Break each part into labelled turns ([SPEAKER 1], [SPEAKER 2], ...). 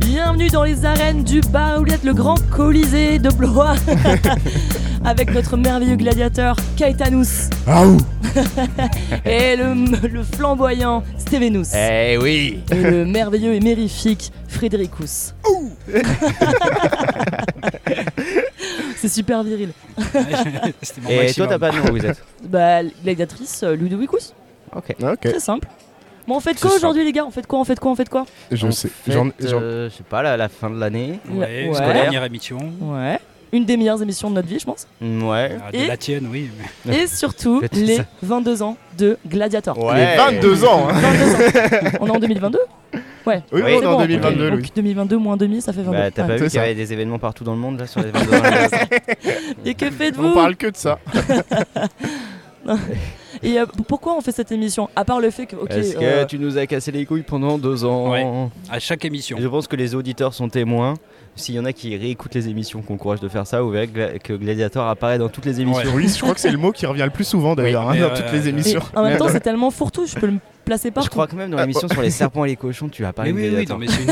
[SPEAKER 1] bienvenue dans les arènes du bar Ouliette, le grand colisée de Blois, avec notre merveilleux gladiateur Caetanus
[SPEAKER 2] Aou
[SPEAKER 1] et le, le flamboyant Stevenus
[SPEAKER 3] Eh oui
[SPEAKER 1] et le merveilleux et mérifique Frédéricus. C'est super viril.
[SPEAKER 4] C'était mon
[SPEAKER 3] Et toi,
[SPEAKER 4] maximum.
[SPEAKER 3] t'as pas de nom où vous êtes
[SPEAKER 1] Bah, gladiatrice euh, Ludovicus,
[SPEAKER 3] Ok.
[SPEAKER 2] Ok,
[SPEAKER 1] très simple. Bon, on fait
[SPEAKER 2] C'est
[SPEAKER 1] quoi
[SPEAKER 2] simple.
[SPEAKER 1] aujourd'hui, les gars On fait quoi On fait quoi On fait quoi
[SPEAKER 2] je
[SPEAKER 3] On
[SPEAKER 2] sais.
[SPEAKER 3] fête,
[SPEAKER 2] J'en- j'en-
[SPEAKER 3] euh, je sais pas, la, la fin de l'année.
[SPEAKER 4] Ouais,
[SPEAKER 1] Ouais.
[SPEAKER 4] c'est la dernière émission.
[SPEAKER 1] Ouais. Une des meilleures émissions de notre vie, je pense.
[SPEAKER 3] Mm, Ouais.
[SPEAKER 4] Ah, de
[SPEAKER 1] Et-
[SPEAKER 4] la tienne, oui. mais-
[SPEAKER 1] Et surtout,
[SPEAKER 3] Peut-être
[SPEAKER 1] les
[SPEAKER 3] ça.
[SPEAKER 1] 22 ans de Gladiator.
[SPEAKER 3] ouais.
[SPEAKER 2] Les 22 ans hein.
[SPEAKER 1] 22 ans. On est en 2022
[SPEAKER 2] Oui,
[SPEAKER 3] Oui,
[SPEAKER 2] on est
[SPEAKER 1] C'est
[SPEAKER 2] en
[SPEAKER 1] bon.
[SPEAKER 2] 2022,
[SPEAKER 1] Donc
[SPEAKER 2] Louis.
[SPEAKER 1] 2022 moins demi, ça fait
[SPEAKER 4] Ah
[SPEAKER 1] 22.
[SPEAKER 3] Bah, t'as
[SPEAKER 1] Ouais.
[SPEAKER 3] pas
[SPEAKER 2] C'est
[SPEAKER 3] vu qu'il y
[SPEAKER 2] ça.
[SPEAKER 3] avait des événements partout dans le monde là sur les 22 ans
[SPEAKER 1] Et que
[SPEAKER 2] On
[SPEAKER 1] faites-vous
[SPEAKER 2] parle que de ça.
[SPEAKER 1] Et euh, p- pourquoi on fait cette émission À part le fait que. ok,
[SPEAKER 3] Est-ce que
[SPEAKER 1] euh,
[SPEAKER 3] tu nous as cassé les couilles pendant deux ans
[SPEAKER 4] Ouais. À chaque émission.
[SPEAKER 3] Et Je pense que les auditeurs sont témoins. S'il y en a qui réécoutent les émissions, qu'on encourage de faire ça, vous verrez que Gla- que Gladiator apparaît dans toutes les émissions.
[SPEAKER 4] Ouais.
[SPEAKER 2] Oui, je crois que c'est le mot qui revient le plus souvent d'ailleurs
[SPEAKER 4] Oui,
[SPEAKER 2] hein, dans
[SPEAKER 4] mais,
[SPEAKER 2] toutes
[SPEAKER 4] euh,
[SPEAKER 2] les
[SPEAKER 1] et
[SPEAKER 2] émissions.
[SPEAKER 1] en même temps, c'est tellement fourre-tout, je peux le placer partout.
[SPEAKER 3] Je crois que même dans l'émission sur les serpents et les cochons, tu as
[SPEAKER 4] Mais
[SPEAKER 3] parlé de
[SPEAKER 4] oui, oui,
[SPEAKER 3] Gladiator.
[SPEAKER 4] non, mais c'est une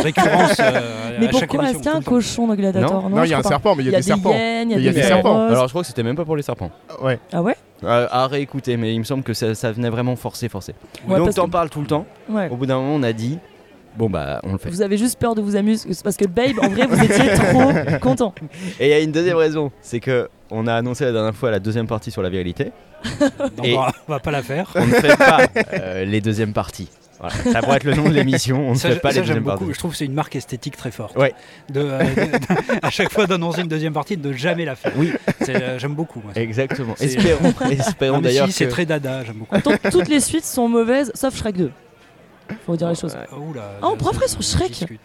[SPEAKER 4] récurrence. euh,
[SPEAKER 1] mais
[SPEAKER 4] à chaque
[SPEAKER 1] pourquoi
[SPEAKER 4] émission,
[SPEAKER 1] est-ce qu'il y a un
[SPEAKER 4] tout le temps.
[SPEAKER 1] cochon dans Gladiator
[SPEAKER 2] Non, il y a
[SPEAKER 1] je
[SPEAKER 2] un
[SPEAKER 1] crois pas.
[SPEAKER 2] serpent, mais il y a des serpents.
[SPEAKER 1] hyènes,
[SPEAKER 2] Mais
[SPEAKER 1] il y a des
[SPEAKER 2] des
[SPEAKER 1] serpents.
[SPEAKER 2] serpents.
[SPEAKER 3] Alors je crois que c'était même pas pour les serpents.
[SPEAKER 2] Ouais.
[SPEAKER 1] Ah ouais
[SPEAKER 3] Euh, à réécouter, mais il me semble que ça, ça venait vraiment forcer, forcer.
[SPEAKER 1] Ouais,
[SPEAKER 3] Donc
[SPEAKER 1] parce
[SPEAKER 3] t'en
[SPEAKER 1] que-
[SPEAKER 3] parles tout le temps.
[SPEAKER 1] Ouais.
[SPEAKER 3] Au bout d'un moment, on a dit bon bah on le fait.
[SPEAKER 1] Vous avez juste peur de vous amuser. Parce que, babe, en vrai, vous étiez trop content.
[SPEAKER 3] Et il y a une deuxième raison, c'est que on a annoncé la dernière fois la deuxième partie sur la virilité.
[SPEAKER 4] Donc,
[SPEAKER 3] Et-
[SPEAKER 4] on va- on va pas la faire.
[SPEAKER 3] On ne fait pas euh, les deuxièmes parties. Voilà. Ça pourrait être le nom de l'émission. On ne
[SPEAKER 4] Ça,
[SPEAKER 3] fait pas
[SPEAKER 4] ça,
[SPEAKER 3] les
[SPEAKER 4] j'aime
[SPEAKER 3] deuxièmes
[SPEAKER 4] beaucoup.
[SPEAKER 3] parties.
[SPEAKER 4] Je trouve que c'est une marque esthétique très forte.
[SPEAKER 3] Ouais.
[SPEAKER 4] De, euh, de- à chaque fois d'annoncer une deuxième partie, de ne jamais la faire.
[SPEAKER 3] Oui.
[SPEAKER 4] C'est, euh, j'aime beaucoup. Moi.
[SPEAKER 3] Exactement.
[SPEAKER 4] C'est-
[SPEAKER 3] Espérons,
[SPEAKER 4] Non,
[SPEAKER 3] espérons
[SPEAKER 4] mais
[SPEAKER 3] d'ailleurs
[SPEAKER 4] si, c'est
[SPEAKER 3] que-
[SPEAKER 4] très dada. J'aime beaucoup.
[SPEAKER 1] Donc, toutes les suites sont mauvaises, sauf Shrek 2. Faut dire les choses.
[SPEAKER 4] Oula,
[SPEAKER 1] Ah, on pourra
[SPEAKER 4] ça-
[SPEAKER 1] faire sur Shrek.
[SPEAKER 4] discute.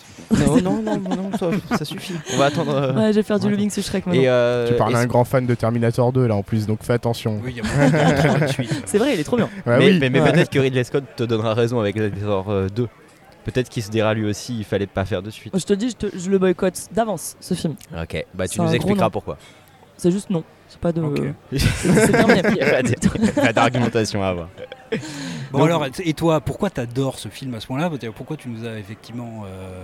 [SPEAKER 3] Non, non, non, non, ça, ça suffit. On va attendre. euh,
[SPEAKER 1] Ouais, je vais faire du
[SPEAKER 3] ouais.
[SPEAKER 1] lobbying sur Shrek maintenant.
[SPEAKER 3] Et, euh,
[SPEAKER 2] Tu parles à
[SPEAKER 3] est-ce-
[SPEAKER 2] un grand fan de Terminator 2 là en plus, donc fais attention.
[SPEAKER 4] Oui, il y a beaucoup de très bonnes suites.
[SPEAKER 1] C'est vrai, il est trop bien.
[SPEAKER 2] Ouais,
[SPEAKER 3] mais
[SPEAKER 2] Ah oui.
[SPEAKER 3] mais- mais
[SPEAKER 1] Ouais.
[SPEAKER 3] peut-être que Ridley Scott te donnera raison avec Gladiator euh, 2. Peut-être qu'il se dira lui aussi, il fallait pas faire de suite.
[SPEAKER 1] Je te dis, je, te- je le boycotte d'avance, ce film.
[SPEAKER 3] Ok, bah tu
[SPEAKER 1] C'est un
[SPEAKER 3] nous
[SPEAKER 1] gros
[SPEAKER 3] expliqueras
[SPEAKER 1] nom.
[SPEAKER 3] pourquoi.
[SPEAKER 1] C'est juste non. C'est pas de.
[SPEAKER 4] Ok.
[SPEAKER 1] C'est c'est terminé.
[SPEAKER 3] Il y a pas d- pas d'argumentation à avoir.
[SPEAKER 4] Bon
[SPEAKER 3] Donc-
[SPEAKER 4] alors, et toi, pourquoi t'adores ce film à ce point-là Pourquoi tu nous as effectivement euh,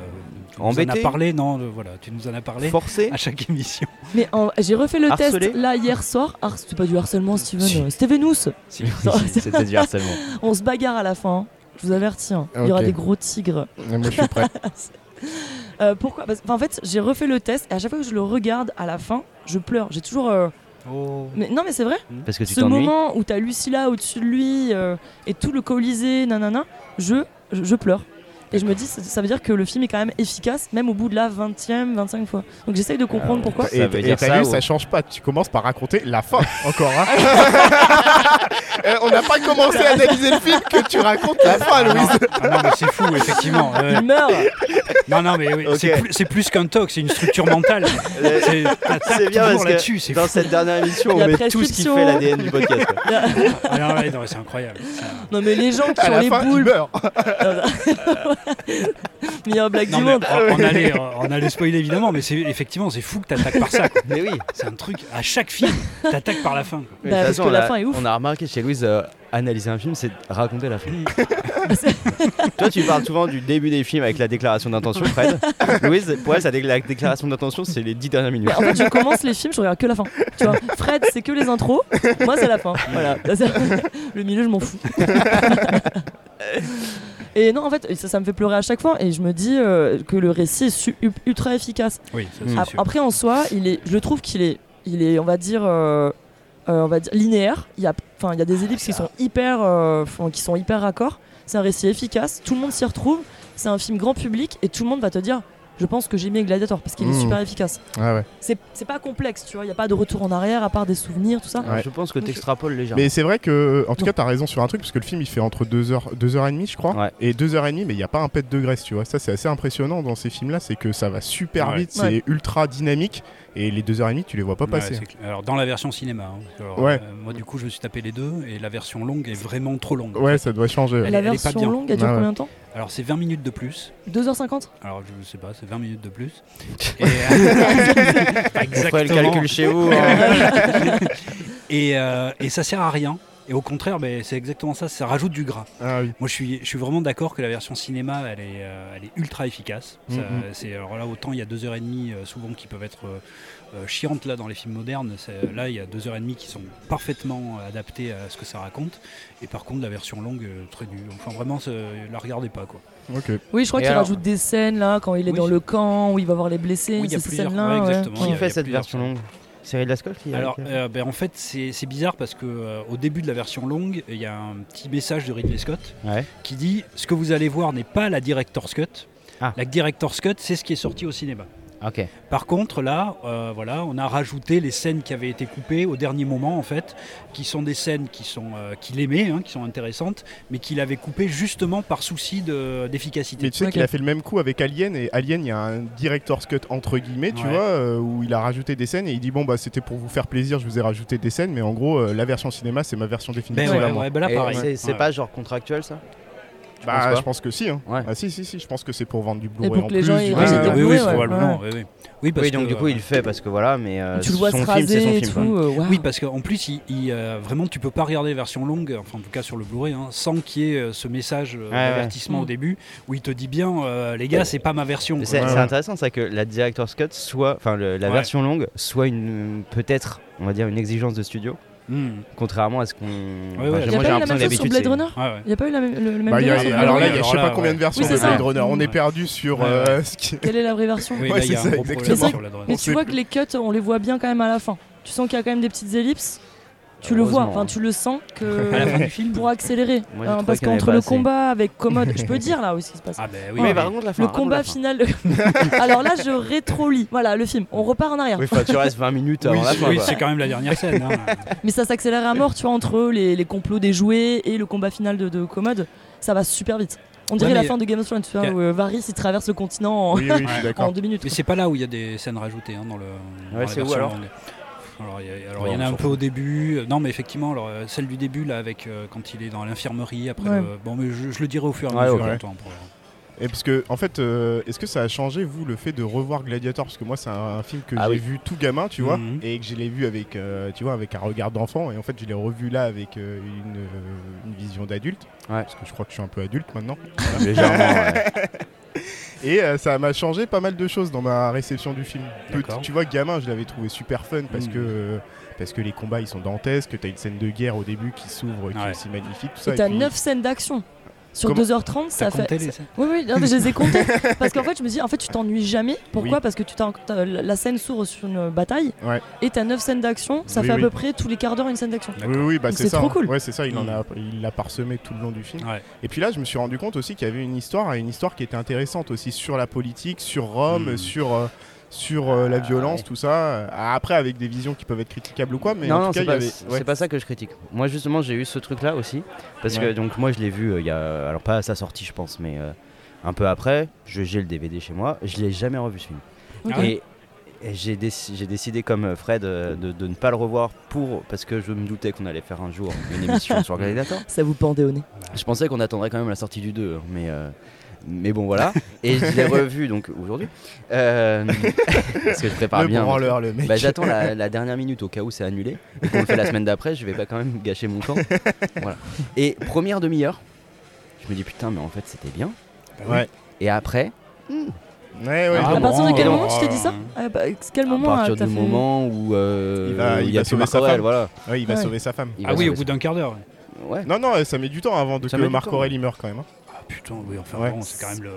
[SPEAKER 4] tu nous en
[SPEAKER 3] Embêté.
[SPEAKER 4] as parlé Non, euh, voilà, tu nous en as parlé
[SPEAKER 3] Forcé
[SPEAKER 4] à chaque émission.
[SPEAKER 1] Mais en- j'ai refait le
[SPEAKER 3] Harcelé.
[SPEAKER 1] test là hier soir. Har- c'est pas du harcèlement, Steven.
[SPEAKER 3] Si.
[SPEAKER 1] euh, Stevenous,
[SPEAKER 3] Si, si, C'était du harcèlement.
[SPEAKER 1] on se bagarre à la fin. hein. Je vous avertis. hein. Il y aura
[SPEAKER 2] Ok.
[SPEAKER 1] des gros tigres.
[SPEAKER 2] Moi je suis prêt.
[SPEAKER 1] Euh, pourquoi Parce, enfin, En fait, j'ai refait le test et à chaque fois que je le regarde à la fin, je pleure. J'ai toujours. euh,
[SPEAKER 4] Oh.
[SPEAKER 1] Mais non, mais c'est vrai.
[SPEAKER 3] Parce que tu
[SPEAKER 1] Ce
[SPEAKER 3] t'ennuies.
[SPEAKER 1] moment où t'as Lucilla au-dessus de lui euh, et tout le colisée, nanana, je, je, je pleure. Et je me dis, ça- ça veut dire que le film est quand même efficace, même au bout de la 20e, 25 fois. Donc j'essaye de comprendre
[SPEAKER 3] Ah,
[SPEAKER 1] pourquoi.
[SPEAKER 3] Ça
[SPEAKER 2] Euh, Et
[SPEAKER 3] veut
[SPEAKER 2] et
[SPEAKER 3] dire
[SPEAKER 2] t'as
[SPEAKER 3] ça
[SPEAKER 2] vu,
[SPEAKER 3] ou-
[SPEAKER 2] ça change pas. Tu commences par raconter la fin encore. hein. Euh, on n'a pas commencé à analyser le film que tu racontes la fin,
[SPEAKER 4] Ah non,
[SPEAKER 2] Louise.
[SPEAKER 4] ah non, mais c'est fou, effectivement. ouais.
[SPEAKER 1] Il meurt
[SPEAKER 4] Non, non, mais oui,
[SPEAKER 3] Ok. Euh,
[SPEAKER 4] c'est plus- c'est plus qu'un toc, c'est une structure mentale. C'est
[SPEAKER 3] C'est bien parce
[SPEAKER 4] Ah, toujours
[SPEAKER 3] que
[SPEAKER 4] là-dessus, c'est
[SPEAKER 3] Dans
[SPEAKER 4] fou.
[SPEAKER 3] cette dernière émission,
[SPEAKER 1] Il y a
[SPEAKER 3] on met tout ce qui
[SPEAKER 1] prescription.
[SPEAKER 3] fait l'ADN du podcast. quoi.
[SPEAKER 4] Ah non, ouais, non, mais c'est incroyable. C'est-
[SPEAKER 1] Non mais les gens qui
[SPEAKER 2] À
[SPEAKER 1] ont
[SPEAKER 2] la
[SPEAKER 1] les
[SPEAKER 2] fin, il
[SPEAKER 1] boules,
[SPEAKER 2] meurt.
[SPEAKER 1] meilleure blague
[SPEAKER 4] Non,
[SPEAKER 1] du
[SPEAKER 4] mais
[SPEAKER 1] monde.
[SPEAKER 4] on, on allait, on allait spoiler évidemment, mais c'est effectivement, c'est fou que t'attaques par ça. quoi.
[SPEAKER 3] Mais oui.
[SPEAKER 4] C'est un truc, à chaque film, t'attaques par la fin. quoi.
[SPEAKER 3] Mais
[SPEAKER 1] Bah,
[SPEAKER 3] de
[SPEAKER 1] parce
[SPEAKER 3] toute façon,
[SPEAKER 1] que la
[SPEAKER 3] on a-
[SPEAKER 1] fin est ouf.
[SPEAKER 3] On a remarqué chez Louise, euh, analyser un film, c'est raconter la fin. Toi, tu parles souvent du début des films avec la déclaration d'intention, Fred. Louise, pour elle, sa dé- la déclaration d'intention, c'est les 10 dernières minutes.
[SPEAKER 1] En fait, je commence les films, je regarde que la fin. Tu vois, Fred, c'est que les intros. Moi, c'est la fin. Voilà. Le milieu, je m'en fous. Et non, en fait, ça, ça me fait pleurer à chaque fois. Et je me dis euh, que le récit est su- u- ultra efficace.
[SPEAKER 4] Oui, ça,
[SPEAKER 3] Mm.
[SPEAKER 4] c'est
[SPEAKER 1] Ap-
[SPEAKER 4] sûr.
[SPEAKER 1] Après, en soi, il est, je le trouve qu'il est, il est, on va dire, euh, euh, on va dire linéaire. Il y a, enfin, il y a des ellipses qui sont hyper, euh, enfin, qui sont hyper raccords. C'est un récit efficace. Tout le monde s'y retrouve. C'est un film grand public et tout le monde va te dire, je pense que j'ai aimé Gladiator parce qu'il est
[SPEAKER 3] Mm.
[SPEAKER 2] Mmh.
[SPEAKER 1] super efficace
[SPEAKER 2] Ah ouais.
[SPEAKER 1] c'est c'est pas complexe, tu vois. Il n'y a pas de retour en arrière à part des souvenirs, tout ça.
[SPEAKER 3] Alors, Je pense que
[SPEAKER 1] Donc,
[SPEAKER 3] t'extrapoles légèrement.
[SPEAKER 2] Mais c'est vrai que, en tout cas, t'as raison sur un truc, parce que le film il fait entre 2h deux heures, deux heures et demie, je crois,
[SPEAKER 3] Ouais.
[SPEAKER 2] et 2h30, mais il n'y a pas un pet de graisse, tu vois. Ça, c'est assez impressionnant dans ces films-là, c'est que ça va super
[SPEAKER 4] Ouais.
[SPEAKER 2] vite, c'est
[SPEAKER 1] Ouais.
[SPEAKER 2] ultra dynamique, et les 2h30, tu les vois pas
[SPEAKER 4] Ouais,
[SPEAKER 2] passer.
[SPEAKER 4] c'est clair. alors dans la version cinéma, hein, parce que, alors,
[SPEAKER 2] Ouais.
[SPEAKER 4] euh, moi du coup je me suis tapé les deux et la version longue est vraiment trop longue.
[SPEAKER 2] Ouais, ça doit changer. ouais.
[SPEAKER 4] Elle-
[SPEAKER 1] la
[SPEAKER 4] elle est pas
[SPEAKER 1] version
[SPEAKER 4] bien.
[SPEAKER 1] longue, elle dure
[SPEAKER 2] Ah ouais.
[SPEAKER 1] combien de temps
[SPEAKER 4] Alors c'est 20 minutes de plus.
[SPEAKER 1] 2h50
[SPEAKER 4] Alors je sais pas, c'est 20 minutes de plus. Et, euh,
[SPEAKER 3] On ferait le calcul chez vous. hein.
[SPEAKER 4] et, euh, et ça sert à rien Et au contraire, ben, c'est exactement ça, ça rajoute du gras.
[SPEAKER 2] Ah oui.
[SPEAKER 4] Moi, je suis, je suis vraiment d'accord que la version cinéma, elle est, euh, elle est ultra efficace. Ça,
[SPEAKER 2] Mhm.
[SPEAKER 4] c'est, alors là, autant il y a deux heures et demie euh, souvent qui peuvent être euh, euh, chiantes là dans les films modernes. c'est- là, il y a deux heures et demie qui sont parfaitement euh, adaptées à ce que ça raconte. Et par contre, la version longue, euh, très nulle. Enfin, vraiment, c'est- euh, la regardez pas quoi.
[SPEAKER 2] Ok.
[SPEAKER 1] Oui, je crois
[SPEAKER 3] Et
[SPEAKER 1] qu'il
[SPEAKER 3] alors-
[SPEAKER 1] rajoute des scènes là quand il est
[SPEAKER 4] Oui.
[SPEAKER 1] dans le camp où il va voir les blessés.
[SPEAKER 4] Oui, il y a
[SPEAKER 1] ces
[SPEAKER 4] plusieurs-
[SPEAKER 1] scènes-là,
[SPEAKER 4] ouais,
[SPEAKER 1] ouais.
[SPEAKER 4] exactement.
[SPEAKER 1] Ouais.
[SPEAKER 3] Qui
[SPEAKER 4] Il y a
[SPEAKER 3] fait cette
[SPEAKER 4] plusieurs
[SPEAKER 3] version
[SPEAKER 4] scènes.
[SPEAKER 3] longue C'est Ridley Scott qui a-
[SPEAKER 4] Alors,
[SPEAKER 3] qui a-
[SPEAKER 4] euh, ben, en fait, c'est c'est bizarre parce que euh, au début de la version longue, il y a un petit message de Ridley Scott
[SPEAKER 3] euh, Ouais.
[SPEAKER 4] qui dit ce que vous allez voir n'est pas la director's cut.
[SPEAKER 3] Ah.
[SPEAKER 4] La director's cut, c'est ce qui est sorti au cinéma.
[SPEAKER 3] Ok.
[SPEAKER 4] Par contre, là, euh, voilà, on a rajouté les scènes qui avaient été coupées au dernier moment, en fait, qui sont des scènes qui sont euh, qu'il aimait, hein, qui sont intéressantes, mais qu'il avait coupées justement par souci de- d'efficacité.
[SPEAKER 2] Mais tu sais
[SPEAKER 1] Ok.
[SPEAKER 2] qu'il a fait le même coup avec Alien et Alien il y a un director's cut entre guillemets tu
[SPEAKER 4] Ouais.
[SPEAKER 2] vois euh, où il a rajouté des scènes et il dit bon bah c'était pour vous faire plaisir je vous ai rajouté des scènes mais en gros euh, la version cinéma c'est ma version
[SPEAKER 4] Ben
[SPEAKER 2] définitive
[SPEAKER 4] ouais,
[SPEAKER 2] à moi.
[SPEAKER 4] ouais, ben là,
[SPEAKER 3] Et
[SPEAKER 4] pareil.
[SPEAKER 3] c'est- C'est
[SPEAKER 4] Ouais.
[SPEAKER 3] pas genre contractuel ça
[SPEAKER 2] Bah
[SPEAKER 3] penses pas
[SPEAKER 2] je pense que si hein.
[SPEAKER 3] Ouais.
[SPEAKER 2] Ah, si si si je pense que c'est pour vendre du
[SPEAKER 1] Et
[SPEAKER 2] Blu-ray
[SPEAKER 1] pour
[SPEAKER 2] en
[SPEAKER 1] que les
[SPEAKER 2] plus
[SPEAKER 1] gens
[SPEAKER 2] du
[SPEAKER 1] aient-
[SPEAKER 4] Oui,
[SPEAKER 2] reste.
[SPEAKER 1] ouais, ouais,
[SPEAKER 4] oui, oui,
[SPEAKER 1] ouais,
[SPEAKER 4] probablement. Oui, oui. Oui, parce
[SPEAKER 3] Oui, donc
[SPEAKER 4] que,
[SPEAKER 3] du coup,
[SPEAKER 4] euh,
[SPEAKER 3] il le fait parce que voilà, mais euh,
[SPEAKER 1] Tu le vois se
[SPEAKER 3] son film, c'est son
[SPEAKER 1] raser et
[SPEAKER 3] film.
[SPEAKER 1] tout.
[SPEAKER 3] quoi.
[SPEAKER 1] euh, waouh.
[SPEAKER 4] Oui, parce qu'en plus, il, il, euh, vraiment, tu peux pas regarder la version longue, enfin en tout cas sur le Blu-ray, hein, sans qu'il y ait euh, ce message euh,
[SPEAKER 3] Ouais, ouais.
[SPEAKER 4] d'avertissement
[SPEAKER 1] Mm.
[SPEAKER 4] au début, où il te dit bien, euh, les gars, c'est pas ma version.
[SPEAKER 3] Mais
[SPEAKER 4] quoi.
[SPEAKER 3] C'est
[SPEAKER 2] Ouais,
[SPEAKER 3] c'est
[SPEAKER 2] ouais.
[SPEAKER 3] intéressant ça que la director's cut soit, enfin le- la
[SPEAKER 4] Ouais.
[SPEAKER 3] version longue soit une peut-être, on va dire une exigence de studio,
[SPEAKER 4] Mm.
[SPEAKER 3] contrairement à ce qu'on.
[SPEAKER 4] ouais.
[SPEAKER 1] Il
[SPEAKER 3] Enfin,
[SPEAKER 1] n'y a pas
[SPEAKER 3] Moi j'ai
[SPEAKER 1] eu la
[SPEAKER 3] l'impression
[SPEAKER 1] même chose sur
[SPEAKER 3] d'habitude.
[SPEAKER 1] Blade
[SPEAKER 3] c'est-
[SPEAKER 1] Runner
[SPEAKER 4] Ouais, ouais.
[SPEAKER 1] Il n'y a pas eu la même- le, le même
[SPEAKER 2] Bah, il y a-
[SPEAKER 1] délire sur
[SPEAKER 2] alors
[SPEAKER 1] Blade
[SPEAKER 2] là,
[SPEAKER 1] Runner
[SPEAKER 2] il y a je sais
[SPEAKER 4] Alors
[SPEAKER 2] pas
[SPEAKER 4] là,
[SPEAKER 2] combien de
[SPEAKER 4] ouais.
[SPEAKER 2] versions
[SPEAKER 1] Oui,
[SPEAKER 2] de
[SPEAKER 1] c'est
[SPEAKER 2] Blade
[SPEAKER 1] ça.
[SPEAKER 2] Runner. On est
[SPEAKER 4] Ouais.
[SPEAKER 2] perdu sur
[SPEAKER 4] Ouais,
[SPEAKER 2] euh, ce qui.
[SPEAKER 1] Quelle est la vraie version
[SPEAKER 4] Oui,
[SPEAKER 2] Ouais,
[SPEAKER 4] là, il y a
[SPEAKER 2] c'est
[SPEAKER 4] un
[SPEAKER 2] ça,
[SPEAKER 4] gros problème
[SPEAKER 2] exactement.
[SPEAKER 4] sur la droite.
[SPEAKER 1] Mais
[SPEAKER 2] On
[SPEAKER 1] tu
[SPEAKER 2] sait
[SPEAKER 1] vois
[SPEAKER 2] plus.
[SPEAKER 1] que les cuts, on les voit bien quand même à la fin. Tu sens qu'il y a quand même des petites ellipses. Tu le vois,
[SPEAKER 3] Heureusement. hein.
[SPEAKER 1] enfin tu le sens
[SPEAKER 4] À la fin
[SPEAKER 1] que
[SPEAKER 4] du film
[SPEAKER 1] Euh, pour accélérer.
[SPEAKER 3] Moi, j'ai
[SPEAKER 1] Hein,
[SPEAKER 3] trouvé
[SPEAKER 1] parce
[SPEAKER 3] qu'il y en avait
[SPEAKER 1] qu'entre
[SPEAKER 3] pas
[SPEAKER 1] le
[SPEAKER 3] assez.
[SPEAKER 1] combat avec Commode, je peux dire là aussi ce qui se passe.
[SPEAKER 4] Ah ben oui,
[SPEAKER 3] Oui, mais
[SPEAKER 4] mais-
[SPEAKER 3] par contre la fin.
[SPEAKER 1] le
[SPEAKER 3] raconte la
[SPEAKER 1] combat
[SPEAKER 3] fin.
[SPEAKER 1] final. alors là, je rétro-lis. Voilà le film. On repart en arrière.
[SPEAKER 3] Oui, enfin, tu restes 20 minutes
[SPEAKER 4] oui,
[SPEAKER 3] avant la
[SPEAKER 4] c'est-
[SPEAKER 3] fin.
[SPEAKER 4] oui,
[SPEAKER 3] quoi.
[SPEAKER 4] c'est quand même la dernière scène. hein.
[SPEAKER 1] Mais ça s'accélère à mort, tu vois, entre les, les complots des jouets et le combat final de, de Commode. Ça va super vite. On dirait
[SPEAKER 4] Ouais,
[SPEAKER 1] la
[SPEAKER 4] mais-
[SPEAKER 1] fin de Game of Thrones, tu vois,
[SPEAKER 4] Quel-
[SPEAKER 1] où euh, Varys il traverse le continent en,
[SPEAKER 2] Oui, oui, je suis
[SPEAKER 4] Ouais.
[SPEAKER 1] en
[SPEAKER 2] d'accord.
[SPEAKER 1] deux minutes.
[SPEAKER 4] Mais c'est pas là où il y a des scènes rajoutées hein, dans le. dans la
[SPEAKER 3] c'est où,
[SPEAKER 4] version
[SPEAKER 3] alors
[SPEAKER 4] longue. Alors, il y, a- alors, il
[SPEAKER 3] Ouais,
[SPEAKER 4] y en a
[SPEAKER 3] on
[SPEAKER 4] un
[SPEAKER 3] s'en
[SPEAKER 4] peu au début. Euh, Non, mais effectivement, alors, euh, celle du début, là, avec euh, quand il est dans l'infirmerie, après.
[SPEAKER 1] Ouais.
[SPEAKER 4] le- Bon, mais je, je le dirai au fur et à
[SPEAKER 3] Ouais,
[SPEAKER 4] mesure.
[SPEAKER 2] ouais.
[SPEAKER 4] attends, pour-
[SPEAKER 2] Et parce que, en fait, euh, est-ce que ça a changé, vous, le fait de revoir Gladiator Parce que moi, c'est un, un film que
[SPEAKER 3] Ah
[SPEAKER 2] j'ai
[SPEAKER 3] oui.
[SPEAKER 2] vu tout gamin, tu vois,
[SPEAKER 4] Mhm.
[SPEAKER 2] et que je l'ai vu avec, euh, tu vois, avec un regard d'enfant. Et en fait, je l'ai revu là avec euh, une, euh, une vision d'adulte.
[SPEAKER 3] Ouais.
[SPEAKER 2] Parce que je crois que je suis un peu adulte maintenant.
[SPEAKER 3] Légèrement, ouais.
[SPEAKER 2] Et euh, ça m'a changé pas mal de choses dans ma réception du film. Petit-
[SPEAKER 4] D'accord.
[SPEAKER 2] tu vois, gamin, je l'avais trouvé super fun parce
[SPEAKER 4] Mhm.
[SPEAKER 2] que. euh, parce que les combats ils sont dantesques, t'as une scène de guerre au début qui s'ouvre, qui
[SPEAKER 4] Ouais.
[SPEAKER 2] est aussi magnifique, tout ça.
[SPEAKER 1] Et
[SPEAKER 2] et
[SPEAKER 1] t'as
[SPEAKER 2] puis-
[SPEAKER 1] 9 scènes d'action. Sur
[SPEAKER 2] Comment-
[SPEAKER 1] 2h30, ça
[SPEAKER 4] T'as
[SPEAKER 1] fait.
[SPEAKER 4] compté les scènes
[SPEAKER 1] Oui, oui, non, mais je les ai comptées. parce qu'en fait, je me dis, en fait, tu t'ennuies jamais. Pourquoi
[SPEAKER 2] Oui.
[SPEAKER 1] Parce que tu t'en- t'as- la scène s'ouvre sur une euh, bataille
[SPEAKER 2] Ouais.
[SPEAKER 1] et t'as 9 scènes d'action. Ça
[SPEAKER 2] Oui,
[SPEAKER 1] fait
[SPEAKER 2] oui.
[SPEAKER 1] à peu près tous les quarts d'heure une scène d'action.
[SPEAKER 2] Oui, oui, bah
[SPEAKER 1] Donc
[SPEAKER 2] c'est
[SPEAKER 1] c'est
[SPEAKER 2] ça.
[SPEAKER 1] trop
[SPEAKER 2] hein.
[SPEAKER 1] cool.
[SPEAKER 2] Ouais, c'est ça, il en
[SPEAKER 4] Mm.
[SPEAKER 2] a il l'a parsemé tout le long du film.
[SPEAKER 4] Ouais.
[SPEAKER 2] Et puis là, je me suis rendu compte aussi qu'il y avait une histoire, et une histoire qui était intéressante aussi sur la politique, sur Rome,
[SPEAKER 4] Mm.
[SPEAKER 2] sur euh, sur euh, la
[SPEAKER 3] Ah,
[SPEAKER 2] violence,
[SPEAKER 3] ouais.
[SPEAKER 2] tout ça. Ah, Après, avec des visions qui peuvent être critiquables ou quoi, mais
[SPEAKER 3] non,
[SPEAKER 2] en
[SPEAKER 3] non,
[SPEAKER 2] tout cas, il
[SPEAKER 3] c'est
[SPEAKER 2] y
[SPEAKER 3] pas,
[SPEAKER 2] avait.
[SPEAKER 3] c'est
[SPEAKER 2] ouais.
[SPEAKER 3] pas ça que je critique. Moi, justement, j'ai eu ce truc-là aussi. Parce que,
[SPEAKER 2] Ouais.
[SPEAKER 3] donc, moi, je l'ai vu, euh, il y a. Alors, pas à sa sortie, je pense, mais euh, un peu après. je- J'ai le DVD chez moi. Je l'ai jamais revu, ce film.
[SPEAKER 1] Ok.
[SPEAKER 4] Ah ouais.
[SPEAKER 3] Et, et j'ai déci- j'ai décidé, comme Fred, euh, de, de ne pas le revoir pour parce que je me doutais qu'on allait faire un jour une émission sur Gladiator.
[SPEAKER 1] Ça vous pendait au nez.
[SPEAKER 3] Je pensais qu'on attendrait quand même la sortie du 2, hein, mais, euh, mais bon, voilà. Et je l'ai revu donc aujourd'hui. Euh, parce que je prépare
[SPEAKER 2] Le
[SPEAKER 3] bien. mon
[SPEAKER 2] branleur, le mec.
[SPEAKER 3] bah, J'attends la, la dernière minute au cas où c'est annulé. Et qu'on le fait la semaine d'après, je vais pas quand même gâcher mon temps. Voilà. Et première demi-heure, je me dis putain, mais en fait c'était bien.
[SPEAKER 2] ouais.
[SPEAKER 3] Et après,
[SPEAKER 2] Ouais, ouais.
[SPEAKER 4] Ah,
[SPEAKER 1] à
[SPEAKER 4] bon,
[SPEAKER 1] partir de quel
[SPEAKER 4] euh,
[SPEAKER 1] moment tu t'es dit ça À pa- quel moment
[SPEAKER 3] à partir
[SPEAKER 1] euh, t'as
[SPEAKER 3] du
[SPEAKER 1] fait-
[SPEAKER 3] moment où euh,
[SPEAKER 2] Il va-
[SPEAKER 3] où
[SPEAKER 2] il
[SPEAKER 3] il y a
[SPEAKER 2] va
[SPEAKER 3] plus
[SPEAKER 2] sauver
[SPEAKER 3] Marc
[SPEAKER 2] sa
[SPEAKER 3] Aurèle,
[SPEAKER 2] femme.
[SPEAKER 3] voilà.
[SPEAKER 2] Ouais, il va
[SPEAKER 1] Ouais.
[SPEAKER 2] sauver sa femme.
[SPEAKER 3] Il
[SPEAKER 4] Ah
[SPEAKER 3] va
[SPEAKER 4] oui, au
[SPEAKER 3] sauver
[SPEAKER 4] bout d'un quart d'heure. ouais.
[SPEAKER 3] sa- ouais.
[SPEAKER 2] Non, non, ça met du temps avant de
[SPEAKER 3] Ça
[SPEAKER 2] que
[SPEAKER 3] met du
[SPEAKER 2] Marc
[SPEAKER 3] temps.
[SPEAKER 2] Aurèle il meure quand même. hein.
[SPEAKER 4] Ah putain, oui, enfin
[SPEAKER 2] Ouais.
[SPEAKER 4] bon, c'est quand même le.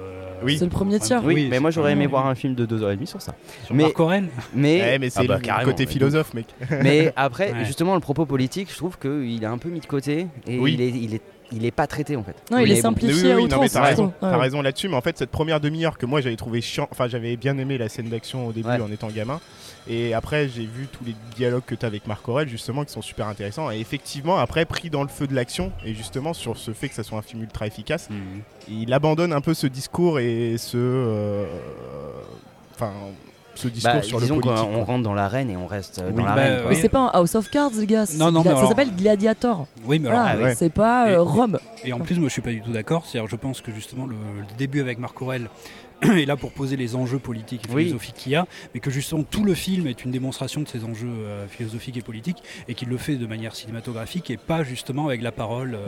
[SPEAKER 2] Oui.
[SPEAKER 1] C'est le premier tiers.
[SPEAKER 3] Oui, mais moi
[SPEAKER 4] c'est
[SPEAKER 3] j'aurais
[SPEAKER 4] quand
[SPEAKER 3] aimé
[SPEAKER 4] même-
[SPEAKER 3] voir un film de 2h30 sur ça.
[SPEAKER 4] Sur
[SPEAKER 3] mais-
[SPEAKER 4] Marc Aurèle
[SPEAKER 3] Mais,
[SPEAKER 2] Ouais, mais c'est
[SPEAKER 3] Ah bah,
[SPEAKER 2] le
[SPEAKER 3] carrément,
[SPEAKER 2] côté
[SPEAKER 3] mais-
[SPEAKER 2] philosophe, mec.
[SPEAKER 3] Mais après,
[SPEAKER 4] Ouais.
[SPEAKER 3] justement, le propos politique, je trouve qu'il est un peu mis de côté et
[SPEAKER 2] Oui.
[SPEAKER 3] il, est, il, est, il est pas traité en fait.
[SPEAKER 1] Non, il
[SPEAKER 3] Mais
[SPEAKER 1] est
[SPEAKER 3] bon.
[SPEAKER 2] Mais
[SPEAKER 1] simplifié
[SPEAKER 2] oui, oui,
[SPEAKER 1] à
[SPEAKER 2] oui, non, mais
[SPEAKER 1] outrance,
[SPEAKER 2] t'as
[SPEAKER 1] je
[SPEAKER 2] raison,
[SPEAKER 1] trouve.
[SPEAKER 2] t'as
[SPEAKER 1] Ouais.
[SPEAKER 2] raison là-dessus. Mais en fait, cette première demi-heure que moi j'avais trouvé chiant, enfin j'avais bien aimé la scène d'action au début
[SPEAKER 3] Ouais.
[SPEAKER 2] en étant gamin. Et après, j'ai vu tous les dialogues que t'as avec Marc Aurel justement qui sont super intéressants. Et effectivement, après, pris dans le feu de l'action et justement sur ce fait que ça soit un film ultra
[SPEAKER 3] Mmh.
[SPEAKER 2] efficace,
[SPEAKER 4] Mhm.
[SPEAKER 2] il abandonne un peu ce discours et ce, euh, enfin, ce discours
[SPEAKER 3] Bah,
[SPEAKER 2] sur le
[SPEAKER 3] disons
[SPEAKER 2] politique.
[SPEAKER 3] qu'on
[SPEAKER 2] quoi.
[SPEAKER 3] on rentre dans l'arène et on reste euh,
[SPEAKER 2] Oui,
[SPEAKER 3] dans
[SPEAKER 4] bah,
[SPEAKER 3] l'arène. quoi.
[SPEAKER 1] Mais c'est pas un House of Cards, les gars. c'est
[SPEAKER 4] Non, non,
[SPEAKER 1] Gla-
[SPEAKER 4] mais
[SPEAKER 1] ça
[SPEAKER 4] alors-
[SPEAKER 1] s'appelle Gladiator.
[SPEAKER 4] Oui, mais alors,
[SPEAKER 1] Voilà,
[SPEAKER 3] ah ouais.
[SPEAKER 1] c'est pas
[SPEAKER 4] Et-
[SPEAKER 1] euh, Rome.
[SPEAKER 4] Et en plus, moi, je suis pas du tout d'accord. C'est-à-dire, je pense que justement, le, le début avec Marc Aurel est là pour poser les enjeux politiques et
[SPEAKER 3] Oui.
[SPEAKER 4] philosophiques qu'il y a, mais que justement tout le film est une démonstration de ces enjeux euh, philosophiques et politiques, et qu'il le fait de manière cinématographique et pas justement avec la parole, euh,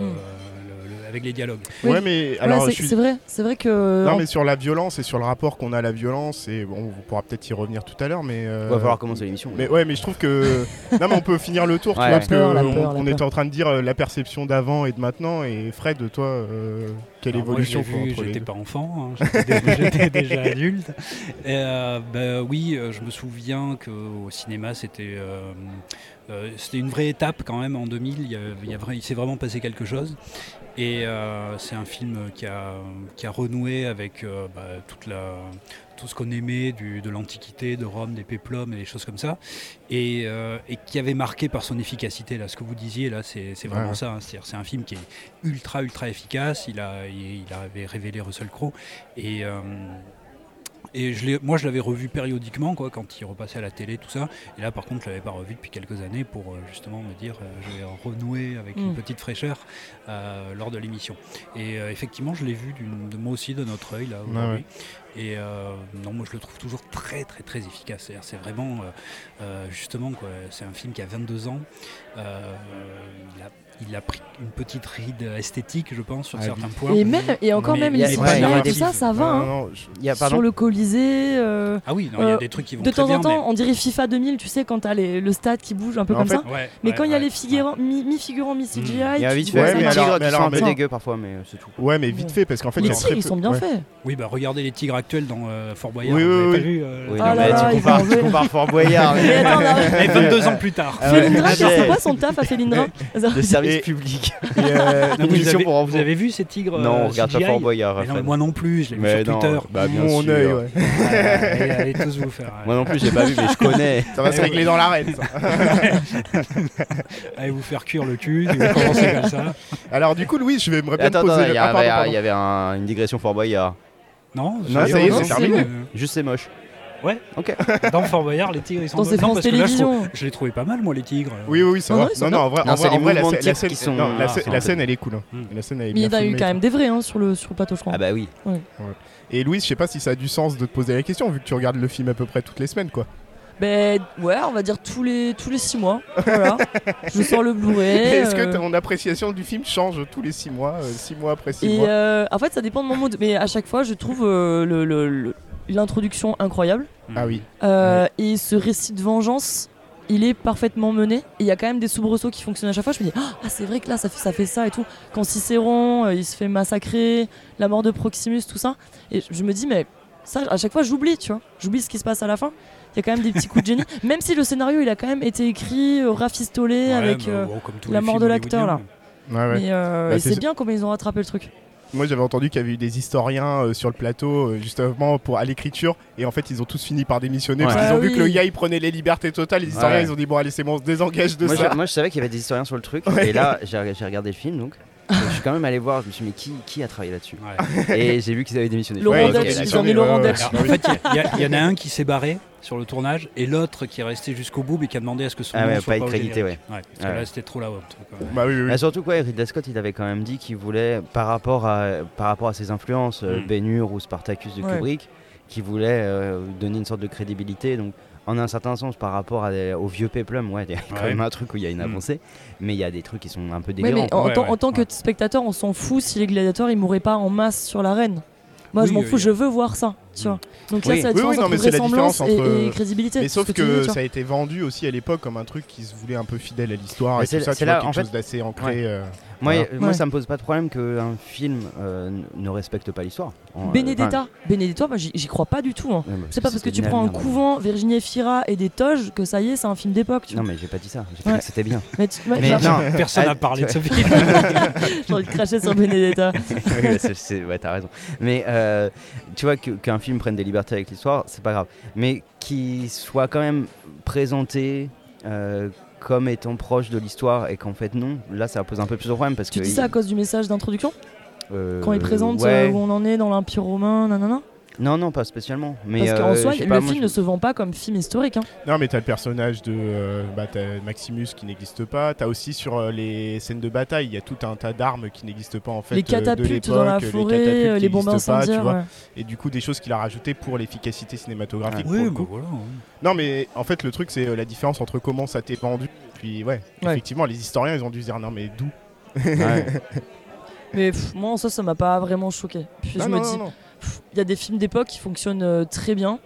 [SPEAKER 4] le- le- avec les dialogues.
[SPEAKER 1] Oui.
[SPEAKER 2] Ouais, mais
[SPEAKER 1] Voilà,
[SPEAKER 2] alors
[SPEAKER 1] c'est
[SPEAKER 2] je suis
[SPEAKER 1] c'est vrai, c'est vrai que.
[SPEAKER 2] Non mais sur la violence et sur le rapport qu'on a à la violence et bon on pourra peut-être y revenir tout à l'heure mais euh,
[SPEAKER 3] va falloir commencer l'émission.
[SPEAKER 2] mais ouais mais je trouve que non mais on peut finir le tour tu
[SPEAKER 3] Ouais,
[SPEAKER 2] vois,
[SPEAKER 3] ouais.
[SPEAKER 2] parce
[SPEAKER 1] Peur,
[SPEAKER 2] que
[SPEAKER 1] la
[SPEAKER 2] on,
[SPEAKER 1] peur, la
[SPEAKER 2] on
[SPEAKER 1] peur.
[SPEAKER 2] était en train de dire euh, la perception d'avant et de maintenant et Fred toi euh, quelle
[SPEAKER 4] Alors, moi,
[SPEAKER 2] évolution
[SPEAKER 4] j'ai
[SPEAKER 2] quoi,
[SPEAKER 4] vu,
[SPEAKER 2] entre les
[SPEAKER 4] J'étais
[SPEAKER 2] deux
[SPEAKER 4] pas enfant, hein, j'étais dé- j'étais déjà adulte. Et, euh, bah, oui, euh, je me souviens qu'au cinéma, c'était euh, euh, c'était une vraie étape quand même en 2000. Il, y a- il y a vra- il s'est vraiment passé quelque chose. Et euh, c'est un film qui a, qui a renoué avec euh, bah, toute la, tout ce qu'on aimait du, de l'Antiquité, de Rome, des péplums et des choses comme ça. Et, euh, et qui avait marqué par son efficacité. Là, ce que vous disiez, là, c'est c'est vraiment
[SPEAKER 2] Ouais.
[SPEAKER 4] ça. hein. C'est-à-dire, c'est un film qui est ultra ultra efficace. Il, a, il, il avait révélé Russell Crowe et euh, et je l'ai- moi je l'avais revu périodiquement quoi quand il repassait à la télé tout ça. Et là par contre je l'avais pas revu depuis quelques années pour euh, justement me dire euh, je vais renouer avec
[SPEAKER 1] Mm.
[SPEAKER 4] une petite fraîcheur euh, lors de l'émission. Et euh, effectivement je l'ai vu d'une- de moi aussi de notre œil là aujourd'hui. Et euh, non moi je le trouve toujours très très très efficace. C'est-à-dire, C'est vraiment euh, euh, justement quoi c'est un film qui a 22 ans. Euh, il a il a pris une petite ride esthétique, je pense, sur
[SPEAKER 2] Ah,
[SPEAKER 4] certains
[SPEAKER 2] oui.
[SPEAKER 4] points.
[SPEAKER 1] Et même, et encore
[SPEAKER 4] Mais
[SPEAKER 1] même,
[SPEAKER 3] il y a
[SPEAKER 1] les
[SPEAKER 3] des
[SPEAKER 1] Italiens et tout
[SPEAKER 3] narratifs.
[SPEAKER 1] ça, ça va.
[SPEAKER 2] Non,
[SPEAKER 1] hein.
[SPEAKER 2] non, non, je-
[SPEAKER 3] Il y a pardon.
[SPEAKER 1] Sur le Colisée. euh,
[SPEAKER 4] Ah oui, non, il y
[SPEAKER 1] Euh,
[SPEAKER 4] a des trucs qui vont
[SPEAKER 1] De
[SPEAKER 4] très
[SPEAKER 1] temps
[SPEAKER 4] bien,
[SPEAKER 1] en temps, on dirait FIFA 2000, tu sais, quand t'as les- le stade qui bouge un peu
[SPEAKER 2] Mais en
[SPEAKER 1] comme
[SPEAKER 2] fait,
[SPEAKER 1] ça.
[SPEAKER 4] mais- Ouais,
[SPEAKER 1] Mais
[SPEAKER 4] ouais,
[SPEAKER 1] quand il y a
[SPEAKER 4] ouais.
[SPEAKER 1] les figurants, mi- mi-figurants, mi-CGI.
[SPEAKER 3] Il y a
[SPEAKER 1] tu
[SPEAKER 3] vite
[SPEAKER 1] vois,
[SPEAKER 3] fait
[SPEAKER 1] ça
[SPEAKER 2] mais
[SPEAKER 3] des
[SPEAKER 1] marche.
[SPEAKER 2] alors-
[SPEAKER 3] tigres qui
[SPEAKER 2] mais
[SPEAKER 3] sont un peu
[SPEAKER 1] alors-
[SPEAKER 3] dégueux parfois, mais euh, c'est tout.
[SPEAKER 2] ouais mais vite fait parce qu'en fait il y
[SPEAKER 1] Les
[SPEAKER 2] a très
[SPEAKER 1] tigres, ils
[SPEAKER 2] peu-
[SPEAKER 1] sont bien
[SPEAKER 2] ouais.
[SPEAKER 1] faits.
[SPEAKER 4] Oui, bah regardez les tigres actuels dans euh, Fort Boyard.
[SPEAKER 2] Oui,
[SPEAKER 4] vous
[SPEAKER 2] oui,
[SPEAKER 4] avez
[SPEAKER 2] oui.
[SPEAKER 4] pas vu, euh,
[SPEAKER 3] Oui,
[SPEAKER 1] Ah
[SPEAKER 3] non,
[SPEAKER 1] là
[SPEAKER 3] mais
[SPEAKER 1] là,
[SPEAKER 3] tu,
[SPEAKER 1] ils
[SPEAKER 3] compares,
[SPEAKER 1] ont
[SPEAKER 3] tu
[SPEAKER 1] joué.
[SPEAKER 3] compares Fort Boyard
[SPEAKER 1] Mais attends, là,
[SPEAKER 4] Et 22 ans plus tard.
[SPEAKER 3] Ah ouais.
[SPEAKER 1] Felindra,
[SPEAKER 3] Ah,
[SPEAKER 1] c'est
[SPEAKER 3] j'ai-
[SPEAKER 1] quoi son taf à Felindra
[SPEAKER 3] de
[SPEAKER 2] Et-
[SPEAKER 3] service public.
[SPEAKER 2] Et, euh,
[SPEAKER 4] Non,
[SPEAKER 3] Une
[SPEAKER 4] vous,
[SPEAKER 3] émission
[SPEAKER 4] avez,
[SPEAKER 3] pour enfants.
[SPEAKER 4] vous avez vu ces tigres
[SPEAKER 3] non,
[SPEAKER 4] euh,
[SPEAKER 3] on regarde
[SPEAKER 4] CGI?
[SPEAKER 3] pas Fort Boyard.
[SPEAKER 4] Mais non,
[SPEAKER 3] Fred.
[SPEAKER 4] moi non plus, je l'ai vu
[SPEAKER 3] Mais
[SPEAKER 4] sur
[SPEAKER 3] non,
[SPEAKER 4] Twitter.
[SPEAKER 3] bah, bien
[SPEAKER 2] mon
[SPEAKER 3] sûr.
[SPEAKER 2] œil ouais.
[SPEAKER 4] Ouais, allez, allez tous vous faire.
[SPEAKER 3] Moi non plus, j'ai pas vu, mais je connais.
[SPEAKER 2] ça va se
[SPEAKER 4] Ouais,
[SPEAKER 2] régler
[SPEAKER 4] ouais.
[SPEAKER 2] dans l'arène ça.
[SPEAKER 4] Allez vous faire cuire le cul, si vous commencez comme ça.
[SPEAKER 2] alors du coup Louis je vais me bien te
[SPEAKER 3] Attends,
[SPEAKER 2] poser
[SPEAKER 3] attends, il y,
[SPEAKER 2] ah,
[SPEAKER 3] a-
[SPEAKER 2] pardon,
[SPEAKER 3] il y a-
[SPEAKER 2] pardon.
[SPEAKER 3] il y avait un- une digression Fort Boyard.
[SPEAKER 4] Non,
[SPEAKER 2] Non, ça y est, c'est terminé.
[SPEAKER 3] Juste c'est moche.
[SPEAKER 4] euh, Dans Fort Boyard, les tigres, ils sont
[SPEAKER 1] Dans ces
[SPEAKER 4] Non,
[SPEAKER 1] France
[SPEAKER 4] parce que là, je trouve-
[SPEAKER 1] Télévisions.
[SPEAKER 4] je les trouvais pas mal, moi, les tigres.
[SPEAKER 2] Oui, oui, oui, ça
[SPEAKER 1] Non,
[SPEAKER 2] va.
[SPEAKER 1] non,
[SPEAKER 2] Non,
[SPEAKER 1] ils sont
[SPEAKER 2] non,
[SPEAKER 1] bien.
[SPEAKER 2] en vrai,
[SPEAKER 3] Non,
[SPEAKER 2] en
[SPEAKER 3] c'est
[SPEAKER 2] vrai,
[SPEAKER 3] les
[SPEAKER 2] en vrai, la,
[SPEAKER 3] mouvements de
[SPEAKER 2] scè- la
[SPEAKER 3] titres
[SPEAKER 2] scène,
[SPEAKER 3] qui sont- euh, Hmm.
[SPEAKER 2] non, la
[SPEAKER 4] Ah,
[SPEAKER 2] scè-
[SPEAKER 4] sont
[SPEAKER 2] la
[SPEAKER 4] en
[SPEAKER 2] scène, elle est cool. hein.
[SPEAKER 4] Mm.
[SPEAKER 2] La scène, elle est
[SPEAKER 1] Mais il y
[SPEAKER 2] bien
[SPEAKER 1] en a eu
[SPEAKER 2] filmée,
[SPEAKER 1] quand même des vrais hein, sur le sur le plateau, je crois.
[SPEAKER 3] Ah bah oui.
[SPEAKER 2] Et Louis, je sais pas si ça a du sens de te poser la question, vu que tu regardes le film à peu près toutes les semaines, quoi.
[SPEAKER 1] Ben ouais, on va dire tous les tous les six mois. Voilà. je sors le Blu-ray.
[SPEAKER 2] Est-ce que
[SPEAKER 1] euh,
[SPEAKER 2] ton appréciation du film change tous les 6 mois, 6 mois après 6
[SPEAKER 1] Et
[SPEAKER 2] mois
[SPEAKER 1] euh, en fait, ça dépend de mon mood. Mais à chaque fois, je trouve euh, le- le- le- l'introduction incroyable.
[SPEAKER 2] Ah oui.
[SPEAKER 1] Euh, Et ce récit de vengeance, il est parfaitement mené. Et il y a quand même des soubresauts qui fonctionnent à chaque fois. Je me dis, ah, c'est vrai que là, ça fait, ça fait ça et tout. Quand Cicéron, euh, il se fait massacrer, la mort de Proximus, tout ça. Et je me dis, mais ça, à chaque fois, j'oublie, tu vois. J'oublie ce qui se passe à la fin. Il y a quand même des petits coups de génie. Même si le scénario, il a quand même été écrit, euh, rafistolé
[SPEAKER 4] Ouais,
[SPEAKER 1] avec.
[SPEAKER 4] mais
[SPEAKER 1] euh,
[SPEAKER 4] bon, comme tous
[SPEAKER 1] la
[SPEAKER 4] les
[SPEAKER 1] mort de
[SPEAKER 4] films
[SPEAKER 1] l'acteur, là.
[SPEAKER 4] hollywoodiens.
[SPEAKER 2] bah Ouais, ouais.
[SPEAKER 1] mais, euh,
[SPEAKER 2] Bah,
[SPEAKER 1] et
[SPEAKER 2] c'est-
[SPEAKER 1] c'est bien comment ils ont rattrapé le truc.
[SPEAKER 2] Moi, j'avais entendu qu'il y avait eu des historiens euh, sur le plateau, euh, justement, pour, à l'écriture, et en fait, ils ont tous fini par démissionner.
[SPEAKER 3] Ouais.
[SPEAKER 2] Parce qu'ils
[SPEAKER 1] Ah
[SPEAKER 2] ont vu
[SPEAKER 1] oui.
[SPEAKER 2] que le gars, il prenait les libertés totales. Les historiens,
[SPEAKER 3] Ouais.
[SPEAKER 2] ils ont dit, bon, allez, c'est bon, on se désengage de
[SPEAKER 3] Moi
[SPEAKER 2] ça.
[SPEAKER 3] je, moi, je savais qu'il y avait des historiens sur le truc.
[SPEAKER 2] Ouais.
[SPEAKER 3] Et là, j'ai j'ai regardé le film donc. Et Je suis quand même allé voir, je me suis dit, mais qui, qui a travaillé là-dessus
[SPEAKER 4] Ouais.
[SPEAKER 3] Et j'ai vu qu'ils avaient démissionné.
[SPEAKER 1] Laurent
[SPEAKER 3] Ouais,
[SPEAKER 2] ils ont
[SPEAKER 1] Dutch,
[SPEAKER 3] ok,
[SPEAKER 1] ils ont
[SPEAKER 3] d'accord.
[SPEAKER 1] mis
[SPEAKER 2] démissionné,
[SPEAKER 1] Laurent
[SPEAKER 2] ouais, Ah ouais.
[SPEAKER 1] Dutch.
[SPEAKER 4] Alors, en fait, il y, a- il y en a un qui s'est barré sur le tournage et l'autre qui est resté jusqu'au bout mais qui a demandé à ce que son
[SPEAKER 3] Ah
[SPEAKER 4] nom
[SPEAKER 3] ouais,
[SPEAKER 4] soit
[SPEAKER 3] pas
[SPEAKER 4] pas, au
[SPEAKER 3] crédité,
[SPEAKER 4] générique.
[SPEAKER 3] ouais.
[SPEAKER 4] Ouais, parce que
[SPEAKER 3] Ouais.
[SPEAKER 4] là, c'était trop la honte. quoi.
[SPEAKER 2] Bah oui, oui,
[SPEAKER 1] Ah,
[SPEAKER 2] oui.
[SPEAKER 3] Mais surtout quoi, Ridley Scott, il avait quand même dit qu'il voulait, par rapport à, par rapport à ses influences, euh,
[SPEAKER 4] Mm.
[SPEAKER 3] Ben Hur ou Spartacus de
[SPEAKER 1] Ouais.
[SPEAKER 3] Kubrick, qu'il voulait euh, donner une sorte de crédibilité. Donc, en un certain sens, par rapport à des- aux vieux péplums, ouais, il y a quand
[SPEAKER 4] Ouais.
[SPEAKER 3] même un truc où il y a une
[SPEAKER 4] Mm.
[SPEAKER 3] avancée, mais il y a des trucs qui sont un peu
[SPEAKER 1] Ouais,
[SPEAKER 3] délirants.
[SPEAKER 1] mais en,
[SPEAKER 4] Ouais,
[SPEAKER 1] tant-
[SPEAKER 4] ouais,
[SPEAKER 1] en tant que
[SPEAKER 4] ouais.
[SPEAKER 1] spectateur, on s'en fout si les gladiateurs ils mourraient pas en masse sur l'arène. Moi, je
[SPEAKER 4] Oui,
[SPEAKER 1] m'en
[SPEAKER 4] euh,
[SPEAKER 1] fous,
[SPEAKER 4] y a-
[SPEAKER 1] je veux voir ça, tu vois. Donc là,
[SPEAKER 3] Oui.
[SPEAKER 1] c'est la
[SPEAKER 2] Oui, oui,
[SPEAKER 1] différence
[SPEAKER 2] non,
[SPEAKER 1] entre
[SPEAKER 2] mais c'est la
[SPEAKER 1] vraisemblance
[SPEAKER 2] différence entre-
[SPEAKER 1] et, et crédibilité.
[SPEAKER 2] Mais
[SPEAKER 1] c'est ce
[SPEAKER 2] sauf que,
[SPEAKER 1] tu dis, tu vois.
[SPEAKER 2] ça a été vendu aussi à l'époque comme un truc qui se voulait un peu fidèle à l'histoire
[SPEAKER 3] Mais
[SPEAKER 2] et
[SPEAKER 3] c'est-
[SPEAKER 2] tout ça,
[SPEAKER 3] c'est
[SPEAKER 2] tu
[SPEAKER 3] là,
[SPEAKER 2] vois,
[SPEAKER 3] en
[SPEAKER 2] quelque chose
[SPEAKER 3] fait-
[SPEAKER 2] d'assez ancré. euh,
[SPEAKER 3] Moi,
[SPEAKER 2] Voilà.
[SPEAKER 3] euh, moi,
[SPEAKER 1] Ouais.
[SPEAKER 3] ça me pose pas de problème qu'un film euh, n- ne respecte pas l'histoire. En- euh,
[SPEAKER 1] Benedetta, Benedetta, moi, j'y j'y crois pas du tout. hein.
[SPEAKER 3] enfin, euh,
[SPEAKER 1] C'est pas parce que
[SPEAKER 3] c'était
[SPEAKER 1] tu prends un
[SPEAKER 3] bien, bien, bien.
[SPEAKER 1] couvent, Virginie Fira et des toges que ça y est, c'est un film d'époque. tu
[SPEAKER 3] Non,
[SPEAKER 1] vois.
[SPEAKER 3] mais j'ai pas dit ça, j'ai pas
[SPEAKER 1] Ouais.
[SPEAKER 3] dit que c'était bien.
[SPEAKER 1] Mais tu- ouais,
[SPEAKER 3] Mais
[SPEAKER 1] j'ai-
[SPEAKER 3] non,
[SPEAKER 4] Personne
[SPEAKER 3] Ah,
[SPEAKER 4] n'a parlé de ce film.
[SPEAKER 1] j'ai envie de cracher sur Benedetta.
[SPEAKER 3] Oui, bah, c'est- c'est- ouais, t'as raison. Mais euh, tu vois que- qu'un film prenne des libertés avec l'histoire, c'est pas grave. Mais qu'il soit quand même présenté euh, comme étant proche de l'histoire et qu'en fait non, là ça pose un peu plus de problème parce
[SPEAKER 1] Tu
[SPEAKER 3] que.
[SPEAKER 1] dis ça à cause du message d'introduction
[SPEAKER 3] euh,
[SPEAKER 1] Quand euh, ils présentent
[SPEAKER 3] ouais.
[SPEAKER 1] euh, où on en est dans l'Empire romain, nanana
[SPEAKER 3] Non, non, pas spécialement. Mais
[SPEAKER 1] Parce qu'en
[SPEAKER 3] euh,
[SPEAKER 1] soi,
[SPEAKER 3] je sais
[SPEAKER 1] le
[SPEAKER 3] pas, moi,
[SPEAKER 1] film
[SPEAKER 3] je-
[SPEAKER 1] ne se vend pas comme film historique. hein.
[SPEAKER 2] Non, mais t'as le personnage de euh, bah, t'as Maximus qui n'existe pas. T'as aussi sur euh, les scènes de bataille, il y a tout un tas d'armes qui n'existent pas en fait.
[SPEAKER 1] les
[SPEAKER 2] euh, de
[SPEAKER 1] catapultes dans la
[SPEAKER 2] l'époque,
[SPEAKER 1] forêt,
[SPEAKER 2] les, catapultes
[SPEAKER 1] euh,
[SPEAKER 2] qui
[SPEAKER 1] les bombes
[SPEAKER 2] n'existent pas, tu
[SPEAKER 1] incendiaires.
[SPEAKER 2] vois.
[SPEAKER 1] ouais.
[SPEAKER 2] Et du coup, des choses qu'il a rajoutées pour l'efficacité cinématographique. pour
[SPEAKER 4] Oui,
[SPEAKER 2] le
[SPEAKER 4] bah
[SPEAKER 2] coup.
[SPEAKER 4] voilà. hein.
[SPEAKER 2] Non, mais en fait, le truc, c'est euh, la différence entre comment ça t'est vendu. Puis, ouais,
[SPEAKER 1] Ouais.
[SPEAKER 2] effectivement, les historiens, ils ont dû se dire non, mais d'où
[SPEAKER 3] Ouais.
[SPEAKER 1] Mais pff, moi, en soi, ça m'a pas vraiment choqué. Puis
[SPEAKER 2] Non,
[SPEAKER 1] je
[SPEAKER 2] non,
[SPEAKER 1] me
[SPEAKER 2] non,
[SPEAKER 1] dis,
[SPEAKER 2] non.
[SPEAKER 1] pff, il y a des films d'époque qui fonctionnent euh, très bien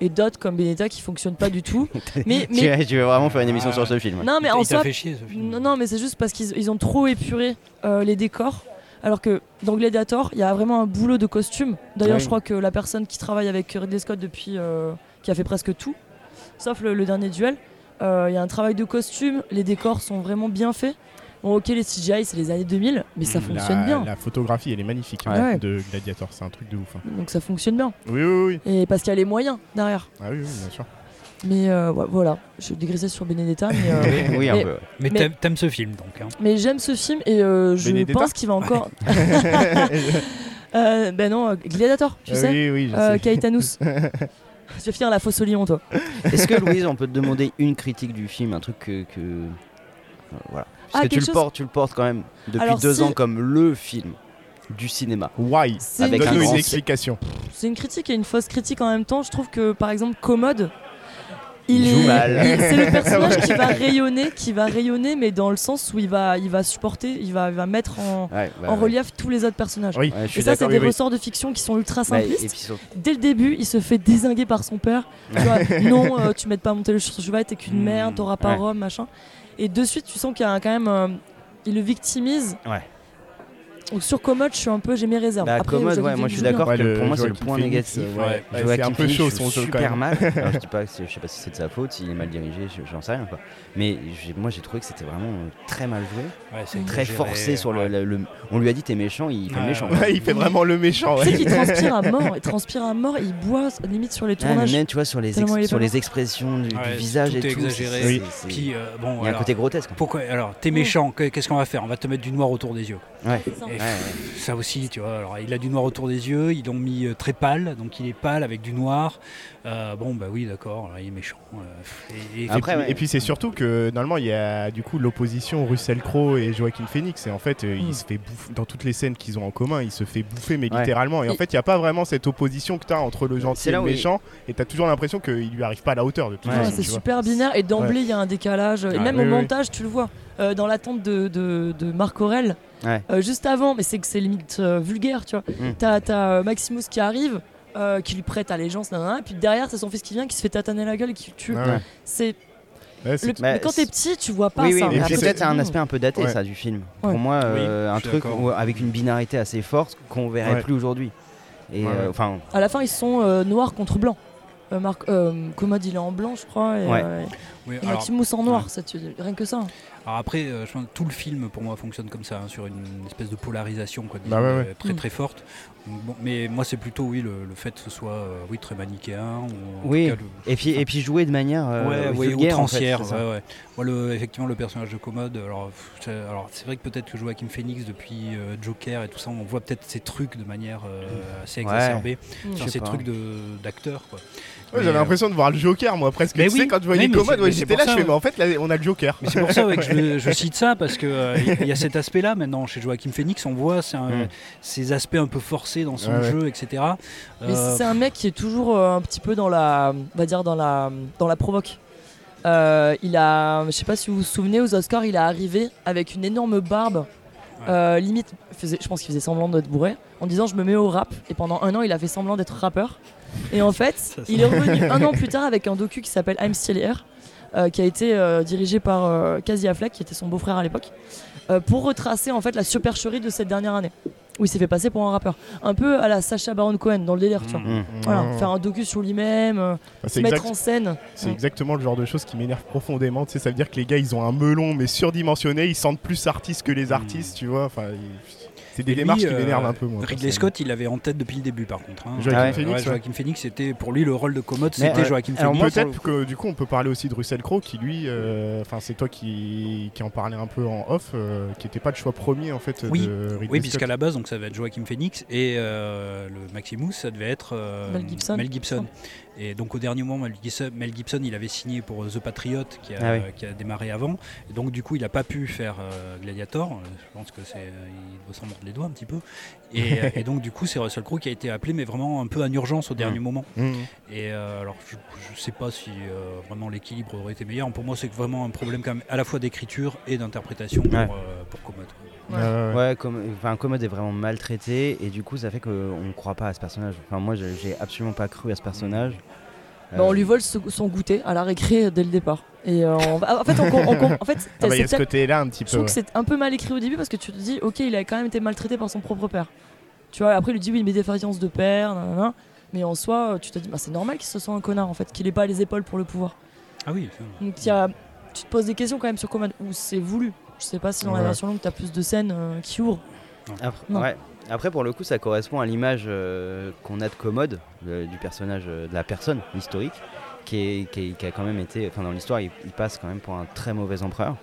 [SPEAKER 1] et d'autres comme Benetta qui fonctionnent pas du tout. mais,
[SPEAKER 3] Tu,
[SPEAKER 1] mais
[SPEAKER 3] vas- tu veux vraiment faire une émission
[SPEAKER 4] Ah.
[SPEAKER 3] sur ce film. ouais.
[SPEAKER 1] non, mais
[SPEAKER 4] Il t'a-
[SPEAKER 1] en
[SPEAKER 4] il t'a
[SPEAKER 1] soi,
[SPEAKER 4] fait chier ce film.
[SPEAKER 1] non, non, mais c'est juste parce qu'ils ils ont trop épuré euh, les décors. Alors que dans Gladiator, il y a vraiment un boulot de costume. D'ailleurs,
[SPEAKER 3] Oui.
[SPEAKER 1] je crois que la personne qui travaille avec Ridley Scott depuis, euh, qui a fait presque tout, sauf le, le dernier duel, euh, il y a un travail de costume. Les décors sont vraiment bien faits. Bon, ok, les CGI, c'est les années 2000, mais ça
[SPEAKER 2] Mmh,
[SPEAKER 4] Mm,
[SPEAKER 1] fonctionne
[SPEAKER 2] la,
[SPEAKER 1] bien.
[SPEAKER 2] la photographie, elle est magnifique
[SPEAKER 1] Ouais.
[SPEAKER 2] hein,
[SPEAKER 1] Ouais.
[SPEAKER 2] de Gladiator. C'est un truc de ouf. hein.
[SPEAKER 1] Donc ça fonctionne bien.
[SPEAKER 2] Oui, oui, oui.
[SPEAKER 1] Et parce qu'il y a les moyens derrière.
[SPEAKER 2] Ah, oui, oui, bien sûr.
[SPEAKER 1] Mais euh, ouais, voilà, je dégraissais sur Benedetta, mais, euh,
[SPEAKER 3] Oui, un
[SPEAKER 1] Mais-
[SPEAKER 3] peu. ouais.
[SPEAKER 4] Mais,
[SPEAKER 1] mais-
[SPEAKER 4] t'aimes- t'aimes ce film donc. hein.
[SPEAKER 1] mais j'aime ce film et euh, je
[SPEAKER 2] Benedetta
[SPEAKER 1] pense qu'il va encore. Euh, ben non, euh, Gladiator, tu
[SPEAKER 3] Ah
[SPEAKER 2] Euh,
[SPEAKER 1] sais,
[SPEAKER 2] oui, oui, je
[SPEAKER 1] euh,
[SPEAKER 2] sais.
[SPEAKER 1] Caetanus. je finis la fausse au lion, toi.
[SPEAKER 3] Est-ce que Louise, on peut te demander une critique du film, un truc que, que- euh, voilà, parce
[SPEAKER 1] Ah,
[SPEAKER 3] que tu
[SPEAKER 1] quelque
[SPEAKER 3] le
[SPEAKER 1] chose-
[SPEAKER 3] portes, tu le portes quand même depuis
[SPEAKER 1] Alors,
[SPEAKER 3] deux
[SPEAKER 1] si-
[SPEAKER 3] ans comme le film du cinéma.
[SPEAKER 2] Why
[SPEAKER 1] C'est une,
[SPEAKER 3] Avec un
[SPEAKER 2] Donne-nous
[SPEAKER 3] grand
[SPEAKER 2] une
[SPEAKER 1] critique-
[SPEAKER 2] explication.
[SPEAKER 1] c'est une critique et une fausse critique en même temps. Je trouve que, par exemple, Commode. Il,
[SPEAKER 3] Il joue
[SPEAKER 1] est-
[SPEAKER 3] mal.
[SPEAKER 1] il- c'est le personnage qui va rayonner, qui va rayonner, mais dans le sens où il va, il va supporter, il va, il va mettre en,
[SPEAKER 3] Ouais, Bah ouais,
[SPEAKER 1] en
[SPEAKER 3] ouais.
[SPEAKER 1] relief tous les autres personnages.
[SPEAKER 2] Oui.
[SPEAKER 3] Ouais, je suis
[SPEAKER 1] Et ça, c'est
[SPEAKER 3] d'accord.
[SPEAKER 1] des
[SPEAKER 2] oui, oui.
[SPEAKER 1] ressorts de fiction qui sont ultra
[SPEAKER 3] Ouais,
[SPEAKER 1] simplistes.
[SPEAKER 3] et puis surtout-
[SPEAKER 1] dès le début, il se fait désinguer par son père. Tu vois, non, euh, tu m'aides pas à monter le cheval, t'es qu'une
[SPEAKER 4] Mm,
[SPEAKER 1] merde, t'auras pas
[SPEAKER 3] Mmh, ouais.
[SPEAKER 1] Rome, machin. Et de suite, tu sens qu'il y a un- quand même. euh, il le victimise.
[SPEAKER 3] Ouais.
[SPEAKER 1] Donc sur Commode, je suis un peu. J'ai mes réserves.
[SPEAKER 3] Bah,
[SPEAKER 1] Après,
[SPEAKER 3] Commode,
[SPEAKER 1] Xavier
[SPEAKER 3] ouais, moi
[SPEAKER 1] Dolan
[SPEAKER 3] je suis
[SPEAKER 1] joue bien.
[SPEAKER 3] d'accord
[SPEAKER 2] Ouais,
[SPEAKER 3] que pour moi c'est le
[SPEAKER 2] Joaquin
[SPEAKER 3] point
[SPEAKER 2] Phoenix,
[SPEAKER 3] négatif.
[SPEAKER 2] euh, ouais, ouais, c'est
[SPEAKER 3] Joaquin
[SPEAKER 2] un peu
[SPEAKER 3] Phoenix
[SPEAKER 2] chaud
[SPEAKER 3] joue
[SPEAKER 2] son jeu quand
[SPEAKER 3] super
[SPEAKER 2] même.
[SPEAKER 3] mal. Alors, je dis pas, que c'est- je sais pas si c'est de sa faute, s'il est mal dirigé, je- j'en sais rien. Quoi. Mais j'ai- moi j'ai trouvé que c'était vraiment euh, très mal joué,
[SPEAKER 4] Ouais, c'est
[SPEAKER 3] très
[SPEAKER 4] exagéré,
[SPEAKER 3] forcé sur le,
[SPEAKER 4] ouais.
[SPEAKER 3] le- le- On lui a dit t'es méchant, il fait le
[SPEAKER 4] Ouais,
[SPEAKER 3] méchant. quoi.
[SPEAKER 2] Ouais, il fait vraiment le méchant.
[SPEAKER 1] Tu
[SPEAKER 2] Ouais.
[SPEAKER 1] sais qu'il transpire à mort, il transpire à mort, il boit limite sur les
[SPEAKER 3] Ah, mais
[SPEAKER 1] tournages.
[SPEAKER 3] même tu vois sur les, ex-
[SPEAKER 1] Tellement il est
[SPEAKER 3] sur
[SPEAKER 1] pas
[SPEAKER 3] les expressions du, du
[SPEAKER 4] Ouais,
[SPEAKER 3] visage
[SPEAKER 4] tout
[SPEAKER 3] et tout,
[SPEAKER 4] est
[SPEAKER 3] c'est-
[SPEAKER 4] exagéré.
[SPEAKER 3] c'est-
[SPEAKER 2] Oui.
[SPEAKER 3] c'est- il
[SPEAKER 4] Puis, euh, bon,
[SPEAKER 3] y a un
[SPEAKER 4] alors,
[SPEAKER 3] côté grotesque.
[SPEAKER 4] pourquoi Alors, t'es méchant, que- qu'est-ce qu'on va faire On va te mettre du noir autour des yeux.
[SPEAKER 3] Ouais.
[SPEAKER 1] ça.
[SPEAKER 3] Ouais, ouais.
[SPEAKER 4] Ça aussi, tu vois. Alors, il a du noir autour des yeux, ils l'ont mis euh, très pâle, donc il est pâle avec du noir. Euh, bon, bah oui, d'accord, alors il est méchant. euh, et- et-
[SPEAKER 3] Ah, Après,
[SPEAKER 2] et puis,
[SPEAKER 3] ouais.
[SPEAKER 2] et puis c'est surtout que normalement il y a du coup l'opposition Russell Crowe et Joaquin Phoenix et en fait euh,
[SPEAKER 1] Mm.
[SPEAKER 2] il se fait bouffer dans toutes les scènes qu'ils ont en commun il se fait bouffer mais
[SPEAKER 3] Ouais.
[SPEAKER 2] littéralement et en
[SPEAKER 1] Et-
[SPEAKER 2] fait il n'y a pas vraiment cette opposition que t'as entre le gentil
[SPEAKER 3] C'est
[SPEAKER 2] et
[SPEAKER 3] là
[SPEAKER 2] le
[SPEAKER 3] où il-
[SPEAKER 2] méchant et t'as toujours l'impression qu'il lui arrive pas à la hauteur de toute
[SPEAKER 3] Ouais,
[SPEAKER 1] Ouais,
[SPEAKER 2] façon,
[SPEAKER 1] c'est
[SPEAKER 2] tu vois.
[SPEAKER 1] super binaire et d'emblée il y a un décalage et
[SPEAKER 4] Ouais.
[SPEAKER 1] même
[SPEAKER 2] Oui,
[SPEAKER 1] au
[SPEAKER 2] oui.
[SPEAKER 1] montage tu le vois Euh, dans l'attente de, de, de Marc Aurel
[SPEAKER 3] Ouais.
[SPEAKER 1] euh, juste avant mais c'est que c'est limite euh, vulgaire tu vois
[SPEAKER 3] Mm.
[SPEAKER 1] t'as t'as, euh, Maximus qui arrive euh, qui lui prête allégeance nanana, et puis derrière c'est son fils qui vient qui se fait tataner la gueule et qui le tue
[SPEAKER 2] Ouais,
[SPEAKER 3] Ouais.
[SPEAKER 1] c'est
[SPEAKER 2] Ouais, c'est-
[SPEAKER 1] le-
[SPEAKER 3] Bah,
[SPEAKER 1] mais quand t'es
[SPEAKER 3] c'est-
[SPEAKER 1] petit tu vois pas
[SPEAKER 3] Oui, oui,
[SPEAKER 1] ça
[SPEAKER 3] mais
[SPEAKER 2] Et
[SPEAKER 1] après,
[SPEAKER 2] puis
[SPEAKER 3] c'est
[SPEAKER 1] c'est-
[SPEAKER 3] peut-être un
[SPEAKER 1] Mm.
[SPEAKER 3] aspect un peu daté
[SPEAKER 2] Ouais.
[SPEAKER 3] ça du film.
[SPEAKER 1] Ouais.
[SPEAKER 3] Pour moi,
[SPEAKER 4] Oui,
[SPEAKER 3] euh,
[SPEAKER 4] je
[SPEAKER 3] un
[SPEAKER 4] suis
[SPEAKER 3] truc
[SPEAKER 4] d'accord.
[SPEAKER 3] où- avec une binarité assez forte qu'on verrait
[SPEAKER 2] Ouais.
[SPEAKER 3] plus aujourd'hui. Et
[SPEAKER 2] Ouais,
[SPEAKER 3] euh,
[SPEAKER 2] ouais.
[SPEAKER 3] enfin,
[SPEAKER 1] à la fin ils sont euh, noirs contre blanc Euh, Marc euh, Commode il est en blanc je crois et,
[SPEAKER 3] Ouais.
[SPEAKER 1] euh,
[SPEAKER 4] oui,
[SPEAKER 1] et
[SPEAKER 4] alors-
[SPEAKER 1] Maximus en noir ça, tu- rien que ça hein.
[SPEAKER 4] Alors après, euh, je pense que tout le film pour moi fonctionne comme ça, hein, sur une espèce de polarisation quoi,
[SPEAKER 2] Bah ouais, ouais.
[SPEAKER 4] euh, très
[SPEAKER 1] Mm.
[SPEAKER 4] très forte. Donc bon, mais moi c'est plutôt oui le, le fait que ce soit euh, oui très manichéen. Ou, en
[SPEAKER 3] Oui.
[SPEAKER 4] tout cas, le-
[SPEAKER 3] et puis et puis jouer de manière euh,
[SPEAKER 4] Ouais, ouais,
[SPEAKER 3] vulgaire, en fait,
[SPEAKER 4] outrancière.
[SPEAKER 3] c'est ça.
[SPEAKER 4] ouais, ouais. Moi, le, effectivement, le personnage de Commode, alors, pff, c'est- alors, c'est vrai que peut-être que Joaquin Phoenix, depuis euh, Joker et tout ça, on voit peut-être ces trucs de manière euh, assez
[SPEAKER 3] Ouais.
[SPEAKER 4] exacerbée,
[SPEAKER 1] Mm.
[SPEAKER 4] sur
[SPEAKER 3] Je sais
[SPEAKER 4] ces
[SPEAKER 3] pas.
[SPEAKER 4] trucs de- d'acteurs. quoi.
[SPEAKER 2] ouais,
[SPEAKER 4] Mais,
[SPEAKER 2] j'avais
[SPEAKER 4] euh,
[SPEAKER 2] l'impression de voir le Joker moi presque
[SPEAKER 4] Mais
[SPEAKER 2] tu sais
[SPEAKER 4] oui.
[SPEAKER 2] quand je voyais
[SPEAKER 4] Mais- mais
[SPEAKER 2] Commode
[SPEAKER 4] c'est-
[SPEAKER 2] ouais,
[SPEAKER 4] mais
[SPEAKER 2] j'étais
[SPEAKER 4] c'est
[SPEAKER 2] là
[SPEAKER 4] pour
[SPEAKER 2] je
[SPEAKER 4] ça,
[SPEAKER 2] fais
[SPEAKER 4] ouais.
[SPEAKER 2] mais en fait là, on a le Joker
[SPEAKER 4] Mais c'est pour ça ouais, que je, le- je cite ça parce que euh, il y a cet aspect-là maintenant chez Joaquin Phoenix, on voit c'est un-
[SPEAKER 3] Mm.
[SPEAKER 4] ces aspects un peu forcés dans son
[SPEAKER 2] Ouais, ouais.
[SPEAKER 4] jeu, etc.
[SPEAKER 1] Mais
[SPEAKER 4] Euh,
[SPEAKER 1] c'est un mec qui est toujours euh, un petit peu dans la, on va dire dans la, dans la provoque. Euh, il a, je sais pas si vous vous souvenez, aux Oscars, il est arrivé avec une énorme barbe,
[SPEAKER 4] Ouais.
[SPEAKER 1] euh, limite, faisait, je pense qu'il faisait semblant d'être bourré, en disant je me mets au rap. Et pendant un an, il a fait semblant d'être rappeur. Et en fait, il est revenu un an plus tard avec un docu qui s'appelle I'm Still Here, euh, qui a été euh, dirigé par euh, Casey Affleck, qui était son beau-frère à l'époque, euh, pour retracer en fait la supercherie de cette dernière année, où il s'est fait passer pour un rappeur, un peu à la Sacha Baron Cohen dans le délire, tu vois.
[SPEAKER 3] Mm.
[SPEAKER 1] Voilà,
[SPEAKER 2] Mmh.
[SPEAKER 1] faire un docu sur lui-même, euh,
[SPEAKER 2] Enfin,
[SPEAKER 1] se
[SPEAKER 2] c'est
[SPEAKER 1] mettre
[SPEAKER 2] exact- Euh.
[SPEAKER 1] en scène.
[SPEAKER 2] C'est exactement le genre de choses qui m'énerve profondément. Tu sais, ça veut dire que les gars, ils ont un melon, mais surdimensionné. Ils sentent plus artistes que les artistes, tu vois. Enfin, ils- C'est des
[SPEAKER 4] Et lui,
[SPEAKER 2] démarches qui
[SPEAKER 4] Hmm. euh,
[SPEAKER 2] m'énervent un peu, moi.
[SPEAKER 4] Ridley Scott, il l'avait en tête depuis le début, par contre. hein.
[SPEAKER 2] Joaquin
[SPEAKER 4] Ouais, euh,
[SPEAKER 2] Phoenix, ouais.
[SPEAKER 4] Joaquin Phoenix, c'était pour lui le rôle de commode,
[SPEAKER 3] Mais,
[SPEAKER 4] c'était
[SPEAKER 3] ouais.
[SPEAKER 4] Joaquin
[SPEAKER 3] Alors,
[SPEAKER 4] Phoenix.
[SPEAKER 3] moi,
[SPEAKER 2] Peut-être que du coup, on peut parler aussi de Russell Crowe, qui lui, euh, enfin, c'est toi qui, qui en parlais un peu en off, euh, qui n'était pas le choix premier en fait
[SPEAKER 4] Oui.
[SPEAKER 2] de Ridley
[SPEAKER 4] Oui,
[SPEAKER 2] Scott.
[SPEAKER 4] puisqu'à la base, donc ça devait être Joaquin Phoenix et euh, le Maximus, ça devait être euh,
[SPEAKER 1] Mel Gibson.
[SPEAKER 4] Gibson. Et donc au dernier moment, Mel Gibson, Mel Gibson, il avait signé pour euh, The Patriot qui a,
[SPEAKER 3] Ah oui.
[SPEAKER 4] qui a démarré avant. Et donc du coup, il n'a pas pu faire euh, Gladiator. Euh, Je pense que c'est, euh, il doit s'en mordre les doigts un petit peu. Et, euh, et donc du coup, c'est Russell Crowe qui a été appelé, mais vraiment un peu en urgence au dernier moment.
[SPEAKER 2] Mhm.
[SPEAKER 4] Et euh, alors, je ne sais pas si euh, vraiment l'équilibre aurait été meilleur. Pour moi, c'est vraiment un problème quand même à la fois d'écriture et d'interprétation pour,
[SPEAKER 3] Ouais.
[SPEAKER 4] euh, pour Commode.
[SPEAKER 1] Ouais.
[SPEAKER 2] Euh,
[SPEAKER 3] Ouais, comme, enfin, Commode est vraiment maltraité et du coup ça fait qu'on ne croit pas à ce personnage. Enfin, moi j'ai j'ai absolument pas cru à ce personnage.
[SPEAKER 1] Bah, on
[SPEAKER 3] Euh,
[SPEAKER 1] lui vole ce- son goûter à la récré dès le départ. Et euh, on va- en fait, on, com- on com- en fait,
[SPEAKER 2] Ah bah, il y
[SPEAKER 1] c'est
[SPEAKER 2] a ce
[SPEAKER 1] peut-être-
[SPEAKER 2] côté-là un
[SPEAKER 1] je
[SPEAKER 2] petit peu.
[SPEAKER 1] trouve
[SPEAKER 2] ouais.
[SPEAKER 1] que c'est un peu mal écrit au début parce que tu te dis, ok, il a quand même été maltraité par son propre père. Tu vois, après, il lui dit, oui, mes défaillances de père, nanana. Mais en soi, euh, tu te dis, bah, c'est normal qu'il se sent un connard en fait, qu'il ait pas les épaules pour le pouvoir.
[SPEAKER 4] Ah oui,
[SPEAKER 1] Donc, il y a- tu te poses des questions quand même sur comment ou c'est voulu. Je sais pas si dans la
[SPEAKER 2] Ouais.
[SPEAKER 1] version longue, t'as plus de scènes euh, qui ouvrent.
[SPEAKER 3] Après,
[SPEAKER 1] Non.
[SPEAKER 3] ouais. Après, pour le coup, ça correspond à l'image euh, qu'on a de Commode, le- du personnage, euh, de la personne historique, qui, est- qui est- qui a quand même été, enfin dans l'histoire, il, il passe quand même pour un très mauvais empereur.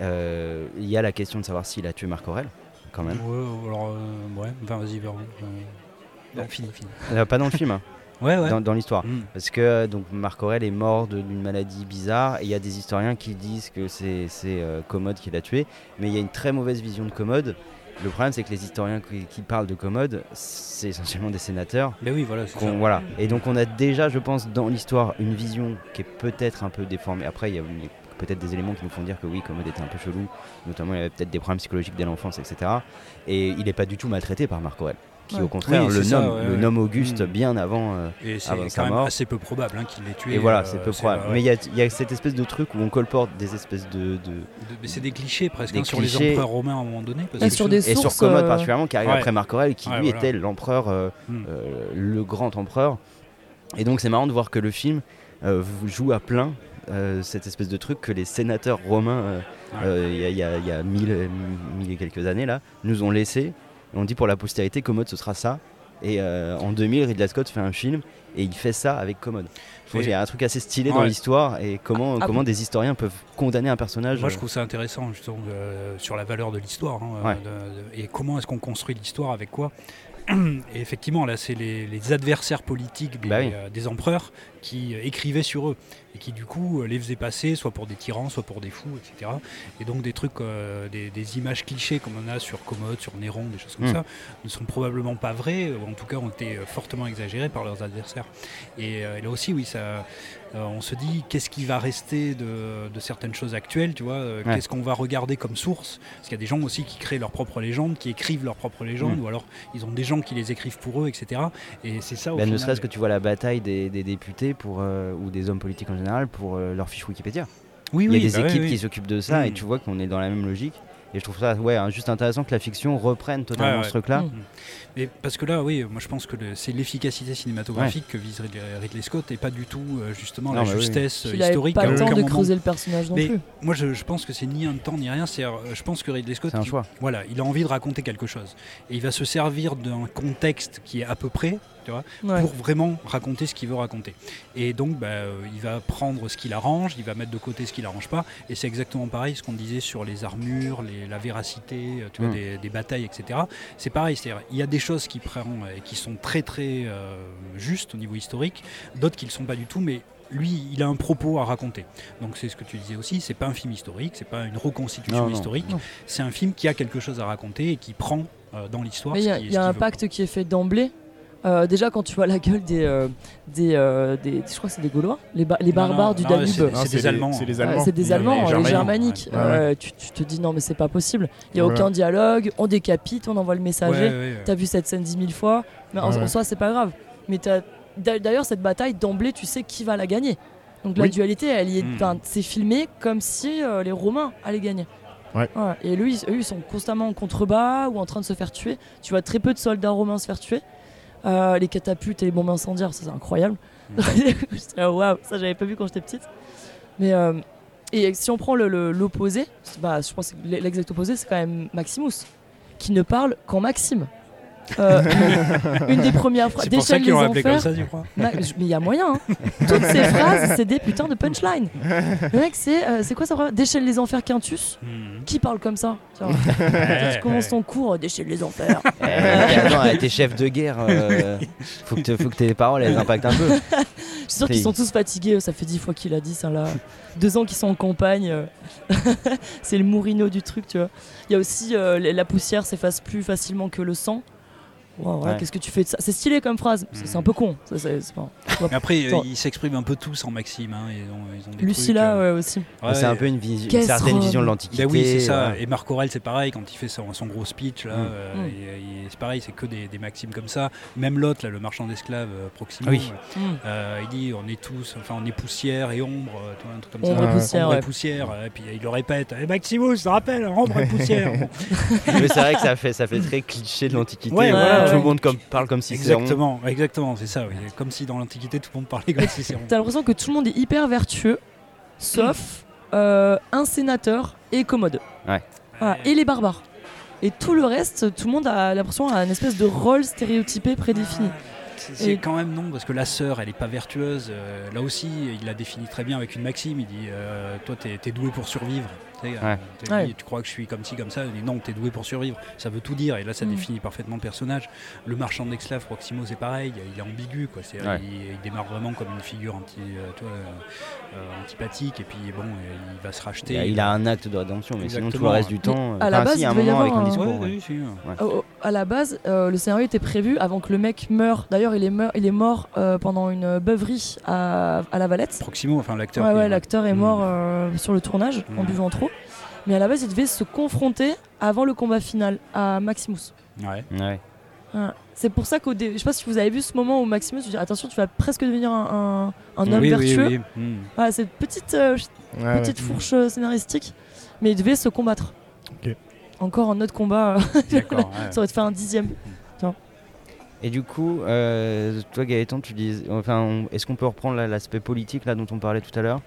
[SPEAKER 3] Euh, Il y a la question de savoir s'il a tué Marc Aurel, quand même.
[SPEAKER 4] Ouais, alors, euh, ouais, enfin, vas-y, vers
[SPEAKER 3] Bon.
[SPEAKER 4] fini, fini.
[SPEAKER 3] Euh, pas dans le film, hein,
[SPEAKER 4] Ouais, ouais.
[SPEAKER 3] dans, dans l'histoire.
[SPEAKER 4] Mm.
[SPEAKER 3] Parce que euh, donc Marc Aurel est mort de- d'une maladie bizarre et il y a des historiens qui disent que c'est c'est, euh, Commode qui l'a tué, mais il y a une très mauvaise vision de Commode. Le problème c'est que les historiens qui, qui parlent de Commode, c'est essentiellement des sénateurs.
[SPEAKER 4] Ben oui, voilà, c'est
[SPEAKER 3] qu'on-
[SPEAKER 4] ça.
[SPEAKER 3] voilà. Et donc on a déjà, je pense, dans l'histoire une vision qui est peut-être un peu déformée. Après il y a une- peut-être des éléments qui nous font dire que oui, Commode était un peu chelou, notamment il y avait peut-être des problèmes psychologiques dès l'enfance, etc. Et il n'est pas du tout maltraité par Marc Aurel, qui
[SPEAKER 1] Ouais.
[SPEAKER 3] au contraire
[SPEAKER 4] Oui,
[SPEAKER 3] le,
[SPEAKER 4] c'est ça,
[SPEAKER 3] nomme,
[SPEAKER 4] ouais,
[SPEAKER 3] le
[SPEAKER 4] ouais.
[SPEAKER 3] nomme Auguste
[SPEAKER 4] Mm.
[SPEAKER 3] bien avant. euh,
[SPEAKER 4] Et c'est
[SPEAKER 3] Avant sa
[SPEAKER 4] quand même
[SPEAKER 3] mort.
[SPEAKER 4] assez peu probable hein, qu'il l'ait tué.
[SPEAKER 3] et voilà,
[SPEAKER 4] euh,
[SPEAKER 3] c'est peu probable.
[SPEAKER 4] ouais.
[SPEAKER 3] Mais il y a- il y, a cette espèce de truc où on colporte des espèces de. de-
[SPEAKER 4] De- mais c'est des clichés presque
[SPEAKER 3] Des
[SPEAKER 4] hein, sur
[SPEAKER 3] clichés.
[SPEAKER 4] les empereurs romains à un moment donné. Parce
[SPEAKER 1] Et
[SPEAKER 4] que
[SPEAKER 1] sur
[SPEAKER 4] je-
[SPEAKER 1] des
[SPEAKER 3] Et sur
[SPEAKER 1] sources.
[SPEAKER 3] Commode
[SPEAKER 1] euh,
[SPEAKER 3] particulièrement, qui arrive
[SPEAKER 4] Ouais.
[SPEAKER 3] après Marc Aurel, qui
[SPEAKER 4] Ouais,
[SPEAKER 3] lui
[SPEAKER 4] voilà.
[SPEAKER 3] était l'empereur, euh,
[SPEAKER 4] Hmm.
[SPEAKER 3] euh, le grand empereur. Et donc c'est marrant de voir que le film euh, vous joue à plein euh, cette espèce de truc que les sénateurs romains, euh,
[SPEAKER 4] Ouais.
[SPEAKER 3] euh, il y a- il y a, il y a mille, euh, mille et quelques années là, nous ont laissé. Et on dit pour la postérité, Commode ce sera ça. Et euh, en 2000, Ridley Scott fait un film et il fait ça avec Commode. Je trouve
[SPEAKER 4] Et-
[SPEAKER 3] qu'il y a un truc assez stylé dans
[SPEAKER 4] Ouais.
[SPEAKER 3] l'histoire et comment,
[SPEAKER 1] Ah,
[SPEAKER 3] comment des historiens peuvent condamner un personnage.
[SPEAKER 4] Moi, je
[SPEAKER 3] euh,
[SPEAKER 4] trouve ça intéressant, justement, euh, sur la valeur de l'histoire. hein,
[SPEAKER 3] Ouais.
[SPEAKER 4] euh, de- de- et comment est-ce qu'on construit l'histoire avec quoi Et effectivement, là, c'est les, les adversaires politiques des,
[SPEAKER 3] Bah oui.
[SPEAKER 4] euh, des empereurs qui euh, écrivaient sur eux et qui, du coup, euh, les faisaient passer soit pour des tyrans, soit pour des fous, etc. Et donc, des trucs, euh, des, des images clichés comme on a sur Commode, sur Néron, des choses comme
[SPEAKER 3] Mm.
[SPEAKER 4] ça, ne sont probablement pas vraies, ou en tout cas ont été euh, fortement exagérées par leurs adversaires. Et, euh, et là aussi, oui, ça, euh, on se dit qu'est-ce qui va rester de, de certaines choses actuelles, tu vois, euh,
[SPEAKER 3] Ouais.
[SPEAKER 4] qu'est-ce qu'on va regarder comme source. Parce qu'il y a des gens aussi qui créent leurs propres légendes, qui écrivent leurs propres légendes,
[SPEAKER 3] Mm.
[SPEAKER 4] ou alors ils ont des gens qui les écrivent pour eux, etc. Et c'est ça au
[SPEAKER 3] Bah, ne
[SPEAKER 4] final.
[SPEAKER 3] serait-ce que tu vois la bataille des, des députés pour, euh, ou des hommes politiques en général pour euh, leur fiche Wikipédia.
[SPEAKER 4] oui,
[SPEAKER 3] Il y a
[SPEAKER 4] oui,
[SPEAKER 3] des
[SPEAKER 4] bah ouais,
[SPEAKER 3] équipes
[SPEAKER 4] oui.
[SPEAKER 3] qui s'occupent de ça et
[SPEAKER 4] Mm.
[SPEAKER 3] tu vois qu'on est dans la même logique. Et je trouve ça ouais, hein, juste intéressant que la fiction reprenne totalement
[SPEAKER 4] Ouais, ouais. Mmh.
[SPEAKER 3] ce truc-là.
[SPEAKER 1] Mm.
[SPEAKER 4] Mais parce que là, oui, moi je pense que le- c'est l'efficacité cinématographique que vise Ridley, Ridley Scott et pas du tout euh, justement
[SPEAKER 3] Non,
[SPEAKER 4] la
[SPEAKER 3] bah oui.
[SPEAKER 4] justesse euh,
[SPEAKER 1] qu'il avait
[SPEAKER 4] historique.
[SPEAKER 1] pas
[SPEAKER 4] à
[SPEAKER 1] le temps
[SPEAKER 4] aucun
[SPEAKER 1] de
[SPEAKER 4] moment.
[SPEAKER 1] creuser le personnage non
[SPEAKER 4] Mais-
[SPEAKER 1] plus.
[SPEAKER 4] Moi je, je pense que c'est ni un temps ni rien. C'est-à-dire, euh, Je pense que Ridley Scott,
[SPEAKER 3] C'est un
[SPEAKER 4] il-
[SPEAKER 3] choix.
[SPEAKER 4] voilà, il a envie de raconter quelque chose. Et il va se servir d'un contexte qui est à peu près, tu vois,
[SPEAKER 1] Ouais.
[SPEAKER 4] pour vraiment raconter ce qu'il veut raconter. Et donc, bah, euh, il va prendre ce qu'il arrange, il va mettre de côté ce qu'il arrange pas. Et c'est exactement pareil ce qu'on disait sur les armures, les- la véracité, euh, tu vois,
[SPEAKER 3] Mm.
[SPEAKER 4] des, des batailles, etc. C'est pareil, c'est-à-dire il y a des choses qui prennent et qui sont très très euh, justes au niveau historique, d'autres qui ne le sont pas du tout, mais lui, il a un propos à raconter. Donc c'est ce que tu disais aussi, c'est pas un film historique, c'est pas une reconstitution
[SPEAKER 3] Non, non,
[SPEAKER 4] historique,
[SPEAKER 1] non.
[SPEAKER 4] c'est un film qui a quelque chose à raconter et qui prend euh, dans l'histoire.
[SPEAKER 1] Mais il y a,
[SPEAKER 4] ce qui-
[SPEAKER 1] il
[SPEAKER 4] ce
[SPEAKER 1] y a
[SPEAKER 4] qu'il
[SPEAKER 1] un
[SPEAKER 4] veut.
[SPEAKER 1] pacte qui est fait d'emblée. Euh, déjà, quand tu vois la gueule des, euh, des, euh, des, je crois que c'est des Gaulois, les, ba- les
[SPEAKER 4] Non,
[SPEAKER 1] barbares
[SPEAKER 4] non,
[SPEAKER 1] du
[SPEAKER 4] non,
[SPEAKER 1] Danube.
[SPEAKER 4] c'est-
[SPEAKER 2] Non,
[SPEAKER 4] des
[SPEAKER 2] les-
[SPEAKER 4] Allemands. hein.
[SPEAKER 2] C'est des
[SPEAKER 1] Ouais,
[SPEAKER 2] Allemands. hein.
[SPEAKER 1] c'est des
[SPEAKER 4] Les
[SPEAKER 1] Allemands, hein, les
[SPEAKER 4] Germains.
[SPEAKER 1] Germaniques.
[SPEAKER 2] Ouais, ouais.
[SPEAKER 1] Euh, tu, tu te dis non mais c'est pas possible. Il y a
[SPEAKER 2] Ouais.
[SPEAKER 1] aucun dialogue, on décapite, on envoie le
[SPEAKER 4] Ouais,
[SPEAKER 1] messager.
[SPEAKER 4] ouais, ouais.
[SPEAKER 1] T'as vu cette scène dix mille fois, mais en,
[SPEAKER 2] euh. Ouais,
[SPEAKER 1] en
[SPEAKER 2] ouais.
[SPEAKER 1] soi c'est pas grave. Mais t'as- d'a- d'ailleurs cette bataille d'emblée, tu sais qui va la gagner. Donc la
[SPEAKER 2] Oui. Hmm.
[SPEAKER 1] dualité, elle y est,
[SPEAKER 4] Mm.
[SPEAKER 1] enfin, c'est filmé comme si euh, les Romains allaient gagner.
[SPEAKER 2] Ouais.
[SPEAKER 1] Et lui, ils- eux, ils sont constamment en contrebas ou en train de se faire tuer. Tu vois très peu de soldats romains se faire tuer. Euh, les catapultes et les bombes incendiaires, ça c'est incroyable.
[SPEAKER 4] Mm.
[SPEAKER 2] Hmm.
[SPEAKER 1] J'étais là, waouh, ça j'avais pas vu quand j'étais petite. Mais euh, et si on prend le- le- l'opposé, bah, je pense que l'ex opposé, c'est quand même Maximus, qui ne parle qu'en Maxime. Euh, une des premières phrases.
[SPEAKER 4] C'est pour ça
[SPEAKER 1] Déchaîne les
[SPEAKER 4] qu'ils ont appelé comme
[SPEAKER 1] enfers.
[SPEAKER 4] ça, tu crois
[SPEAKER 1] Ma- je- mais il y a moyen. hein. Toutes ces phrases, c'est des putains de punchline. Le mec, c'est euh, c'est quoi ça Déchaîne les enfers Quintus
[SPEAKER 4] Mhm.
[SPEAKER 1] Qui parle comme ça Tiens,
[SPEAKER 4] Ouais,
[SPEAKER 1] Tu commences
[SPEAKER 4] ouais.
[SPEAKER 1] ton cours, euh, déchaîne les enfers.
[SPEAKER 3] Eh, attends, eh, t'es chef de guerre, euh, faut, que te- faut que tes paroles elles impactent un peu.
[SPEAKER 1] Je suis sûr qu'ils sont tous fatigués, ça fait dix fois qu'il a dit ça là. Deux ans qu'ils sont en campagne. euh. c'est le mourino du truc, tu vois. Il y a aussi euh, la la poussière s'efface plus facilement que le sang. Wow, voilà,
[SPEAKER 3] Ouais.
[SPEAKER 1] Qu'est-ce que tu fais de ça C'est stylé comme phrase, c'est c'est un peu con. Ça, c'est- c'est pas-
[SPEAKER 4] Mais après, euh,
[SPEAKER 1] Attends.
[SPEAKER 4] ils s'expriment un peu tous en Maxime. hein, ils ont, ils ont des
[SPEAKER 1] Lucilla,
[SPEAKER 4] trucs, euh,
[SPEAKER 1] ouais, aussi.
[SPEAKER 4] ouais,
[SPEAKER 3] C'est un peu une, vision- une
[SPEAKER 1] Qu'est-ce
[SPEAKER 3] certaine
[SPEAKER 1] Rome
[SPEAKER 3] vision de
[SPEAKER 1] Bah
[SPEAKER 3] l'Antiquité. euh,
[SPEAKER 4] Bah oui, c'est ça.
[SPEAKER 3] voilà.
[SPEAKER 4] Et Marc Aurel, c'est pareil, quand il fait son, son gros speech, là,
[SPEAKER 3] Mm.
[SPEAKER 4] euh,
[SPEAKER 1] Mm.
[SPEAKER 4] il- il- c'est pareil, c'est que des, des maximes comme ça. Même l'autre, là, le marchand d'esclaves, euh, Proximo,
[SPEAKER 3] Oui.
[SPEAKER 1] Mm.
[SPEAKER 4] euh, il dit on est tous, enfin, on est poussière et ombre, euh, tu vois, un truc comme
[SPEAKER 1] Ombre
[SPEAKER 4] ça.
[SPEAKER 1] et poussière,
[SPEAKER 4] Ombre et
[SPEAKER 1] ouais.
[SPEAKER 4] poussière. euh, Et puis il le répète eh, Maximus, je te rappelle, ombre et poussière. Bon,
[SPEAKER 3] Mais c'est vrai que ça fait, ça fait très cliché de l'Antiquité.
[SPEAKER 4] Ouais,
[SPEAKER 3] où
[SPEAKER 1] voilà,
[SPEAKER 3] tout
[SPEAKER 1] ouais.
[SPEAKER 3] le monde comme, parle comme si c'était
[SPEAKER 4] exactement, exactement, c'est ça. oui. Comme si dans l'Antiquité, tout le monde parlait comme si c'était
[SPEAKER 1] T'as l'impression que tout le monde est hyper vertueux, sauf euh, un sénateur et commode. Voilà, et les barbares. Et tout le reste, tout le monde a l'impression a une espèce de rôle stéréotypé prédéfini.
[SPEAKER 4] Euh, C'est c'est
[SPEAKER 1] Et-
[SPEAKER 4] quand même non, parce que la sœur, elle est pas vertueuse. Euh, là aussi, il la définit très bien avec une maxime. Il dit euh, Toi, t'es es doué pour survivre. Tu sais, euh, t'es-
[SPEAKER 1] Ouais.
[SPEAKER 4] Tu crois que je suis comme ci, comme ça Il dit Non, t'es doué pour survivre. Ça veut tout dire. Et là, ça
[SPEAKER 1] Mm.
[SPEAKER 4] définit parfaitement le personnage. Le marchand d'esclaves, Proximo, c'est pareil. Il est ambigu. Quoi. C'est-
[SPEAKER 3] Ouais.
[SPEAKER 4] Il, il démarre vraiment comme une figure anti, euh, tu vois, euh, euh, antipathique. Et puis, bon, euh, il va se racheter.
[SPEAKER 3] Il a un acte de rédemption, mais sinon tout
[SPEAKER 4] Exactement.
[SPEAKER 3] le reste du temps.
[SPEAKER 1] à la
[SPEAKER 3] enfin,
[SPEAKER 1] base,
[SPEAKER 3] si, il y a un
[SPEAKER 1] il devait y
[SPEAKER 3] moment avec
[SPEAKER 1] avoir
[SPEAKER 3] un
[SPEAKER 1] un-
[SPEAKER 3] discours.
[SPEAKER 4] Ouais,
[SPEAKER 3] ouais.
[SPEAKER 4] oui, si, euh.
[SPEAKER 1] Au- à la base, euh, le scénario était prévu avant que le mec meure. D'ailleurs, il est meur- il est mort euh, pendant une beuverie à, à la Valette.
[SPEAKER 4] Proximo, enfin l'acteur.
[SPEAKER 1] Ouais,
[SPEAKER 4] qui-
[SPEAKER 1] ouais, l'acteur est mort
[SPEAKER 4] Mm.
[SPEAKER 1] euh, sur le tournage en
[SPEAKER 4] Mm.
[SPEAKER 1] buvant trop. Mais à la base, il devait se confronter avant le combat final à Maximus.
[SPEAKER 4] Ouais.
[SPEAKER 3] Ouais.
[SPEAKER 1] Voilà. C'est pour ça qu'au dé- je sais pas si vous avez vu ce moment où Maximus lui dit attention tu vas presque devenir un, un- un homme
[SPEAKER 4] Oui, oui,
[SPEAKER 1] vertueux.
[SPEAKER 4] oui. Ah, Mm.
[SPEAKER 1] Voilà, cette petite, euh, ch-
[SPEAKER 2] Ouais, ouais.
[SPEAKER 1] petite fourche euh, scénaristique, mais il devait se combattre.
[SPEAKER 2] Ok.
[SPEAKER 1] Encore un autre combat, euh,
[SPEAKER 4] D'accord. ouais.
[SPEAKER 1] ça aurait fait un dixième.
[SPEAKER 3] Et du coup, euh, toi Gaëtan, tu dis, enfin, on- est-ce qu'on peut reprendre la- l'aspect politique là dont on parlait tout à l'heure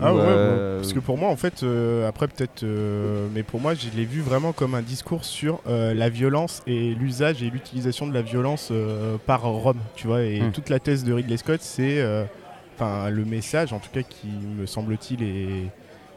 [SPEAKER 2] Ah
[SPEAKER 3] Ou,
[SPEAKER 2] ouais,
[SPEAKER 3] euh,
[SPEAKER 2] bon, parce que pour moi, en fait, euh, après peut-être, euh, mais pour moi, je l'ai vu vraiment comme un discours sur euh, la violence et l'usage et l'utilisation de la violence euh, par Rome, tu vois. Et
[SPEAKER 3] Hmm.
[SPEAKER 2] toute la thèse de Ridley Scott, c'est, euh, enfin, le message, en tout cas, qui me semble-t-il est,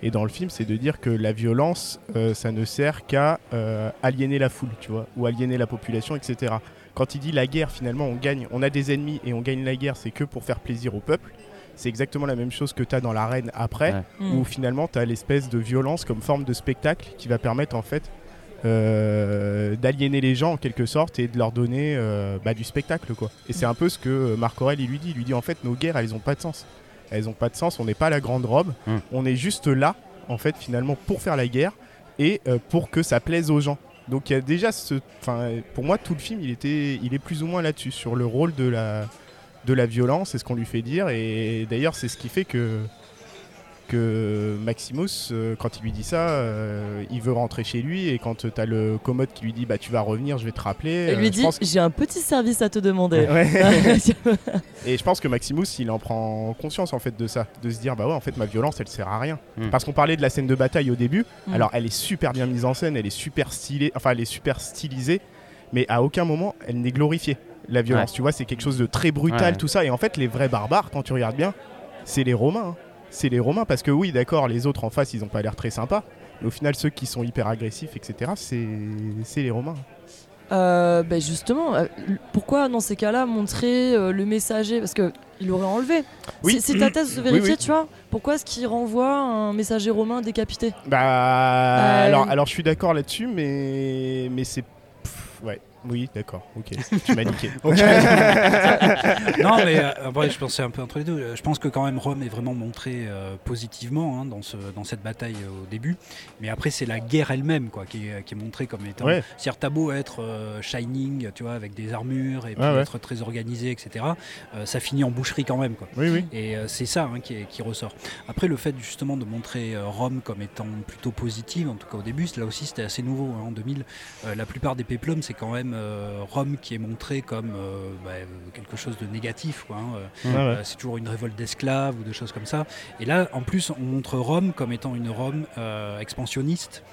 [SPEAKER 2] est dans le film, c'est de dire que la violence, euh, ça ne sert qu'à euh, aliéner la foule, tu vois, ou aliéner la population, etc. Quand il dit la guerre, finalement, on gagne, on a des ennemis et on gagne la guerre, c'est que pour faire plaisir au peuple. C'est exactement la même chose que tu as dans l'arène après,
[SPEAKER 3] Ouais.
[SPEAKER 1] Mm.
[SPEAKER 2] où finalement tu as l'espèce de violence comme forme de spectacle qui va permettre en fait euh, d'aliéner les gens en quelque sorte et de leur donner euh, bah, du spectacle quoi. Et c'est un peu ce que euh, Marc Aurel il lui dit, il lui dit en fait nos guerres elles ont pas de sens. Elles ont pas de sens, on n'est pas la grande robe,
[SPEAKER 3] Mm.
[SPEAKER 2] on est juste là en fait finalement pour faire la guerre et euh, pour que ça plaise aux gens. Donc il y a déjà ce enfin pour moi tout le film il était il est plus ou moins là-dessus sur le rôle de la de la violence et ce qu'on lui fait dire et d'ailleurs c'est ce qui fait que que Maximus, euh, quand il lui dit ça, euh, il veut rentrer chez lui et quand t'as le commode qui lui dit bah tu vas revenir, je vais te rappeler.
[SPEAKER 1] Il
[SPEAKER 2] euh,
[SPEAKER 1] lui
[SPEAKER 2] je
[SPEAKER 1] dit
[SPEAKER 2] pense que-
[SPEAKER 1] j'ai un petit service à te demander.
[SPEAKER 2] Ouais. et je pense que Maximus, il en prend conscience en fait de ça, de se dire bah ouais en fait ma violence elle sert à rien.
[SPEAKER 3] Mm.
[SPEAKER 2] Parce qu'on parlait de la scène de bataille au début.
[SPEAKER 1] Mm.
[SPEAKER 2] Alors elle est super bien mise en scène, elle est super stylée, enfin elle est super stylisée, mais à aucun moment elle n'est glorifiée. La violence, tu vois, c'est quelque chose de très brutal,
[SPEAKER 3] Ouais.
[SPEAKER 2] tout ça. Et en fait, les vrais barbares, quand tu regardes bien, c'est les Romains. hein. C'est les Romains parce que oui, d'accord, les autres en face, ils ont pas l'air très sympas. Mais au final, ceux qui sont hyper agressifs, etc., c'est c'est les Romains.
[SPEAKER 1] Euh, ben justement, euh, l- pourquoi dans ces cas-là montrer euh, le messager Parce que il l'aurait enlevé.
[SPEAKER 2] Oui.
[SPEAKER 1] Si, si ta thèse se
[SPEAKER 2] Oui,
[SPEAKER 1] vérifiait,
[SPEAKER 2] oui.
[SPEAKER 1] tu vois, pourquoi est-ce qu'il renvoie un messager romain décapité
[SPEAKER 2] Bah
[SPEAKER 1] Euh,
[SPEAKER 2] alors, alors je suis d'accord là-dessus, mais mais c'est pff, ouais. Oui, d'accord, ok. Tu m'as niqué.
[SPEAKER 4] non, mais euh, en vrai, je pensais un peu entre les deux. Euh, Je pense que quand même Rome est vraiment montrée euh, positivement hein, dans, ce, dans cette bataille euh, au début. Mais après, c'est la guerre elle-même quoi, qui, est, qui est montrée comme étant.
[SPEAKER 2] Ouais.
[SPEAKER 4] C'est-à-dire, t'as beau être euh, shining, tu vois, avec des armures et puis
[SPEAKER 2] Ouais, ouais.
[SPEAKER 4] être très organisé, etc. euh, ça finit en boucherie quand même. Quoi.
[SPEAKER 2] Oui, oui.
[SPEAKER 4] Et euh, c'est ça hein, qui, est- qui ressort. Après, le fait justement de montrer euh, Rome comme étant plutôt positive, en tout cas au début, là aussi c'était assez nouveau hein, en 2000. euh, la plupart des péplums, c'est quand même euh, Rome qui est montré comme euh, bah, euh, quelque chose de négatif. quoi, hein. Euh,
[SPEAKER 2] Ouais, ouais.
[SPEAKER 4] euh, c'est toujours une révolte d'esclaves ou des choses comme ça. Et là, en plus, on montre Rome comme étant une Rome euh, expansionniste.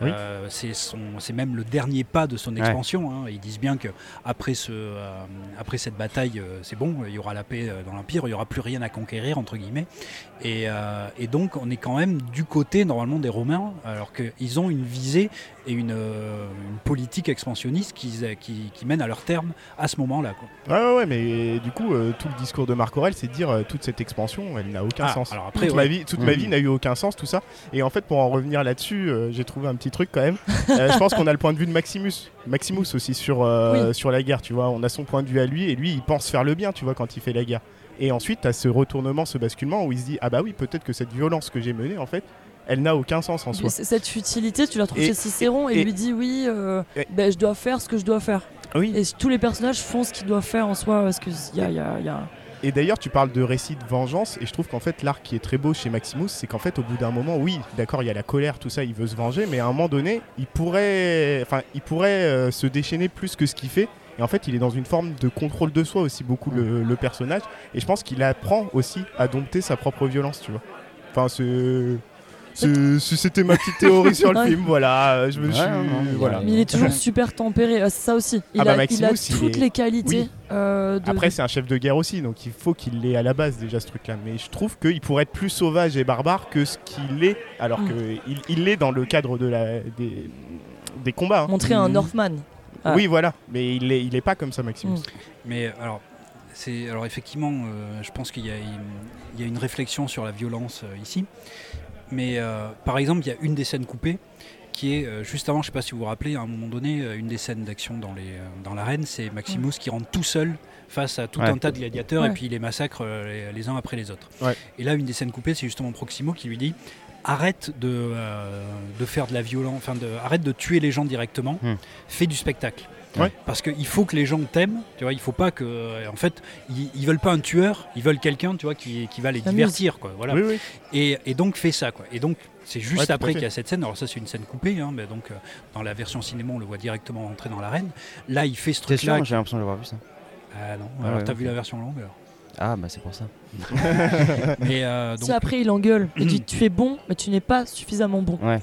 [SPEAKER 2] Oui.
[SPEAKER 4] Euh, c'est son- c'est même le dernier pas de son
[SPEAKER 3] Ouais.
[SPEAKER 4] expansion. hein. Ils disent bien que après, ce, euh, après cette bataille, euh, c'est bon, il y aura la paix euh, dans l'Empire, il n'y aura plus rien à conquérir, entre guillemets. Et, euh, et donc, on est quand même du côté, normalement, des Romains, alors qu'ils ont une visée et une, euh, une politique expansionniste qu'ils, euh, qui, qui mène à leur terme à ce moment-là. quoi.
[SPEAKER 2] Ouais, ouais, ouais, mais du coup, euh, tout le discours de Marc Aurel, c'est de dire euh, toute cette expansion, elle n'a aucun
[SPEAKER 4] Ah,
[SPEAKER 2] sens.
[SPEAKER 4] alors après,
[SPEAKER 2] toute
[SPEAKER 4] ouais.
[SPEAKER 2] ma vie, toute ma
[SPEAKER 3] Mhm.
[SPEAKER 2] vie n'a eu aucun sens, tout ça. Et en fait, pour en revenir là-dessus, euh, j'ai trouvé un petit truc quand même. Euh, je pense qu'on a le point de vue de Maximus, Maximus aussi sur euh, sur la guerre, tu vois. On a son point de vue à lui, et lui, il pense faire le bien, tu vois, quand il fait la guerre. Et ensuite, t'as ce retournement, ce basculement où il se dit ah bah oui, peut-être que cette violence que j'ai menée, en fait, elle n'a aucun sens en soi.
[SPEAKER 1] Mais c- Cette futilité, tu la trouves
[SPEAKER 2] Et-
[SPEAKER 1] chez Cicéron et,
[SPEAKER 2] et-
[SPEAKER 1] lui dit oui, euh,
[SPEAKER 2] et-
[SPEAKER 1] ben, je dois faire ce que je dois faire.
[SPEAKER 2] Oui.
[SPEAKER 1] Et s- tous les personnages font ce qu'ils doivent faire en soi parce que s- y a, y a- y a-
[SPEAKER 2] Et d'ailleurs, tu parles de récit de vengeance, et je trouve qu'en fait, l'arc qui est très beau chez Maximus, c'est qu'en fait, au bout d'un moment, oui, d'accord, il y a la colère, tout ça, il veut se venger, mais à un moment donné, il pourrait, enfin, il pourrait euh, se déchaîner plus que ce qu'il fait. Et en fait, il est dans une forme de contrôle de soi aussi beaucoup le, le personnage. Et je pense qu'il apprend aussi à dompter sa propre violence, tu vois. Enfin, ce, ce- ce- c'était ma petite théorie sur le
[SPEAKER 1] Ouais.
[SPEAKER 2] film, voilà. euh, Je me
[SPEAKER 3] Ouais,
[SPEAKER 2] suis,
[SPEAKER 3] non, non, il y a-
[SPEAKER 2] voilà.
[SPEAKER 1] Mais il est toujours super tempéré, euh, c'est ça aussi. Il,
[SPEAKER 2] Ah bah,
[SPEAKER 1] a, il a
[SPEAKER 2] Maximus, il
[SPEAKER 1] toutes
[SPEAKER 2] est-
[SPEAKER 1] les qualités
[SPEAKER 2] oui.
[SPEAKER 1] euh, de.
[SPEAKER 2] Après, c'est un chef de guerre aussi, donc il faut qu'il l'ait à la base déjà ce truc-là. Mais je trouve qu'il pourrait être plus sauvage et barbare que ce qu'il est, alors
[SPEAKER 1] Mm.
[SPEAKER 2] qu'il il l'est dans le cadre de la, des, des combats. hein.
[SPEAKER 1] montrer un Northman. Ah.
[SPEAKER 2] Oui, voilà, mais il est, il est pas comme ça, Maximus.
[SPEAKER 1] Mm.
[SPEAKER 4] Mais alors, c'est alors effectivement, euh, je pense qu'il y, a- il y a une réflexion sur la violence euh, ici. Mais euh, par exemple, il y a une des scènes coupées qui est euh, juste avant, je ne sais pas si vous vous rappelez, à un moment donné, euh, une des scènes d'action dans, les, euh, dans l'arène, c'est Maximus qui rentre tout seul face à tout
[SPEAKER 3] Ouais.
[SPEAKER 4] un tas de gladiateurs et
[SPEAKER 1] Ouais.
[SPEAKER 4] puis il les massacre euh, les, les uns après les autres.
[SPEAKER 2] Ouais.
[SPEAKER 4] Et là, une des scènes coupées, c'est justement Proximo qui lui dit arrête de, euh, de faire de la violence, enfin de, arrête de tuer les gens directement,
[SPEAKER 3] Hmm.
[SPEAKER 4] fais du spectacle.
[SPEAKER 2] Mm. Ouais.
[SPEAKER 4] Parce qu'il faut que les gens t'aiment, tu vois, il faut pas que. euh, En fait, ils, ils veulent pas un tueur, ils veulent quelqu'un, tu vois, qui, qui va les
[SPEAKER 1] S'amuse.
[SPEAKER 4] divertir, quoi. Voilà.
[SPEAKER 2] Oui, oui.
[SPEAKER 4] Et, et donc fais ça quoi. Et donc c'est
[SPEAKER 2] Ouais,
[SPEAKER 4] juste
[SPEAKER 2] tout à fait.
[SPEAKER 4] après qu'il y a cette scène. Alors ça c'est une scène coupée, hein, mais donc euh, dans la version cinéma on le voit directement entrer dans l'arène. Là il fait ce
[SPEAKER 3] T'es
[SPEAKER 4] truc là.
[SPEAKER 3] sûr J'ai l'impression de l'avoir vu ça.
[SPEAKER 4] Ah non.
[SPEAKER 3] Ah
[SPEAKER 4] alors
[SPEAKER 3] ouais,
[SPEAKER 4] t'as
[SPEAKER 3] ok.
[SPEAKER 4] vu la version longue alors.
[SPEAKER 3] Ah bah c'est pour ça.
[SPEAKER 4] Mais, euh, donc,
[SPEAKER 1] Si après il engueule et dit tu es bon, mais tu n'es pas suffisamment bon.
[SPEAKER 3] Ouais.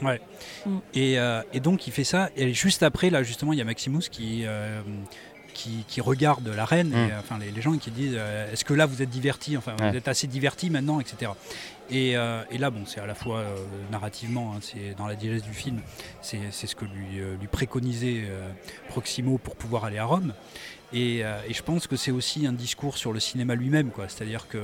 [SPEAKER 4] et, euh, et donc il fait ça. Et juste après là justement il y a Maximus qui euh, qui, qui regarde l'arène, et,
[SPEAKER 3] Mm.
[SPEAKER 4] euh, enfin les, les gens qui disent euh, est-ce que là vous êtes divertis, enfin
[SPEAKER 3] Ouais.
[SPEAKER 4] vous êtes assez divertis maintenant, etc. Et, euh, et là bon c'est à la fois euh, narrativement, hein, c'est dans la digeste du film, c'est c'est ce que lui, euh, lui préconisait euh, Proximo pour pouvoir aller à Rome. Et, euh, et je pense que c'est aussi un discours sur le cinéma lui-même, quoi. C'est-à-dire que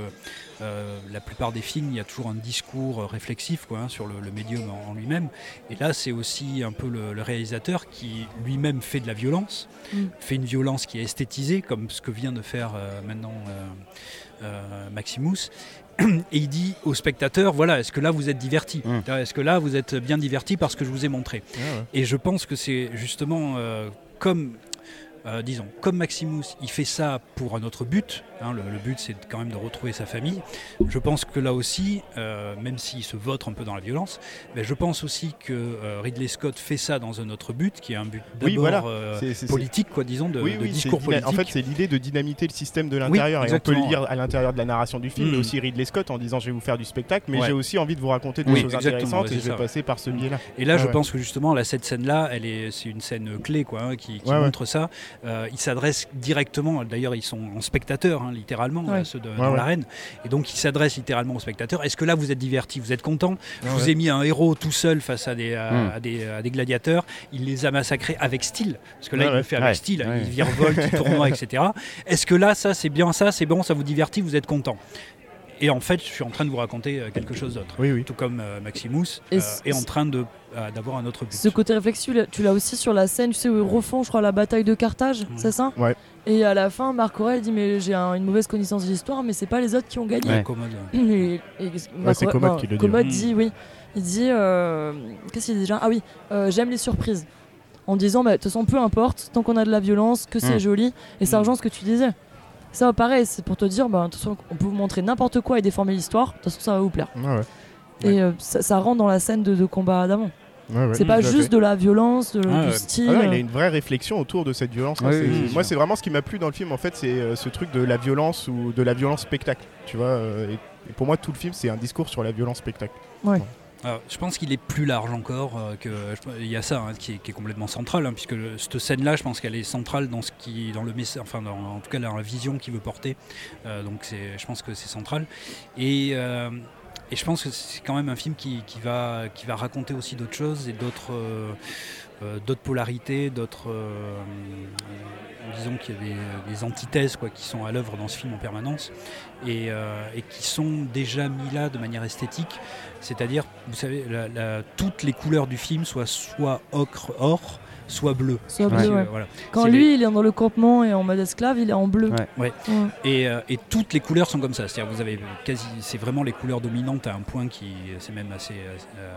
[SPEAKER 4] euh, la plupart des films, il y a toujours un discours euh, réflexif, quoi, hein, sur le, le médium en, en lui-même. Et là, c'est aussi un peu le, le réalisateur qui lui-même fait de la violence,
[SPEAKER 1] Mm.
[SPEAKER 4] fait une violence qui est esthétisée, comme ce que vient de faire euh, maintenant euh, euh, Maximus. Et il dit au spectateur, voilà, est-ce que là vous êtes diverti
[SPEAKER 3] Mm.
[SPEAKER 4] Est-ce que là vous êtes bien diverti parce que je vous ai montré et je pense que c'est justement euh, comme, euh, disons, comme Maximus, il fait ça pour un autre but. hein, le, le but, c'est quand même de retrouver sa famille. Je pense que là aussi, euh, même s'il se vote un peu dans la violence, ben, je pense aussi que euh, Ridley Scott fait ça dans un autre but, qui est un but d'abord
[SPEAKER 2] Oui, voilà.
[SPEAKER 4] euh,
[SPEAKER 2] C'est- c'est- c'est-
[SPEAKER 4] politique, quoi, disons, de,
[SPEAKER 2] oui,
[SPEAKER 4] euh, de
[SPEAKER 2] oui, c'est
[SPEAKER 4] discours
[SPEAKER 2] dyna-
[SPEAKER 4] politique.
[SPEAKER 2] En fait, c'est l'idée de dynamiter le système de l'intérieur. et on peut le
[SPEAKER 4] exactement.
[SPEAKER 2] lire à l'intérieur de la narration du film,
[SPEAKER 4] Mm.
[SPEAKER 2] mais aussi Ridley Scott en disant je vais vous faire du spectacle, mais
[SPEAKER 3] Ouais.
[SPEAKER 2] j'ai aussi envie de vous raconter des
[SPEAKER 4] Oui,
[SPEAKER 2] choses
[SPEAKER 4] exactement,
[SPEAKER 2] intéressantes
[SPEAKER 4] ouais,
[SPEAKER 2] et
[SPEAKER 4] c'est
[SPEAKER 2] je vais
[SPEAKER 4] ça.
[SPEAKER 2] passer par ce
[SPEAKER 4] Mm.
[SPEAKER 2] biais-là.
[SPEAKER 4] Et là,
[SPEAKER 2] Ah
[SPEAKER 4] je
[SPEAKER 2] ouais.
[SPEAKER 4] pense que justement, là, cette scène-là, elle est, c'est une scène euh, clé, quoi, hein, qui, qui
[SPEAKER 2] Ouais, ouais.
[SPEAKER 4] montre ça. Euh, ils s'adressent directement. D'ailleurs, ils sont en spectateur, hein, littéralement,
[SPEAKER 1] Ouais.
[SPEAKER 4] euh, ceux de, dans
[SPEAKER 2] ouais.
[SPEAKER 4] l'arène. Et donc, ils s'adressent littéralement aux spectateurs. Est-ce que là, vous êtes divertis, vous êtes contents Je vous ai mis un héros tout seul face à des, à,
[SPEAKER 3] Mm.
[SPEAKER 4] à des, à des gladiateurs. Il les a massacrés avec style, parce que là,
[SPEAKER 2] Ouais,
[SPEAKER 4] il
[SPEAKER 2] ouais.
[SPEAKER 4] le fait avec
[SPEAKER 3] Ouais.
[SPEAKER 4] style.
[SPEAKER 3] Ouais.
[SPEAKER 4] Il virevolte, il tournoie, etc. Est-ce que là, ça, c'est bien, ça, c'est bon, ça vous divertit, vous êtes contents Et en fait, je suis en train de vous raconter euh, quelque chose d'autre
[SPEAKER 2] Oui, oui.
[SPEAKER 4] tout comme euh, Maximus,
[SPEAKER 1] Et
[SPEAKER 4] euh,
[SPEAKER 1] c-
[SPEAKER 4] est en train de, euh, d'avoir un autre but.
[SPEAKER 1] Ce côté réflexif, tu l'as aussi sur la scène, tu sais, où ils refont, je crois, la bataille de Carthage, c'est ça
[SPEAKER 2] Ouais.
[SPEAKER 1] Et à la fin, Marc Aurel dit Mais j'ai un- une mauvaise connaissance de l'histoire, mais c'est pas les autres qui ont gagné.
[SPEAKER 4] Ouais,
[SPEAKER 3] Ouais.
[SPEAKER 4] commode.
[SPEAKER 1] Et, et Marc
[SPEAKER 2] c'est
[SPEAKER 1] Aurel-
[SPEAKER 2] Commode
[SPEAKER 1] non,
[SPEAKER 2] qui le dit. hein.
[SPEAKER 1] Commode
[SPEAKER 4] Mm.
[SPEAKER 1] dit, oui. Il dit euh, Qu'est-ce qu'il dit déjà Ah oui, euh, j'aime les surprises. En disant Bah, De toute façon, peu importe, tant qu'on a de la violence, que c'est
[SPEAKER 3] Mm.
[SPEAKER 1] joli. Et ça
[SPEAKER 4] Mm.
[SPEAKER 1] rejoint ce que tu disais. Ça, pareil, c'est pour te dire bah, De toute façon, on peut vous montrer n'importe quoi et déformer l'histoire, de toute façon, ça va vous plaire.
[SPEAKER 2] Ouais, ouais.
[SPEAKER 1] Et euh, ça, ça rentre dans la scène de, de combat d'avant.
[SPEAKER 2] Ouais, Mmh, ouais.
[SPEAKER 1] C'est pas
[SPEAKER 2] Tout à fait.
[SPEAKER 1] juste de la violence, de-
[SPEAKER 4] Ah
[SPEAKER 1] du
[SPEAKER 4] ouais.
[SPEAKER 1] style. euh,
[SPEAKER 2] Ah non, il a une vraie réflexion autour de cette violence. hein.
[SPEAKER 3] Hein. Oui,
[SPEAKER 2] C'est-
[SPEAKER 3] oui,
[SPEAKER 2] c'est-
[SPEAKER 3] oui.
[SPEAKER 2] moi, c'est vraiment ce qui m'a plu dans le film. En fait, c'est euh, ce truc de la violence ou de la violence spectacle. Tu vois. euh, et, et pour moi, tout le film, c'est un discours sur la violence spectacle.
[SPEAKER 4] Alors, je pense qu'il est plus large encore. euh, que je- il y a ça hein, qui, est, qui est complètement central, hein, puisque le- cette scène-là, je pense qu'elle est centrale dans ce qui, dans le message, enfin, dans- en tout cas, dans la vision qu'il veut porter. Euh, donc, c'est, je pense que c'est central. Et, euh, et je pense que c'est quand même un film qui, qui va, qui va raconter aussi d'autres choses et d'autres, euh, euh, d'autres polarités, d'autres, euh, euh, disons qu'il y a des, des antithèses quoi, qui sont à l'œuvre dans ce film en permanence et, euh, et qui sont déjà mis là de manière esthétique. C'est-à-dire, vous savez, la- la- toutes les couleurs du film soient soit ocre, or, soit bleu.
[SPEAKER 1] soit
[SPEAKER 3] Ouais.
[SPEAKER 1] bleu,
[SPEAKER 4] Euh,
[SPEAKER 1] ouais.
[SPEAKER 4] voilà.
[SPEAKER 1] Quand
[SPEAKER 4] C'est
[SPEAKER 1] lui, il est dans le campement et en mode esclave, il est en bleu.
[SPEAKER 4] Ouais. Et, euh, et toutes les couleurs sont comme ça. C'est-à-dire, vous avez quasi, c'est vraiment les couleurs dominantes à un point qui, c'est même assez euh, euh,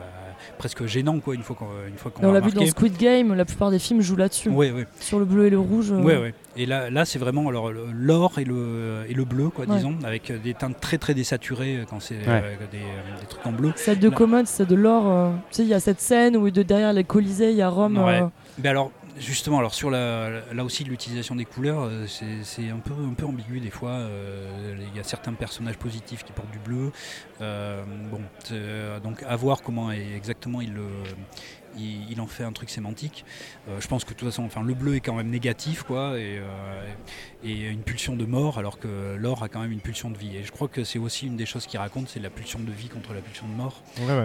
[SPEAKER 4] presque gênant quoi, une fois qu'on, une fois qu'on
[SPEAKER 1] on
[SPEAKER 4] l'a
[SPEAKER 1] l'a vu
[SPEAKER 4] remarqué.
[SPEAKER 1] dans Squid Game, la plupart des films jouent là-dessus.
[SPEAKER 4] Ouais, ouais.
[SPEAKER 1] Sur le bleu et le rouge. euh,
[SPEAKER 4] Ouais, ouais. Et là, là c'est vraiment alors, le- l'or et le, et le bleu, quoi,
[SPEAKER 1] Ouais.
[SPEAKER 4] disons, avec euh, des teintes très très désaturées euh, quand c'est euh, des, euh, des trucs en bleu.
[SPEAKER 1] Celle de
[SPEAKER 4] Là.
[SPEAKER 1] Commode, c'est de l'or. euh, Tu sais, il y a cette scène où de derrière les Colisées, il y a Rome.
[SPEAKER 4] Ouais.
[SPEAKER 1] euh,
[SPEAKER 4] Mais alors, justement, alors sur la, là aussi l'utilisation des couleurs, euh, c'est c'est un peu, un peu ambigu des fois. euh, Il y a certains personnages positifs qui portent du bleu. Euh, bon, c'est, euh, donc à voir comment est- exactement il, le- il, il en fait un truc sémantique. Euh, je pense que de toute façon, enfin, le bleu est quand même négatif, quoi, et, euh, et une pulsion de mort, alors que l'or a quand même une pulsion de vie. Et je crois que c'est aussi une des choses qu'il raconte, c'est la pulsion de vie contre la pulsion de mort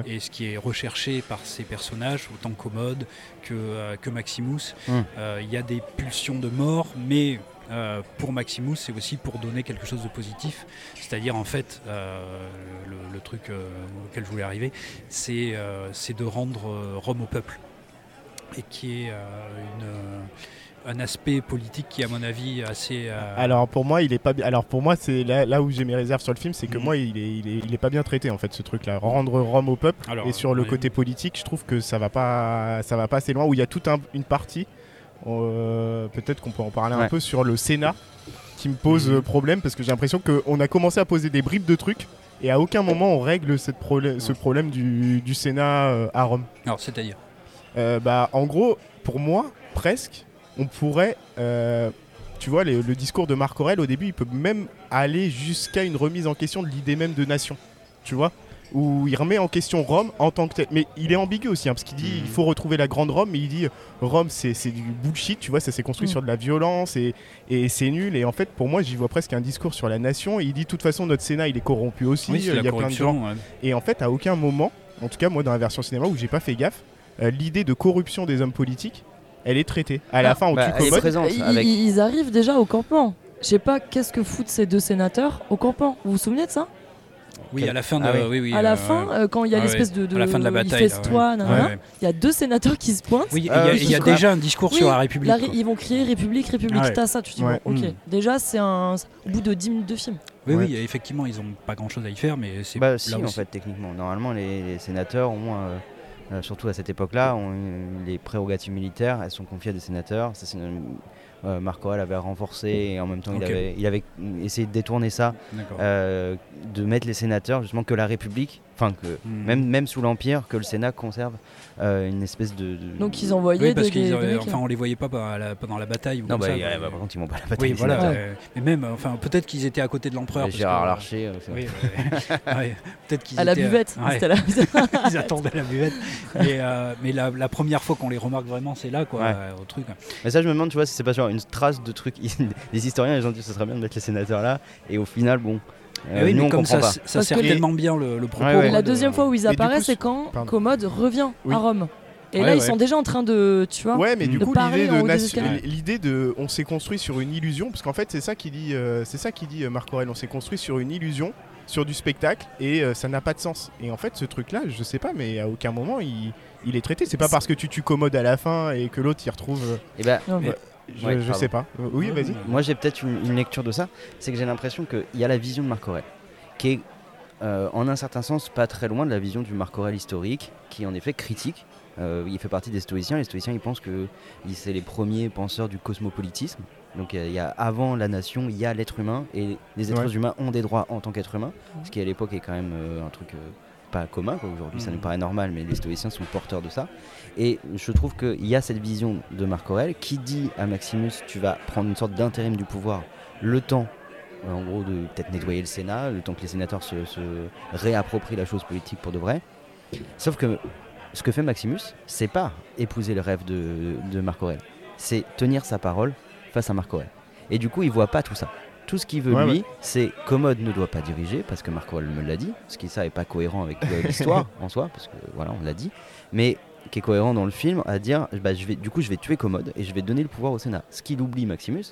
[SPEAKER 4] et ce qui est recherché par ces personnages, autant Commode que, euh, que Maximus.
[SPEAKER 3] Mm.
[SPEAKER 2] Hum.
[SPEAKER 4] Euh, Il y a des pulsions de mort, mais euh, pour Maximus, c'est aussi pour donner quelque chose de positif. C'est-à-dire, en fait, euh, le, le truc euh, auquel je voulais arriver, c'est euh, c'est de rendre euh, Rome au peuple. Et qui est euh, une, euh, un aspect politique qui, à mon avis, est assez. euh,
[SPEAKER 2] Alors pour moi, il est pas. bi- Alors pour moi, c'est là, là où j'ai mes réserves sur le film, c'est que
[SPEAKER 4] Mhm.
[SPEAKER 2] moi, il est, il est, il est pas bien traité en fait ce truc-là. Rendre Rome au peuple.
[SPEAKER 4] alors,
[SPEAKER 2] et sur le
[SPEAKER 4] on est-
[SPEAKER 2] côté politique, je trouve que ça va pas, ça va pas assez loin. Où il y a toute un- une partie, euh, peut-être qu'on peut en parler un
[SPEAKER 3] Ouais.
[SPEAKER 2] peu sur le Sénat, qui me pose
[SPEAKER 4] Mhm.
[SPEAKER 2] euh, problème parce que j'ai l'impression qu'on a commencé à poser des bribes de trucs et à aucun moment on règle cette prole- ce problème du, du Sénat euh, à Rome.
[SPEAKER 4] Alors, c'est-à-dire.
[SPEAKER 2] Euh, bah, en gros, pour moi, presque, on pourrait. euh, tu vois, les- le discours de Marc Aurel, au début, il peut même aller jusqu'à une remise en question de l'idée même de nation. Tu vois Où il remet en question Rome en tant que telle. Mais il est ambigu aussi, hein, parce qu'il dit
[SPEAKER 3] Mhm.
[SPEAKER 4] Mm.
[SPEAKER 2] il faut retrouver la grande Rome, mais il dit Rome, c'est c'est du bullshit, tu vois, ça s'est
[SPEAKER 4] Mm.
[SPEAKER 2] construit
[SPEAKER 1] Mhm.
[SPEAKER 2] sur de la violence et, et c'est nul. Et en fait, pour moi, j'y vois presque un discours sur la nation. Et il dit de toute façon, notre Sénat, il est corrompu aussi,
[SPEAKER 4] Oui, c'est
[SPEAKER 2] il y
[SPEAKER 4] la
[SPEAKER 2] a plein de gens.
[SPEAKER 4] corruption. euh. ouais.
[SPEAKER 2] Et en fait, à aucun moment, en tout cas moi dans la version cinéma où j'ai pas fait gaffe, euh, l'idée de corruption des hommes politiques, elle est traitée. À la
[SPEAKER 1] Ah,
[SPEAKER 2] fin, on
[SPEAKER 3] bah,
[SPEAKER 2] tue
[SPEAKER 3] elle est
[SPEAKER 2] Commode.
[SPEAKER 3] présente
[SPEAKER 1] Ils,
[SPEAKER 3] avec.
[SPEAKER 1] ils arrivent déjà au campement. Je sais pas qu'est-ce que foutent ces deux sénateurs au campement. Vous vous souvenez de ça
[SPEAKER 4] Oui, à la fin de.
[SPEAKER 3] Ah oui.
[SPEAKER 4] oui, oui,
[SPEAKER 1] À la
[SPEAKER 4] euh,
[SPEAKER 1] fin, hein. euh, quand il y a
[SPEAKER 4] Ah
[SPEAKER 1] l'espèce de,
[SPEAKER 4] à la fin de la
[SPEAKER 1] ils
[SPEAKER 4] bataille, là,
[SPEAKER 1] festoient,
[SPEAKER 4] ouais.
[SPEAKER 1] nanana, il
[SPEAKER 4] Ouais, ouais.
[SPEAKER 1] y a deux sénateurs qui se pointent.
[SPEAKER 4] Oui, il y
[SPEAKER 3] Euh, oui,
[SPEAKER 4] a, il y a
[SPEAKER 3] c'est ça.
[SPEAKER 4] déjà un discours sur
[SPEAKER 1] Oui,
[SPEAKER 4] la République.
[SPEAKER 1] La ré-
[SPEAKER 4] quoi.
[SPEAKER 1] ils vont crier République, République,
[SPEAKER 4] Ouais.
[SPEAKER 1] t'as ça. Tu te dis,
[SPEAKER 2] Ah Ouais.
[SPEAKER 1] bon, ok.
[SPEAKER 4] Mm.
[SPEAKER 1] Déjà, c'est un. Au bout de 10 minutes de film.
[SPEAKER 4] Oui,
[SPEAKER 2] Ouais.
[SPEAKER 4] oui, effectivement, ils n'ont pas grand-chose à y faire, mais c'est
[SPEAKER 3] Bah
[SPEAKER 4] là
[SPEAKER 3] si,
[SPEAKER 4] aussi.
[SPEAKER 3] en fait, techniquement. Normalement, les, les sénateurs ont, euh, euh, surtout à cette époque-là, ont une- les prérogatives militaires, elles sont confiées à des sénateurs. Ça, c'est une- euh, Marc Aurèle avait renforcé et en même temps,
[SPEAKER 4] Ok.
[SPEAKER 3] il, avait, il avait mm, essayé de détourner ça,
[SPEAKER 4] D'accord.
[SPEAKER 3] euh, de mettre les sénateurs, justement, que la République, enfin, que
[SPEAKER 4] Hmm.
[SPEAKER 3] même, même sous l'Empire, que le Sénat conserve euh, une espèce de... de-
[SPEAKER 1] Donc, ils
[SPEAKER 4] Oui,
[SPEAKER 1] envoyaient
[SPEAKER 4] parce
[SPEAKER 1] des- des,
[SPEAKER 4] qu'ils
[SPEAKER 1] des
[SPEAKER 4] avaient-
[SPEAKER 1] mecs, hein.
[SPEAKER 4] enfin, on les voyait pas par la- pendant la bataille ou
[SPEAKER 3] Non,
[SPEAKER 4] comme
[SPEAKER 3] bah,
[SPEAKER 4] ça.
[SPEAKER 3] il-
[SPEAKER 4] mais-
[SPEAKER 3] ouais, bah, par contre, ils vont pas la bataille.
[SPEAKER 4] oui,
[SPEAKER 3] des
[SPEAKER 4] voilà.
[SPEAKER 3] sénateurs.
[SPEAKER 4] euh, Mais même, enfin, peut-être qu'ils étaient à côté de l'empereur.
[SPEAKER 3] Et
[SPEAKER 4] parce
[SPEAKER 3] Gérard
[SPEAKER 4] que-
[SPEAKER 3] Larcher, euh, c'est-
[SPEAKER 4] Oui, ouais, ouais. peut-être qu'ils
[SPEAKER 1] euh, à la
[SPEAKER 4] étaient
[SPEAKER 1] buvette.
[SPEAKER 4] euh, ouais,
[SPEAKER 1] C'était à la
[SPEAKER 4] ils attendaient la buvette. Mais, euh, mais la, la première fois qu'on les remarque vraiment, c'est là, quoi,
[SPEAKER 3] Ouais.
[SPEAKER 4] euh, au truc.
[SPEAKER 3] Mais ça, je me demande, tu vois, si c'est pas genre une trace de truc. les historiens, ils ont dit, ce serait bien de mettre les sénateurs là. Et au final, bon. euh,
[SPEAKER 4] Mais Eh oui,
[SPEAKER 3] nous,
[SPEAKER 4] mais
[SPEAKER 3] on
[SPEAKER 4] comme
[SPEAKER 3] comprend
[SPEAKER 4] ça,
[SPEAKER 3] pas.
[SPEAKER 4] ça
[SPEAKER 1] Parce
[SPEAKER 4] sert
[SPEAKER 1] que-
[SPEAKER 4] tellement bien le, le propos.
[SPEAKER 3] Ouais, ouais.
[SPEAKER 4] quoi,
[SPEAKER 1] La
[SPEAKER 4] de-
[SPEAKER 1] deuxième fois où ils
[SPEAKER 2] du
[SPEAKER 1] apparaissent,
[SPEAKER 2] coup,
[SPEAKER 1] c'est quand
[SPEAKER 2] pardon.
[SPEAKER 1] Commode revient
[SPEAKER 2] Oui.
[SPEAKER 1] à Rome. Et
[SPEAKER 4] Ouais,
[SPEAKER 1] là, ils
[SPEAKER 4] ouais.
[SPEAKER 1] sont déjà en train de. Tu vois
[SPEAKER 2] Ouais, mais du
[SPEAKER 1] de
[SPEAKER 2] coup,
[SPEAKER 1] Paris
[SPEAKER 2] l'idée
[SPEAKER 1] en
[SPEAKER 2] de,
[SPEAKER 1] haut des
[SPEAKER 2] nation-
[SPEAKER 1] escaliers.
[SPEAKER 2] l'idée de, on s'est construit sur une illusion, parce qu'en fait, c'est ça qui dit, euh, c'est ça qui dit euh, Marc Aurel, on s'est construit sur une illusion, sur du spectacle, et euh, ça n'a pas de sens. Et en fait, ce truc-là, je sais pas, mais à aucun moment il, il est traité. C'est pas parce que tu tues Commode à la fin et que l'autre y retrouve. euh,
[SPEAKER 3] Et ben,
[SPEAKER 1] Non, mais-
[SPEAKER 2] Je,
[SPEAKER 3] Ouais,
[SPEAKER 2] je sais pas. Euh, Oui,
[SPEAKER 4] Ouais,
[SPEAKER 2] vas-y.
[SPEAKER 4] ouais.
[SPEAKER 3] moi, j'ai peut-être une, une lecture de ça. C'est que j'ai l'impression qu'il y a la vision de Marc Aurèle, qui est, euh, en un certain sens, pas très loin de la vision du Marc Aurèle historique, qui est en effet critique. Euh, il fait partie des stoïciens. Les stoïciens, ils pensent que ils- c'est les premiers penseurs du cosmopolitisme. Donc, euh, il y a avant la nation, il y a l'être humain, et les êtres
[SPEAKER 2] Ouais.
[SPEAKER 3] humains ont des droits en tant qu'êtres humains, ce qui à l'époque est quand même euh, un truc euh, pas commun. quoi. Aujourd'hui, ça nous paraît normal, mais les stoïciens sont porteurs de ça. Et je trouve qu'il y a cette vision de Marc Aurèle qui dit à Maximus tu vas prendre une sorte d'intérim du pouvoir, le temps, euh, en gros, de peut-être nettoyer le Sénat, le temps que les sénateurs se, se réapproprient la chose politique pour de vrai. Sauf que ce que fait Maximus, c'est pas épouser le rêve de, de Marc Aurèle, c'est tenir sa parole face à Marc Aurèle. Et du coup, il voit pas tout ça. Tout ce qu'il veut,
[SPEAKER 2] Ouais,
[SPEAKER 3] lui, c'est Commode ne doit pas diriger, parce que Marc Aurèle me l'a dit, ce qui, ça, est pas cohérent avec euh, l'histoire en soi, parce que, voilà, on l'a dit, mais qui est cohérent dans le film, à dire, bah, je vais, du coup, je vais tuer Commode et je vais donner le pouvoir au Sénat. Ce qu'il oublie, Maximus,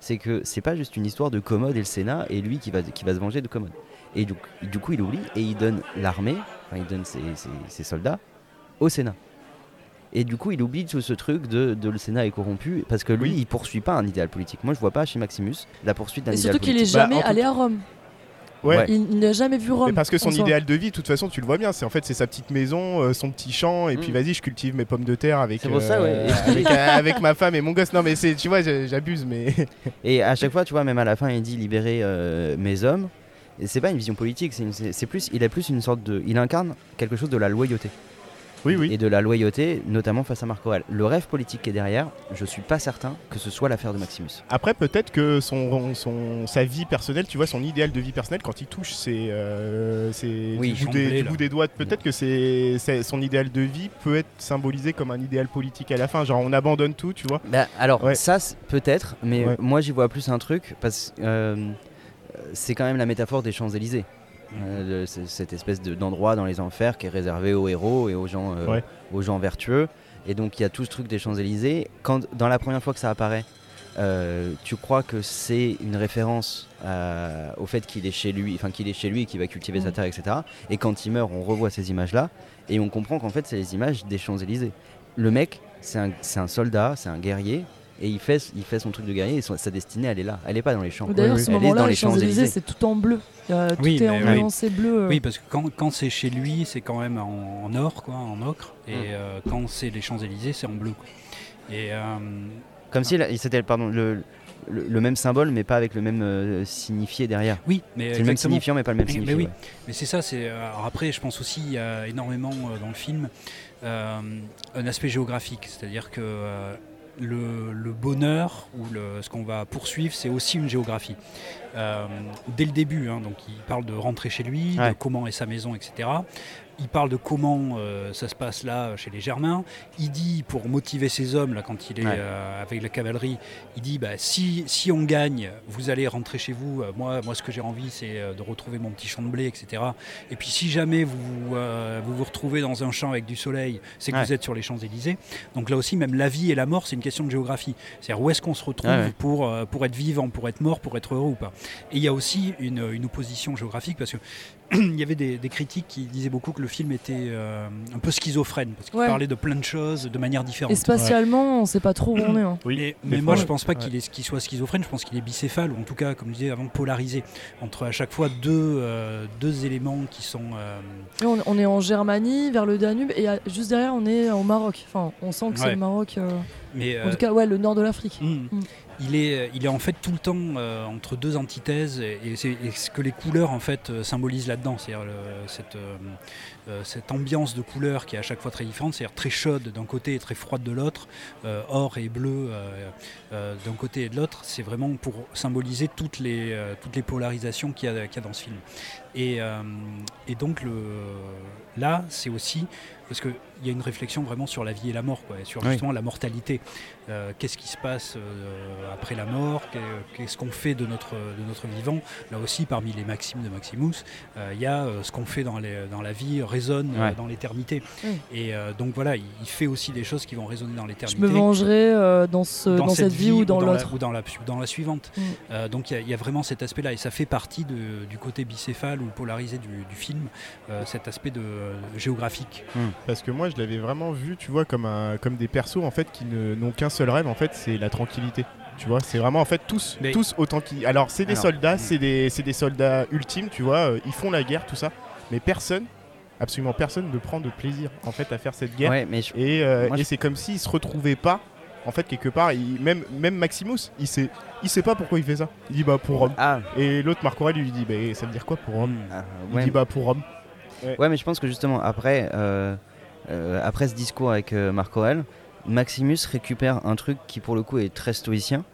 [SPEAKER 3] c'est que c'est pas juste une histoire de Commode et le Sénat et lui qui va, qui va se venger de Commode. Et du, du coup, il oublie et il donne l'armée, enfin, il donne ses, ses- ses soldats au Sénat. Et du coup, il oublie tout ce truc de, de le Sénat est corrompu parce que lui,
[SPEAKER 2] Oui.
[SPEAKER 3] il poursuit pas un idéal politique. Moi, je vois pas chez Maximus la poursuite d'un
[SPEAKER 1] Et
[SPEAKER 3] idéal
[SPEAKER 1] surtout qu'il
[SPEAKER 3] politique.
[SPEAKER 1] est
[SPEAKER 2] Bah,
[SPEAKER 1] jamais
[SPEAKER 2] en tout
[SPEAKER 1] allé à Rome.
[SPEAKER 2] Ouais.
[SPEAKER 3] Ouais.
[SPEAKER 1] Il, il n'a jamais vu Rome.
[SPEAKER 2] Mais parce que son
[SPEAKER 1] en soi.
[SPEAKER 2] idéal de vie, de toute façon, tu le vois bien, c'est en fait c'est sa petite maison, euh, son petit champ, et puis
[SPEAKER 3] Mm.
[SPEAKER 2] vas-y, je cultive mes pommes de terre avec euh,
[SPEAKER 3] C'est pour ça, ouais.
[SPEAKER 2] avec, avec ma femme et mon gosse. Non, mais c'est, tu vois, je- j'abuse, mais
[SPEAKER 3] Et à chaque fois, tu vois, même à la fin, il dit libérer euh, mes hommes. Et c'est pas une vision politique, c'est une- c'est c'est plus, il a plus une sorte de, il incarne quelque chose de la loyauté.
[SPEAKER 2] oui, oui.
[SPEAKER 3] et de la loyauté, notamment face à Marc Aurèle. Le rêve politique qui est derrière, je suis pas certain que ce soit l'affaire de Maximus.
[SPEAKER 2] Après, peut-être que son, son, sa vie personnelle, tu vois, son idéal de vie personnelle, quand il touche ses, euh, ses-
[SPEAKER 3] Oui,
[SPEAKER 2] du, bout
[SPEAKER 4] Chamblé,
[SPEAKER 2] des, du
[SPEAKER 4] là.
[SPEAKER 2] bout des doigts, peut-être que c'est, c'est- son idéal de vie peut être symbolisé comme un idéal politique à la fin. Genre, on abandonne tout, tu vois.
[SPEAKER 3] Bah, alors,
[SPEAKER 2] Ouais.
[SPEAKER 3] ça, c'est- peut-être, mais
[SPEAKER 2] Ouais.
[SPEAKER 3] moi, j'y vois plus un truc, parce que euh, c'est quand même la métaphore des Champs-Élysées. Euh, de- c- cette espèce de- d'endroit dans les enfers qui est réservé aux héros et aux gens, euh,
[SPEAKER 2] Ouais.
[SPEAKER 3] aux gens vertueux. Et donc, il y a tout ce truc des Champs-Élysées. Quand, dans la première fois que ça apparaît, euh, tu crois que c'est une référence à- au fait qu'il est chez lui, enfin qu'il est chez lui, et qu'il va cultiver sa
[SPEAKER 2] Mm.
[SPEAKER 1] Mhm.
[SPEAKER 3] terre, etc. Et quand il meurt, on revoit ces images-là et on comprend qu'en fait, c'est les images des Champs-Élysées. Le mec, c'est un, c'est un soldat, c'est un guerrier, et il fait, il fait son truc de guerrier, et son- sa destinée, elle est là. Elle est pas dans les champs.
[SPEAKER 1] D'ailleurs,
[SPEAKER 2] Oui,
[SPEAKER 1] ce
[SPEAKER 3] oui. Elle est dans
[SPEAKER 1] moment-là,
[SPEAKER 3] les
[SPEAKER 1] les Champs-Élysées,
[SPEAKER 3] Champs-Élysées.
[SPEAKER 1] c'est tout en bleu. Il y a- tout
[SPEAKER 4] Oui,
[SPEAKER 1] est
[SPEAKER 4] mais
[SPEAKER 1] en
[SPEAKER 4] oui.
[SPEAKER 1] nuancé bleu. euh.
[SPEAKER 4] Oui, parce que quand, quand c'est chez lui, c'est quand même en, en or, quoi, en ocre.
[SPEAKER 3] Mm.
[SPEAKER 4] Et euh, quand c'est les Champs-Élysées, c'est en bleu. quoi. Et euh,
[SPEAKER 3] Comme si la- c'était pardon, le, le, le même symbole, mais pas avec le même euh, signifié derrière.
[SPEAKER 4] oui, mais
[SPEAKER 3] C'est le même
[SPEAKER 4] exactement.
[SPEAKER 3] signifiant, mais pas le même
[SPEAKER 2] Eh,
[SPEAKER 4] Mais- mais
[SPEAKER 3] signifié.
[SPEAKER 4] oui.
[SPEAKER 3] ouais.
[SPEAKER 4] Mais c'est ça, c'est. euh, alors après, je pense aussi, il y a énormément euh, dans le film euh, un aspect géographique, c'est-à-dire que euh, le, le bonheur ou le- ce qu'on va poursuivre, c'est aussi une géographie. Euh, dès le début, hein, donc il parle de rentrer chez lui,
[SPEAKER 3] Ouais.
[SPEAKER 4] de comment est sa maison, etc. Il parle de comment euh, ça se passe là euh, chez les Germains. Il dit pour motiver ses hommes là quand il est
[SPEAKER 3] Ouais.
[SPEAKER 4] euh, avec la cavalerie, il dit bah, si, si on gagne, vous allez rentrer chez vous. Euh, Moi, moi ce que j'ai envie, c'est euh, de retrouver mon petit champ de blé, etc. Et puis si jamais vous vous, euh, vous, vous retrouvez dans un champ avec du soleil, c'est que
[SPEAKER 3] Ouais.
[SPEAKER 4] vous êtes sur les Champs-Élysées. Donc là aussi, même la vie et la mort, c'est une question de géographie. C'est-à-dire où est-ce qu'on se retrouve
[SPEAKER 3] Ouais, ouais.
[SPEAKER 4] Pour, euh, pour être vivant, pour être mort, pour être heureux ou pas. Et il y a aussi une, une opposition géographique parce que il y avait des, des critiques qui disaient beaucoup que le film était euh, un peu schizophrène parce qu'il
[SPEAKER 1] Ouais.
[SPEAKER 4] parlait de plein de choses de manière différente.
[SPEAKER 1] Et spatialement, on sait pas trop où on est. hein.
[SPEAKER 2] Oui.
[SPEAKER 4] Mais,
[SPEAKER 2] Des
[SPEAKER 4] mais
[SPEAKER 2] fois,
[SPEAKER 4] moi, je
[SPEAKER 2] ouais.
[SPEAKER 4] pense pas qu'il est- qu'il soit schizophrène. Je pense qu'il est bicéphale, ou en tout cas, comme je disais avant, polarisé entre à chaque fois deux, euh, deux éléments qui sont. euh,
[SPEAKER 1] Et on, on est en Germanie, vers le Danube, et à- juste derrière, on est au Maroc. Enfin, on sent que c'est
[SPEAKER 4] Ouais.
[SPEAKER 1] le Maroc. euh,
[SPEAKER 4] mais
[SPEAKER 1] En
[SPEAKER 4] euh,
[SPEAKER 1] tout cas, ouais, le nord de l'Afrique.
[SPEAKER 4] Mm.
[SPEAKER 1] Mm.
[SPEAKER 4] Il, est, il est en fait tout le temps euh, entre deux antithèses et, et c'est et ce que les couleurs en fait euh, symbolisent là-dedans, c'est-à-dire le- cette, euh, euh, cette ambiance de couleurs qui est à chaque fois très différente, c'est-à-dire très chaude d'un côté et très froide de l'autre, euh, or et bleu euh, euh, d'un côté et de l'autre, c'est vraiment pour symboliser toutes les, euh, toutes les polarisations qu'il y, a- qu'il y a dans ce film. Et, euh, et donc le, là, c'est aussi parce qu'il y a une réflexion vraiment sur la vie et la mort, quoi, et sur
[SPEAKER 3] Oui.
[SPEAKER 4] justement la mortalité. Euh, qu'est-ce qui se passe euh, après la mort, Qu'est- qu'est-ce qu'on fait de notre, de notre vivant. Là aussi, parmi les maximes de Maximus, euh, il y a euh, ce qu'on fait dans, les- dans la vie résonne euh,
[SPEAKER 3] Ouais.
[SPEAKER 4] dans l'éternité.
[SPEAKER 1] Oui.
[SPEAKER 4] Et euh, donc voilà, il, il fait aussi des choses qui vont résonner dans
[SPEAKER 1] Je
[SPEAKER 4] l'éternité.
[SPEAKER 1] me vengerai euh, dans, ce, dans, cette, vie, ou dans
[SPEAKER 4] la-
[SPEAKER 1] l'autre.
[SPEAKER 4] ou dans la, dans la suivante.
[SPEAKER 1] Mm.
[SPEAKER 4] Euh, donc il y a- il y, a vraiment cet aspect-là et ça fait partie de- du côté bicéphale ou polarisé du, du film, euh, cet aspect de, géographique.
[SPEAKER 2] Parce que moi, je l'avais vraiment vu, tu vois, comme, un, comme des persos en fait qui ne- n'ont qu'un seul rêve, en fait, c'est la tranquillité. Tu vois, c'est vraiment en fait tous,
[SPEAKER 4] Mais-
[SPEAKER 2] tous autant qu'ils. Alors, c'est des
[SPEAKER 3] Alors,
[SPEAKER 2] soldats,
[SPEAKER 3] mm.
[SPEAKER 2] c'est des, c'est des soldats ultimes, tu vois, euh, ils font la guerre, tout ça, mais personne, absolument personne, ne prend de plaisir en fait à faire cette guerre.
[SPEAKER 3] Ouais, mais je-
[SPEAKER 2] Et, euh,
[SPEAKER 3] Moi,
[SPEAKER 2] et
[SPEAKER 3] je-
[SPEAKER 2] c'est comme s'ils se retrouvaient pas, en fait, quelque part. il- même, même Maximus, il sait, il sait pas pourquoi il fait ça. Il dit bah pour Rome.
[SPEAKER 3] Ah,
[SPEAKER 2] Et l'autre, Marc Aurèle, lui dit bah ça veut dire quoi pour Rome
[SPEAKER 3] ah,
[SPEAKER 2] Il
[SPEAKER 3] ouais.
[SPEAKER 2] dit bah pour Rome. Ouais.
[SPEAKER 3] Ouais, mais je pense que justement, après, euh, euh, après ce discours avec euh, Marc Aurel, Maximus récupère un truc qui, pour le coup, est très stoïcien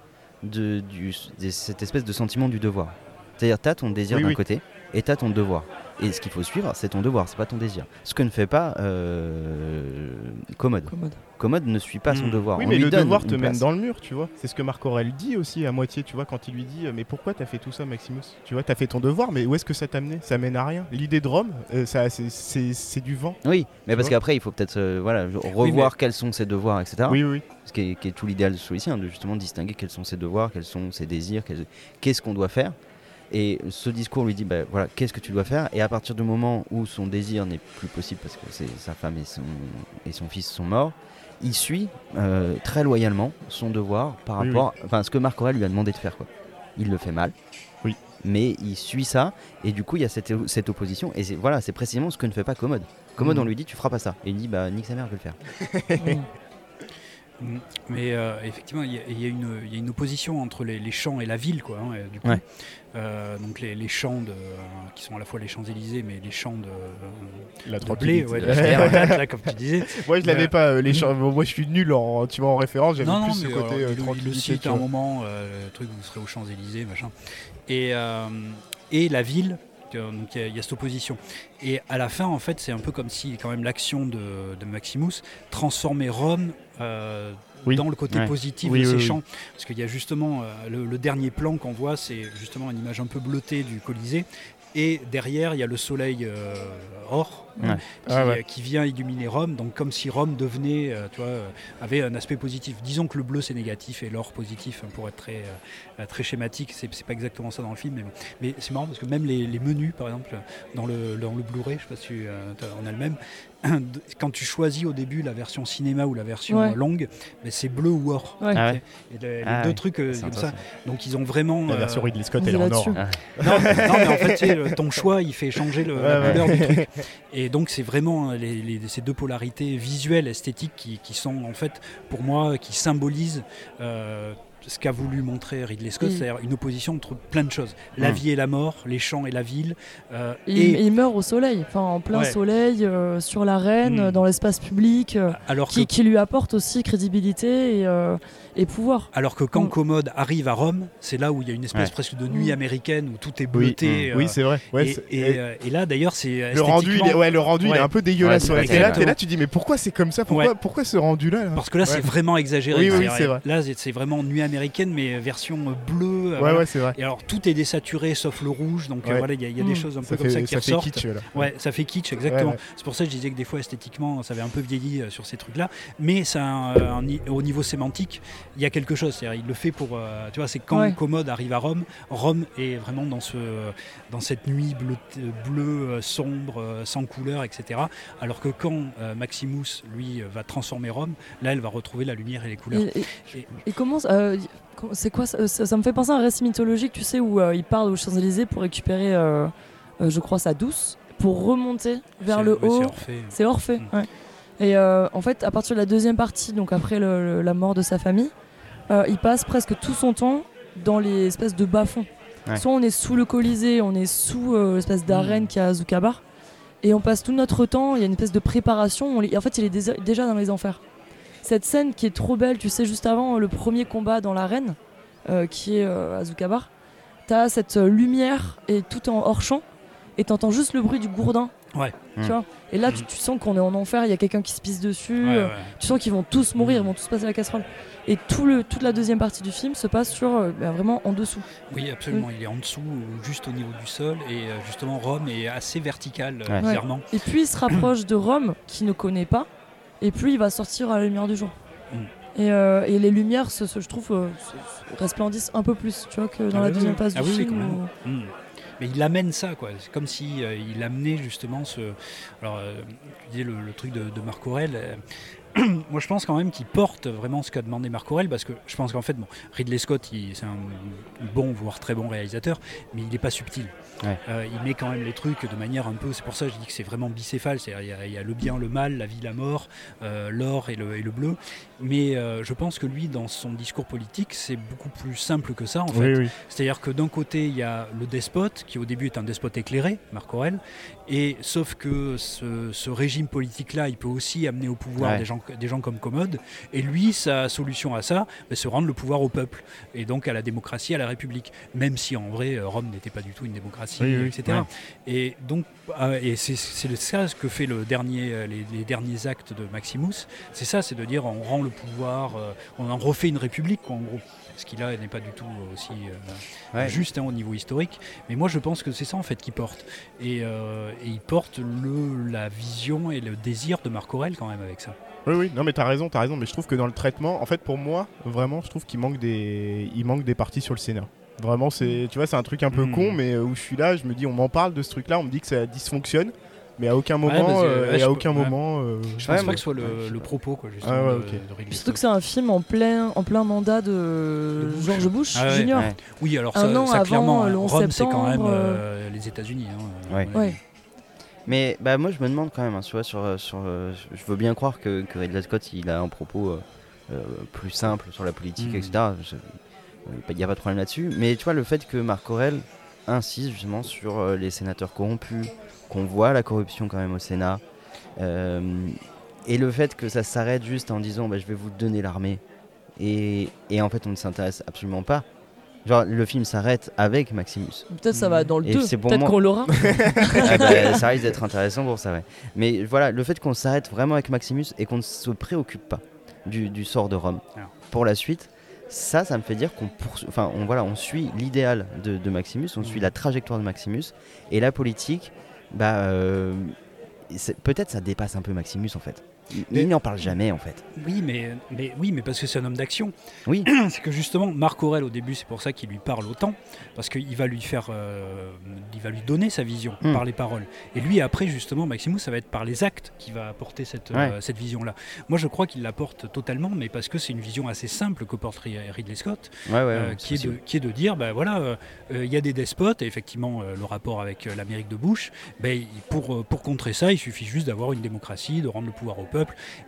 [SPEAKER 3] de, du- de cette espèce de sentiment du devoir. C'est-à-dire, t'as ton désir
[SPEAKER 2] Oui,
[SPEAKER 3] d'un
[SPEAKER 2] oui.
[SPEAKER 3] côté et t'as ton devoir. Et ce qu'il faut suivre, c'est ton devoir, c'est pas ton désir. Ce que ne fait pas euh, Commode.
[SPEAKER 1] Commode.
[SPEAKER 3] Commode ne suit pas son
[SPEAKER 4] Mm.
[SPEAKER 3] devoir.
[SPEAKER 2] Hmm. Oui,
[SPEAKER 3] On
[SPEAKER 2] mais
[SPEAKER 3] lui
[SPEAKER 2] le
[SPEAKER 3] donne
[SPEAKER 2] devoir
[SPEAKER 3] une
[SPEAKER 2] te mène
[SPEAKER 3] place.
[SPEAKER 2] dans le mur, tu vois. C'est ce que Marc Aurel dit aussi à moitié, tu vois, quand il lui dit euh, Mais pourquoi t'as fait tout ça, Maximus Tu vois, t'as fait ton devoir, mais où est-ce que ça t'a mené Ça mène à rien. L'idée de Rome, euh, ça, c'est- c'est c'est du vent.
[SPEAKER 3] Oui, mais parce
[SPEAKER 2] vois.
[SPEAKER 3] qu'après, il faut peut-être euh, voilà, revoir quels sont ses devoirs, etc.
[SPEAKER 2] Oui, oui.
[SPEAKER 3] ce qui est, qui est tout l'idéal du stoïcien, de justement distinguer quels sont ses devoirs, quels sont ses désirs, quels- qu'est-ce qu'on doit faire. Et ce discours lui dit, bah, voilà, qu'est-ce que tu dois faire Et à partir du moment où son désir n'est plus possible parce que c'est- sa femme et son, et son fils sont morts, il suit euh, très loyalement son devoir par
[SPEAKER 2] Oui,
[SPEAKER 3] rapport, enfin, ce que Marc Aurèle lui a demandé de faire. Quoi. Il le fait mal.
[SPEAKER 2] Oui.
[SPEAKER 3] Mais il suit ça, et du coup il y a cette, cette opposition, et c'est voilà, c'est précisément ce que ne fait pas Commode. Commode,
[SPEAKER 2] Mhm.
[SPEAKER 3] on lui dit tu feras pas ça, et il dit bah nique sa mère, je vais le faire.
[SPEAKER 1] Mm.
[SPEAKER 4] Mm. Mais euh, effectivement, il y, a- il y a une- il y a une opposition entre les, les champs et la ville, quoi. hein, et du coup.
[SPEAKER 3] Ouais.
[SPEAKER 4] Euh, donc les, les champs de, euh, qui sont à la fois les Champs Élysées, mais les champs de, euh,
[SPEAKER 2] La
[SPEAKER 4] de blé,
[SPEAKER 2] tranquillité.
[SPEAKER 4] ouais, de terre, là, là, comme tu disais.
[SPEAKER 2] Moi, je l'avais
[SPEAKER 4] Euh,
[SPEAKER 2] pas. euh, les champs- Moi, je suis nul en, tu vois, en référence. J'avais
[SPEAKER 4] Non, non,
[SPEAKER 2] plus ce
[SPEAKER 4] mais
[SPEAKER 2] côté euh,
[SPEAKER 4] euh, il- il le
[SPEAKER 2] tranquillité,
[SPEAKER 4] cite
[SPEAKER 2] tu
[SPEAKER 4] à un
[SPEAKER 2] vois.
[SPEAKER 4] moment, euh, le truc où vous serez aux Champs Élysées, machin. Et euh, et la ville. tu vois, Donc il y, a- il y a cette opposition. Et à la fin, en fait, c'est un peu comme si quand même l'action de, de Maximus transformait Rome euh,
[SPEAKER 2] Oui.
[SPEAKER 4] dans le côté
[SPEAKER 3] Ouais.
[SPEAKER 4] positif
[SPEAKER 2] Oui,
[SPEAKER 4] de
[SPEAKER 2] oui,
[SPEAKER 4] ces
[SPEAKER 2] oui.
[SPEAKER 4] champs. Parce qu'il y a justement euh, le, le dernier plan qu'on voit, c'est justement une image un peu bleutée du Colisée. Et derrière, il y a le soleil euh, or hein,
[SPEAKER 3] Ouais.
[SPEAKER 4] qui,
[SPEAKER 2] Ah ouais.
[SPEAKER 4] qui vient illuminer Rome. Donc comme si Rome devenait, euh, tu vois, euh, avait un aspect positif. Disons que le bleu c'est négatif et l'or positif, hein, pour être très, euh, très schématique. C'est c'est pas exactement ça dans le film, mais, bon. mais c'est marrant parce que même les, les menus, par exemple, dans le, dans le Blu-ray, je sais pas si tu, euh, t'as- on a le même. de- Quand tu choisis au début la version cinéma ou la version
[SPEAKER 1] Ouais.
[SPEAKER 4] euh, longue, mais c'est bleu ou or.
[SPEAKER 1] Ouais.
[SPEAKER 3] Ah ouais.
[SPEAKER 4] Et le- les
[SPEAKER 3] Ah
[SPEAKER 4] deux
[SPEAKER 3] ouais.
[SPEAKER 4] trucs euh,
[SPEAKER 3] C'est
[SPEAKER 4] comme ça.
[SPEAKER 3] intéressant.
[SPEAKER 4] Donc ils ont vraiment.
[SPEAKER 2] La
[SPEAKER 4] euh,
[SPEAKER 2] version Ridley Scott,
[SPEAKER 1] on est
[SPEAKER 2] elle est en or.
[SPEAKER 1] là-dessus.
[SPEAKER 4] non, non, mais en fait, tu sais, le- ton choix, il fait changer le, la
[SPEAKER 2] Ouais, ouais.
[SPEAKER 4] couleur du truc. Et donc, c'est vraiment euh, les- les- ces deux polarités visuelles, esthétiques, qui, qui sont en fait, pour moi, qui symbolisent euh, ce qu'a voulu montrer Ridley Scott,
[SPEAKER 1] Mm.
[SPEAKER 4] c'est-à-dire une opposition entre plein de choses la
[SPEAKER 3] Mm.
[SPEAKER 4] vie et la mort, les champs et la ville. euh,
[SPEAKER 1] Mm. Et,
[SPEAKER 4] et,
[SPEAKER 1] il- il meurt au soleil, enfin en plein
[SPEAKER 4] Ouais.
[SPEAKER 1] soleil, euh, sur l'arène,
[SPEAKER 4] Mm.
[SPEAKER 1] euh, dans l'espace public, euh,
[SPEAKER 4] alors Ah, que
[SPEAKER 1] qui, qui lui apporte aussi crédibilité et, euh, et pouvoir.
[SPEAKER 4] Alors que quand
[SPEAKER 1] Mm.
[SPEAKER 4] Commode arrive à Rome, c'est là où il y a une espèce
[SPEAKER 3] Ouais.
[SPEAKER 4] presque de nuit américaine où tout
[SPEAKER 2] Oui,
[SPEAKER 4] est
[SPEAKER 2] mm.
[SPEAKER 4] bleuté. euh,
[SPEAKER 2] oui, c'est vrai. Ouais,
[SPEAKER 4] et,
[SPEAKER 2] c'est- eh,
[SPEAKER 4] et, euh, et là, d'ailleurs, c'est
[SPEAKER 2] le rendu, il est,
[SPEAKER 4] esthétiquement-
[SPEAKER 2] ouais, le rendu, il est
[SPEAKER 4] Ouais.
[SPEAKER 2] un peu dégueulasse.
[SPEAKER 3] Ouais,
[SPEAKER 2] ouais.
[SPEAKER 3] c'est
[SPEAKER 2] Et là,
[SPEAKER 4] exactement.
[SPEAKER 2] t'es là, tu dis, mais pourquoi c'est comme ça Pourquoi,
[SPEAKER 4] Ouais.
[SPEAKER 2] pourquoi ce rendu-là là
[SPEAKER 4] Parce que là,
[SPEAKER 2] Ouais.
[SPEAKER 4] c'est vraiment exagéré.
[SPEAKER 2] Oui, oui,
[SPEAKER 4] C'est-à-dire,
[SPEAKER 2] c'est vrai.
[SPEAKER 4] Là, c'est- c'est vraiment nuit américaine, mais version euh, bleue. euh,
[SPEAKER 2] Ouais,
[SPEAKER 4] voilà.
[SPEAKER 2] ouais, c'est vrai.
[SPEAKER 4] Et alors, tout est désaturé sauf le rouge. Donc, euh,
[SPEAKER 2] Ouais.
[SPEAKER 4] voilà, il y a, il y a des
[SPEAKER 1] Mm.
[SPEAKER 4] choses un peu
[SPEAKER 2] Ça
[SPEAKER 4] comme ça
[SPEAKER 2] fait,
[SPEAKER 4] qui
[SPEAKER 2] ça fait
[SPEAKER 4] ressortent.
[SPEAKER 2] kitsch là.
[SPEAKER 4] Ouais, ça fait kitsch, exactement.
[SPEAKER 2] Ouais, ouais.
[SPEAKER 4] C'est pour ça que je disais que des fois esthétiquement, ça avait un peu vieilli euh, sur ces trucs-là. Mais ça, a un- un ni- au niveau sémantique, il y a quelque chose. C'est-à-dire, il le fait pour. euh, tu vois, c'est quand
[SPEAKER 1] Ouais.
[SPEAKER 4] Commode arrive à Rome, Rome est vraiment dans, ce, euh, dans cette nuit bleue, bleue, euh, sombre, euh, sans couleur, etc. Alors que quand euh, Maximus, lui, euh, va transformer Rome, là, elle va retrouver la lumière et les couleurs.
[SPEAKER 1] Et, et- et comment. euh, y- com- c'est quoi ça, ça- ça me fait penser à un récit mythologique, tu sais, où euh, il part aux Champs-Élysées pour récupérer, euh, euh, je crois, sa douce, pour remonter vers
[SPEAKER 4] C'est-
[SPEAKER 1] le
[SPEAKER 4] ouais,
[SPEAKER 1] haut.
[SPEAKER 4] c'est Orphée.
[SPEAKER 1] C'est Orphée.
[SPEAKER 4] Mm.
[SPEAKER 1] ouais. Et euh, en fait, à partir de la deuxième partie, donc après le- le- la mort de sa famille, euh, il passe presque tout son temps dans les espèces de bas-fonds.
[SPEAKER 3] Ouais.
[SPEAKER 1] Soit on est sous le Colisée, on est sous euh, l'espèce d'arène
[SPEAKER 4] Mm.
[SPEAKER 1] qu'il y a à Zoukabar, et on passe tout notre temps, il y a une espèce de préparation, on les- en fait il est dés- déjà dans les enfers. Cette scène qui est trop belle, tu sais, juste avant euh, le premier combat dans l'arène, euh, qui est euh, à Zoukabar, t'as cette euh, lumière et tout en hors-champ, et t'entends juste le bruit du gourdin.
[SPEAKER 4] Ouais. Hmm.
[SPEAKER 1] Tu vois et là, tu, tu sens qu'on est en enfer, il y a quelqu'un qui se pisse dessus.
[SPEAKER 4] Ouais,
[SPEAKER 1] euh,
[SPEAKER 4] ouais.
[SPEAKER 1] Tu sens qu'ils vont tous mourir,
[SPEAKER 4] Mm.
[SPEAKER 1] ils vont tous passer la casserole. Et tout le, toute la deuxième partie du film se passe sur euh, bah, vraiment en dessous.
[SPEAKER 4] Oui, absolument. Il est en dessous, ou juste au niveau du sol. Et euh, justement, Rome est assez verticale, euh,
[SPEAKER 3] Ouais.
[SPEAKER 4] bizarrement.
[SPEAKER 1] Et plus il se rapproche de Rome, qui ne connaît pas, et plus il va sortir à la lumière du jour.
[SPEAKER 4] Mm.
[SPEAKER 1] Et, euh, et les lumières, se- se- je trouve, euh, se- se resplendissent un peu plus, tu vois, que dans
[SPEAKER 4] Ah
[SPEAKER 1] la
[SPEAKER 4] oui,
[SPEAKER 1] deuxième
[SPEAKER 4] oui.
[SPEAKER 1] phase
[SPEAKER 4] Ah
[SPEAKER 1] du
[SPEAKER 4] oui, oui,
[SPEAKER 1] film.
[SPEAKER 4] complètement.
[SPEAKER 1] où-
[SPEAKER 4] Mm. Mais il amène ça, quoi. C'est comme si euh, il amenait justement ce. Alors, euh, tu disais le, le truc de, de Marc Aurèle. moi je pense quand même qu'il porte vraiment ce qu'a demandé Marc Aurel parce que je pense qu'en fait bon, Ridley Scott il- c'est un bon voire très bon réalisateur mais il n'est pas subtil
[SPEAKER 3] Ouais.
[SPEAKER 4] Euh, il met quand même les trucs de manière un peu c'est pour ça que je dis que c'est vraiment bicéphale c'est-à-dire il y a- il y, a le bien le mal la vie la mort euh, l'or et le, et le bleu mais euh, je pense que lui dans son discours politique c'est beaucoup plus simple que ça en fait
[SPEAKER 2] oui.
[SPEAKER 4] c'est-à-dire que d'un côté, il y a le despote, qui au début est un despote éclairé, Marc Aurel, et sauf que ce, ce régime politique-là, il peut aussi amener au pouvoir
[SPEAKER 3] Ouais.
[SPEAKER 4] des, gens, des gens comme Commode, et lui, sa solution à ça, bah, c'est rendre le pouvoir au peuple, et donc à la démocratie, à la République, même si en vrai, euh, Rome n'était pas du tout une démocratie,
[SPEAKER 2] Oui, oui,
[SPEAKER 4] etc. Et donc, euh, et c'est c'est ça ce que fait le dernier, euh, les, les derniers actes de Maximus, c'est ça, c'est de dire on rend le pouvoir, euh, on en refait une République, quoi, en gros. Ce qui là n'est pas du tout aussi... euh,
[SPEAKER 3] Ouais.
[SPEAKER 4] juste hein, au niveau historique. Mais moi, je pense que c'est ça en fait qui porte. Et, euh, et il porte le, la vision et le désir de Marc Aurel quand même avec ça.
[SPEAKER 2] Oui, oui, non, mais t'as raison, t'as raison, mais je trouve que dans le traitement, en fait, pour moi, vraiment, je trouve qu'il manque des, il manque des parties sur le Sénat. Vraiment, c'est, tu vois, c'est un truc un peu
[SPEAKER 4] Mm.
[SPEAKER 2] con, mais euh, où je suis là, je me dis, on m'en parle de ce truc-là, on me dit que ça dysfonctionne, mais à aucun moment,
[SPEAKER 4] parce que,
[SPEAKER 2] euh,
[SPEAKER 4] ouais,
[SPEAKER 2] et
[SPEAKER 4] je
[SPEAKER 2] à
[SPEAKER 4] peux-
[SPEAKER 2] aucun
[SPEAKER 4] ouais.
[SPEAKER 2] moment. euh,
[SPEAKER 4] Je
[SPEAKER 3] Ouais,
[SPEAKER 4] pense
[SPEAKER 3] moi,
[SPEAKER 4] pas que ce soit
[SPEAKER 2] ouais, je sais
[SPEAKER 4] le, le
[SPEAKER 2] pas.
[SPEAKER 4] propos, quoi, justement.
[SPEAKER 2] Ah ouais,
[SPEAKER 4] de-
[SPEAKER 2] ok.
[SPEAKER 4] de Ridley
[SPEAKER 1] Puis Surtout que
[SPEAKER 4] Scott.
[SPEAKER 1] c'est un film en plein, en plein mandat de,
[SPEAKER 4] De Bush.
[SPEAKER 1] George Bush
[SPEAKER 4] Ah ouais,
[SPEAKER 1] Junior.
[SPEAKER 3] ouais.
[SPEAKER 4] Oui, alors
[SPEAKER 1] un
[SPEAKER 4] ça,
[SPEAKER 1] an
[SPEAKER 4] ça,
[SPEAKER 1] avant,
[SPEAKER 4] clairement,
[SPEAKER 1] le
[SPEAKER 4] hein,
[SPEAKER 1] 11
[SPEAKER 4] Rome, c'est quand même
[SPEAKER 1] septembre,
[SPEAKER 4] euh, les États-Unis. hein,
[SPEAKER 3] Ouais.
[SPEAKER 4] à mon avis.
[SPEAKER 1] Ouais.
[SPEAKER 3] Mais bah, moi, je me demande quand même, hein, tu vois, sur, euh, sur, euh, je veux bien croire que, que Ridley Scott, il a un propos euh, euh, plus simple sur la politique,
[SPEAKER 4] Mhm.
[SPEAKER 3] etc. Je- Il n'y a pas de problème là-dessus. Mais tu vois, le fait que Marc Aurel insiste justement sur euh, les sénateurs corrompus, qu'on voit la corruption quand même au Sénat, euh, et le fait que ça s'arrête juste en disant bah, je vais vous donner l'armée, et, et en fait on ne s'intéresse absolument pas. Genre, le film s'arrête avec Maximus.
[SPEAKER 1] Peut-être ça
[SPEAKER 4] Mm.
[SPEAKER 1] va dans le
[SPEAKER 3] Et
[SPEAKER 1] 2,
[SPEAKER 3] c'est pour
[SPEAKER 1] peut-être
[SPEAKER 3] moi.
[SPEAKER 1] qu'on l'aura.
[SPEAKER 3] Ah bah, ça risque d'être intéressant pour ça, ouais. Mais voilà, le fait qu'on s'arrête vraiment avec Maximus et qu'on ne se préoccupe pas du, du sort de Rome
[SPEAKER 4] Alors.
[SPEAKER 3] pour la suite, ça, ça me fait dire qu'on poursu- enfin, on, voilà, on suit l'idéal de, de Maximus, on
[SPEAKER 4] Mm.
[SPEAKER 3] suit la trajectoire de Maximus et la politique, bah, euh, c'est- peut-être ça dépasse un peu Maximus en fait. Il,
[SPEAKER 2] Mais-
[SPEAKER 3] il n'en parle jamais en fait.
[SPEAKER 4] Oui, mais, mais, oui, mais parce que c'est un homme d'action.
[SPEAKER 3] Oui.
[SPEAKER 4] c'est que justement, Marc Aurel, au début, c'est pour ça qu'il lui parle autant, parce qu'il va lui faire, euh, il va lui donner sa vision
[SPEAKER 3] Mm.
[SPEAKER 4] par les paroles. Et lui, après, justement, Maximus, ça va être par les actes qu'il va apporter cette, euh, cette vision-là. Moi, je crois qu'il l'apporte totalement, mais parce que c'est une vision assez simple que porte Ri- Ridley Scott,
[SPEAKER 3] Ouais, ouais,
[SPEAKER 4] euh, qui, est de, qui est de dire, ben voilà, euh, euh, il y a des despotes, et effectivement, euh, le rapport avec euh, l'Amérique de Bush, ben, il- pour, euh, pour contrer ça, il suffit juste d'avoir une démocratie, de rendre le pouvoir au peuple.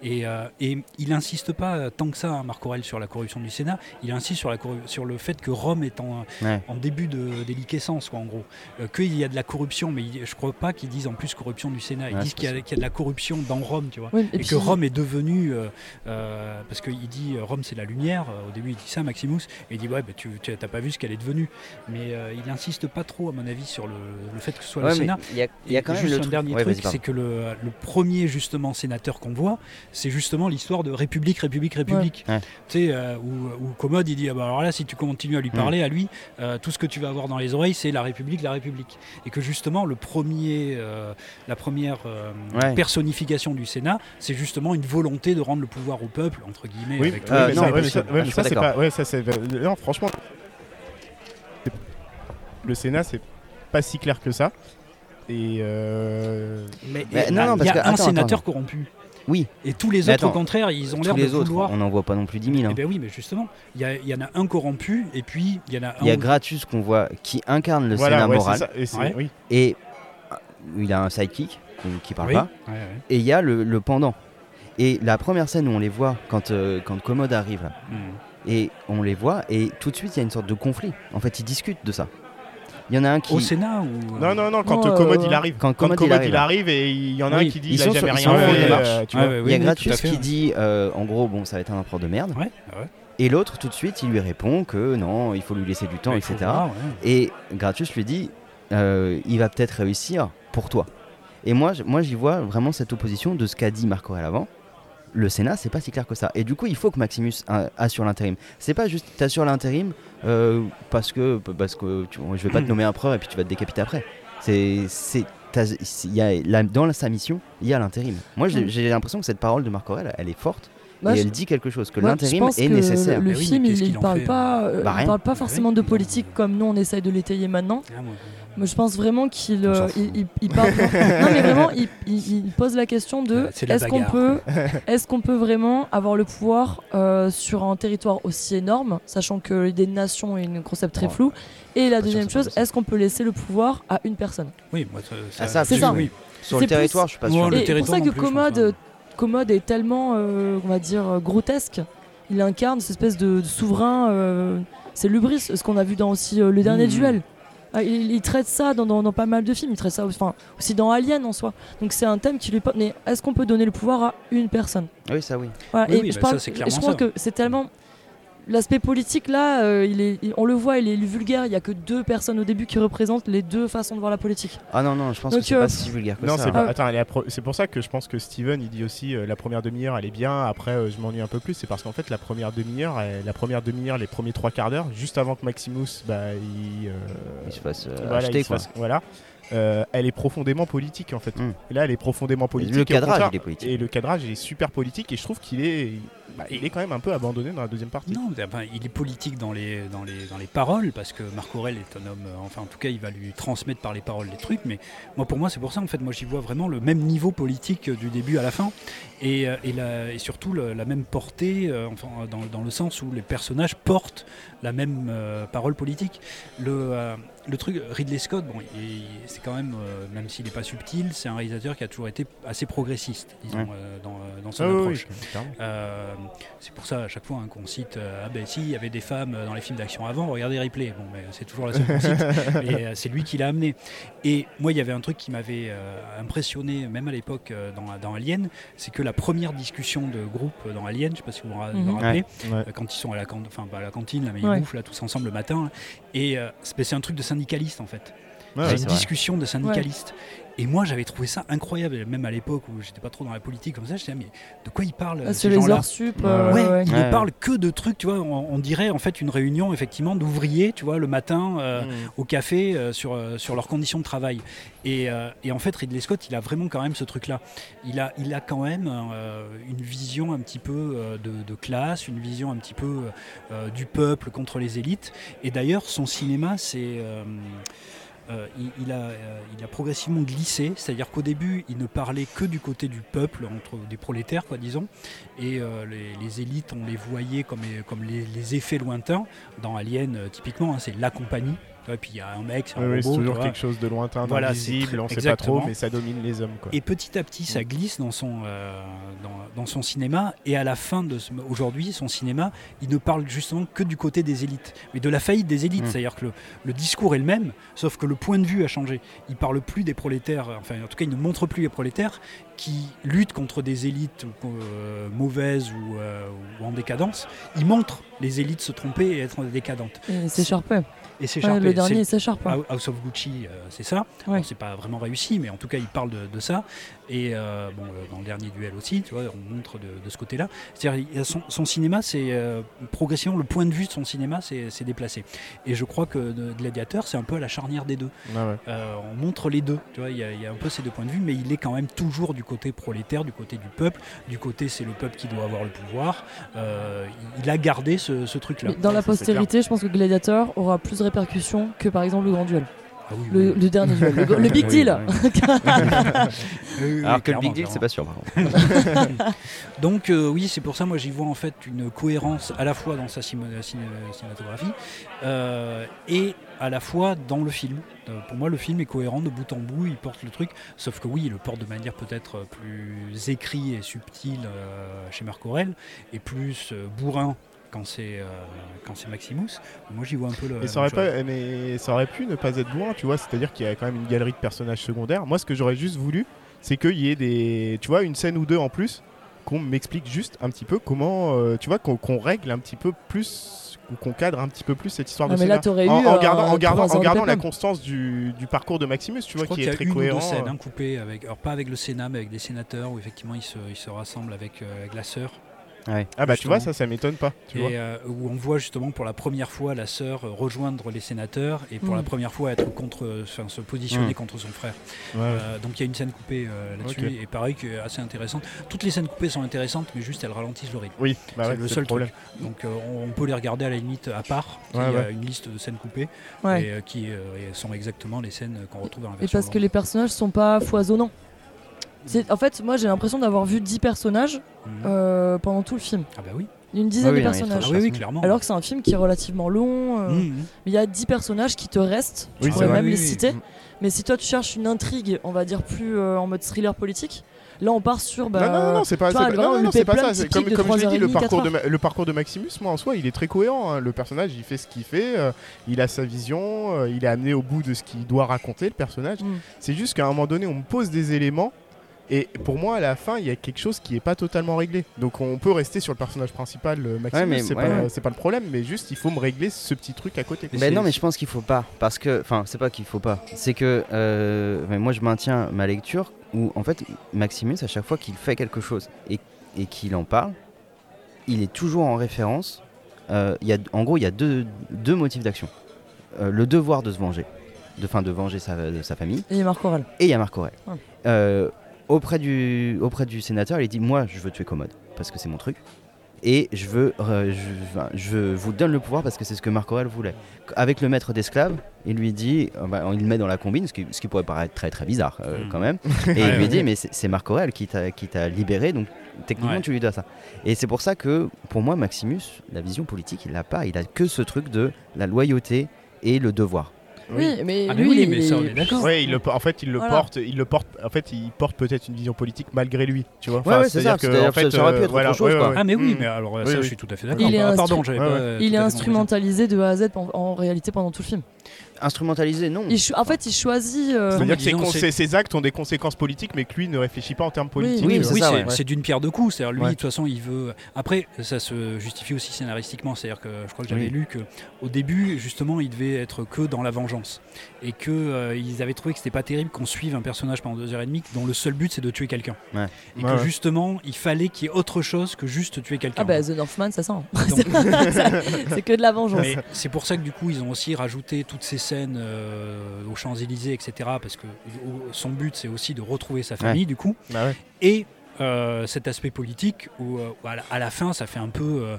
[SPEAKER 4] Et, euh, et il insiste pas euh, tant que ça, hein, Marc Aurel, sur la corruption du Sénat, il insiste sur, la corru- sur le fait que Rome est en,
[SPEAKER 3] Ouais.
[SPEAKER 4] en début de déliquescence, quoi, en gros. Euh, Qu'il y a de la corruption, mais il- je crois pas qu'ils disent en plus corruption du Sénat, ils
[SPEAKER 3] Ouais,
[SPEAKER 4] disent
[SPEAKER 3] c'est
[SPEAKER 4] qu'il y, a- qu'il y a de la corruption dans Rome, tu vois
[SPEAKER 1] Ouais,
[SPEAKER 4] et,
[SPEAKER 1] puis-
[SPEAKER 4] que Rome est devenu, euh, euh, parce qu'il dit euh, Rome c'est la lumière, euh, au début il dit ça Maximus, et il dit ouais bah, tu tu- t'as pas vu ce qu'elle est devenue, mais euh, il insiste pas trop à mon avis sur le, le fait que ce soit
[SPEAKER 3] Ouais,
[SPEAKER 4] le
[SPEAKER 3] mais
[SPEAKER 4] Sénat.
[SPEAKER 3] il y a, il y a quand
[SPEAKER 4] Et
[SPEAKER 3] même
[SPEAKER 4] juste
[SPEAKER 3] le
[SPEAKER 4] un
[SPEAKER 3] truc-
[SPEAKER 4] dernier
[SPEAKER 3] ouais,
[SPEAKER 4] truc,
[SPEAKER 3] vas-y, pardon.
[SPEAKER 4] c'est que le, le premier justement sénateur qu'on voit, c'est justement l'histoire de République, République, République.
[SPEAKER 3] Ouais.
[SPEAKER 4] Tu sais, euh, où, où Commode il dit ah bah alors là si tu continues à lui
[SPEAKER 3] Mm.
[SPEAKER 4] parler à lui, euh, tout ce que tu vas avoir dans les oreilles c'est la République, la République. Et que justement le premier, euh, la première euh,
[SPEAKER 3] Ouais.
[SPEAKER 4] personnification du Sénat, c'est justement une volonté de rendre le pouvoir au peuple entre guillemets.
[SPEAKER 2] Oui,
[SPEAKER 4] avec
[SPEAKER 2] oui,
[SPEAKER 3] Euh,
[SPEAKER 2] mais
[SPEAKER 3] non,
[SPEAKER 2] ça- ouais,
[SPEAKER 3] mais
[SPEAKER 2] mais ça,
[SPEAKER 3] c'est-
[SPEAKER 2] ouais, mais
[SPEAKER 3] je suis
[SPEAKER 2] ça,
[SPEAKER 3] pas
[SPEAKER 2] c'est
[SPEAKER 3] d'accord.
[SPEAKER 2] pas. Ouais, ça, c'est. euh, Non, franchement. c'est- Le Sénat, c'est pas si clair que ça. Et. euh,
[SPEAKER 4] Mais,
[SPEAKER 3] Mais
[SPEAKER 4] et
[SPEAKER 3] non,
[SPEAKER 4] là,
[SPEAKER 3] non,
[SPEAKER 4] il
[SPEAKER 3] parce
[SPEAKER 4] y a
[SPEAKER 3] que-
[SPEAKER 4] un
[SPEAKER 3] attends,
[SPEAKER 4] sénateur
[SPEAKER 3] attends.
[SPEAKER 4] corrompu.
[SPEAKER 3] Oui.
[SPEAKER 4] Et tous les
[SPEAKER 3] Mais
[SPEAKER 4] autres au
[SPEAKER 3] attends,
[SPEAKER 4] contraire, ils ont
[SPEAKER 3] Tous
[SPEAKER 4] l'air de
[SPEAKER 3] les autres,
[SPEAKER 4] vouloir.
[SPEAKER 3] on n'en voit pas non plus 10 000. hein.
[SPEAKER 4] Eh ben oui, mais justement, il y, a- il y en a un corrompu et puis il y en a un.
[SPEAKER 3] Il y a Gratus qu'on voit qui incarne le
[SPEAKER 2] voilà,
[SPEAKER 3] Sénat
[SPEAKER 2] ouais, c'est
[SPEAKER 3] moral.
[SPEAKER 2] ça. Et c'est-
[SPEAKER 4] Ouais.
[SPEAKER 2] oui.
[SPEAKER 3] et euh, il a un sidekick donc qui parle
[SPEAKER 4] Oui,
[SPEAKER 3] pas
[SPEAKER 4] ouais, ouais.
[SPEAKER 3] et il y a le, le pendant et la première scène où on les voit quand euh, quand Commode arrive là
[SPEAKER 4] Mm.
[SPEAKER 3] et on les voit et tout de suite il y a une sorte de conflit en fait ils discutent de ça il y en a un qui
[SPEAKER 4] Au Sénat ou
[SPEAKER 2] Non, non, non, quand
[SPEAKER 1] Non,
[SPEAKER 2] euh, Commode
[SPEAKER 1] euh,
[SPEAKER 2] il arrive.
[SPEAKER 3] Oh, quand
[SPEAKER 2] Quand
[SPEAKER 3] Commode,
[SPEAKER 2] Commode
[SPEAKER 3] il
[SPEAKER 2] il
[SPEAKER 3] arrive
[SPEAKER 2] arrive et il y en a
[SPEAKER 4] Oui.
[SPEAKER 2] un qui dit
[SPEAKER 3] Ils
[SPEAKER 2] il a
[SPEAKER 3] sont
[SPEAKER 2] jamais
[SPEAKER 3] sur- ils
[SPEAKER 2] rien
[SPEAKER 3] sont en fond
[SPEAKER 2] fait,
[SPEAKER 3] des marches.
[SPEAKER 2] euh, tu
[SPEAKER 4] Ouais,
[SPEAKER 2] vois.
[SPEAKER 4] ouais,
[SPEAKER 3] il y a
[SPEAKER 4] bah oui, tout à
[SPEAKER 3] Gratus
[SPEAKER 4] fait,
[SPEAKER 3] qui
[SPEAKER 4] ouais.
[SPEAKER 3] dit euh, en gros bon ça va être un empereur de merde
[SPEAKER 4] Ouais, bah ouais.
[SPEAKER 3] et l'autre tout de suite il lui répond que non il faut lui laisser du temps
[SPEAKER 4] Bah, il faut
[SPEAKER 3] etc
[SPEAKER 4] voir, ouais.
[SPEAKER 3] Et Gratus lui dit, euh, il va peut-être réussir pour toi. Et moi, je- moi j'y vois vraiment cette opposition de ce qu'a dit Marc Aurel avant. Le Sénat, c'est pas si clair que ça. Et du coup, il faut que Maximus euh, assure l'intérim. C'est pas juste t'assures l'intérim euh, parce que parce que tu- je vais pas te nommer empereur et puis tu vas te décapiter après. C'est c'est t'as- il y a la- dans sa mission, il y a l'intérim. Moi, j'ai j'ai l'impression que cette parole de Marc Aurel, elle est forte
[SPEAKER 1] Moi, bah,
[SPEAKER 3] et
[SPEAKER 1] je-
[SPEAKER 3] elle dit quelque chose, que
[SPEAKER 1] moi, je
[SPEAKER 3] l'intérim
[SPEAKER 1] pense
[SPEAKER 3] est
[SPEAKER 1] que
[SPEAKER 3] nécessaire.
[SPEAKER 1] Le
[SPEAKER 4] Mais Ah oui,
[SPEAKER 1] film,
[SPEAKER 4] mais
[SPEAKER 1] il
[SPEAKER 4] qu'est-ce
[SPEAKER 1] il
[SPEAKER 4] qu'il en
[SPEAKER 1] parle
[SPEAKER 4] fait hein
[SPEAKER 1] pas, euh,
[SPEAKER 3] Bah,
[SPEAKER 1] il
[SPEAKER 3] rien.
[SPEAKER 1] parle pas forcément de politique comme nous on essaye de l'étayer maintenant.
[SPEAKER 4] Ah, moi,
[SPEAKER 1] Moi, je pense vraiment qu'il
[SPEAKER 3] On s'en
[SPEAKER 1] euh,
[SPEAKER 3] fout.
[SPEAKER 1] il, il- il parle. non, mais vraiment, il, il- il pose la question
[SPEAKER 3] Bah,
[SPEAKER 1] de
[SPEAKER 4] Ouais, c'est la
[SPEAKER 1] est-ce qu'on
[SPEAKER 4] bagarre.
[SPEAKER 1] peut, est-ce qu'on peut vraiment avoir le pouvoir euh, sur un territoire aussi énorme, sachant que l'idée de nation est un concept très
[SPEAKER 3] Ouais.
[SPEAKER 1] flou. Et la
[SPEAKER 3] Pas sûr que
[SPEAKER 1] deuxième
[SPEAKER 3] ce soit
[SPEAKER 1] chose, est-ce qu'on peut laisser le pouvoir à une personne
[SPEAKER 4] Oui, moi, ça,
[SPEAKER 3] Ah, ça,
[SPEAKER 1] C'est ça.
[SPEAKER 4] oui.
[SPEAKER 3] Sur
[SPEAKER 1] c'est
[SPEAKER 3] le territoire, je suis pas
[SPEAKER 4] Moi,
[SPEAKER 3] sûr.
[SPEAKER 4] le
[SPEAKER 1] Et c'est pour ça
[SPEAKER 4] territoire non
[SPEAKER 1] que
[SPEAKER 4] plus, je pense
[SPEAKER 1] Commode,
[SPEAKER 4] pas.
[SPEAKER 1] euh, Commode est tellement, euh, on va dire, euh, grotesque. Il incarne cette espèce de, de souverain. euh, c'est Lubris, ce qu'on a vu dans aussi euh, le dernier
[SPEAKER 4] Mhm.
[SPEAKER 1] duel. Ah, il, il traite ça dans, dans- dans pas mal de films. Il traite ça enfin, aussi dans Alien en soi. Donc c'est un thème qui lui. pa- Mais est-ce qu'on peut donner le pouvoir à une personne
[SPEAKER 3] Oui, ça, oui.
[SPEAKER 1] Voilà,
[SPEAKER 4] Oui,
[SPEAKER 1] et
[SPEAKER 4] oui,
[SPEAKER 1] je
[SPEAKER 4] bah
[SPEAKER 1] parle,
[SPEAKER 4] ça, c'est
[SPEAKER 1] et
[SPEAKER 4] clairement
[SPEAKER 1] je pense
[SPEAKER 4] ça.
[SPEAKER 1] que c'est tellement l'aspect politique là, euh, il est, il- on le voit, il est vulgaire. Il y a que deux personnes au début qui représentent les deux façons de voir la politique.
[SPEAKER 3] Ah non, non, je pense
[SPEAKER 1] Donc,
[SPEAKER 3] que c'est
[SPEAKER 1] euh,
[SPEAKER 3] pas si vulgaire que
[SPEAKER 2] Non,
[SPEAKER 3] ça. hein.
[SPEAKER 2] c'est
[SPEAKER 1] Ah
[SPEAKER 2] pas-
[SPEAKER 1] ouais.
[SPEAKER 2] attends, elle est la pro- c'est pour ça que je pense que Steven, il dit aussi euh, la première demi-heure, elle est bien. Après, euh, je m'ennuie un peu plus. C'est parce qu'en fait, la première demi-heure, elle- la première demi-heure, les premiers trois quarts d'heure, juste avant que Maximus, bah, il, euh,
[SPEAKER 3] Il se fasse euh,
[SPEAKER 2] voilà,
[SPEAKER 3] acheter,
[SPEAKER 2] il se
[SPEAKER 3] quoi.
[SPEAKER 2] fasse- voilà. Euh, elle est profondément politique en fait.
[SPEAKER 3] Mm.
[SPEAKER 2] Et Là, elle est profondément politique.
[SPEAKER 3] Le
[SPEAKER 2] et au
[SPEAKER 3] cadrage,
[SPEAKER 2] contraire-
[SPEAKER 3] il est politique.
[SPEAKER 2] Et le cadrage est super politique. Et je trouve qu'il est, bah, il est quand même un peu abandonné dans la deuxième partie.
[SPEAKER 4] Non, mais, enfin, il est politique dans les, dans, les, dans les paroles, parce que Marc Aurel est un homme, euh, enfin en tout cas il va lui transmettre par les paroles les trucs, mais moi pour moi c'est pour ça en fait, moi j'y vois vraiment le même niveau politique euh, du début à la fin, et, euh, et la- et surtout le- la même portée, euh, enfin, euh, dans, dans le sens où les personnages portent la même euh, parole politique. Le, euh, le truc, Ridley Scott, bon, il- c'est quand même, euh, même s'il n'est pas subtil, c'est un réalisateur qui a toujours été assez progressiste, disons,
[SPEAKER 3] Ouais.
[SPEAKER 4] euh, dans, euh, dans son
[SPEAKER 2] Ah oui,
[SPEAKER 4] approche.
[SPEAKER 2] oui, clairement.
[SPEAKER 4] Euh, c'est pour ça à chaque fois hein, qu'on cite euh, ah ben si il y avait des femmes euh, dans les films d'action avant regardez Ripley bon mais c'est toujours la seule qu'on cite mais euh, c'est lui qui l'a amené et moi il y avait un truc qui m'avait euh, impressionné même à l'époque euh, dans, dans Alien c'est que la première discussion de groupe euh, dans Alien je sais pas si vous vous ra- vous
[SPEAKER 1] Mhm.
[SPEAKER 4] rappelez
[SPEAKER 2] Ouais.
[SPEAKER 4] euh, quand ils sont à la cantine enfin pas à la cantine là, mais
[SPEAKER 1] Ouais.
[SPEAKER 4] ils bouffent là tous ensemble le matin là. et euh, c'est mais c'est un truc de syndicaliste en fait
[SPEAKER 2] Ouais,
[SPEAKER 4] c'est
[SPEAKER 3] c'est
[SPEAKER 4] une
[SPEAKER 3] vrai.
[SPEAKER 4] discussion de syndicalistes. Et moi, j'avais trouvé ça incroyable, Et même à l'époque où j'étais pas trop dans la politique comme ça. J'étais, ah, mais de quoi ils parlent
[SPEAKER 1] Ah,
[SPEAKER 4] Euh, ces
[SPEAKER 1] sur les
[SPEAKER 4] gens-là
[SPEAKER 1] heures sup.
[SPEAKER 2] Ouais.
[SPEAKER 1] euh,
[SPEAKER 4] Ouais,
[SPEAKER 1] ouais.
[SPEAKER 4] ils
[SPEAKER 3] Ouais.
[SPEAKER 4] ne parlent que de trucs, tu vois. On, on dirait en fait une réunion effectivement d'ouvriers, tu vois, le matin euh,
[SPEAKER 2] Mm.
[SPEAKER 4] au café euh, sur, euh, sur leurs conditions de travail. Et, euh, et en fait, Ridley Scott, il a vraiment quand même ce truc-là. Il a, il a quand même euh, une vision un petit peu euh, de, de classe, une vision un petit peu euh, du peuple contre les élites. Et d'ailleurs, son cinéma, c'est. euh, euh, il, il a, euh, il a progressivement glissé, c'est-à-dire qu'au début, il ne parlait que du côté du peuple, entre des prolétaires, quoi, disons, et euh, les, les élites, on les voyait comme, euh, comme les, les effets lointains. Dans Alien, euh, typiquement, hein, c'est la compagnie, Tu vois, et puis il y a un mec, c'est un
[SPEAKER 2] Oui, oui, c'est
[SPEAKER 4] robot,
[SPEAKER 2] toujours
[SPEAKER 4] tu vois.
[SPEAKER 2] quelque chose de lointain,
[SPEAKER 4] Voilà, c'est
[SPEAKER 2] d'invisible,
[SPEAKER 4] très-
[SPEAKER 2] on sait pas trop,
[SPEAKER 4] exactement.
[SPEAKER 2] mais ça domine les hommes. Quoi.
[SPEAKER 4] Et petit à petit, ça glisse dans son, euh, dans, dans son cinéma. Et à la fin de ce- aujourd'hui, son cinéma, il ne parle justement que du côté des élites, mais de la faillite des élites.
[SPEAKER 3] Mm.
[SPEAKER 4] C'est-à-dire que le, le discours est le même, sauf que le point de vue a changé. Il parle plus des prolétaires, euh, enfin, en tout cas, il ne montre plus les prolétaires qui luttent contre des élites euh, mauvaises ou, euh, ou en décadence. Il montre les élites se tromper et être décadentes.
[SPEAKER 1] Et C'est Sharp, ouais.
[SPEAKER 4] Et c'est
[SPEAKER 1] Ouais,
[SPEAKER 4] Sharpe,
[SPEAKER 1] le
[SPEAKER 4] c'est- Ah
[SPEAKER 1] dernier, c'est Sharp. hein.
[SPEAKER 4] Hou- House of Gucci, euh, c'est ça.
[SPEAKER 1] Ouais.
[SPEAKER 4] Bon, c'est pas vraiment réussi, mais en tout cas, il parle de, de ça. Et euh, bon, euh, dans le dernier duel aussi, tu vois, on montre de, de ce côté-là. C'est-à-dire, il y a son, son cinéma, c'est euh, progressivement le point de vue de son cinéma s'est s'est déplacé. Et je crois que euh, Gladiator, c'est un peu à la charnière des deux.
[SPEAKER 2] Ouais, ouais.
[SPEAKER 4] Euh, on montre les deux. Tu vois, il y, a- il y a un peu ces deux points de vue, mais il est quand même toujours du côté prolétaire, du côté du peuple, du côté c'est le peuple qui doit avoir le pouvoir. Euh, il- il a gardé ce, ce truc-là.
[SPEAKER 1] Mais dans la
[SPEAKER 2] ça, c'est
[SPEAKER 1] postérité, je pense que Gladiator aura plus de répercussions que par exemple le Grand Duel.
[SPEAKER 4] Ah oui,
[SPEAKER 1] Le,
[SPEAKER 4] oui.
[SPEAKER 1] le dernier duel, le, le Big
[SPEAKER 3] Oui,
[SPEAKER 1] Deal.
[SPEAKER 3] oui.
[SPEAKER 4] Ah Oui, oui,
[SPEAKER 3] Alors que le
[SPEAKER 4] clairement,
[SPEAKER 3] Big Deal,
[SPEAKER 4] clairement.
[SPEAKER 3] c'est pas sûr, par contre.
[SPEAKER 4] Donc euh, oui, c'est pour ça moi j'y vois en fait une cohérence à la fois dans sa cimo- ciné- cinématographie euh, et à la fois dans le film. Euh, pour moi le film est cohérent de bout en bout, il porte le truc, sauf que oui, il le porte de manière peut-être plus écrit et subtile euh, chez Marc Aurel et plus euh, bourrin quand c'est euh, quand c'est Maximus. Moi j'y vois un peu le...
[SPEAKER 2] Mais
[SPEAKER 4] la
[SPEAKER 2] ça,
[SPEAKER 4] même
[SPEAKER 2] aurait
[SPEAKER 4] chose.
[SPEAKER 2] pas, mais ça aurait pu ne pas être loin, tu vois, c'est-à-dire qu'il y a quand même une galerie de personnages secondaires. Moi, ce que j'aurais juste voulu, c'est qu'il y ait des, tu vois, une scène ou deux en plus, qu'on m'explique juste un petit peu comment, euh, tu vois, qu'on qu'on règle un petit peu plus, ou qu'on cadre un petit peu plus cette histoire
[SPEAKER 1] Ah,
[SPEAKER 2] de
[SPEAKER 1] mais là,
[SPEAKER 2] scénar.
[SPEAKER 1] t'aurais eu,
[SPEAKER 2] en, en gardant,
[SPEAKER 1] euh,
[SPEAKER 2] en gardant,
[SPEAKER 1] trois ans
[SPEAKER 2] en
[SPEAKER 1] de
[SPEAKER 2] gardant la
[SPEAKER 1] pépin.
[SPEAKER 2] constance du, du parcours de Maximus, tu vois,
[SPEAKER 4] Je crois
[SPEAKER 2] qui
[SPEAKER 4] qu'il y
[SPEAKER 2] est
[SPEAKER 4] a
[SPEAKER 2] très
[SPEAKER 4] une
[SPEAKER 2] cohérent.
[SPEAKER 4] ou deux scènes,
[SPEAKER 2] euh.
[SPEAKER 4] hein, coupées avec, alors pas avec le Sénat, mais avec des sénateurs où effectivement ils se, ils se rassemblent avec, euh, avec la sœur.
[SPEAKER 3] Ouais.
[SPEAKER 2] Ah bah tu
[SPEAKER 4] Justement.
[SPEAKER 2] vois, ça, ça m'étonne pas. Tu vois.
[SPEAKER 4] et euh, où on voit justement pour la première fois la sœur euh, rejoindre les sénateurs et pour
[SPEAKER 1] Mm.
[SPEAKER 4] la première fois être contre, euh, enfin se positionner
[SPEAKER 3] Mm.
[SPEAKER 4] contre son frère.
[SPEAKER 2] Ouais, ouais.
[SPEAKER 4] Euh, donc il y a une scène coupée euh, là-dessus
[SPEAKER 2] Ok.
[SPEAKER 4] et pareil qui est assez intéressante. Toutes les scènes coupées sont intéressantes, mais juste elles ralentissent le rythme.
[SPEAKER 2] Oui, bah
[SPEAKER 4] c'est
[SPEAKER 2] ouais,
[SPEAKER 4] le
[SPEAKER 2] c'est le
[SPEAKER 4] seul
[SPEAKER 2] problème.
[SPEAKER 4] Donc euh, on, on peut les regarder à la limite à part.
[SPEAKER 2] Ouais,
[SPEAKER 4] il y a
[SPEAKER 2] ouais.
[SPEAKER 4] une liste de scènes coupées
[SPEAKER 1] Ouais.
[SPEAKER 4] et, euh, qui euh, et sont exactement les scènes qu'on retrouve dans la
[SPEAKER 1] Et
[SPEAKER 4] version.
[SPEAKER 1] parce que les personnages sont pas foisonnants. C'est- En fait, moi j'ai l'impression d'avoir vu 10 personnages
[SPEAKER 4] hollandaise. Mhm.
[SPEAKER 1] euh, pendant tout le film.
[SPEAKER 4] Ah bah oui.
[SPEAKER 1] Une dizaine
[SPEAKER 3] Ah oui,
[SPEAKER 1] de
[SPEAKER 3] non, il est trop
[SPEAKER 4] Ah
[SPEAKER 1] personnages.
[SPEAKER 4] oui, oui,
[SPEAKER 3] façon.
[SPEAKER 4] clairement.
[SPEAKER 1] bah Alors que c'est un film qui est relativement long. euh,
[SPEAKER 4] Mhm.
[SPEAKER 1] Il y a 10 personnages qui te restent.
[SPEAKER 2] Oui,
[SPEAKER 1] Tu
[SPEAKER 2] c'est
[SPEAKER 1] pourrais
[SPEAKER 2] vrai.
[SPEAKER 1] même
[SPEAKER 4] Oui,
[SPEAKER 1] les
[SPEAKER 4] oui.
[SPEAKER 1] citer.
[SPEAKER 2] Mm.
[SPEAKER 1] Mais si toi tu cherches une intrigue, on va dire plus euh, en mode thriller politique, là on part sur. Bah,
[SPEAKER 2] non, non, non, non, c'est pas,
[SPEAKER 1] tu vois,
[SPEAKER 2] c'est pas- non,
[SPEAKER 1] vraiment
[SPEAKER 2] non, non,
[SPEAKER 1] louper
[SPEAKER 2] c'est pas
[SPEAKER 1] plein
[SPEAKER 2] ça.
[SPEAKER 1] de
[SPEAKER 2] c'est
[SPEAKER 1] petits
[SPEAKER 2] Comme,
[SPEAKER 1] clics de
[SPEAKER 2] comme je l'ai dit, le
[SPEAKER 1] 3h30,
[SPEAKER 2] parcours, de, Ma- le parcours de Maximus, moi, en soi, il est très cohérent. hein. Le personnage, il fait ce qu'il fait, euh, il a sa vision, euh, il est amené au bout de ce qu'il doit raconter, le personnage.
[SPEAKER 1] Mm.
[SPEAKER 2] C'est juste qu'à un moment donné, on me pose des éléments. Et pour moi, à la fin, il y a quelque chose qui n'est pas totalement réglé. Donc on peut rester sur le personnage principal, euh, Maximus,
[SPEAKER 3] Ouais, mais-
[SPEAKER 2] c'est
[SPEAKER 3] ouais,
[SPEAKER 2] pas,
[SPEAKER 3] ouais.
[SPEAKER 2] c'est pas le problème, mais juste il faut me régler ce petit truc à côté. quoi.
[SPEAKER 3] Ben non, mais je pense qu'il faut pas. Parce que, enfin, c'est pas qu'il faut pas. C'est que euh, ben moi, je maintiens ma lecture où, en fait, Maximus, à chaque fois qu'il fait quelque chose et, et qu'il en parle, il est toujours en référence. euh, il y a, en gros, il y a deux, deux motifs d'action Euh, le devoir de se venger, de, fin, de venger sa, de sa famille,
[SPEAKER 1] Et Marc Aurel.
[SPEAKER 3] et il y a Marc Aurèle.
[SPEAKER 4] Ah.
[SPEAKER 1] Ouais.
[SPEAKER 3] Euh, auprès, du, auprès du sénateur, il dit Moi, je veux tuer Commode, parce que c'est mon truc. Et je veux, euh, je, enfin, je vous donne le pouvoir parce que c'est ce que Marc Aurèle voulait. Avec le maître d'esclaves, il lui dit, euh, bah, il le met dans la combine, ce qui, ce qui pourrait paraître très très bizarre euh,
[SPEAKER 4] Mm.
[SPEAKER 3] quand même. Et il
[SPEAKER 4] Ouais,
[SPEAKER 3] lui
[SPEAKER 4] ouais.
[SPEAKER 3] dit, mais c'est c'est Marc Aurèle qui t'a qui t'a libéré, donc techniquement
[SPEAKER 4] Ouais.
[SPEAKER 3] tu lui dois ça. Et c'est pour ça que pour moi, Maximus, la vision politique, il l'a pas. Il a que ce truc de la loyauté et le devoir.
[SPEAKER 1] Oui, mais
[SPEAKER 4] Ah, mais
[SPEAKER 1] lui
[SPEAKER 4] oui,
[SPEAKER 1] il est-
[SPEAKER 4] mais
[SPEAKER 1] il
[SPEAKER 4] ça, on
[SPEAKER 1] est
[SPEAKER 4] est d'accord.
[SPEAKER 2] Ouais, il le, po- en fait, il le
[SPEAKER 1] Voilà.
[SPEAKER 2] porte, il le porte. En fait, il porte peut-être une vision politique malgré lui, tu vois.
[SPEAKER 3] Ouais, ouais, c'est ça, c'est-à-dire que ça- ça
[SPEAKER 2] euh,
[SPEAKER 3] aurait pu être autre chose, quoi.
[SPEAKER 4] Ah mais oui,
[SPEAKER 2] Mm.
[SPEAKER 4] mais alors euh,
[SPEAKER 2] Oui,
[SPEAKER 4] ça
[SPEAKER 2] oui.
[SPEAKER 4] je suis tout à fait d'accord.
[SPEAKER 1] Il est
[SPEAKER 4] Ah, pardon,
[SPEAKER 1] instru-
[SPEAKER 4] j'avais
[SPEAKER 2] Ouais,
[SPEAKER 4] pas,
[SPEAKER 2] ouais.
[SPEAKER 4] euh,
[SPEAKER 1] Il
[SPEAKER 4] tout
[SPEAKER 1] est
[SPEAKER 4] à fait
[SPEAKER 1] instrumentalisé de A à Z en, en réalité pendant tout le film.
[SPEAKER 3] Instrumentalisé, non.
[SPEAKER 1] Il cho- en fait, il choisit. euh,
[SPEAKER 2] C'est-à-dire que
[SPEAKER 4] disons,
[SPEAKER 2] ses con-
[SPEAKER 4] c'est-
[SPEAKER 2] ses, ses actes ont des conséquences politiques, mais que lui ne réfléchit pas en termes politiques.
[SPEAKER 3] Oui,
[SPEAKER 2] tu
[SPEAKER 3] mais
[SPEAKER 2] vois.
[SPEAKER 4] oui,
[SPEAKER 3] ça,
[SPEAKER 4] c'est
[SPEAKER 3] ouais.
[SPEAKER 4] c'est d'une pierre deux coups. C'est-à-dire, lui,
[SPEAKER 3] Ouais.
[SPEAKER 4] de toute façon, il veut. Après, ça se justifie aussi scénaristiquement. C'est-à-dire que je crois que j'avais
[SPEAKER 3] Oui.
[SPEAKER 4] lu que au début, justement, il devait être que dans la vengeance et que euh, ils avaient trouvé que c'était pas terrible qu'on suive un personnage pendant deux heures et demie dont le seul but c'est de tuer quelqu'un.
[SPEAKER 3] Ouais.
[SPEAKER 4] Et
[SPEAKER 2] Ouais,
[SPEAKER 4] que
[SPEAKER 2] ouais.
[SPEAKER 4] justement, il fallait qu'il y ait autre chose que juste tuer quelqu'un.
[SPEAKER 1] Ah bah The Northman, ça sent.
[SPEAKER 4] Donc,
[SPEAKER 1] c'est que de la vengeance.
[SPEAKER 4] mais c'est pour ça que du coup ils ont aussi rajouté toutes ces scènes euh, aux Champs-Élysées, etc. Parce que au- son but c'est aussi de retrouver sa famille du coup.
[SPEAKER 2] Bah ouais.
[SPEAKER 4] et euh, cet aspect politique où, euh, où à, la, à la fin ça fait un peu euh,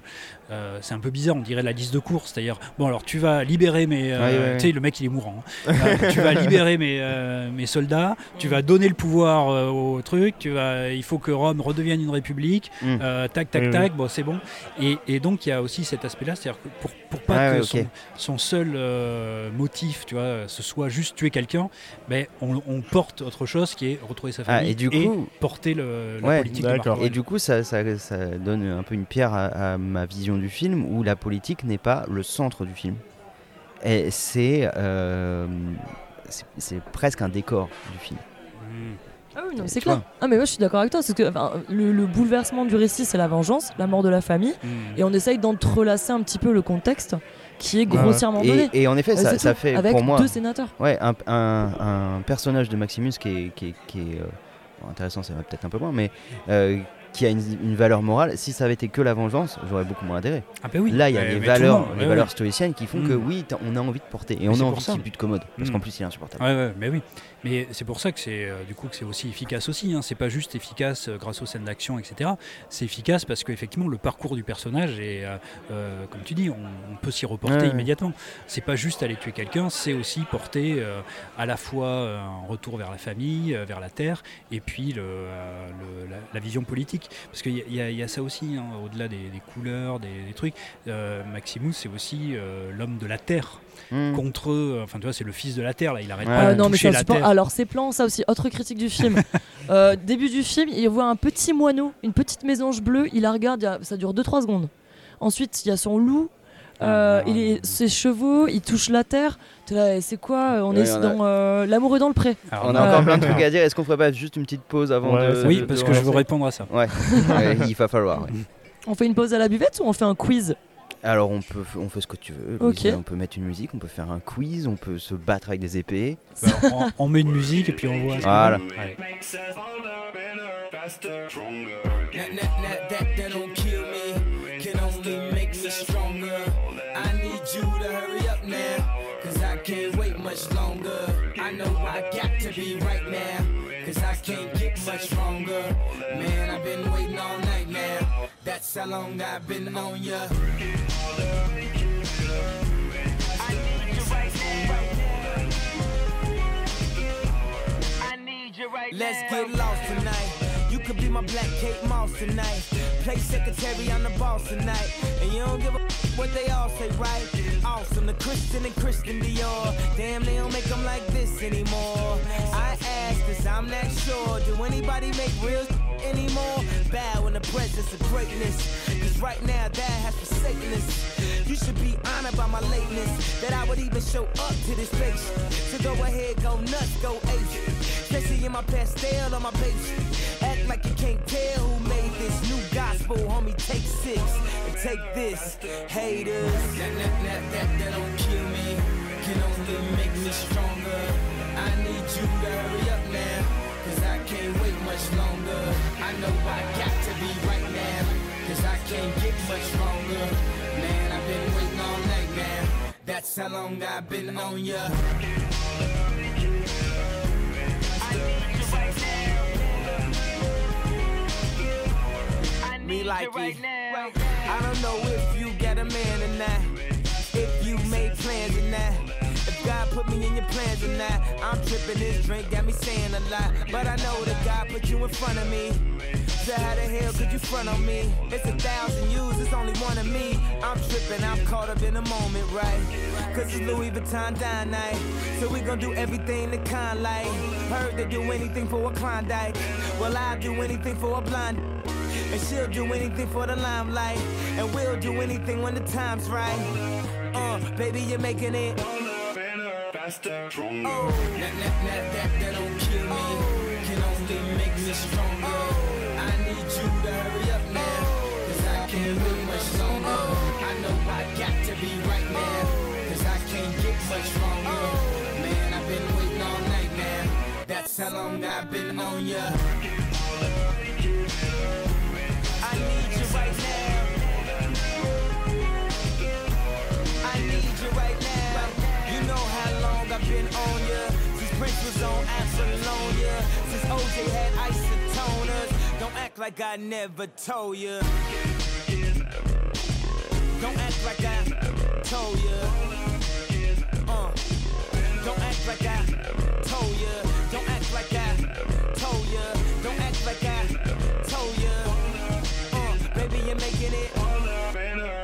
[SPEAKER 4] euh, c'est un peu bizarre on dirait la liste de courses c'est à dire bon alors tu vas libérer mes euh,
[SPEAKER 3] Ouais, ouais, ouais.
[SPEAKER 4] tu sais le mec il est mourant hein. Euh, tu vas libérer mes, euh, mes soldats tu vas donner le pouvoir euh, au truc tu vas, il faut que Rome redevienne une république
[SPEAKER 3] Mm.
[SPEAKER 4] euh, tac tac
[SPEAKER 2] Oui, oui.
[SPEAKER 4] tac bon c'est bon et, et donc il y a aussi cet aspect là c'est à dire que pour, pour pas
[SPEAKER 3] Ah,
[SPEAKER 4] que
[SPEAKER 3] ouais, ok.
[SPEAKER 4] son, son seul euh, motif tu vois ce soit juste tuer quelqu'un mais on, on porte autre chose qui est retrouver sa
[SPEAKER 3] Ah,
[SPEAKER 4] famille
[SPEAKER 3] et du
[SPEAKER 4] et
[SPEAKER 3] coup,
[SPEAKER 4] porter le, la
[SPEAKER 3] Ouais,
[SPEAKER 4] politique.
[SPEAKER 2] d'accord.
[SPEAKER 4] De
[SPEAKER 3] Et du coup, ça, ça- ça donne un peu une pierre à, à ma vision du film où la politique n'est pas le centre du film. Et c'est euh, c'est- c'est presque un décor du film.
[SPEAKER 4] Mmh.
[SPEAKER 1] Ah oui, non, mais c'est
[SPEAKER 3] Tu
[SPEAKER 1] clair.
[SPEAKER 3] vois.
[SPEAKER 1] Ah mais moi je suis d'accord avec toi, parce que enfin, le, le bouleversement du récit c'est la vengeance, la mort de la famille,
[SPEAKER 4] Mmh.
[SPEAKER 1] et on essaye d'entrelacer un petit peu le contexte qui est grossièrement
[SPEAKER 3] Et,
[SPEAKER 1] donné.
[SPEAKER 3] et en effet,
[SPEAKER 1] Euh,
[SPEAKER 3] ça,
[SPEAKER 1] c'est
[SPEAKER 3] ça
[SPEAKER 1] tout.
[SPEAKER 3] fait
[SPEAKER 1] avec
[SPEAKER 3] pour moi
[SPEAKER 1] deux sénateurs.
[SPEAKER 3] ouais, un, un- un personnage de Maximus qui est, qui est- qui est, euh, bon, intéressant, ça va peut-être un peu loin, mais euh, qui a une, une valeur morale. Si ça avait été que la vengeance, j'aurais beaucoup moins d'intérêt.
[SPEAKER 4] Ah ben oui.
[SPEAKER 3] Là, il y a
[SPEAKER 4] Mais-
[SPEAKER 3] des
[SPEAKER 4] mais
[SPEAKER 3] valeurs,
[SPEAKER 4] tout le monde,
[SPEAKER 3] les
[SPEAKER 4] ouais,
[SPEAKER 3] valeurs stoïciennes qui font que
[SPEAKER 4] Mm.
[SPEAKER 3] oui, t'as- on a envie de porter et
[SPEAKER 4] Mais
[SPEAKER 3] on
[SPEAKER 4] c'est
[SPEAKER 3] a
[SPEAKER 4] pour
[SPEAKER 3] envie
[SPEAKER 4] ça.
[SPEAKER 3] qu'il bute commode parce
[SPEAKER 4] Mm.
[SPEAKER 3] qu'en plus il est insupportable.
[SPEAKER 4] Ouais, ouais, mais oui. Mais c'est pour ça que c'est euh, du coup que c'est aussi efficace aussi. hein. C'est pas juste efficace euh, grâce aux scènes d'action, etc. C'est efficace parce qu'effectivement le parcours du personnage est, euh, euh, comme tu dis, on, on peut s'y reporter
[SPEAKER 3] Ouais, ouais.
[SPEAKER 4] immédiatement. C'est pas juste aller tuer quelqu'un, c'est aussi porter euh, à la fois euh, un retour vers la famille, euh, vers la terre, et puis le, euh, le- la, la vision politique. Parce qu'il y, a- il y a- il y a ça aussi, hein, au-delà des, des couleurs, des, des trucs. Euh, Maximus, c'est aussi euh, l'homme de la terre
[SPEAKER 3] Mm.
[SPEAKER 4] contre eux. euh, Enfin, tu vois, c'est le fils de la Terre, là. Il arrête
[SPEAKER 3] Ouais.
[SPEAKER 4] pas
[SPEAKER 1] Ah
[SPEAKER 4] de
[SPEAKER 1] non mais
[SPEAKER 4] toucher
[SPEAKER 1] c'est
[SPEAKER 4] la
[SPEAKER 1] insupportable.
[SPEAKER 4] Terre.
[SPEAKER 1] Alors ces plans, ça aussi, autre critique du film. Euh, début du film, il voit un petit moineau, une petite mésange bleue, il la regarde, il y a- ça dure 2-3 secondes. Ensuite, il y a son loup, euh,
[SPEAKER 3] Ah,
[SPEAKER 1] il est, ses chevaux, il touche la terre. T'es là, eh, c'est quoi On
[SPEAKER 3] Oui,
[SPEAKER 1] est
[SPEAKER 3] on a-
[SPEAKER 1] dans euh, l'amoureux dans le pré.
[SPEAKER 4] Alors,
[SPEAKER 3] On a
[SPEAKER 1] Ouais.
[SPEAKER 3] encore plein de trucs à dire. Est-ce qu'on ferait pas juste une petite pause avant
[SPEAKER 2] Ouais,
[SPEAKER 3] de.
[SPEAKER 2] c'est-
[SPEAKER 4] Oui,
[SPEAKER 3] de-
[SPEAKER 4] parce
[SPEAKER 3] de
[SPEAKER 4] que je veux
[SPEAKER 3] relancer
[SPEAKER 4] répondre à ça.
[SPEAKER 3] Ouais. Ouais, il va falloir. ouais.
[SPEAKER 1] On fait une pause à la buvette ou on fait un quiz
[SPEAKER 3] Alors on peut, f- on fait ce que tu veux.
[SPEAKER 1] Ok.
[SPEAKER 3] Louisa. On peut mettre une musique, on peut faire un quiz, on peut se battre avec des épées.
[SPEAKER 4] Bah, Alors, on, on met une musique et puis on voit.
[SPEAKER 3] Voilà.
[SPEAKER 4] Allez.
[SPEAKER 5] makes us all the better. faster, stronger. Nah, nah, nah, that, that don't kill me, can only make me stronger. I need you to hurry up now, cause I can't wait much longer. I know I got to be right now, cause I can't get much stronger. Man, I've been waiting all night now, that's how long I've been on ya. Let's get lost tonight. You could be my black Kate Moss tonight. Play secretary, I'm the boss tonight. And you don't give a f- what they all say, right? Awesome, the Christian and Christian Dior. Damn, they don't make them like this anymore. I ask cause I'm not sure. Do anybody make real s- anymore? Bow in the presence of greatness. Cause right now, that has forsaken us. You should be honored by my lateness. That I would even show up to this place. So go ahead, go nuts, go ace. Especially in my pastel on my page. Act like you can't tell who made this new gospel, homie. Take six and take this, haters. That, that, that, that, that don't kill me, can only make me stronger. I need you to hurry up now, cause I can't wait much longer. I know I got to be right now, cause I can't get much stronger. Man, I've been waiting all night now, that's how long I've been on ya. me like it. I don't know if you got a man or not. If you made plans or not. If God put me in your plans or not. I'm tripping this drink, got me saying a lot. But I know that God put you in front of me. So how the hell could you front on me? It's a thousand yous, it's only one of me. I'm tripping, I'm caught up in the moment, right? Cause it's Louis Vuitton dine night. So we gon' do everything the kind like. Heard they do anything for a Klondike. Well, I'll do anything for a blind. And she'll do anything for the limelight. And we'll do anything when the time's right. Uh, baby, you're making it. Oh, that, that, that, that, that don't kill me. Can only make me stronger. I need you to hurry up now. Cause I can't wait much longer. I know I got to be right now. Cause I can't get much stronger. Man, I've been waiting all night now. That's how long I've been on ya. I need you right now. I need you right now. You know how long I've been on ya. Since Prince was on Absolonia. Since OJ had isotoners. Don't act like I never told ya. Don't act like I told ya. Uh. Don't act like I told ya. Don't act like I told ya. Don't act like I told ya. Uh, baby, you're making it.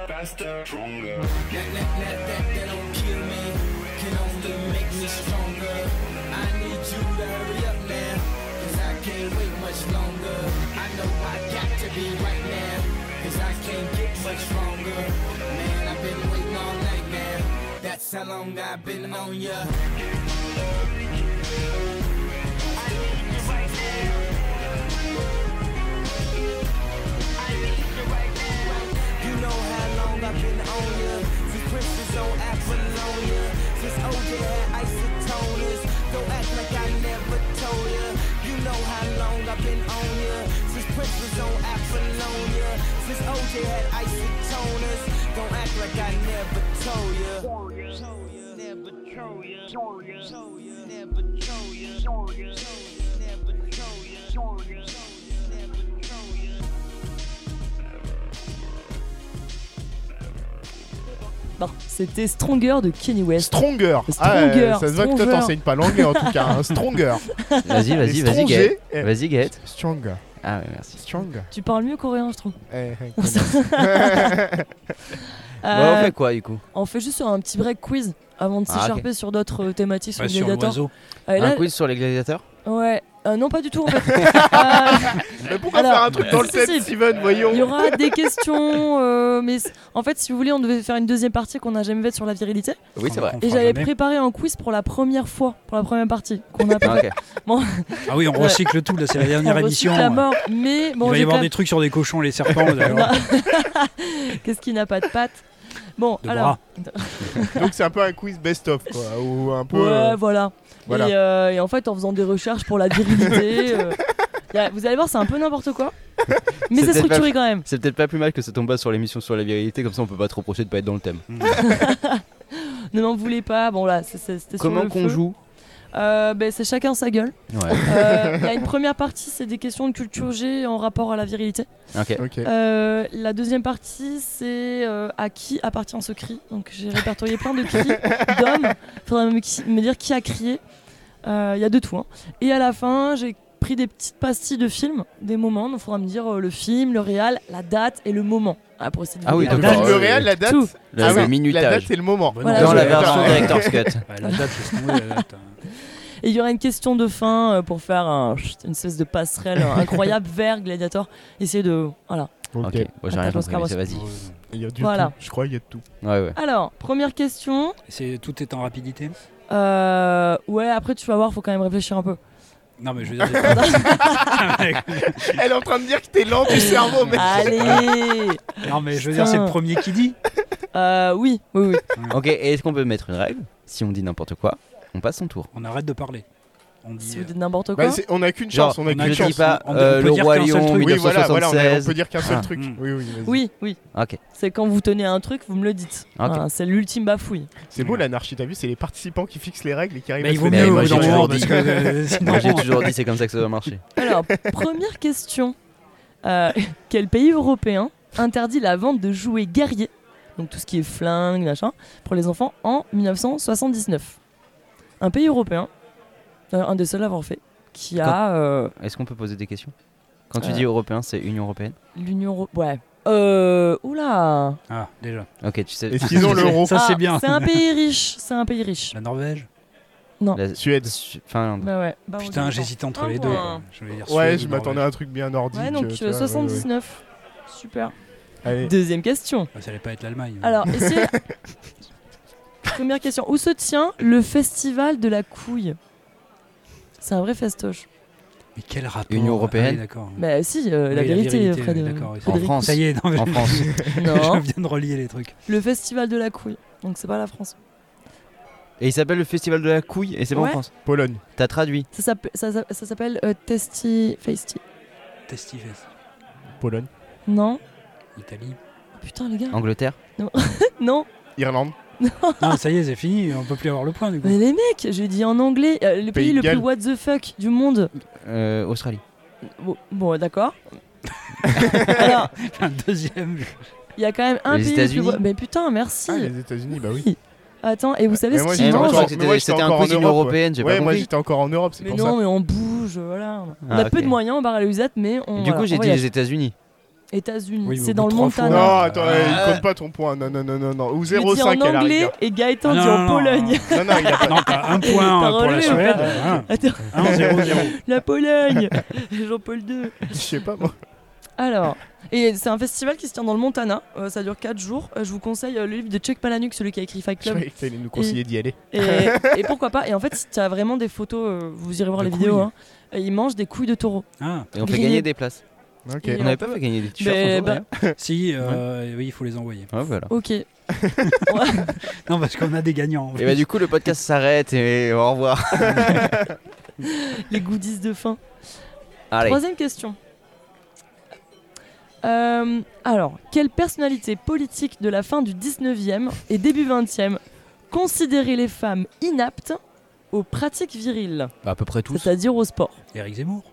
[SPEAKER 6] Faster, stronger.
[SPEAKER 5] That, that, that, that, that don't kill me. Can only make me stronger. I need you to hurry up now. Cause I can't wait much longer. I know I got to be right now. Cause I can't get much stronger. Man, I've been waiting all night now. That's how long I've been on ya. You know how long I've been on ya. Since Prince was on Apollonia. Since OJ had isotoners. Don't act like I never told ya. You know how long I've been on ya. Since Prince was on Apollonia. Since OJ had isotoners. Don't act like I never told ya. Never told ya. Never told ya. Never told ya. Never told ya.
[SPEAKER 1] Bon, c'était Stronger de Kenny West.
[SPEAKER 2] Stronger. Ah,
[SPEAKER 1] Stronger,
[SPEAKER 2] ça se voit que toi
[SPEAKER 1] stronger.
[SPEAKER 2] t'enseignes pas l'anglais en tout cas. hein. Stronger.
[SPEAKER 3] Vas-y,
[SPEAKER 2] Les
[SPEAKER 3] vas-y, vas-y,
[SPEAKER 2] strongers,
[SPEAKER 3] Gaët.
[SPEAKER 2] eh,
[SPEAKER 3] Vas-y, Gaët.
[SPEAKER 2] Stronger.
[SPEAKER 3] Ah ouais, merci.
[SPEAKER 2] Stronger.
[SPEAKER 1] Tu parles mieux coréen, je trouve.
[SPEAKER 2] Eh, eh,
[SPEAKER 3] Bah, on
[SPEAKER 1] Euh,
[SPEAKER 3] fait quoi du coup
[SPEAKER 1] on fait juste un petit break quiz avant de
[SPEAKER 3] Ah, Bah,
[SPEAKER 1] s'écharper sur d'autres euh, thématiques sur
[SPEAKER 4] Ouais,
[SPEAKER 1] les
[SPEAKER 4] sur
[SPEAKER 1] gladiateurs.
[SPEAKER 4] l'oiseau.
[SPEAKER 1] Ah, et là-
[SPEAKER 3] Un quiz sur les gladiateurs
[SPEAKER 1] Ouais. Euh, non, pas du tout. En fait. Euh,
[SPEAKER 2] Mais pourquoi
[SPEAKER 1] Alors,
[SPEAKER 2] faire un truc dans le
[SPEAKER 1] si,
[SPEAKER 2] set,
[SPEAKER 1] si.
[SPEAKER 2] Steven Voyons.
[SPEAKER 1] Il y aura des questions, euh, mais c- en fait, si vous voulez, on devait faire une deuxième partie qu'on n'a jamais faite sur la virilité.
[SPEAKER 3] Oui, c'est vrai.
[SPEAKER 4] On
[SPEAKER 1] Et
[SPEAKER 4] fera
[SPEAKER 1] j'avais
[SPEAKER 4] jamais.
[SPEAKER 1] préparé un quiz pour la première fois, pour la première partie qu'on a pas
[SPEAKER 3] Ah,
[SPEAKER 1] faite.
[SPEAKER 3] ok.
[SPEAKER 4] Ah oui, on
[SPEAKER 1] Ouais.
[SPEAKER 4] recycle tout, là c'est la dernière
[SPEAKER 1] On recycle
[SPEAKER 4] émission.
[SPEAKER 1] la mort, mais
[SPEAKER 4] Il
[SPEAKER 1] bon,
[SPEAKER 4] va y
[SPEAKER 1] j'ai
[SPEAKER 4] avoir
[SPEAKER 1] quand
[SPEAKER 4] des trucs sur des cochons, les serpents, vous allez voir.
[SPEAKER 1] même- qu'est-ce qui n'a pas de pattes Bon,
[SPEAKER 4] De
[SPEAKER 1] alors,
[SPEAKER 2] Donc c'est un peu un quiz best-of quoi. Ou un peu.
[SPEAKER 1] ouais,
[SPEAKER 2] euh,
[SPEAKER 1] voilà.
[SPEAKER 2] voilà.
[SPEAKER 1] Et, euh, et en fait, en faisant des recherches pour la virilité, euh, Y a- vous allez voir, c'est un peu n'importe quoi. Mais
[SPEAKER 3] C'est
[SPEAKER 1] c'est
[SPEAKER 3] peut-être
[SPEAKER 1] structuré quand même.
[SPEAKER 3] C'est peut-être pas plus mal que ça tombe pas sur l'émission sur la virilité, comme ça on peut pas trop reprocher de pas être dans le thème.
[SPEAKER 1] Bah, Ne m'en voulez pas. Bon, là, c'est- c'est- c'était sur
[SPEAKER 3] Comment
[SPEAKER 1] le
[SPEAKER 3] qu'on
[SPEAKER 1] feu.
[SPEAKER 3] joue
[SPEAKER 1] Euh, ben, C'est chacun sa gueule.
[SPEAKER 3] Ouais,
[SPEAKER 1] Euh, Il y a une première partie, c'est des questions de culture G en rapport à la virilité.
[SPEAKER 3] ok.
[SPEAKER 2] Ok.
[SPEAKER 1] Euh, la deuxième partie, c'est euh, à qui appartient ce cri. Donc j'ai répertorié plein de cris d'hommes. Faudrait me, me dire qui a crié. Euh, Il y a de tout. hein. Et à la fin, j'ai pris des petites pastilles de films, des moments. Donc faudra me dire euh, le film, le réal, la date et le moment. Ah, pour essayer de
[SPEAKER 3] Ah oui,
[SPEAKER 1] vous dire.
[SPEAKER 3] d'accord.
[SPEAKER 2] Le réel, la date
[SPEAKER 1] Tout.
[SPEAKER 3] Le,
[SPEAKER 2] Ah
[SPEAKER 3] le
[SPEAKER 2] oui, La
[SPEAKER 3] minutage.
[SPEAKER 2] date et le moment.
[SPEAKER 4] Bah non,
[SPEAKER 1] Voilà,
[SPEAKER 3] Dans
[SPEAKER 1] je-
[SPEAKER 3] la
[SPEAKER 1] D'accord.
[SPEAKER 3] version hein. Director's Cut.
[SPEAKER 4] hein. Ouais, la date, laisse tomber, la date, hein.
[SPEAKER 1] Et il y aura une question de fin euh, pour faire un- une espèce de passerelle euh, incroyable vers Gladiator. Essayer de. Voilà.
[SPEAKER 3] Ok, bon, j'ai rien
[SPEAKER 1] Attends,
[SPEAKER 3] compris, mais c'est- vas-y.
[SPEAKER 4] Ouais.
[SPEAKER 2] Il y a du
[SPEAKER 1] Voilà.
[SPEAKER 2] tout. Je crois qu'il y a de tout.
[SPEAKER 3] Ouais, ouais.
[SPEAKER 1] Alors, première question.
[SPEAKER 4] C'est tout est en rapidité.
[SPEAKER 1] Euh, ouais, après tu vas voir, faut quand même réfléchir un peu.
[SPEAKER 4] Non mais je veux dire. c'est-
[SPEAKER 2] Elle est en train de dire que t'es lent du cerveau, mec.
[SPEAKER 1] Allez
[SPEAKER 4] non mais je veux dire c'est le
[SPEAKER 1] Putain.
[SPEAKER 4] premier qui dit.
[SPEAKER 1] Euh, oui, oui, oui.
[SPEAKER 3] Ok, et est-ce qu'on peut mettre une règle Si on dit n'importe quoi, on passe son tour.
[SPEAKER 4] On arrête de parler. On
[SPEAKER 1] Si
[SPEAKER 4] dit. euh,
[SPEAKER 1] vous dites n'importe quoi.
[SPEAKER 2] Bah, c'est- on a qu'une
[SPEAKER 3] Genre,
[SPEAKER 2] chance, on a
[SPEAKER 4] on a
[SPEAKER 2] qu'une
[SPEAKER 3] je
[SPEAKER 4] chance.
[SPEAKER 3] dis
[SPEAKER 2] chance.
[SPEAKER 3] pas
[SPEAKER 4] On- on
[SPEAKER 3] euh,
[SPEAKER 4] peut
[SPEAKER 3] le
[SPEAKER 4] dire
[SPEAKER 3] roi
[SPEAKER 4] qu'un seul
[SPEAKER 3] Lion
[SPEAKER 4] truc.
[SPEAKER 2] Oui, voilà, voilà, on, a- on
[SPEAKER 3] 1976.
[SPEAKER 2] peut dire qu'un seul
[SPEAKER 3] Ah.
[SPEAKER 2] truc.
[SPEAKER 4] Mm.
[SPEAKER 2] Oui, oui, vas-y.
[SPEAKER 1] oui, oui.
[SPEAKER 3] Ok.
[SPEAKER 1] C'est quand vous tenez un truc, vous me le dites.
[SPEAKER 3] Ok.
[SPEAKER 1] Voilà, c'est l'ultime bafouille.
[SPEAKER 2] C'est beau l'anarchie, t'as vu, c'est les participants qui fixent les règles et qui arrivent
[SPEAKER 4] Mais
[SPEAKER 2] à
[SPEAKER 4] Bah, il
[SPEAKER 2] se
[SPEAKER 4] vaut
[SPEAKER 2] les-
[SPEAKER 4] mieux
[SPEAKER 3] moi,
[SPEAKER 4] au
[SPEAKER 3] j'ai
[SPEAKER 4] bout d'un
[SPEAKER 3] toujours
[SPEAKER 4] moment,
[SPEAKER 3] dit-
[SPEAKER 4] parce que euh, sinon.
[SPEAKER 3] Moi j'ai toujours dit c'est comme ça que ça doit marcher.
[SPEAKER 1] Alors, première question. Euh, quel pays européen interdit la vente de jouets guerriers, donc tout ce qui est flingue, machin, pour les enfants en 1979 Un pays européen, euh, un des seuls à avoir fait, qui a euh,
[SPEAKER 3] Est-ce qu'on peut poser des questions Quand tu
[SPEAKER 1] Euh.
[SPEAKER 3] dis européen, c'est Union européenne
[SPEAKER 1] l'Union européenne. Ouais. Euh, oula
[SPEAKER 4] Ah déjà.
[SPEAKER 3] Ok, tu sais.
[SPEAKER 2] Est-ce qu'ils ont l'euro
[SPEAKER 4] Ça
[SPEAKER 1] Ah,
[SPEAKER 4] c'est bien.
[SPEAKER 1] C'est un pays riche, c'est un pays riche.
[SPEAKER 4] La Norvège.
[SPEAKER 3] La-
[SPEAKER 2] Suède.
[SPEAKER 3] Su- Finlande.
[SPEAKER 1] Bah ouais. Bah, on
[SPEAKER 4] Putain
[SPEAKER 1] dit-
[SPEAKER 4] j'hésitais entre
[SPEAKER 1] Un
[SPEAKER 4] les deux.
[SPEAKER 1] point.
[SPEAKER 4] quoi. Je vais dire
[SPEAKER 2] Ouais,
[SPEAKER 4] Suède
[SPEAKER 2] je
[SPEAKER 4] ou
[SPEAKER 2] m'attendais à
[SPEAKER 4] Norvège.
[SPEAKER 2] un truc bien nordique.
[SPEAKER 1] Ouais, donc
[SPEAKER 2] euh, tu
[SPEAKER 1] euh,
[SPEAKER 2] vois, ouais,
[SPEAKER 1] 79. Super.
[SPEAKER 2] ouais. Allez.
[SPEAKER 1] Deuxième question.
[SPEAKER 4] Ah, Ça allait pas être l'Allemagne.
[SPEAKER 1] Alors, essayez. Première question. Où se tient le festival de la couille C'est un vrai festoche.
[SPEAKER 4] Mais quel rapport
[SPEAKER 3] Union européenne.
[SPEAKER 4] Ah oui, D'accord.
[SPEAKER 1] Bah si, euh, la
[SPEAKER 4] Oui,
[SPEAKER 1] vérité,
[SPEAKER 4] virilité,
[SPEAKER 1] Fred.
[SPEAKER 4] oui,
[SPEAKER 1] euh,
[SPEAKER 4] d'accord, oui,
[SPEAKER 3] En
[SPEAKER 4] c'est-
[SPEAKER 1] Frédéric.
[SPEAKER 3] France.
[SPEAKER 4] Ça y est, non, mais
[SPEAKER 3] En
[SPEAKER 4] je-
[SPEAKER 3] France.
[SPEAKER 1] Non,
[SPEAKER 4] je viens de relier les trucs.
[SPEAKER 1] le festival de la couille. Donc c'est pas la France.
[SPEAKER 3] Et il s'appelle le Festival de la couille et c'est pas
[SPEAKER 1] Ouais.
[SPEAKER 3] en France.
[SPEAKER 2] Pologne.
[SPEAKER 3] T'as traduit
[SPEAKER 1] Ça s'appelle- ça s'appelle ça s'appelle, euh, Testy Feisty.
[SPEAKER 4] Testifest.
[SPEAKER 2] Pologne.
[SPEAKER 1] Non
[SPEAKER 4] Italie.
[SPEAKER 1] Putain les gars.
[SPEAKER 3] Angleterre
[SPEAKER 1] Non
[SPEAKER 2] Irlande.
[SPEAKER 4] Non, ça y est, c'est fini, on peut plus avoir le point du coup.
[SPEAKER 1] Mais les mecs, je dis en anglais, euh, le
[SPEAKER 2] Pays
[SPEAKER 1] pays
[SPEAKER 2] de
[SPEAKER 1] le plus
[SPEAKER 2] Galles.
[SPEAKER 1] what the fuck du monde.
[SPEAKER 3] Euh, Australie.
[SPEAKER 1] Bon, bon, d'accord. Alors,
[SPEAKER 4] Un deuxième.
[SPEAKER 1] il y a quand même un
[SPEAKER 3] Les
[SPEAKER 1] pays. le plus
[SPEAKER 3] États-Unis
[SPEAKER 1] wo- Mais putain, merci.
[SPEAKER 2] Ah, les États-Unis, bah oui.
[SPEAKER 1] Attends, et vous savez
[SPEAKER 2] Mais moi,
[SPEAKER 1] ce
[SPEAKER 2] j'étais
[SPEAKER 1] qu'ils
[SPEAKER 3] Eh, moi,
[SPEAKER 1] mangent
[SPEAKER 3] je crois
[SPEAKER 2] encore-
[SPEAKER 3] que
[SPEAKER 2] mais moi,
[SPEAKER 3] c'était-
[SPEAKER 2] j'étais
[SPEAKER 3] c'était un
[SPEAKER 2] encore en
[SPEAKER 3] quiz Union
[SPEAKER 2] Europe, ouais.
[SPEAKER 3] européenne, j'ai
[SPEAKER 2] Ouais,
[SPEAKER 3] pas
[SPEAKER 2] moi
[SPEAKER 3] compris.
[SPEAKER 2] j'étais encore en Europe, c'est
[SPEAKER 1] Mais
[SPEAKER 2] pour
[SPEAKER 1] non,
[SPEAKER 2] ça.
[SPEAKER 1] mais on bouge, voilà. On
[SPEAKER 3] Ah,
[SPEAKER 1] a
[SPEAKER 3] ok.
[SPEAKER 1] peu de moyens, on barre à la Lusette, mais on.
[SPEAKER 3] Du
[SPEAKER 1] voilà,
[SPEAKER 3] coup, j'ai
[SPEAKER 1] on
[SPEAKER 3] dit
[SPEAKER 1] voyage.
[SPEAKER 3] les États-Unis.
[SPEAKER 1] États-Unis,
[SPEAKER 4] Oui, mais au
[SPEAKER 1] c'est
[SPEAKER 4] bout
[SPEAKER 1] dans
[SPEAKER 4] de
[SPEAKER 1] le
[SPEAKER 4] trois
[SPEAKER 1] Montana.
[SPEAKER 4] fois,
[SPEAKER 2] Non,
[SPEAKER 4] Ah,
[SPEAKER 2] attends,
[SPEAKER 4] ah,
[SPEAKER 2] il
[SPEAKER 3] ah.
[SPEAKER 2] compte pas ton point. Non, non, non, non, non. Ou
[SPEAKER 1] Je dis
[SPEAKER 2] 0,5
[SPEAKER 1] en
[SPEAKER 2] à la
[SPEAKER 1] anglais
[SPEAKER 2] rigueur.
[SPEAKER 1] et Gaëtan
[SPEAKER 4] Ah,
[SPEAKER 1] dit
[SPEAKER 4] non,
[SPEAKER 1] en
[SPEAKER 4] non,
[SPEAKER 1] Pologne.
[SPEAKER 2] Non, non, il a pas.
[SPEAKER 4] Non, t'as un point
[SPEAKER 1] T'as
[SPEAKER 4] pour la
[SPEAKER 1] relevé ou
[SPEAKER 4] Suède.
[SPEAKER 1] pas
[SPEAKER 4] hein.
[SPEAKER 1] Attends,
[SPEAKER 4] 1-0-0.
[SPEAKER 1] la Pologne Jean-Paul II
[SPEAKER 2] Je sais pas, moi.
[SPEAKER 1] Alors, et c'est un festival qui se tient dans le Montana, euh, ça dure 4 jours. Euh, je vous conseille euh, le livre de Chuck Palahniuk, celui qui a écrit Fight
[SPEAKER 2] Je
[SPEAKER 1] Club.
[SPEAKER 2] croyais que t'allais nous conseiller d'y aller.
[SPEAKER 1] Et, et pourquoi pas Et en fait, si tu as vraiment des photos, euh, vous irez voir
[SPEAKER 4] De
[SPEAKER 1] les vidéos.
[SPEAKER 4] couilles.
[SPEAKER 1] hein, et ils mangent des couilles de taureau.
[SPEAKER 4] Ah,
[SPEAKER 3] Et on fait
[SPEAKER 1] Grillé.
[SPEAKER 3] gagner des places.
[SPEAKER 2] Ok.
[SPEAKER 1] Et euh,
[SPEAKER 3] On
[SPEAKER 1] on
[SPEAKER 3] n'avait pas fait gagner des t-shirts.
[SPEAKER 1] Mais
[SPEAKER 3] un jour,
[SPEAKER 1] bah-
[SPEAKER 3] d'ailleurs
[SPEAKER 4] si, euh, oui, il faut les envoyer.
[SPEAKER 3] Ouais, voilà.
[SPEAKER 1] Ok.
[SPEAKER 4] Non, parce qu'on a des gagnants.
[SPEAKER 3] Et bah, du coup, le podcast s'arrête et au revoir.
[SPEAKER 1] les goodies de fin.
[SPEAKER 3] Allez.
[SPEAKER 1] Troisième question. Euh, alors, quelle personnalité politique de la fin du 19e et début 20e considérait les femmes inaptes aux pratiques viriles,
[SPEAKER 3] Bah, à peu près tous.
[SPEAKER 1] c'est-à-dire au sport
[SPEAKER 4] Eric Zemmour.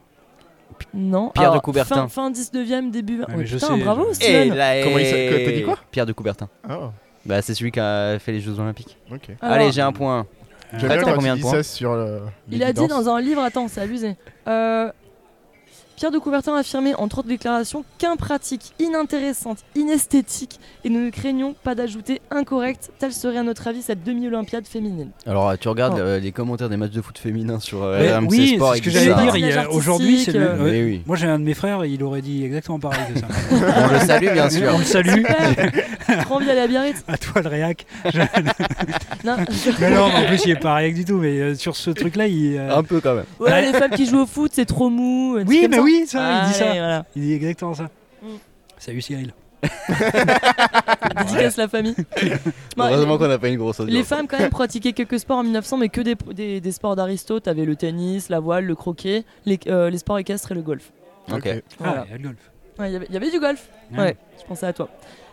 [SPEAKER 1] Non.
[SPEAKER 3] Pierre de
[SPEAKER 1] alors, Fin,
[SPEAKER 3] Coubertin.
[SPEAKER 1] fin 19e, début 20e.
[SPEAKER 4] mais je
[SPEAKER 1] putain,
[SPEAKER 4] sais,
[SPEAKER 1] bravo,
[SPEAKER 4] je-
[SPEAKER 3] Et
[SPEAKER 1] Steven.
[SPEAKER 3] Eh, là,
[SPEAKER 2] Comment il s'a-
[SPEAKER 3] et-
[SPEAKER 2] quoi, t'as dit quoi
[SPEAKER 3] Pierre de Coubertin.
[SPEAKER 2] Ah,
[SPEAKER 3] Bah, c'est celui qui a fait les Jeux Olympiques.
[SPEAKER 2] ok.
[SPEAKER 1] Alors,
[SPEAKER 3] Allez, j'ai un point.
[SPEAKER 2] J'aime
[SPEAKER 3] Attends,
[SPEAKER 2] bien quand
[SPEAKER 3] combien
[SPEAKER 2] tu
[SPEAKER 3] de
[SPEAKER 2] dis ça
[SPEAKER 3] points
[SPEAKER 2] sur euh, le.
[SPEAKER 1] Il a dit dans un livre, attends, c'est abusé. Euh, Pierre de Coubertin a affirmé, entre autres déclarations, qu'impratique, inintéressante, inesthétique, et nous ne craignons pas d'ajouter incorrecte, telle serait à notre avis cette demi-olympiade féminine.
[SPEAKER 3] Alors, tu regardes
[SPEAKER 1] Oh.
[SPEAKER 3] euh, les commentaires des matchs de foot féminin sur euh,
[SPEAKER 4] Mais
[SPEAKER 3] RMC
[SPEAKER 4] oui,
[SPEAKER 3] Sport
[SPEAKER 4] c'est ce que
[SPEAKER 3] et
[SPEAKER 4] j'allais
[SPEAKER 3] Gazard.
[SPEAKER 4] dire.
[SPEAKER 1] Patinage
[SPEAKER 4] il y a- Aujourd'hui, c'est le.
[SPEAKER 1] artistique,
[SPEAKER 4] ouais.
[SPEAKER 3] Mais oui.
[SPEAKER 4] Moi, j'ai un de mes frères, il aurait dit exactement pareil que ça.
[SPEAKER 3] On le salue, bien sûr.
[SPEAKER 4] On le salue.
[SPEAKER 1] Rendu à la Biarritz.
[SPEAKER 4] À toi le réac.
[SPEAKER 1] Non,
[SPEAKER 4] Mais non, mais en plus, il est pas réac du tout. Mais euh, sur ce truc-là, il. euh,
[SPEAKER 3] Un peu quand même.
[SPEAKER 1] Ouais, les femmes qui jouent au foot, c'est trop mou.
[SPEAKER 4] Ah, Oui, mais oui, ça, il dit ça.
[SPEAKER 1] Voilà.
[SPEAKER 4] Il dit exactement ça.
[SPEAKER 1] Mm.
[SPEAKER 4] Salut Cyril.
[SPEAKER 1] Dédicace la famille. Non,
[SPEAKER 7] Heureusement qu'on n'a pas une grosse audience.
[SPEAKER 1] Bah, Les femmes, quand même, pratiquaient quelques sports en 1900, mais que des, des, des sports d'aristo. T'avais le tennis, la voile, le croquet, les, euh, les sports équestres et le golf.
[SPEAKER 7] Ok.
[SPEAKER 1] Voilà.
[SPEAKER 4] Ah, il y a le golf.
[SPEAKER 1] Ouais, il y avait- il y avait du golf.
[SPEAKER 4] Ouais.
[SPEAKER 1] Ouais, je pensais à toi.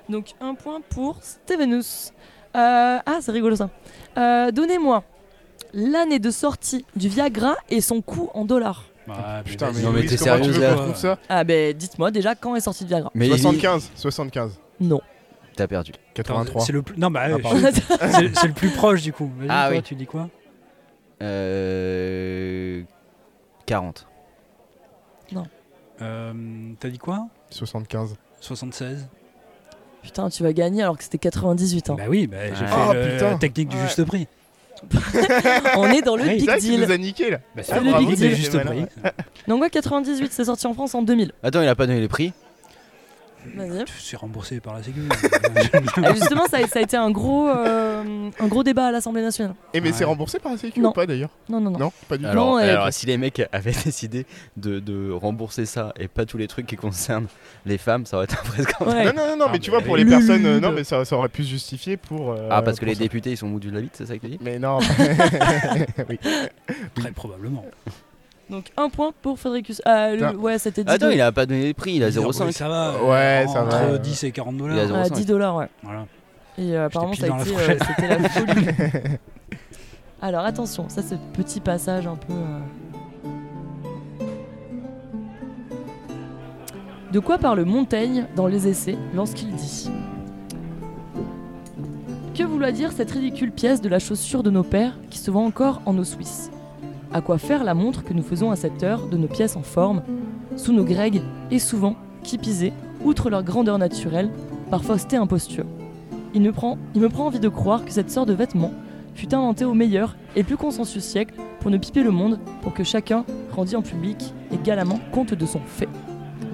[SPEAKER 1] Donc, un point pour Stevenus. Euh, ah, c'est rigolo ça. Euh, Donnez-moi l'année de sortie du Viagra et son coût en dollars.
[SPEAKER 4] Bah, mais
[SPEAKER 2] Putain, mais,
[SPEAKER 4] vas-y.
[SPEAKER 7] Non, mais
[SPEAKER 2] Louis, comment
[SPEAKER 7] t'es
[SPEAKER 2] tu
[SPEAKER 7] sérieux,
[SPEAKER 2] veux qu'on
[SPEAKER 7] là
[SPEAKER 2] trouve ça
[SPEAKER 1] Ah, ben dites-moi déjà quand est sorti le Viagra.
[SPEAKER 7] Mais
[SPEAKER 2] 75, 75,
[SPEAKER 1] Non.
[SPEAKER 3] T'as perdu.
[SPEAKER 2] 83.
[SPEAKER 4] C'est le plus. Non, bah,
[SPEAKER 2] Ah,
[SPEAKER 4] euh,
[SPEAKER 2] pardon.
[SPEAKER 4] c'est c'est le plus proche du coup. Vas-y,
[SPEAKER 3] Ah
[SPEAKER 4] toi,
[SPEAKER 3] oui.
[SPEAKER 4] Tu dis quoi
[SPEAKER 3] Euh, 40.
[SPEAKER 4] Euh, T'as dit quoi
[SPEAKER 2] 75.
[SPEAKER 4] 76
[SPEAKER 1] Putain, tu vas gagner alors que c'était 98. hein.
[SPEAKER 4] Bah oui, bah, j'ai
[SPEAKER 3] Ouais.
[SPEAKER 4] fait
[SPEAKER 2] Ah,
[SPEAKER 4] le-
[SPEAKER 2] putain.
[SPEAKER 4] la technique du
[SPEAKER 2] Ouais.
[SPEAKER 4] juste prix.
[SPEAKER 1] On est dans le
[SPEAKER 4] Ouais,
[SPEAKER 1] big
[SPEAKER 2] C'est vrai que tu
[SPEAKER 1] deal.
[SPEAKER 2] nous as niqué là.
[SPEAKER 4] Bah,
[SPEAKER 1] Ah, le big
[SPEAKER 4] la technique du
[SPEAKER 1] deal.
[SPEAKER 4] juste
[SPEAKER 2] Voilà.
[SPEAKER 4] prix.
[SPEAKER 1] Donc, ouais, 98, c'est sorti en France en 2000.
[SPEAKER 7] Attends, il a pas donné les prix
[SPEAKER 1] Vas-y.
[SPEAKER 4] C'est remboursé par la Sécu.
[SPEAKER 1] Ah, justement, ça a, ça a été un gros, euh, un gros débat à l'Assemblée nationale.
[SPEAKER 2] Et Eh, mais c'est
[SPEAKER 4] Ouais.
[SPEAKER 2] remboursé par la Sécu
[SPEAKER 1] Non.
[SPEAKER 2] ou pas d'ailleurs
[SPEAKER 1] Non, non, non.
[SPEAKER 2] Non, pas du tout.
[SPEAKER 7] Alors,
[SPEAKER 1] Non, elle-
[SPEAKER 7] alors, si les mecs avaient décidé de, de rembourser ça et pas tous les trucs qui concernent les femmes, ça aurait été un vrai scandale.
[SPEAKER 1] Ouais.
[SPEAKER 2] Non, non, non, non, mais
[SPEAKER 4] Ah,
[SPEAKER 2] tu
[SPEAKER 4] mais
[SPEAKER 2] vois, pour les
[SPEAKER 1] oui.
[SPEAKER 2] personnes. euh,
[SPEAKER 1] Lulu.
[SPEAKER 2] non, mais ça, ça aurait pu se justifier pour. euh,
[SPEAKER 3] ah, parce que
[SPEAKER 2] pour
[SPEAKER 3] les
[SPEAKER 2] ça.
[SPEAKER 3] députés, ils sont mous du de la bite, c'est ça que tu dis
[SPEAKER 2] Mais non. oui.
[SPEAKER 4] Très probablement.
[SPEAKER 1] Donc, un point pour Frédéricus. Ah, le-
[SPEAKER 2] Putain.
[SPEAKER 1] ouais, c'était 10
[SPEAKER 3] Attends,
[SPEAKER 1] dollars.
[SPEAKER 3] il a pas donné les prix, il a
[SPEAKER 4] Oui,
[SPEAKER 3] 0,5.
[SPEAKER 4] Ça va. euh,
[SPEAKER 2] Ouais, ça
[SPEAKER 4] entre
[SPEAKER 2] va, ouais.
[SPEAKER 4] 10 et 40
[SPEAKER 3] Il a
[SPEAKER 4] dollars.
[SPEAKER 3] zéro.
[SPEAKER 1] Ah,
[SPEAKER 3] 0,5.
[SPEAKER 1] 10 dollars, ouais.
[SPEAKER 4] Voilà.
[SPEAKER 1] Et euh, apparemment,
[SPEAKER 4] pile
[SPEAKER 1] ça
[SPEAKER 4] dans
[SPEAKER 1] a
[SPEAKER 4] la
[SPEAKER 1] été, euh,
[SPEAKER 4] fourchette.
[SPEAKER 1] c'était la folie. Alors attention, ça c'est le petit passage un peu. euh. De quoi parle Montaigne dans les essais lorsqu'il dit Que vouloir dire cette ridicule pièce de la chaussure de nos pères qui se vend encore en eaux suisses À quoi faire la montre que nous faisons à cette heure de nos pièces en forme, sous nos grègues et souvent, qui pisaient, outre leur grandeur naturelle, par fausseté imposture il me, prend, il me prend envie de croire que cette sorte de vêtement fut inventée au meilleur et plus consensus siècle pour ne piper le monde, pour que chacun rendît en public également compte de son fait.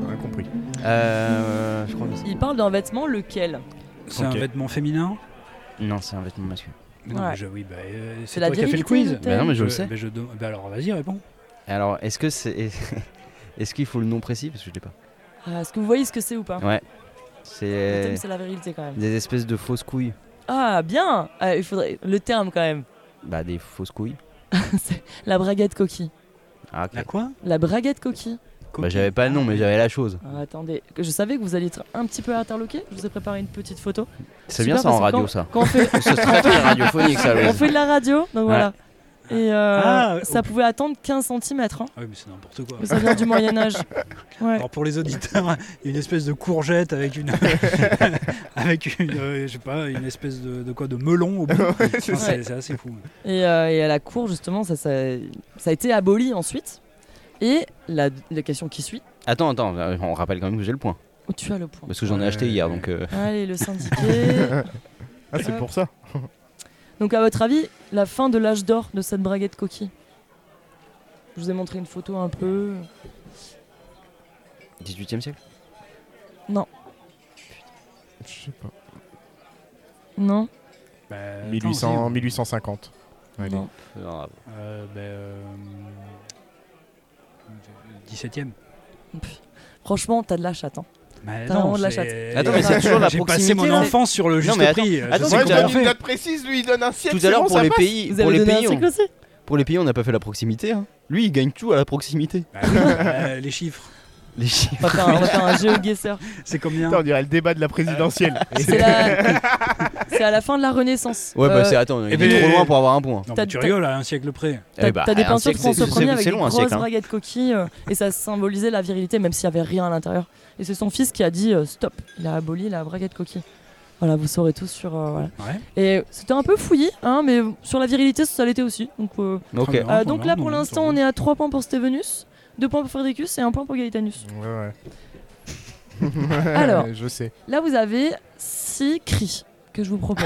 [SPEAKER 2] On a compris.
[SPEAKER 3] Euh, je crois que
[SPEAKER 1] Il parle d'un vêtement lequel
[SPEAKER 4] C'est un
[SPEAKER 2] Ok.
[SPEAKER 4] vêtement féminin
[SPEAKER 3] c'est- Non, c'est un vêtement masculin.
[SPEAKER 4] Non,
[SPEAKER 1] Ouais.
[SPEAKER 4] euh, mais je- oui, bah, euh,
[SPEAKER 1] C'est
[SPEAKER 4] c'est
[SPEAKER 1] la
[SPEAKER 4] toi qui as fait le
[SPEAKER 1] virilité
[SPEAKER 4] quiz.
[SPEAKER 1] du thème. Bah
[SPEAKER 3] non, mais je le sais.
[SPEAKER 4] Bah, je dem- bah, alors, vas-y, réponds.
[SPEAKER 3] Et Alors, est-ce que c'est. Est-ce qu'il faut le nom précis Parce que je l'ai pas.
[SPEAKER 1] Ah, Est-ce que vous voyez ce que c'est ou pas
[SPEAKER 3] Ouais.
[SPEAKER 1] Le
[SPEAKER 3] C'est
[SPEAKER 1] thème c'est la virilité quand même.
[SPEAKER 3] des espèces de fausses couilles.
[SPEAKER 1] Ah bien Ah, Il faudrait le terme quand même.
[SPEAKER 3] Bah, des fausses couilles.
[SPEAKER 1] C'est la braguette coquille.
[SPEAKER 3] Ah, ok.
[SPEAKER 4] La quoi
[SPEAKER 1] La braguette coquille.
[SPEAKER 3] Bah, j'avais pas le nom, mais j'avais la chose.
[SPEAKER 1] Ah, attendez, je savais que vous alliez être un petit peu interloqué. Je vous ai préparé une petite photo.
[SPEAKER 3] C'est
[SPEAKER 1] Super,
[SPEAKER 3] bien ça
[SPEAKER 1] parce
[SPEAKER 3] en
[SPEAKER 1] que
[SPEAKER 3] radio,
[SPEAKER 1] quand-
[SPEAKER 3] ça.
[SPEAKER 1] Quand on fait,
[SPEAKER 3] C'est très très radiophonique, ça,
[SPEAKER 1] on
[SPEAKER 3] Louise.
[SPEAKER 1] fait de la radio, donc voilà. Et euh,
[SPEAKER 4] Ah,
[SPEAKER 1] ça
[SPEAKER 4] au-
[SPEAKER 1] pouvait attendre 15 cm. Hein.
[SPEAKER 4] Ah oui, mais c'est n'importe quoi.
[SPEAKER 1] Mais ça vient du Moyen-Âge. Ouais.
[SPEAKER 4] Alors pour les auditeurs, il y a une espèce de courgette avec une, avec une, euh, je sais pas, une espèce de, de quoi, de melon au bout. Enfin, c'est
[SPEAKER 1] ça.
[SPEAKER 4] c'est assez fou.
[SPEAKER 1] Et, euh, et à la cour, justement, ça, ça, ça a été aboli ensuite. Et la, la question qui suit,
[SPEAKER 3] Attends, attends, euh, on rappelle quand même que j'ai le point.
[SPEAKER 1] oh, tu as le point.
[SPEAKER 3] Parce que j'en ai
[SPEAKER 2] Ouais.
[SPEAKER 3] acheté hier, donc. euh,
[SPEAKER 1] Allez, le syndiqué.
[SPEAKER 2] Ah, c'est
[SPEAKER 1] Hop.
[SPEAKER 2] pour ça.
[SPEAKER 1] Donc, à votre avis, la fin de l'âge d'or de cette braguette coquille Je vous ai montré une photo un peu.
[SPEAKER 3] 18 e siècle
[SPEAKER 2] Je sais pas.
[SPEAKER 1] Non
[SPEAKER 4] Bah, attends,
[SPEAKER 2] 1800, 1850. Allez.
[SPEAKER 1] Non.
[SPEAKER 3] Non,
[SPEAKER 4] c'est- euh, bah, euh, 17e.
[SPEAKER 1] Pff, Franchement, t'as de la chatte. hein.
[SPEAKER 4] Bah,
[SPEAKER 1] T'as vraiment de la chatte.
[SPEAKER 4] c'est-
[SPEAKER 3] Attends, mais c'est toujours la
[SPEAKER 4] J'ai
[SPEAKER 3] proximité,
[SPEAKER 4] passé mon
[SPEAKER 3] là.
[SPEAKER 4] enfance sur le juste
[SPEAKER 3] mais attends,
[SPEAKER 4] prix. euh, je
[SPEAKER 3] attends,
[SPEAKER 4] sais
[SPEAKER 3] mais
[SPEAKER 4] comment
[SPEAKER 3] t'as
[SPEAKER 4] on
[SPEAKER 3] dit
[SPEAKER 4] fait.
[SPEAKER 2] précise, lui, il donne un siècle.
[SPEAKER 3] Tout à l'heure, pour les pays,
[SPEAKER 1] Vous
[SPEAKER 3] pour
[SPEAKER 1] avez
[SPEAKER 3] les
[SPEAKER 1] donné un
[SPEAKER 3] pays, on-
[SPEAKER 1] cycle aussi
[SPEAKER 3] pour les pays, on n'a pas fait la proximité. hein. Lui, il gagne tout à la proximité.
[SPEAKER 4] Bah oui, bah, les chiffres,
[SPEAKER 3] Les chiffres.
[SPEAKER 1] On va faire un, on va faire un géoguesseur.
[SPEAKER 4] c'est combien
[SPEAKER 2] on dirait le débat de la présidentielle.
[SPEAKER 1] C'est la- c'est à la fin de la Renaissance.
[SPEAKER 3] Ouais,
[SPEAKER 1] Euh,
[SPEAKER 3] bah c'est attends, il
[SPEAKER 4] eh ben-
[SPEAKER 3] est trop loin pour avoir un point.
[SPEAKER 4] Non,
[SPEAKER 1] T'as-
[SPEAKER 4] mais tu
[SPEAKER 1] t'as-
[SPEAKER 4] rigoles à un siècle près.
[SPEAKER 1] T'as
[SPEAKER 3] Eh bah,
[SPEAKER 1] Euh, t'as des
[SPEAKER 3] un
[SPEAKER 1] pinceaux de
[SPEAKER 3] siècle, c'est-
[SPEAKER 1] François
[SPEAKER 3] c'est-
[SPEAKER 1] Ier avec
[SPEAKER 3] C'est
[SPEAKER 1] des
[SPEAKER 3] long, un
[SPEAKER 1] grosses
[SPEAKER 3] siècle. hein.
[SPEAKER 1] braguettes coquilles euh, et ça symbolisait la virilité même s'il n'y avait rien à l'intérieur. Et c'est son fils qui a dit euh, stop, il a aboli la braguette coquille. Voilà, vous saurez tous sur. euh, voilà.
[SPEAKER 4] Ouais.
[SPEAKER 1] Et c'était un peu fouillis, hein, mais sur la virilité, ça l'était aussi. Donc, euh,
[SPEAKER 3] Ok.
[SPEAKER 4] Très bien.
[SPEAKER 1] euh,
[SPEAKER 4] pour
[SPEAKER 1] donc
[SPEAKER 4] moi,
[SPEAKER 1] là,
[SPEAKER 4] non,
[SPEAKER 1] pour
[SPEAKER 4] non,
[SPEAKER 1] l'instant,
[SPEAKER 4] ça va.
[SPEAKER 1] on est à 3 points pour Stevenus, 2 points pour Frédéricus et 1 point pour Galitanus.
[SPEAKER 2] Ouais, ouais.
[SPEAKER 1] Alors.
[SPEAKER 2] Je sais.
[SPEAKER 1] Là, vous avez 6 cris que je vous propose.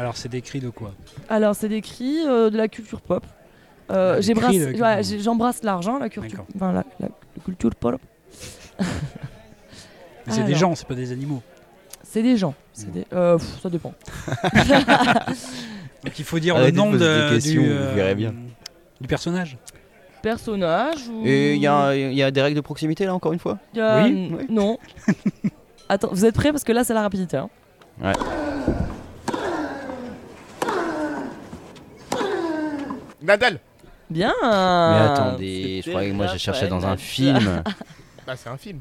[SPEAKER 4] Alors c'est des cris de quoi
[SPEAKER 1] Alors, c'est des cris euh, de la culture pop. Euh,
[SPEAKER 4] Ah, des
[SPEAKER 1] j'embrasse-
[SPEAKER 4] cris de la culture
[SPEAKER 1] ouais,
[SPEAKER 4] pop.
[SPEAKER 1] j'ai- J'embrasse l'argent, la culture,
[SPEAKER 4] D'accord.
[SPEAKER 1] enfin, la- la la culture pop.
[SPEAKER 4] Mais C'est des
[SPEAKER 1] Alors.
[SPEAKER 4] gens, c'est pas des animaux.
[SPEAKER 1] C'est des gens.
[SPEAKER 2] Mmh.
[SPEAKER 1] C'est des... euh, pff, ça dépend.
[SPEAKER 4] Donc il faut dire
[SPEAKER 3] Arrêtez
[SPEAKER 4] le nom
[SPEAKER 3] de poser Ah des
[SPEAKER 4] de-
[SPEAKER 3] questions,
[SPEAKER 4] du, euh,
[SPEAKER 3] vous verrez bien.
[SPEAKER 4] du personnage.
[SPEAKER 1] Personnage ou...
[SPEAKER 3] Et il y a, il y a des règles de proximité là encore une fois
[SPEAKER 1] Il y a-
[SPEAKER 3] Oui, oui.
[SPEAKER 1] Non. Attends, vous êtes prêts parce que là c'est la rapidité. hein.
[SPEAKER 3] Ouais.
[SPEAKER 2] Nadal
[SPEAKER 1] Bien.
[SPEAKER 3] Mais attendez, je croyais que moi j'ai cherché dans un film.
[SPEAKER 2] Bah, c'est un film.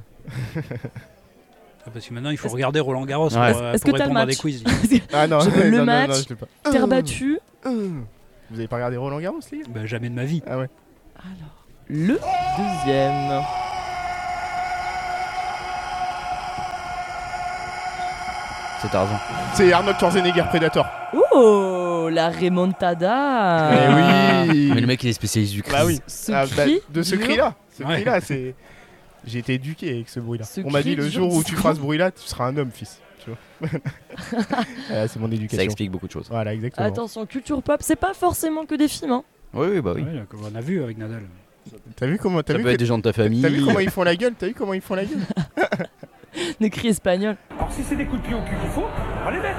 [SPEAKER 4] Ah, Parce que maintenant, il faut regarder Roland Garros
[SPEAKER 3] Ouais.
[SPEAKER 4] pour, euh,
[SPEAKER 1] Est-ce
[SPEAKER 4] pour
[SPEAKER 1] que t'as le
[SPEAKER 4] répondre à des
[SPEAKER 1] match
[SPEAKER 4] quiz.
[SPEAKER 2] Ah non,
[SPEAKER 1] Je veux
[SPEAKER 2] non,
[SPEAKER 1] le
[SPEAKER 2] non,
[SPEAKER 1] match.
[SPEAKER 2] non, je l'ai pas.
[SPEAKER 1] Terre battue.
[SPEAKER 2] Vous avez pas regardé Roland Garros, les gars
[SPEAKER 4] Bah, jamais de ma vie.
[SPEAKER 2] Ah ouais.
[SPEAKER 1] Alors, le deuxième.
[SPEAKER 3] C'est Tarzan.
[SPEAKER 1] Ah.
[SPEAKER 2] C'est Arnold Schwarzenegger Predator.
[SPEAKER 1] Oh, la remontada.
[SPEAKER 4] Ah.
[SPEAKER 2] Eh oui
[SPEAKER 3] Mais le mec il est spécialiste du
[SPEAKER 2] Bah oui.
[SPEAKER 1] Ce
[SPEAKER 2] Ah, bah,
[SPEAKER 1] cri
[SPEAKER 2] de ce
[SPEAKER 1] dure-
[SPEAKER 2] cri-là. Ce
[SPEAKER 4] Ouais.
[SPEAKER 2] cri-là, c'est. J'ai été éduqué avec ce bruit-là.
[SPEAKER 1] Ce
[SPEAKER 2] On m'a
[SPEAKER 1] cri
[SPEAKER 2] dit le
[SPEAKER 1] dure
[SPEAKER 2] jour où
[SPEAKER 1] du
[SPEAKER 2] tu
[SPEAKER 1] sang.
[SPEAKER 2] feras ce bruit-là, tu seras un homme, fils. Tu vois. Voilà, c'est mon
[SPEAKER 3] Ça
[SPEAKER 2] éducation.
[SPEAKER 3] explique beaucoup de choses.
[SPEAKER 2] Voilà, exactement.
[SPEAKER 1] Attention, culture pop, c'est pas forcément que des films. Hein.
[SPEAKER 3] Oui, oui, bah oui.
[SPEAKER 4] Ouais, là, comme on a vu avec Nadal.
[SPEAKER 2] T'as vu comment t'as
[SPEAKER 3] Ça
[SPEAKER 2] vu,
[SPEAKER 3] peut être
[SPEAKER 2] que-
[SPEAKER 3] des gens de ta famille.
[SPEAKER 2] t'as vu comment ils font la gueule T'as vu comment ils font la gueule
[SPEAKER 1] Des cris espagnols.
[SPEAKER 8] Alors si c'est des coups de pied au cul qu'il faut, on va les mettre.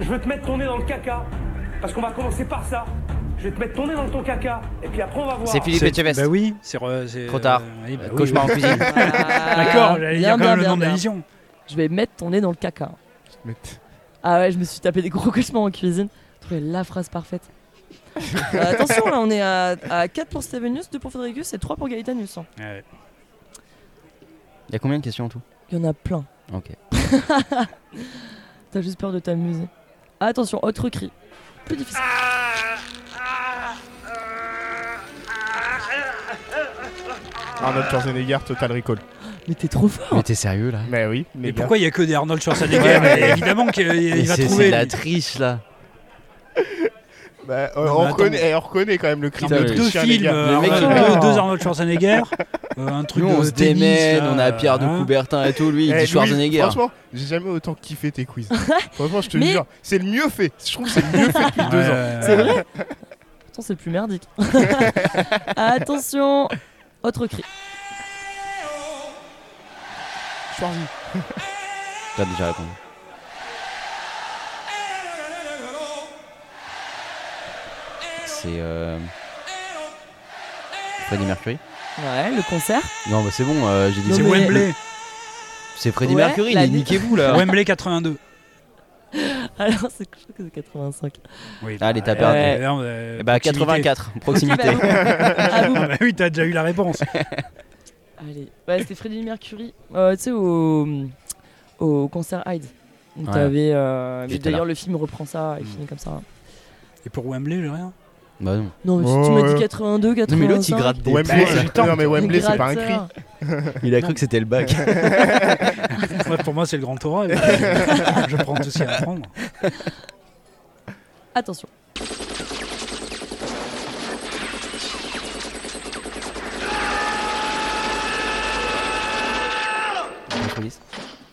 [SPEAKER 8] Je vais te mettre ton nez dans le caca. Parce qu'on va commencer par ça. Je vais te mettre ton nez dans ton caca. Et puis après on va voir.
[SPEAKER 3] C'est Philippe
[SPEAKER 4] C'est-
[SPEAKER 3] Etchebest.
[SPEAKER 4] Bah oui, c'est. re- c'est-
[SPEAKER 3] Trop tard.
[SPEAKER 4] euh, oui, bah oui,
[SPEAKER 3] Cauchemar en
[SPEAKER 4] oui.
[SPEAKER 3] cuisine.
[SPEAKER 1] Voilà.
[SPEAKER 4] D'accord, Ah, j'allais dire
[SPEAKER 1] Ah. Bien,
[SPEAKER 4] quand même
[SPEAKER 1] bien,
[SPEAKER 4] le
[SPEAKER 1] bien,
[SPEAKER 4] nom de la
[SPEAKER 1] bien.
[SPEAKER 4] vision.
[SPEAKER 1] Je vais mettre ton nez dans le caca.
[SPEAKER 2] Mais
[SPEAKER 1] Ah ouais, je me suis tapé des gros cauchemars en cuisine. Trouver la phrase parfaite. Euh, attention, là, on est à, à 4 pour Stevenius, 2 pour Fedricus et 3 pour Gaëtanus. hein.
[SPEAKER 4] Ouais.
[SPEAKER 3] Il y a combien de questions en tout
[SPEAKER 1] Il y en a plein.
[SPEAKER 3] Ok.
[SPEAKER 1] T'as juste peur de t'amuser. Ah, Attention, autre cri. Plus difficile.
[SPEAKER 4] Ah.
[SPEAKER 2] Arnold Schwarzenegger, Total Recall.
[SPEAKER 1] Mais t'es trop fort.
[SPEAKER 3] Mais t'es sérieux là
[SPEAKER 2] Mais oui, mais
[SPEAKER 4] Mais
[SPEAKER 2] bien.
[SPEAKER 4] pourquoi il y a que des Arnold Schwarzenegger
[SPEAKER 2] Ouais.
[SPEAKER 4] Mais Évidemment qu'il
[SPEAKER 3] Mais
[SPEAKER 4] il va
[SPEAKER 3] C'est c'est
[SPEAKER 4] trouver.
[SPEAKER 3] de la
[SPEAKER 4] lui.
[SPEAKER 3] triche là.
[SPEAKER 2] Bah, on,
[SPEAKER 4] Non, mais
[SPEAKER 2] on
[SPEAKER 4] attends.
[SPEAKER 2] reconnaît, eh, on reconnaît quand même le cri
[SPEAKER 3] Putain,
[SPEAKER 2] de
[SPEAKER 3] mais
[SPEAKER 4] deux
[SPEAKER 2] l'Autrichien, les
[SPEAKER 4] films,
[SPEAKER 2] gars.
[SPEAKER 4] euh,
[SPEAKER 3] Le mec,
[SPEAKER 4] Arnold-
[SPEAKER 1] il-
[SPEAKER 4] deux, deux Arnold Schwarzenegger, euh, un truc
[SPEAKER 3] Nous
[SPEAKER 4] de
[SPEAKER 3] on se
[SPEAKER 4] tennis,
[SPEAKER 3] démène,
[SPEAKER 4] là,
[SPEAKER 3] on a Pierre de
[SPEAKER 4] hein.
[SPEAKER 3] Coubertin et tout, lui il
[SPEAKER 2] Eh,
[SPEAKER 3] dit
[SPEAKER 2] Louis,
[SPEAKER 3] Schwarzenegger.
[SPEAKER 2] Franchement, j'ai jamais autant kiffé tes quiz. franchement, je te
[SPEAKER 1] Mais-
[SPEAKER 2] jure, c'est le mieux fait. Je trouve que c'est le mieux fait depuis
[SPEAKER 4] Ouais,
[SPEAKER 2] deux ans.
[SPEAKER 4] ouais,
[SPEAKER 1] C'est
[SPEAKER 4] ouais.
[SPEAKER 1] vrai Pourtant, c'est le plus merdique. Ah, Attention, autre cri.
[SPEAKER 2] Schwarzy.
[SPEAKER 3] T'as déjà répondu. C'est euh... Freddie Mercury
[SPEAKER 1] Ouais, le concert.
[SPEAKER 3] Non bah c'est bon, euh, j'ai dit
[SPEAKER 1] Non,
[SPEAKER 3] c'est
[SPEAKER 4] C'est
[SPEAKER 1] mais-
[SPEAKER 3] Wembley.
[SPEAKER 4] Wembley.
[SPEAKER 3] C'est Freddie
[SPEAKER 1] Ouais,
[SPEAKER 3] Mercury,
[SPEAKER 1] la-
[SPEAKER 3] mais niquez-vous là.
[SPEAKER 4] Wembley 82.
[SPEAKER 1] Alors, c'est, je crois que c'est 85.
[SPEAKER 4] Oui,
[SPEAKER 2] Ah,
[SPEAKER 3] Allez, t'as
[SPEAKER 1] perdu.
[SPEAKER 4] non, euh,
[SPEAKER 3] Eh bah
[SPEAKER 4] proximité.
[SPEAKER 3] 84,
[SPEAKER 1] Ok, bah,
[SPEAKER 3] proximité.
[SPEAKER 1] à vous.
[SPEAKER 4] Ah bah oui, t'as déjà eu la réponse.
[SPEAKER 1] Allez. Ouais, c'était Freddie Mercury. Euh, tu sais, au, au concert Hyde. Donc,
[SPEAKER 3] Ouais.
[SPEAKER 1] t'avais, euh, mais
[SPEAKER 3] J'étais
[SPEAKER 1] D'ailleurs,
[SPEAKER 3] là.
[SPEAKER 1] le film reprend ça et
[SPEAKER 4] Mm.
[SPEAKER 1] finit comme ça.
[SPEAKER 4] Et pour Wembley, j'ai rien.
[SPEAKER 3] bah non.
[SPEAKER 1] Non, mais si
[SPEAKER 2] Ouais,
[SPEAKER 1] tu m'as dit
[SPEAKER 2] ouais.
[SPEAKER 1] 82, 85.
[SPEAKER 3] Non mais bah, l'autre il gratte des
[SPEAKER 2] Wembley,
[SPEAKER 3] points, là.
[SPEAKER 2] c'est- non, mais Wembley, c'est pas un cri.
[SPEAKER 1] gratteur.
[SPEAKER 3] Il a cru que c'était le bac.
[SPEAKER 4] Moi, pour moi, c'est le grand oral. Je prends tout ce qu'il y a à prendre.
[SPEAKER 1] euh, Attention.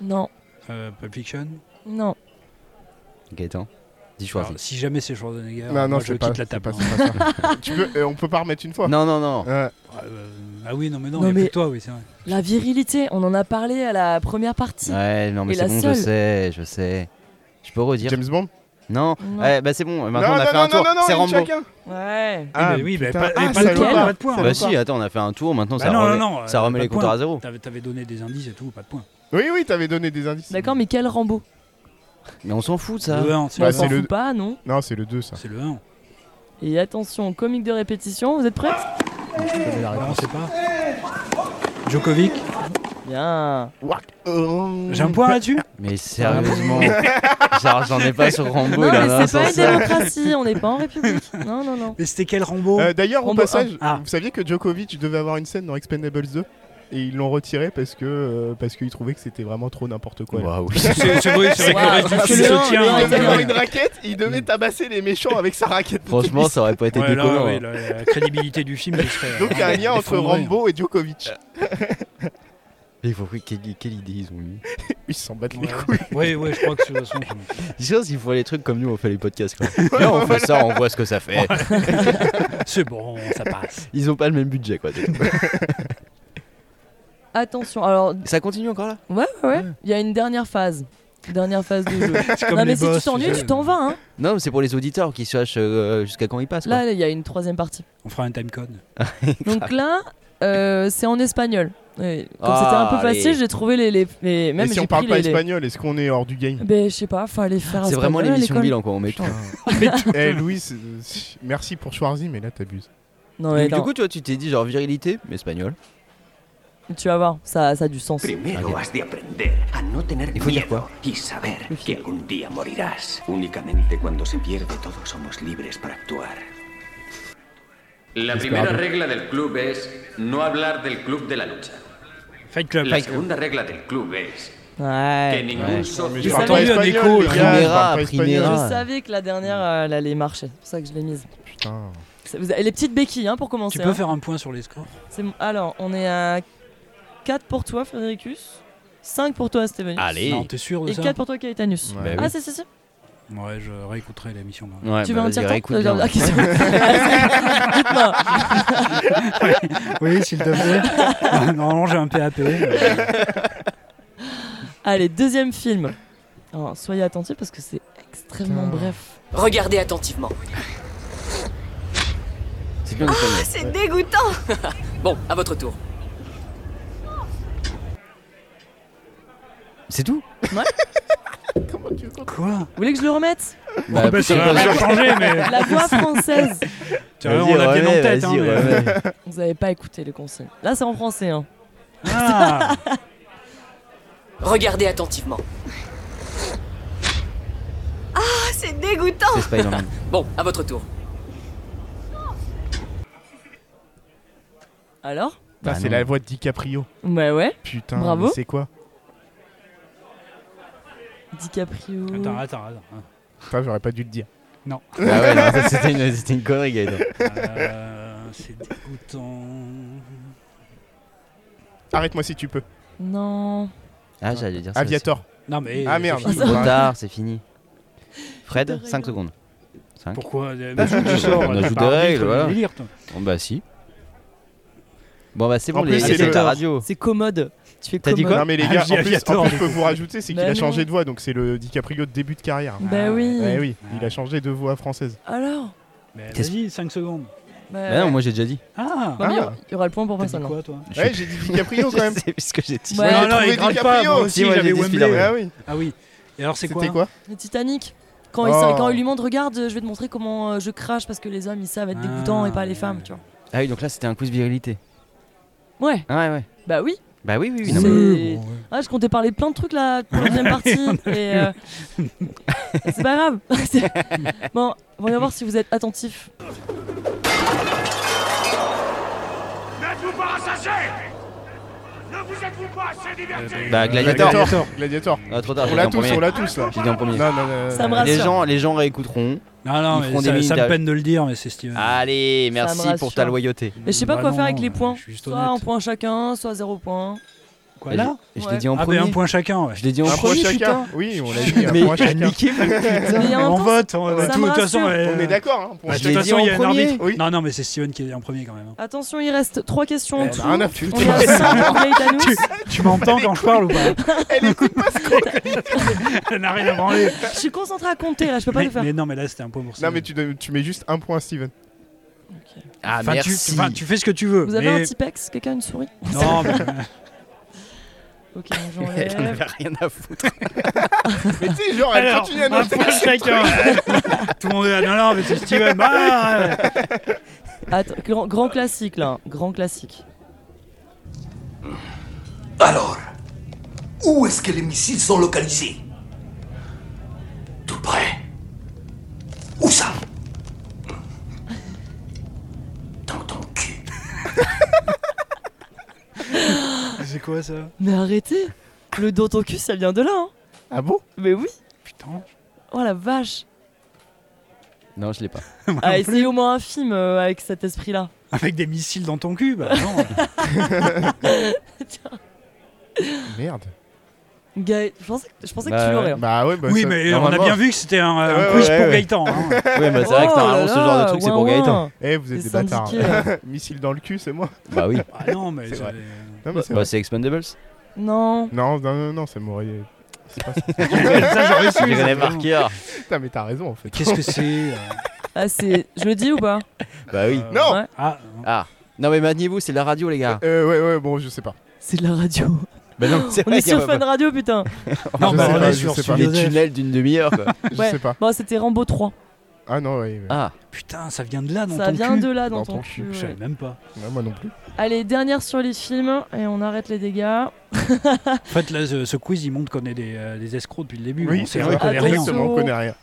[SPEAKER 1] Non,
[SPEAKER 4] Euh, Pulp Fiction.
[SPEAKER 1] non.
[SPEAKER 3] Gaëtan, dis
[SPEAKER 4] Alors,
[SPEAKER 3] Schwarzy.
[SPEAKER 4] si jamais c'est Schwarzenegger,
[SPEAKER 2] Non, non,
[SPEAKER 4] moi,
[SPEAKER 2] c'est
[SPEAKER 4] je
[SPEAKER 2] pas-
[SPEAKER 4] quitte la
[SPEAKER 2] c'est
[SPEAKER 4] table.
[SPEAKER 2] pas- c'est pas ça. tu peux, euh, on peut pas remettre une fois.
[SPEAKER 3] Non non non.
[SPEAKER 2] Euh,
[SPEAKER 4] Ah, euh, ah oui, non, mais non,
[SPEAKER 1] Non,
[SPEAKER 4] il y a plus
[SPEAKER 1] mais-
[SPEAKER 4] que toi, oui, c'est vrai.
[SPEAKER 1] La virilité, on en a parlé à la première partie.
[SPEAKER 3] Ouais non mais
[SPEAKER 1] Et
[SPEAKER 3] c'est
[SPEAKER 1] la
[SPEAKER 3] bon,
[SPEAKER 1] seule.
[SPEAKER 3] je sais, je sais. Je peux redire.
[SPEAKER 2] James Bond
[SPEAKER 3] Non,
[SPEAKER 1] Non.
[SPEAKER 3] Ouais, bah c'est bon, maintenant on a fait un tour. c'est
[SPEAKER 2] une
[SPEAKER 3] Rambo.
[SPEAKER 2] chacun.
[SPEAKER 1] Ouais.
[SPEAKER 2] Ah,
[SPEAKER 4] oui, mais, oui, mais
[SPEAKER 2] putain.
[SPEAKER 4] pas, mais
[SPEAKER 2] Ah,
[SPEAKER 4] pas de
[SPEAKER 2] salopard.
[SPEAKER 4] points, pas de points.
[SPEAKER 3] Bah si, attends, on a fait un tour, maintenant
[SPEAKER 4] Bah
[SPEAKER 3] ça
[SPEAKER 4] non,
[SPEAKER 3] remet,
[SPEAKER 4] non, non,
[SPEAKER 3] ça
[SPEAKER 4] euh,
[SPEAKER 3] remet
[SPEAKER 4] pas
[SPEAKER 3] les
[SPEAKER 4] de
[SPEAKER 3] compteurs
[SPEAKER 4] points.
[SPEAKER 3] à zéro.
[SPEAKER 4] T'avais t'avais donné des indices et tout, pas de points.
[SPEAKER 2] Oui, oui, t'avais donné des indices.
[SPEAKER 1] D'accord, mais quel Rambo
[SPEAKER 3] Mais on s'en fout de ça.
[SPEAKER 4] Le 1, c'est
[SPEAKER 1] On
[SPEAKER 2] Bah,
[SPEAKER 4] le
[SPEAKER 2] c'est
[SPEAKER 1] s'en
[SPEAKER 4] un.
[SPEAKER 2] le-
[SPEAKER 1] fout pas, non
[SPEAKER 2] Non, c'est le 2, ça.
[SPEAKER 4] C'est le 1.
[SPEAKER 1] Et attention, comique de répétition, vous êtes prêts
[SPEAKER 4] Non, c'est pas. Djokovic,
[SPEAKER 1] Bien.
[SPEAKER 2] Euh,
[SPEAKER 4] j'ai un point là-dessus
[SPEAKER 3] Mais sérieusement, genre j'en ai pas sur Rambo
[SPEAKER 1] non,
[SPEAKER 3] là.
[SPEAKER 1] mais c'est pas une
[SPEAKER 3] insensé.
[SPEAKER 1] démocratie, on n'est pas en République. Non, non, non.
[SPEAKER 4] Mais c'était quel Rambo
[SPEAKER 2] Euh, D'ailleurs, au
[SPEAKER 1] Rambo un.
[SPEAKER 2] passage,
[SPEAKER 4] Ah.
[SPEAKER 2] vous saviez que Djokovic devait avoir une scène dans Expendables 2 et ils l'ont retiré parce que euh, parce qu'ils trouvaient que c'était vraiment trop n'importe quoi.
[SPEAKER 3] Waouh.
[SPEAKER 4] C'est c'est vrai, c'est
[SPEAKER 1] Waouh,
[SPEAKER 4] vrai
[SPEAKER 1] parce
[SPEAKER 4] que le reste du
[SPEAKER 1] que
[SPEAKER 4] film
[SPEAKER 1] le
[SPEAKER 4] se
[SPEAKER 1] un, le un, il
[SPEAKER 2] Il
[SPEAKER 4] tient. hein.
[SPEAKER 2] devait
[SPEAKER 1] Ouais.
[SPEAKER 2] avoir une raquette, il devait tabasser les méchants avec sa raquette. de
[SPEAKER 3] Franchement,
[SPEAKER 2] tennis.
[SPEAKER 3] ça aurait pas été
[SPEAKER 4] Ouais, là,
[SPEAKER 3] déconnant.
[SPEAKER 4] ouais,
[SPEAKER 3] hein.
[SPEAKER 4] la, la crédibilité du film, elle serait,
[SPEAKER 2] Donc il y a un
[SPEAKER 4] euh,
[SPEAKER 2] lien entre
[SPEAKER 4] effondrée.
[SPEAKER 2] Rambo et Djokovic.
[SPEAKER 3] Il faut quelle, quelle idée ils ont eu.
[SPEAKER 2] Ils s'en battent les
[SPEAKER 4] Ouais.
[SPEAKER 2] couilles.
[SPEAKER 4] Ouais, ouais, je crois que de toute façon.
[SPEAKER 3] Je pense qu'il faut les trucs comme nous, on fait les podcasts quoi. Là, on fait ça, on voit ce que ça fait.
[SPEAKER 4] C'est bon, ça passe.
[SPEAKER 3] Ils ont pas le même budget quoi. c'est tout.
[SPEAKER 1] Attention, alors,
[SPEAKER 3] Ça continue encore là
[SPEAKER 1] ouais, ouais, ouais, il y a une dernière phase. Dernière phase du jeu.
[SPEAKER 4] C'est comme
[SPEAKER 1] non,
[SPEAKER 4] les
[SPEAKER 1] mais si
[SPEAKER 4] boss,
[SPEAKER 1] tu t'ennuies,
[SPEAKER 4] sais.
[SPEAKER 1] tu t'en vas, hein.
[SPEAKER 3] Non, mais c'est pour les auditeurs qui sachent euh, jusqu'à quand ils passent quoi.
[SPEAKER 1] Là, il y a une troisième partie.
[SPEAKER 4] On fera un time code.
[SPEAKER 1] Donc là, Euh, c'est en espagnol. Et comme
[SPEAKER 9] Ah,
[SPEAKER 1] c'était un peu facile,
[SPEAKER 9] allez.
[SPEAKER 1] j'ai trouvé les, les, les- même
[SPEAKER 2] Mais si
[SPEAKER 1] j'ai
[SPEAKER 2] on parle
[SPEAKER 1] pris
[SPEAKER 2] pas
[SPEAKER 1] les- les-
[SPEAKER 2] espagnol, est-ce qu'on est hors du game
[SPEAKER 1] Ben, je sais pas, fallait faire
[SPEAKER 3] C'est vraiment
[SPEAKER 1] espagnol à
[SPEAKER 3] l'émission
[SPEAKER 1] l'école.
[SPEAKER 3] bilan, quoi. On met tout.
[SPEAKER 2] Eh Louis, c'est- c'est- merci pour Schwarzy, mais là t'abuses.
[SPEAKER 1] Non, mais
[SPEAKER 3] Donc, du
[SPEAKER 1] non,
[SPEAKER 3] coup, tu vois, tu t'es dit genre virilité, mais espagnol.
[SPEAKER 1] tu vas voir, ça, ça a du sens.
[SPEAKER 10] Primero has de aprender a no tener miedo y saber
[SPEAKER 4] Pues
[SPEAKER 10] que algún día morirás. Únicamente cuando se pierde todos somos libres para actuar.
[SPEAKER 11] La primera regla del club es no hablar del club de la lucha.
[SPEAKER 4] Fight Club. Eh,
[SPEAKER 11] La segunda regla del club es que
[SPEAKER 1] Ouais.
[SPEAKER 11] ningún socio...
[SPEAKER 2] Mais
[SPEAKER 1] je
[SPEAKER 2] je
[SPEAKER 1] ça parle
[SPEAKER 2] parle
[SPEAKER 1] pas
[SPEAKER 2] pas
[SPEAKER 1] m'a eu un espagnol, écho, les
[SPEAKER 2] espagnol, les gars, je
[SPEAKER 1] gars,
[SPEAKER 2] parle
[SPEAKER 3] Primera,
[SPEAKER 2] pas
[SPEAKER 3] primera.
[SPEAKER 2] espagnol.
[SPEAKER 1] Je
[SPEAKER 3] Ah.
[SPEAKER 1] savais que la dernière euh, elle allait marcher, c'est pour ça que je l'ai mise.
[SPEAKER 2] Putain.
[SPEAKER 1] Ça- vous avez- les petites béquilles hein, pour commencer.
[SPEAKER 4] Tu peux
[SPEAKER 1] hein.
[SPEAKER 4] faire un point sur les scores
[SPEAKER 1] C'est mon- Alors, on est à 4 pour toi, Frédéricus, 5 pour toi, Steven,
[SPEAKER 4] Non, t'es sûr de
[SPEAKER 1] et
[SPEAKER 4] ça
[SPEAKER 1] 4 pour toi, Caetanus.
[SPEAKER 2] Ouais.
[SPEAKER 1] Ah, si, si, si.
[SPEAKER 4] Ouais, je réécouterai l'émission. là.
[SPEAKER 3] Ouais,
[SPEAKER 1] tu veux
[SPEAKER 3] bah,
[SPEAKER 1] un
[SPEAKER 3] vas-y,
[SPEAKER 1] tiers
[SPEAKER 3] réécoute bien, ouais.
[SPEAKER 4] Oui, s'il te plaît. Normalement, j'ai un PAP. euh,
[SPEAKER 1] Allez, deuxième film. Alors, soyez attentifs parce que c'est extrêmement bref.
[SPEAKER 5] Regardez attentivement.
[SPEAKER 3] C'est bien espagnol.
[SPEAKER 5] C'est dégoûtant Bon, à votre tour.
[SPEAKER 3] C'est tout
[SPEAKER 4] Quoi
[SPEAKER 1] Vous voulez que je le remette
[SPEAKER 3] Bah,
[SPEAKER 4] Bah, Ça
[SPEAKER 3] putain,
[SPEAKER 4] va rien changer, mais.
[SPEAKER 1] La voix française.
[SPEAKER 4] Tu vois,
[SPEAKER 3] vas-y,
[SPEAKER 4] on l'a bien
[SPEAKER 3] remets,
[SPEAKER 4] en tête. hein,
[SPEAKER 3] vas-y,
[SPEAKER 4] mais-
[SPEAKER 3] remets.
[SPEAKER 1] Vous avez pas écouté les conseils. Là, c'est en français. Hein.
[SPEAKER 4] Ah
[SPEAKER 5] Regardez attentivement. Ah, c'est dégoûtant
[SPEAKER 3] C'est Spider-Man.
[SPEAKER 5] Bon, à votre tour.
[SPEAKER 1] Alors
[SPEAKER 2] Putain,
[SPEAKER 3] Bah,
[SPEAKER 2] c'est
[SPEAKER 3] non.
[SPEAKER 2] la voix de DiCaprio.
[SPEAKER 1] Bah ouais.
[SPEAKER 2] Putain,
[SPEAKER 1] Bravo.
[SPEAKER 2] mais c'est quoi
[SPEAKER 1] DiCaprio.
[SPEAKER 4] Attends, attends, attends.
[SPEAKER 2] Putain, j'aurais pas dû le dire.
[SPEAKER 3] Ah ouais, non, ça, c'était une, c'était une connerie, Gaëtan.
[SPEAKER 4] Euh, c'est dégoûtant.
[SPEAKER 2] Arrête-moi si tu peux.
[SPEAKER 1] Non.
[SPEAKER 3] Ah, j'allais dire ça.
[SPEAKER 2] Aviator.
[SPEAKER 4] Non, mais.
[SPEAKER 2] Ah merde.
[SPEAKER 4] c'est fini.
[SPEAKER 3] aussi. Trop tard, c'est fini.
[SPEAKER 1] Je
[SPEAKER 3] Fred,
[SPEAKER 1] te
[SPEAKER 3] 5
[SPEAKER 1] regarde.
[SPEAKER 3] secondes. 5
[SPEAKER 4] Pourquoi euh,
[SPEAKER 3] Bah, je vous dis ça, on ajoute des règles, voilà.
[SPEAKER 4] Délire, toi.
[SPEAKER 3] Bah, si. Bon, bah, c'est bon,
[SPEAKER 2] En
[SPEAKER 3] les
[SPEAKER 2] plus, c'est
[SPEAKER 3] c'est
[SPEAKER 2] le-
[SPEAKER 3] la radio.
[SPEAKER 1] C'est commode. Tu fais
[SPEAKER 3] T'as
[SPEAKER 1] commode.
[SPEAKER 3] dit quoi
[SPEAKER 2] non mais les
[SPEAKER 4] Ah,
[SPEAKER 2] gars, en plus,
[SPEAKER 4] j'ai
[SPEAKER 2] en
[SPEAKER 4] Aviator,
[SPEAKER 2] plus,
[SPEAKER 4] du
[SPEAKER 2] je peux
[SPEAKER 4] coup.
[SPEAKER 2] vous rajouter, c'est qu'il
[SPEAKER 1] Bah
[SPEAKER 2] a
[SPEAKER 1] non.
[SPEAKER 2] changé de voix, donc c'est le DiCaprio de début de carrière.
[SPEAKER 4] Ah,
[SPEAKER 1] Bah oui.
[SPEAKER 2] Eh oui, il a changé de voix française.
[SPEAKER 1] Alors
[SPEAKER 4] Mais
[SPEAKER 3] T'es-
[SPEAKER 4] Bah, Vas-y, 5 secondes.
[SPEAKER 1] Bah,
[SPEAKER 3] Bah, non,
[SPEAKER 1] ouais.
[SPEAKER 3] moi j'ai déjà dit.
[SPEAKER 4] Ah
[SPEAKER 1] Non, mais il y aura-
[SPEAKER 2] Ah.
[SPEAKER 1] il y aura le point pour
[SPEAKER 4] T'as dit
[SPEAKER 1] personne. là.
[SPEAKER 4] quoi, toi
[SPEAKER 3] Je
[SPEAKER 2] Ouais, j'ai dit DiCaprio quand même.
[SPEAKER 3] sais plus ce que j'ai dit.
[SPEAKER 1] Ouais.
[SPEAKER 2] J'ai
[SPEAKER 1] Non,
[SPEAKER 4] non,
[SPEAKER 2] trouvé
[SPEAKER 4] il gratte pas,
[SPEAKER 2] DiCaprio.
[SPEAKER 4] moi aussi,
[SPEAKER 2] Si, moi,
[SPEAKER 4] j'avais
[SPEAKER 2] j'ai dit
[SPEAKER 4] Wembley.
[SPEAKER 2] Spider-Man. Ah oui.
[SPEAKER 4] Ah oui. Et alors, c'est quoi
[SPEAKER 2] C'était quoi
[SPEAKER 1] hein. Le Titanic. Quand, il sa-
[SPEAKER 2] Oh.
[SPEAKER 1] quand il lui montre, regarde, je vais te montrer comment euh, je crache parce que les hommes ils savent être
[SPEAKER 4] Ah,
[SPEAKER 1] dégoûtants et pas les
[SPEAKER 4] ouais.
[SPEAKER 1] femmes, tu vois.
[SPEAKER 3] Ah oui, donc là c'était un quiz virilité.
[SPEAKER 1] Ouais,
[SPEAKER 3] Ah ouais, ouais.
[SPEAKER 1] bah oui.
[SPEAKER 3] Bah oui, oui, oui.
[SPEAKER 1] C'est-
[SPEAKER 3] non, mais-
[SPEAKER 4] Oui, bon, ouais.
[SPEAKER 1] Ah, je comptais parler de plein de trucs là pour la deuxième partie. et euh, c'est pas grave. C'est- bon, voyons voir si vous êtes attentifs.
[SPEAKER 12] N'êtes-vous pas rassasiés Ne vous êtes-vous pas assez divertis
[SPEAKER 3] Bah, Gladiator.
[SPEAKER 2] Gladiator. Gladiator.
[SPEAKER 3] Ah, trop tard,
[SPEAKER 2] On
[SPEAKER 3] j'ai dit
[SPEAKER 2] l'a
[SPEAKER 3] en
[SPEAKER 2] tous, on
[SPEAKER 3] premier.
[SPEAKER 2] l'a tous là.
[SPEAKER 3] J'ai dit en premier.
[SPEAKER 2] Non, non, non.
[SPEAKER 1] Ça me
[SPEAKER 2] non.
[SPEAKER 1] rassure.
[SPEAKER 3] Les gens, les gens réécouteront.
[SPEAKER 4] Non, non,
[SPEAKER 3] Ils
[SPEAKER 4] mais
[SPEAKER 3] feront des Ah,
[SPEAKER 4] ça,
[SPEAKER 3] minutes
[SPEAKER 4] ça
[SPEAKER 3] à-
[SPEAKER 4] me peine de le dire, mais c'est Steven.
[SPEAKER 3] Allez,
[SPEAKER 1] Ça me
[SPEAKER 3] merci pour
[SPEAKER 1] rassure.
[SPEAKER 3] ta loyauté.
[SPEAKER 1] Mais je sais pas
[SPEAKER 4] Bah
[SPEAKER 1] quoi
[SPEAKER 4] non,
[SPEAKER 1] faire avec les points.
[SPEAKER 4] Je suis juste
[SPEAKER 1] Soit
[SPEAKER 4] honnête.
[SPEAKER 1] un point chacun, soit zéro point.
[SPEAKER 4] Quoi, là
[SPEAKER 3] Et je
[SPEAKER 1] Bah, Ouais.
[SPEAKER 3] l'ai
[SPEAKER 2] ben,
[SPEAKER 3] dit en
[SPEAKER 4] Ah, mais
[SPEAKER 3] premier.
[SPEAKER 4] un point chacun, ouais.
[SPEAKER 3] Je l'ai dit en
[SPEAKER 2] Un point
[SPEAKER 3] premier.
[SPEAKER 2] chacun.
[SPEAKER 1] putain.
[SPEAKER 2] Oui, on l'a dit, un
[SPEAKER 3] Mais-
[SPEAKER 2] point chacun.
[SPEAKER 1] Mais en même
[SPEAKER 4] on
[SPEAKER 1] temps,
[SPEAKER 4] vote, on
[SPEAKER 1] ça
[SPEAKER 4] va
[SPEAKER 1] me
[SPEAKER 4] tout. De toute façon,
[SPEAKER 1] rassure.
[SPEAKER 4] euh,
[SPEAKER 2] On est d'accord, hein, pour
[SPEAKER 4] bah,
[SPEAKER 2] un
[SPEAKER 4] De
[SPEAKER 3] Je l'ai
[SPEAKER 4] toute façon,
[SPEAKER 3] dit en
[SPEAKER 4] il y a un
[SPEAKER 3] premier.
[SPEAKER 4] arbitre.
[SPEAKER 2] Oui.
[SPEAKER 4] Non, non, mais c'est Steven qui est en premier quand même. hein.
[SPEAKER 1] Attention, il reste trois questions en
[SPEAKER 4] Eh,
[SPEAKER 1] dessous.
[SPEAKER 2] Ah, non, putain.
[SPEAKER 1] On est à 5 pour Gaëtanus.
[SPEAKER 4] Tu m'entends quand je parle ou pas
[SPEAKER 2] Elle écoute pas ce qu'on
[SPEAKER 4] Elle n'a rien à branler.
[SPEAKER 1] Je suis concentré à compter là, je peux pas
[SPEAKER 4] Mais,
[SPEAKER 1] le faire.
[SPEAKER 4] mais non, mais là, c'était un point pour ça.
[SPEAKER 2] Non, mais tu, donnes- tu mets juste un point à Steven.
[SPEAKER 3] Ah,
[SPEAKER 4] Enfin, tu,
[SPEAKER 3] merci.
[SPEAKER 4] enfin, tu fais ce que tu veux.
[SPEAKER 1] Vous avez
[SPEAKER 4] mais-
[SPEAKER 1] un Tipex Quelqu'un une souris
[SPEAKER 4] Non, mais.
[SPEAKER 1] Ok, j'en
[SPEAKER 3] Elle en
[SPEAKER 1] ai.
[SPEAKER 3] avait rien à foutre.
[SPEAKER 2] Mais tu sais, genre, elle
[SPEAKER 4] Alors,
[SPEAKER 2] Bah, continue à
[SPEAKER 4] un
[SPEAKER 2] nous
[SPEAKER 4] point chacun. Tout le monde est là, non, non, mais c'est Steven. Ah, ouais.
[SPEAKER 1] Attends, grand, grand classique là, grand classique.
[SPEAKER 4] eh.
[SPEAKER 10] Alors, où est-ce que les missiles sont localisés Tout près. Où ça Dans ton cul.
[SPEAKER 4] C'est quoi ça
[SPEAKER 1] Mais arrêtez Le dos ton cul, ça vient de là, hein
[SPEAKER 2] Ah bon
[SPEAKER 1] Mais oui
[SPEAKER 4] Putain.
[SPEAKER 1] Oh la vache
[SPEAKER 3] Non, je l'ai pas.
[SPEAKER 1] Ah, essayez au moins un film euh, avec cet esprit-là.
[SPEAKER 4] Avec des missiles dans ton cul Bah non.
[SPEAKER 2] Merde.
[SPEAKER 1] Gaë- je pensais, je pensais que
[SPEAKER 3] Bah
[SPEAKER 1] tu l'aurais. hein.
[SPEAKER 2] Bah ouais, bah
[SPEAKER 4] oui,
[SPEAKER 2] ça-
[SPEAKER 4] mais euh, on a
[SPEAKER 2] normalement.
[SPEAKER 4] bien vu que c'était un, un
[SPEAKER 2] Ouais, ouais,
[SPEAKER 4] quiz
[SPEAKER 2] ouais,
[SPEAKER 4] pour
[SPEAKER 2] ouais.
[SPEAKER 4] Gaëtan. hein.
[SPEAKER 3] Ouais, bah c'est vrai que
[SPEAKER 1] Oh là
[SPEAKER 3] normalement ce genre
[SPEAKER 1] là,
[SPEAKER 3] de truc c'est pour
[SPEAKER 1] ouin,
[SPEAKER 3] Gaëtan.
[SPEAKER 1] ouin.
[SPEAKER 2] Eh, vous êtes
[SPEAKER 1] Les
[SPEAKER 2] des bâtards.
[SPEAKER 1] syndiqués, euh,
[SPEAKER 2] hein. Missile dans le cul, c'est moi.
[SPEAKER 3] Bah oui.
[SPEAKER 4] Ah non, mais
[SPEAKER 2] C'est
[SPEAKER 4] ça-
[SPEAKER 2] vrai. Non, mais c'est
[SPEAKER 3] Bah
[SPEAKER 2] vrai.
[SPEAKER 3] c'est Expendables.
[SPEAKER 1] Non.
[SPEAKER 2] Non, non, non, non, ça m'aurait. C'est pas ça.
[SPEAKER 4] ça j'aurais su.
[SPEAKER 3] Je les connais
[SPEAKER 4] ça,
[SPEAKER 3] par
[SPEAKER 4] vraiment.
[SPEAKER 3] cœur.
[SPEAKER 2] Putain, mais t'as raison en fait.
[SPEAKER 4] Qu'est-ce que c'est euh,
[SPEAKER 1] Ah, c'est. Je le dis ou pas
[SPEAKER 3] Bah oui.
[SPEAKER 4] euh,
[SPEAKER 2] Non
[SPEAKER 1] Ouais.
[SPEAKER 4] Ah,
[SPEAKER 3] Ah, Non mais maniez-vous, c'est de la radio les gars.
[SPEAKER 2] Euh, ouais, ouais, bon, je sais pas.
[SPEAKER 1] C'est de la radio.
[SPEAKER 3] Bah non, c'est
[SPEAKER 1] on
[SPEAKER 3] vrai
[SPEAKER 1] est
[SPEAKER 3] qu'il y a
[SPEAKER 1] sur
[SPEAKER 3] pas-
[SPEAKER 1] Fun Radio, putain.
[SPEAKER 2] Non,
[SPEAKER 3] Je
[SPEAKER 2] bah,
[SPEAKER 3] sais
[SPEAKER 2] on
[SPEAKER 3] pas,
[SPEAKER 2] est
[SPEAKER 3] je
[SPEAKER 2] sur
[SPEAKER 3] sais
[SPEAKER 2] Fun
[SPEAKER 3] pas. les
[SPEAKER 2] Joseph.
[SPEAKER 3] tunnels d'une demi-heure quoi.
[SPEAKER 2] Je
[SPEAKER 1] Ouais.
[SPEAKER 2] sais pas.
[SPEAKER 1] Bon, c'était Rambo 3.
[SPEAKER 2] Ah non, ouais. ouais.
[SPEAKER 3] Ah,
[SPEAKER 4] Putain, ça vient
[SPEAKER 2] Ah,
[SPEAKER 4] de là dans
[SPEAKER 1] Ça
[SPEAKER 4] ton
[SPEAKER 1] vient
[SPEAKER 4] cul.
[SPEAKER 1] de là dans, ton, cul.
[SPEAKER 4] Je
[SPEAKER 1] ouais.
[SPEAKER 4] savais même pas.
[SPEAKER 2] Ouais, moi non plus.
[SPEAKER 1] Allez, dernière sur les films et on arrête les dégâts.
[SPEAKER 4] En fait, là, ce, ce quiz, il montre qu'on est des, euh, des escrocs depuis le début.
[SPEAKER 2] Oui,
[SPEAKER 4] on
[SPEAKER 2] c'est
[SPEAKER 4] sait
[SPEAKER 2] vrai
[SPEAKER 4] on
[SPEAKER 2] qu'on
[SPEAKER 4] connaît rien.
[SPEAKER 2] exactement, on connaît rien.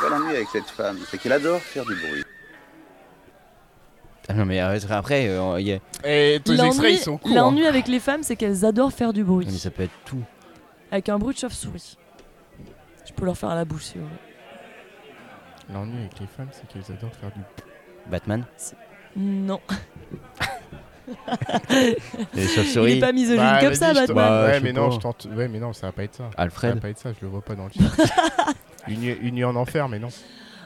[SPEAKER 10] Bon ennui avec cette femme, c'est qu'elle adore faire du bruit.
[SPEAKER 3] Ah non mais arrête, après, euh, il y a-
[SPEAKER 2] Et tous les extraits,
[SPEAKER 1] L'ennui
[SPEAKER 2] ils sont courts. hein.
[SPEAKER 1] l'ennui avec les femmes, c'est qu'elles adorent faire du bruit.
[SPEAKER 3] mais ça peut être tout.
[SPEAKER 1] Avec un bruit de chauve-souris. Je peux leur faire à la bouche si vous voulez.
[SPEAKER 2] L'ennui avec les femmes, c'est qu'elles adorent faire du.
[SPEAKER 3] Batman,
[SPEAKER 1] Non.
[SPEAKER 3] les
[SPEAKER 1] Il est
[SPEAKER 3] chauves-souris,
[SPEAKER 1] pas misogyne
[SPEAKER 2] Bah,
[SPEAKER 1] comme
[SPEAKER 2] vas-y,
[SPEAKER 1] ça,
[SPEAKER 2] je te-
[SPEAKER 1] Batman.
[SPEAKER 3] Bah, je
[SPEAKER 2] ouais,
[SPEAKER 3] sais
[SPEAKER 2] mais non,
[SPEAKER 3] pas.
[SPEAKER 2] je tente. Ouais, mais non, ça va pas être
[SPEAKER 3] Ah,
[SPEAKER 2] ça. Ça va
[SPEAKER 3] Alfred.
[SPEAKER 2] pas être ça, je le vois pas dans le film. une, nuit- une nuit en enfer, mais non.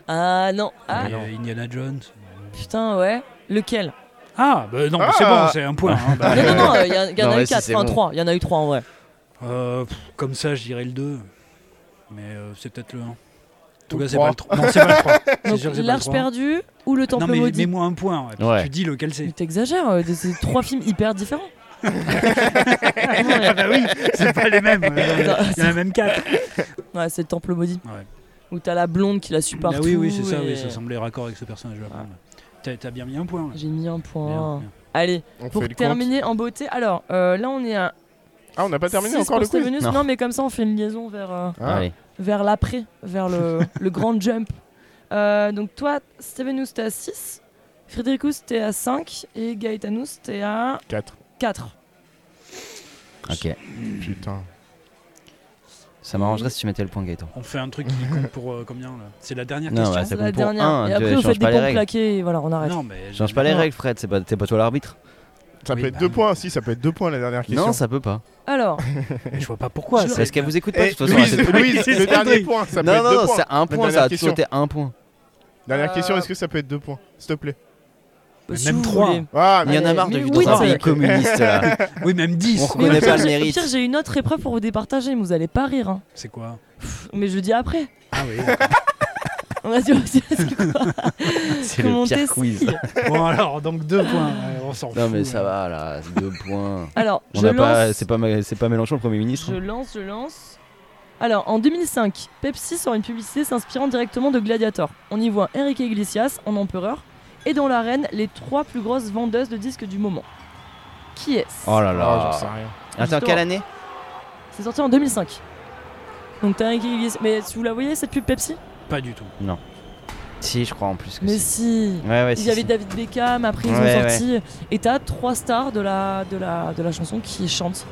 [SPEAKER 1] Ah non. Ah
[SPEAKER 4] Et, euh, Indiana Jones.
[SPEAKER 1] putain, ouais. Lequel
[SPEAKER 4] Ah, bah non,
[SPEAKER 2] Ah.
[SPEAKER 4] c'est bon, c'est un point. hein, bah.
[SPEAKER 1] Non, non, non, il y, a- y en
[SPEAKER 3] Non,
[SPEAKER 1] a
[SPEAKER 3] mais
[SPEAKER 1] eu
[SPEAKER 3] si,
[SPEAKER 1] 4,
[SPEAKER 3] c'est
[SPEAKER 1] enfin
[SPEAKER 3] bon.
[SPEAKER 1] 3. Il y en a eu 3 en vrai.
[SPEAKER 4] Euh, pff, comme ça, je dirais le 2. Mais euh, c'est peut-être le 1. En tout
[SPEAKER 2] Ou
[SPEAKER 4] cas,
[SPEAKER 2] le
[SPEAKER 4] c'est pas le 3.
[SPEAKER 2] trois.
[SPEAKER 4] Non, c'est pas le 3.
[SPEAKER 1] Donc, L'Arche perdue ou Le Temple
[SPEAKER 4] Non, mais
[SPEAKER 1] maudit
[SPEAKER 4] mets-moi un point. ouais, puis
[SPEAKER 3] Ouais.
[SPEAKER 4] Tu dis lequel c'est.
[SPEAKER 1] Mais T'exagères, euh, c'est trois films hyper différents.
[SPEAKER 4] Ah bah oui, c'est pas les mêmes. euh,
[SPEAKER 1] Non,
[SPEAKER 4] Il y en a même 4.
[SPEAKER 1] Ouais, c'est le Temple maudit.
[SPEAKER 4] Ouais.
[SPEAKER 1] Où t'as la blonde qui la suit
[SPEAKER 4] Ah
[SPEAKER 1] partout.
[SPEAKER 4] oui, oui, c'est ça,
[SPEAKER 1] et-
[SPEAKER 4] oui, ça semblait raccord avec ce personnage-là.
[SPEAKER 1] Ouais.
[SPEAKER 4] T'as- T'as bien mis un point. là.
[SPEAKER 1] J'ai mis un point.
[SPEAKER 4] Bien, bien.
[SPEAKER 1] Allez,
[SPEAKER 2] On
[SPEAKER 1] pour
[SPEAKER 2] fait le compte.
[SPEAKER 1] terminer en beauté. Alors, euh, là, on est à.
[SPEAKER 2] Ah, on n'a pas terminé
[SPEAKER 1] six
[SPEAKER 2] encore le
[SPEAKER 1] pour
[SPEAKER 2] quiz
[SPEAKER 1] Stevenus.
[SPEAKER 3] Non.
[SPEAKER 1] Non. mais comme ça, on fait une liaison vers, euh,
[SPEAKER 2] Ah.
[SPEAKER 3] allez.
[SPEAKER 1] vers l'après, vers le, le grand jump. Euh, donc, toi, Stevenus, t'es à 6. Frédéricus, t'es à 5. Et Gaëtanus, t'es à
[SPEAKER 2] 4.
[SPEAKER 1] 4.
[SPEAKER 3] Ok,
[SPEAKER 2] Putain.
[SPEAKER 3] ça m'arrangerait si tu mettais le point Gaëtan.
[SPEAKER 4] On fait un truc qui compte pour euh, combien là C'est la dernière
[SPEAKER 3] Non,
[SPEAKER 4] question
[SPEAKER 3] bah, Ça
[SPEAKER 1] C'est
[SPEAKER 3] compte
[SPEAKER 1] la
[SPEAKER 3] pour
[SPEAKER 1] dernière.
[SPEAKER 3] un,
[SPEAKER 1] et
[SPEAKER 3] tu
[SPEAKER 1] après, vous
[SPEAKER 3] changes
[SPEAKER 1] faites des
[SPEAKER 3] pas les
[SPEAKER 1] pompes
[SPEAKER 3] rèles.
[SPEAKER 1] claquées. Et voilà, on arrête.
[SPEAKER 4] Non, mais
[SPEAKER 3] Change pas les
[SPEAKER 4] Non.
[SPEAKER 3] règles Fred, c'est pas, t'es pas toi l'arbitre.
[SPEAKER 2] Ça
[SPEAKER 4] Oui,
[SPEAKER 2] peut être
[SPEAKER 4] bah,
[SPEAKER 2] deux points, si, ça peut être deux points la dernière question.
[SPEAKER 3] Non, ça peut pas.
[SPEAKER 1] Alors,
[SPEAKER 4] Mais Je vois pas pourquoi.
[SPEAKER 3] Parce qu'elle vous écoute pas de
[SPEAKER 2] Eh,
[SPEAKER 3] toute façon. elle
[SPEAKER 2] Louise,
[SPEAKER 3] sait pas.
[SPEAKER 2] Louise,
[SPEAKER 4] C'est
[SPEAKER 2] le
[SPEAKER 4] ça, le
[SPEAKER 2] dernier
[SPEAKER 4] truc.
[SPEAKER 2] point, ça peut
[SPEAKER 3] Non,
[SPEAKER 2] être deux
[SPEAKER 3] non, non,
[SPEAKER 2] points.
[SPEAKER 3] c'est un
[SPEAKER 2] La
[SPEAKER 3] point,
[SPEAKER 2] dernière
[SPEAKER 3] ça a
[SPEAKER 2] question.
[SPEAKER 3] toujours été un point.
[SPEAKER 2] Dernière question,
[SPEAKER 1] Euh,
[SPEAKER 2] est-ce que ça peut être deux points S'il te plaît.
[SPEAKER 1] si
[SPEAKER 4] Même
[SPEAKER 1] vous
[SPEAKER 4] trois. hein.
[SPEAKER 1] voulez-
[SPEAKER 2] Ah,
[SPEAKER 3] Il y en a
[SPEAKER 1] Allez,
[SPEAKER 3] marre de
[SPEAKER 1] mais
[SPEAKER 3] vivre dans un
[SPEAKER 1] oui,
[SPEAKER 3] pays
[SPEAKER 1] ça-
[SPEAKER 3] communiste là.
[SPEAKER 4] Oui, même 10.
[SPEAKER 3] On
[SPEAKER 4] quoi.
[SPEAKER 3] reconnaît pas le
[SPEAKER 1] Au
[SPEAKER 3] mérite.
[SPEAKER 1] pire, j'ai une autre épreuve pour vous départager, mais vous allez pas rire. hein.
[SPEAKER 4] C'est quoi
[SPEAKER 1] Pff, Mais je le dis après.
[SPEAKER 4] Ah oui.
[SPEAKER 1] On va dire aussi parce que
[SPEAKER 3] C'est
[SPEAKER 1] comment
[SPEAKER 3] le pire
[SPEAKER 1] t'es-
[SPEAKER 3] quiz.
[SPEAKER 4] Bon, alors, donc deux points. ouais, On s'en fout.
[SPEAKER 3] Non, mais ça va là, c'est deux points.
[SPEAKER 1] Alors,
[SPEAKER 3] On
[SPEAKER 1] je
[SPEAKER 3] n'a pas,
[SPEAKER 1] lance,
[SPEAKER 3] c'est pas, Ma- c'est pas Mélenchon le Premier ministre. hein.
[SPEAKER 1] je lance, je lance. Alors, en 2005, Pepsi sort une publicité s'inspirant directement de Gladiator. On y voit Enrique Iglesias en empereur et dans l'arène les trois plus grosses vendeuses de disques du moment. Qui est-ce
[SPEAKER 3] Oh là
[SPEAKER 2] Ah, j'en sais
[SPEAKER 3] là.
[SPEAKER 2] rien.
[SPEAKER 3] Attends,
[SPEAKER 1] Justement.
[SPEAKER 3] quelle année
[SPEAKER 1] C'est sorti en 2005. Donc t'as Enrique Iglesias. Mais vous la voyez cette pub Pepsi
[SPEAKER 4] Pas du tout.
[SPEAKER 3] Si, je crois en plus que
[SPEAKER 1] Mais
[SPEAKER 3] si.
[SPEAKER 1] si.
[SPEAKER 3] Ouais, ouais,
[SPEAKER 1] Il
[SPEAKER 3] si,
[SPEAKER 1] y avait
[SPEAKER 3] si.
[SPEAKER 1] David Beckham, après ils
[SPEAKER 3] Ouais,
[SPEAKER 1] ont sorti. Et t'as trois stars de la, de la, de la chanson qui chantent.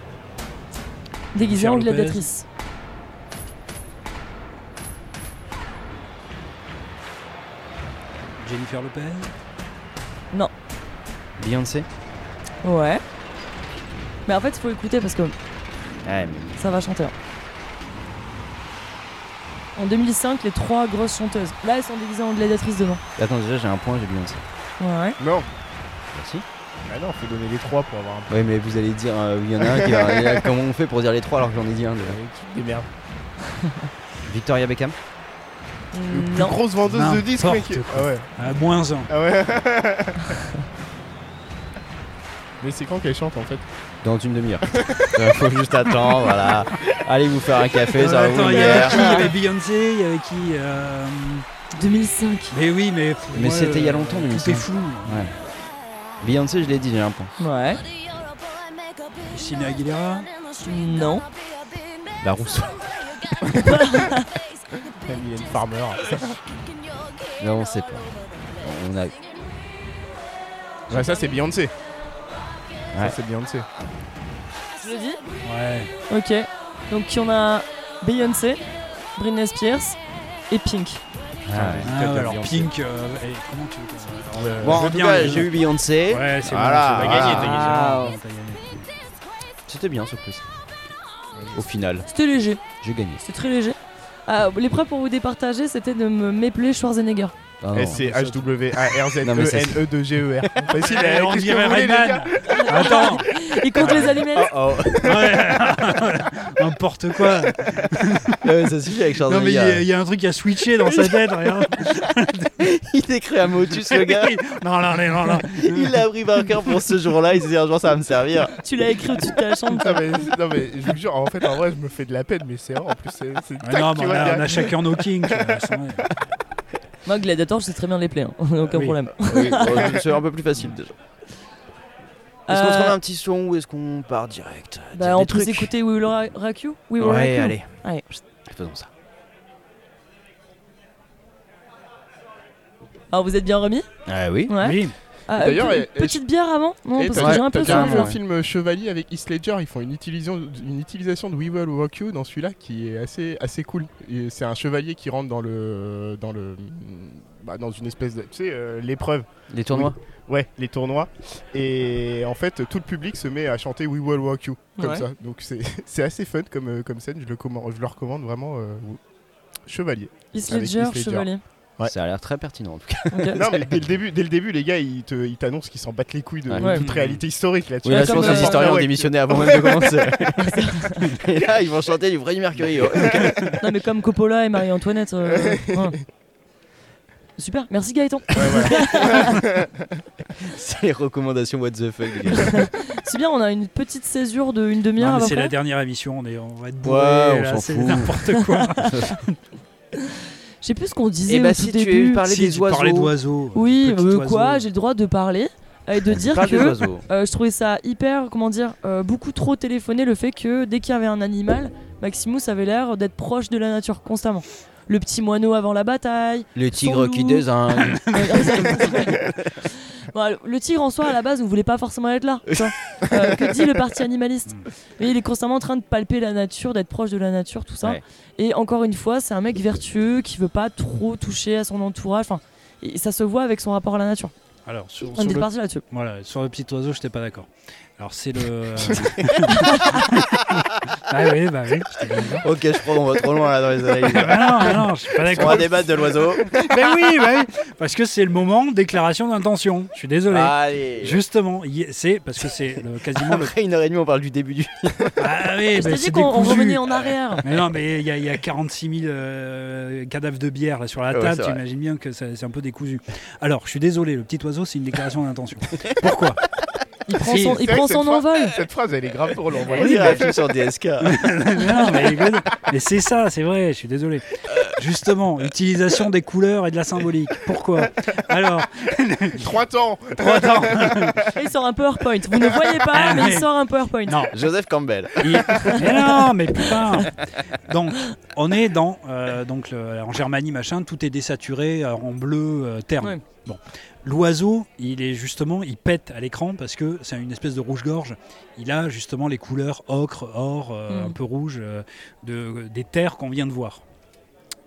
[SPEAKER 1] Déguisées
[SPEAKER 4] Jennifer
[SPEAKER 1] en
[SPEAKER 4] Lopez.
[SPEAKER 1] gladiatrices.
[SPEAKER 4] Jennifer Lopez
[SPEAKER 3] Beyoncé
[SPEAKER 1] Ouais. Mais en fait, il faut écouter parce que
[SPEAKER 3] Ouais, mais
[SPEAKER 1] ça va chanter. hein. En 2005, les trois grosses chanteuses. Là, elles sont déguisées en gladiatrices devant.
[SPEAKER 3] attends, déjà j'ai un point, j'ai Beyoncé.
[SPEAKER 1] Ouais.
[SPEAKER 2] Non,
[SPEAKER 3] Merci.
[SPEAKER 2] bah non, faut donner les trois pour avoir un
[SPEAKER 3] Ouais, mais vous allez dire, euh, il y en a un qui va. il y en a- Comment on fait pour dire les trois alors que j'en ai dit un déjà
[SPEAKER 2] peu. Des merdes.
[SPEAKER 3] Victoria Beckham
[SPEAKER 2] Plus
[SPEAKER 1] Non.
[SPEAKER 2] grosse vendeuse de disques, mec.
[SPEAKER 4] N'importe quoi.
[SPEAKER 2] Ah ouais.
[SPEAKER 4] à Moins un.
[SPEAKER 2] Ah ouais. Mais c'est quand qu'elle chante en fait
[SPEAKER 3] Dans une demi-heure. Euh, faut juste attendre, voilà. Allez vous faire un café, ça va vous
[SPEAKER 4] Attends, il y avait
[SPEAKER 3] lumière.
[SPEAKER 4] qui Il y avait Beyoncé, il y avait qui euh,
[SPEAKER 1] 2005.
[SPEAKER 4] Mais oui, mais.
[SPEAKER 3] Mais c'était il y a longtemps,
[SPEAKER 4] C'était
[SPEAKER 3] 2005.
[SPEAKER 4] flou.
[SPEAKER 3] Beyoncé, je l'ai dit, j'ai un point.
[SPEAKER 1] Ouais.
[SPEAKER 4] Christina Aguilera
[SPEAKER 1] Non.
[SPEAKER 3] La rousse.
[SPEAKER 2] Camille une Farmer.
[SPEAKER 3] Non, on sait pas. On a...
[SPEAKER 2] Ouais, ça c'est Beyoncé. Ça c'est Beyoncé.
[SPEAKER 1] Je le dis
[SPEAKER 4] Ouais.
[SPEAKER 1] Ok. Donc, on a Beyoncé, Britney Spears et Pink.
[SPEAKER 3] Ah, ouais.
[SPEAKER 4] Ah,
[SPEAKER 2] Peut-être
[SPEAKER 4] alors
[SPEAKER 2] Beyoncé.
[SPEAKER 4] Pink. euh, et comment tu veux que- alors, euh,
[SPEAKER 3] Bon,
[SPEAKER 4] je veux
[SPEAKER 3] en tout
[SPEAKER 4] bien,
[SPEAKER 3] cas,
[SPEAKER 4] mais-
[SPEAKER 3] j'ai eu Beyoncé.
[SPEAKER 4] Ouais, c'est
[SPEAKER 3] Voilà,
[SPEAKER 4] bon. c'est bon.
[SPEAKER 3] voilà.
[SPEAKER 4] T'as
[SPEAKER 1] Wow.
[SPEAKER 4] gagné, t'as gagné.
[SPEAKER 3] C'était bien ce quiz. Au final,
[SPEAKER 1] C'était léger.
[SPEAKER 3] j'ai gagné.
[SPEAKER 1] C'est très léger. Ah, L'épreuve pour vous départager, c'était de me m'épeler Schwarzenegger.
[SPEAKER 3] Ah non.
[SPEAKER 4] Oh,
[SPEAKER 2] S-C-H-W-A-R-Z-E-N-E-2-G-E-R. Facile,
[SPEAKER 4] Eh,
[SPEAKER 2] eh,
[SPEAKER 4] on
[SPEAKER 2] qu'est-ce que
[SPEAKER 4] dirait
[SPEAKER 2] vous voulez, les
[SPEAKER 4] Rayman.
[SPEAKER 2] gars
[SPEAKER 4] Attends.
[SPEAKER 1] Il compte les allumettes.
[SPEAKER 3] Oh, oh.
[SPEAKER 4] Ouais. N'importe quoi.
[SPEAKER 3] Ouais, ça suffit avec Charles
[SPEAKER 4] Non, mais il y,
[SPEAKER 3] Aznavour.
[SPEAKER 4] a- il y a un truc à switcher dans sa tête, regarde.
[SPEAKER 3] Il écrit un motus, le gars.
[SPEAKER 4] Non, non, non, non, non.
[SPEAKER 3] Il l'a appris par cœur pour ce jour-là. Il s'est dit un jour, ça va me servir.
[SPEAKER 1] Tu l'as écrit au-dessus de ta chambre.
[SPEAKER 2] Non mais, non, mais je vous jure, en fait, en vrai, je me fais de la peine, mais c'est vrai, en plus, c'est. c'est
[SPEAKER 4] Mais
[SPEAKER 2] tac,
[SPEAKER 4] non,
[SPEAKER 2] tu
[SPEAKER 4] mais on
[SPEAKER 2] vois,
[SPEAKER 4] a,
[SPEAKER 2] direct.
[SPEAKER 4] on a chacun nos kings. tu vois, c'est vrai.
[SPEAKER 1] Moi, Gladiator, je sais très bien les plaies, hein. aucun
[SPEAKER 4] Oui.
[SPEAKER 1] problème.
[SPEAKER 3] Ah Oui, bon, c'est un peu plus facile déjà. Est-ce qu'on se
[SPEAKER 1] Euh,
[SPEAKER 3] prend un petit son ou est-ce qu'on part direct euh, dire
[SPEAKER 1] Bah, on
[SPEAKER 3] des
[SPEAKER 1] peut
[SPEAKER 3] trucs
[SPEAKER 1] écouter We Will Ra- Rock You We Will Rock
[SPEAKER 3] Ouais,
[SPEAKER 1] You
[SPEAKER 3] allez.
[SPEAKER 1] Allez.
[SPEAKER 3] Faisons ça.
[SPEAKER 1] Alors, vous êtes bien remis
[SPEAKER 3] Ah oui.
[SPEAKER 1] Ouais.
[SPEAKER 4] Oui.
[SPEAKER 1] Ah,
[SPEAKER 2] D'ailleurs,
[SPEAKER 1] pe-
[SPEAKER 2] est- est-ce-
[SPEAKER 1] petite bière avant Non,
[SPEAKER 2] Et
[SPEAKER 1] parce
[SPEAKER 2] t'as-
[SPEAKER 1] que j'ai un peu
[SPEAKER 2] t'as
[SPEAKER 1] faim.
[SPEAKER 2] déjà vu le
[SPEAKER 1] là.
[SPEAKER 2] film euh, Chevalier avec Heath Ledger, ils font une utilisation, une utilisation de We Will Rock You dans celui-là qui est assez, assez cool. Et C'est un chevalier qui rentre dans le, dans le, bah, dans une espèce de, tu sais, euh, l'épreuve.
[SPEAKER 3] Les tournois.
[SPEAKER 2] Oui. Ouais, les tournois. Et en fait, tout le public se met à chanter We Will Rock You comme
[SPEAKER 1] Ouais.
[SPEAKER 2] ça. Donc c'est c'est assez fun comme, euh, comme scène. Je le, commen- je le recommande vraiment. euh, Chevalier.
[SPEAKER 1] Heath
[SPEAKER 2] Avec
[SPEAKER 1] Ledger, Chevalier.
[SPEAKER 2] Ouais.
[SPEAKER 3] Ça a l'air très pertinent en tout cas.
[SPEAKER 1] Ok.
[SPEAKER 2] Non, mais dès le début, dès le début les gars, ils te- ils t'annoncent qu'ils s'en battent les couilles de
[SPEAKER 3] Ouais.
[SPEAKER 2] toute réalité historique là-dessus.
[SPEAKER 3] Oui, là, je
[SPEAKER 1] Comme,
[SPEAKER 3] pense que
[SPEAKER 1] euh,
[SPEAKER 3] les historiens ont
[SPEAKER 2] Ouais.
[SPEAKER 3] démissionné avant même de commencer. Et là, ils vont chanter du Freddie Mercury. oh.
[SPEAKER 1] Non, mais comme Coppola et Marie-Antoinette. euh, ouais. Super, merci Gaëtan.
[SPEAKER 3] C'est les recommandations what the fuck, les gars.
[SPEAKER 1] C'est bien, on a une petite césure de une demi-heure
[SPEAKER 4] Non, mais
[SPEAKER 1] à peu
[SPEAKER 4] c'est la
[SPEAKER 1] près.
[SPEAKER 4] dernière émission, on, est, on va être bourré.
[SPEAKER 3] Ouais, on
[SPEAKER 4] là,
[SPEAKER 3] s'en
[SPEAKER 4] c'est
[SPEAKER 3] fout.
[SPEAKER 4] n'importe quoi.
[SPEAKER 1] Je sais plus ce qu'on disait
[SPEAKER 3] bah,
[SPEAKER 1] au
[SPEAKER 3] si
[SPEAKER 1] tout
[SPEAKER 3] tu
[SPEAKER 1] début.
[SPEAKER 3] parlais
[SPEAKER 4] Si,
[SPEAKER 3] des
[SPEAKER 4] tu
[SPEAKER 3] oiseaux.
[SPEAKER 4] parlais d'oiseaux.
[SPEAKER 1] Oui,
[SPEAKER 4] des petits
[SPEAKER 1] euh,
[SPEAKER 4] oiseaux.
[SPEAKER 1] quoi, j'ai le droit de parler et de dire
[SPEAKER 3] parle des
[SPEAKER 1] que
[SPEAKER 3] oiseaux.
[SPEAKER 1] euh, je trouvais ça hyper, comment dire, euh, beaucoup trop téléphoné le fait que dès qu'il y avait un animal, Maximus avait l'air d'être proche de la nature constamment. Le petit moineau avant la bataille.
[SPEAKER 3] Le tigre
[SPEAKER 1] son
[SPEAKER 3] qui
[SPEAKER 1] loup.
[SPEAKER 3] désingue.
[SPEAKER 1] Bon, Bah, le tigre en soi, à la base, ne voulait pas forcément être là. tu vois. Euh, que dit le parti
[SPEAKER 3] Mm.
[SPEAKER 1] animaliste Mais il est constamment en train de palper la nature, d'être proche de la nature, tout ça.
[SPEAKER 3] Ouais.
[SPEAKER 1] Et encore une fois, c'est un mec vertueux qui veut pas trop toucher à son entourage. Enfin, et ça se voit avec son rapport à la nature.
[SPEAKER 4] Alors, sur,
[SPEAKER 1] On
[SPEAKER 4] sur
[SPEAKER 1] est
[SPEAKER 4] le,
[SPEAKER 1] parti là-dessus.
[SPEAKER 4] voilà, sur le petit oiseau, je n'étais pas d'accord. Alors, c'est le. euh, ah oui, bah oui. j'étais pas d'accord.
[SPEAKER 3] ok, je crois qu'on va trop loin là dans les analyses.
[SPEAKER 4] Bah non, bah non, je suis pas
[SPEAKER 3] On va
[SPEAKER 4] d'accord.
[SPEAKER 3] débattre de l'oiseau.
[SPEAKER 4] Mais oui, bah oui, parce que c'est le moment déclaration d'intention. Je suis désolé.
[SPEAKER 3] Ah, Allez.
[SPEAKER 4] Justement, y- c'est parce que c'est le- quasiment le.
[SPEAKER 3] Après une heure et demie, on parle du début du.
[SPEAKER 4] Ah oui,
[SPEAKER 1] Je
[SPEAKER 4] bah,
[SPEAKER 1] t'ai
[SPEAKER 4] c'est
[SPEAKER 1] dit qu'on on
[SPEAKER 4] décousu.
[SPEAKER 1] revenait en arrière.
[SPEAKER 4] Mais non, mais il y, a- il y a 46 000 euh, cadavres de bière là, sur la
[SPEAKER 3] Ouais,
[SPEAKER 4] table,
[SPEAKER 3] c'est vrai.
[SPEAKER 4] t'imagines bien que ça- c'est un peu décousu. Alors, je suis désolé, le petit oiseau, c'est une déclaration d'intention. Pourquoi
[SPEAKER 1] Il prend
[SPEAKER 4] Si.
[SPEAKER 1] son,
[SPEAKER 2] C'est
[SPEAKER 1] il
[SPEAKER 2] vrai
[SPEAKER 1] prend
[SPEAKER 2] que cette
[SPEAKER 1] son
[SPEAKER 2] phrase-
[SPEAKER 1] envol.
[SPEAKER 2] Cette phrase, elle est grave pour l'envoi.
[SPEAKER 3] On dirait un film sur DSK.
[SPEAKER 4] mais non, mais, mais c'est ça, c'est vrai, je suis désolé. Justement, utilisation des couleurs et de la symbolique. Pourquoi Alors,
[SPEAKER 2] Trois temps
[SPEAKER 4] trois temps.
[SPEAKER 1] Et il sort un PowerPoint. Vous ne voyez pas, mais il sort un PowerPoint.
[SPEAKER 4] Non,
[SPEAKER 3] Joseph Campbell.
[SPEAKER 4] Il- Mais non, mais putain. Donc, on est dans euh, donc le- en Germanie machin, tout est désaturé alors, en bleu euh, terne.
[SPEAKER 1] Ouais.
[SPEAKER 4] Bon, l'oiseau, il est justement, il pète à l'écran parce que c'est une espèce de rouge-gorge. Il a justement les couleurs ocre, or, euh,
[SPEAKER 1] Mm.
[SPEAKER 4] un peu rouge euh, de, des terres qu'on vient de voir.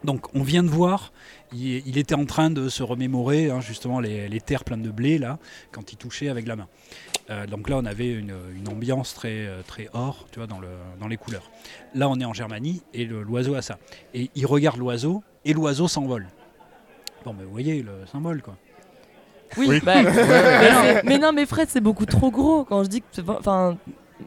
[SPEAKER 4] Donc, on vient de voir. Il, il était en train de se remémorer hein, justement les, les terres pleines de blé là quand il touchait avec la main. Euh, donc là, on avait une, une ambiance très, euh, très or, tu vois, dans, le, dans les couleurs. Là, on est en Germanie et le- l'oiseau a ça. Et il regarde l'oiseau et l'oiseau s'envole. Bon, mais vous voyez le symbole, quoi.
[SPEAKER 1] Oui,
[SPEAKER 2] Oui.
[SPEAKER 1] bah, mais, c'est- mais non, mais Fred, c'est beaucoup trop gros quand je dis que. c'est- Enfin,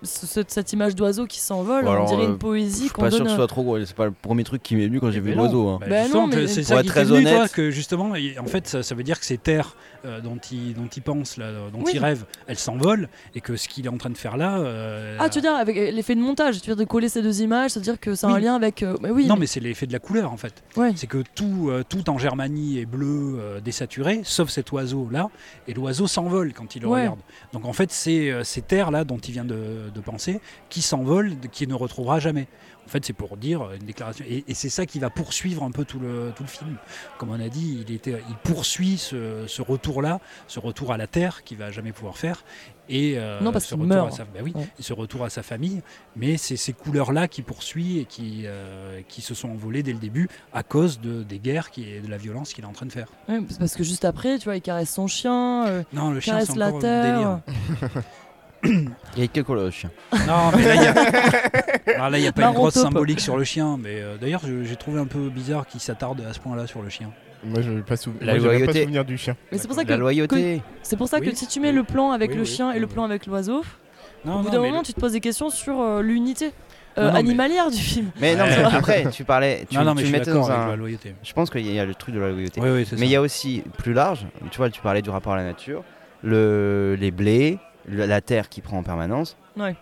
[SPEAKER 1] ce- ce- cette image d'oiseau qui s'envole,
[SPEAKER 3] Bon, alors,
[SPEAKER 1] on dirait
[SPEAKER 3] euh,
[SPEAKER 1] une
[SPEAKER 3] Je
[SPEAKER 1] poésie
[SPEAKER 3] suis
[SPEAKER 1] qu'on
[SPEAKER 3] pas sûr
[SPEAKER 1] donne.
[SPEAKER 3] que ce soit trop gros. C'est pas le premier truc qui m'est venu quand j'ai vu
[SPEAKER 4] Mais
[SPEAKER 3] l'oiseau. hein.
[SPEAKER 4] Bah,
[SPEAKER 1] Bah
[SPEAKER 4] justement,
[SPEAKER 1] non,
[SPEAKER 4] que
[SPEAKER 1] mais-
[SPEAKER 4] c'est
[SPEAKER 1] Pour
[SPEAKER 4] ça
[SPEAKER 3] être
[SPEAKER 4] qui
[SPEAKER 3] très
[SPEAKER 4] t'est venu, toi,
[SPEAKER 3] honnête.
[SPEAKER 4] que justement, il- en fait, ça, ça veut dire que ces terres euh, dont il dont il pense, là, dont
[SPEAKER 1] Oui.
[SPEAKER 4] il rêve, elles s'envolent et que ce qu'il est en train de faire là. euh,
[SPEAKER 1] Ah, tu veux dire, avec euh, l'effet de montage, tu veux dire de coller ces deux images, ça veut dire que ça a un
[SPEAKER 4] Oui.
[SPEAKER 1] lien avec. euh, bah oui,
[SPEAKER 4] Non, mais c'est l'effet de la couleur, en fait.
[SPEAKER 1] ouais.
[SPEAKER 4] C'est que tout, euh, tout en Germanie est bleu euh, désaturé, sauf cet oiseau-là, et l'oiseau s'envole quand il le
[SPEAKER 1] Ouais.
[SPEAKER 4] regarde. Donc en fait, c'est euh, ces terres-là dont il vient de, de penser, qui s'envolent, de- qu'il ne retrouvera jamais. En fait, c'est pour dire euh, une déclaration. Et, et c'est ça qui va poursuivre un peu tout le, tout le film. Comme on a dit, il, était, il poursuit ce, ce retour-là, ce retour à la terre qu'il va jamais pouvoir faire. Et, euh,
[SPEAKER 1] Non, parce
[SPEAKER 4] ce
[SPEAKER 1] qu'il
[SPEAKER 4] retour
[SPEAKER 1] meurt.
[SPEAKER 4] à sa- bah oui,
[SPEAKER 1] Ouais.
[SPEAKER 4] et ce retour à sa famille, mais c'est ces couleurs-là qui poursuit et qui, euh, qui se sont envolées dès le début à cause de, des guerres qui, et de la violence qu'il est en train de faire.
[SPEAKER 1] Ouais, parce que juste après, tu vois, il caresse son chien, euh,
[SPEAKER 4] Non, le chien, c'est
[SPEAKER 1] caresse la
[SPEAKER 4] encore un délire.
[SPEAKER 1] terre.
[SPEAKER 3] Il y a quelle couleur le chien
[SPEAKER 4] Non, mais là, il y a- Alors là, il n'y a pas
[SPEAKER 1] Marron
[SPEAKER 4] une grosse
[SPEAKER 1] taupe.
[SPEAKER 4] symbolique sur le chien, mais euh, d'ailleurs, je- j'ai trouvé un peu bizarre qu'il s'attarde à ce point-là sur le chien.
[SPEAKER 2] Moi, je n'ai pas, sou... moi,
[SPEAKER 3] La
[SPEAKER 2] j'ai même pas
[SPEAKER 3] loyauté.
[SPEAKER 2] souvenir du chien.
[SPEAKER 1] Mais c'est pour ça que
[SPEAKER 3] La loyauté.
[SPEAKER 1] que- C'est pour ça que
[SPEAKER 3] Oui.
[SPEAKER 1] si tu mets le plan avec
[SPEAKER 3] Oui,
[SPEAKER 1] le
[SPEAKER 3] oui.
[SPEAKER 1] chien et le plan avec l'oiseau,
[SPEAKER 4] Non,
[SPEAKER 1] au bout
[SPEAKER 4] non,
[SPEAKER 1] d'un
[SPEAKER 4] mais
[SPEAKER 1] moment,
[SPEAKER 4] le-
[SPEAKER 1] tu te poses des questions sur euh, l'unité euh,
[SPEAKER 4] Non, non, mais-
[SPEAKER 1] animalière du film.
[SPEAKER 3] Mais non, mais
[SPEAKER 4] Ouais.
[SPEAKER 3] après, tu parlais. Tu,
[SPEAKER 4] Non, non, mais
[SPEAKER 3] tu
[SPEAKER 4] je suis
[SPEAKER 3] mettais
[SPEAKER 4] d'accord
[SPEAKER 3] dans
[SPEAKER 4] avec
[SPEAKER 3] un-
[SPEAKER 4] la loyauté.
[SPEAKER 3] Je pense qu'il y a- il y a le truc de la loyauté.
[SPEAKER 4] Oui, oui, c'est
[SPEAKER 3] mais il y a aussi plus large. Tu vois, tu parlais du rapport à la nature, le... les blés, le- la terre qui prend en permanence.
[SPEAKER 1] Ouais.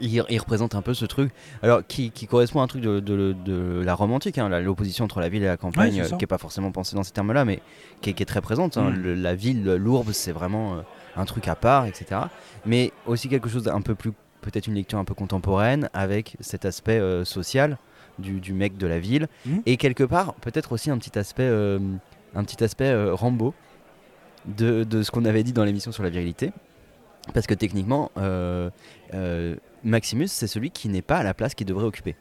[SPEAKER 3] Il, il représente un peu ce truc, alors qui, qui correspond à un truc de, de- de la romantique, l'opposition entre la ville et la campagne,
[SPEAKER 7] Ouais, c'est
[SPEAKER 3] euh,
[SPEAKER 7] ça.
[SPEAKER 3] qui n'est pas forcément pensée dans ces termes-là, mais qui, est- qui est très présente. hein.
[SPEAKER 7] Mm.
[SPEAKER 3] Le- la ville, l'ourbe, c'est vraiment euh, un truc à part, etc. Mais aussi quelque chose d'un peu plus, peut-être une lecture un peu contemporaine, avec cet aspect euh, social du, du mec de la ville,
[SPEAKER 7] Mm.
[SPEAKER 3] et quelque part, peut-être aussi un petit aspect, euh, un petit aspect euh, Rambo de, de ce qu'on avait dit dans l'émission sur la virilité. Parce que techniquement, euh, euh, Maximus, c'est celui qui n'est pas à la place qu'il devrait occuper.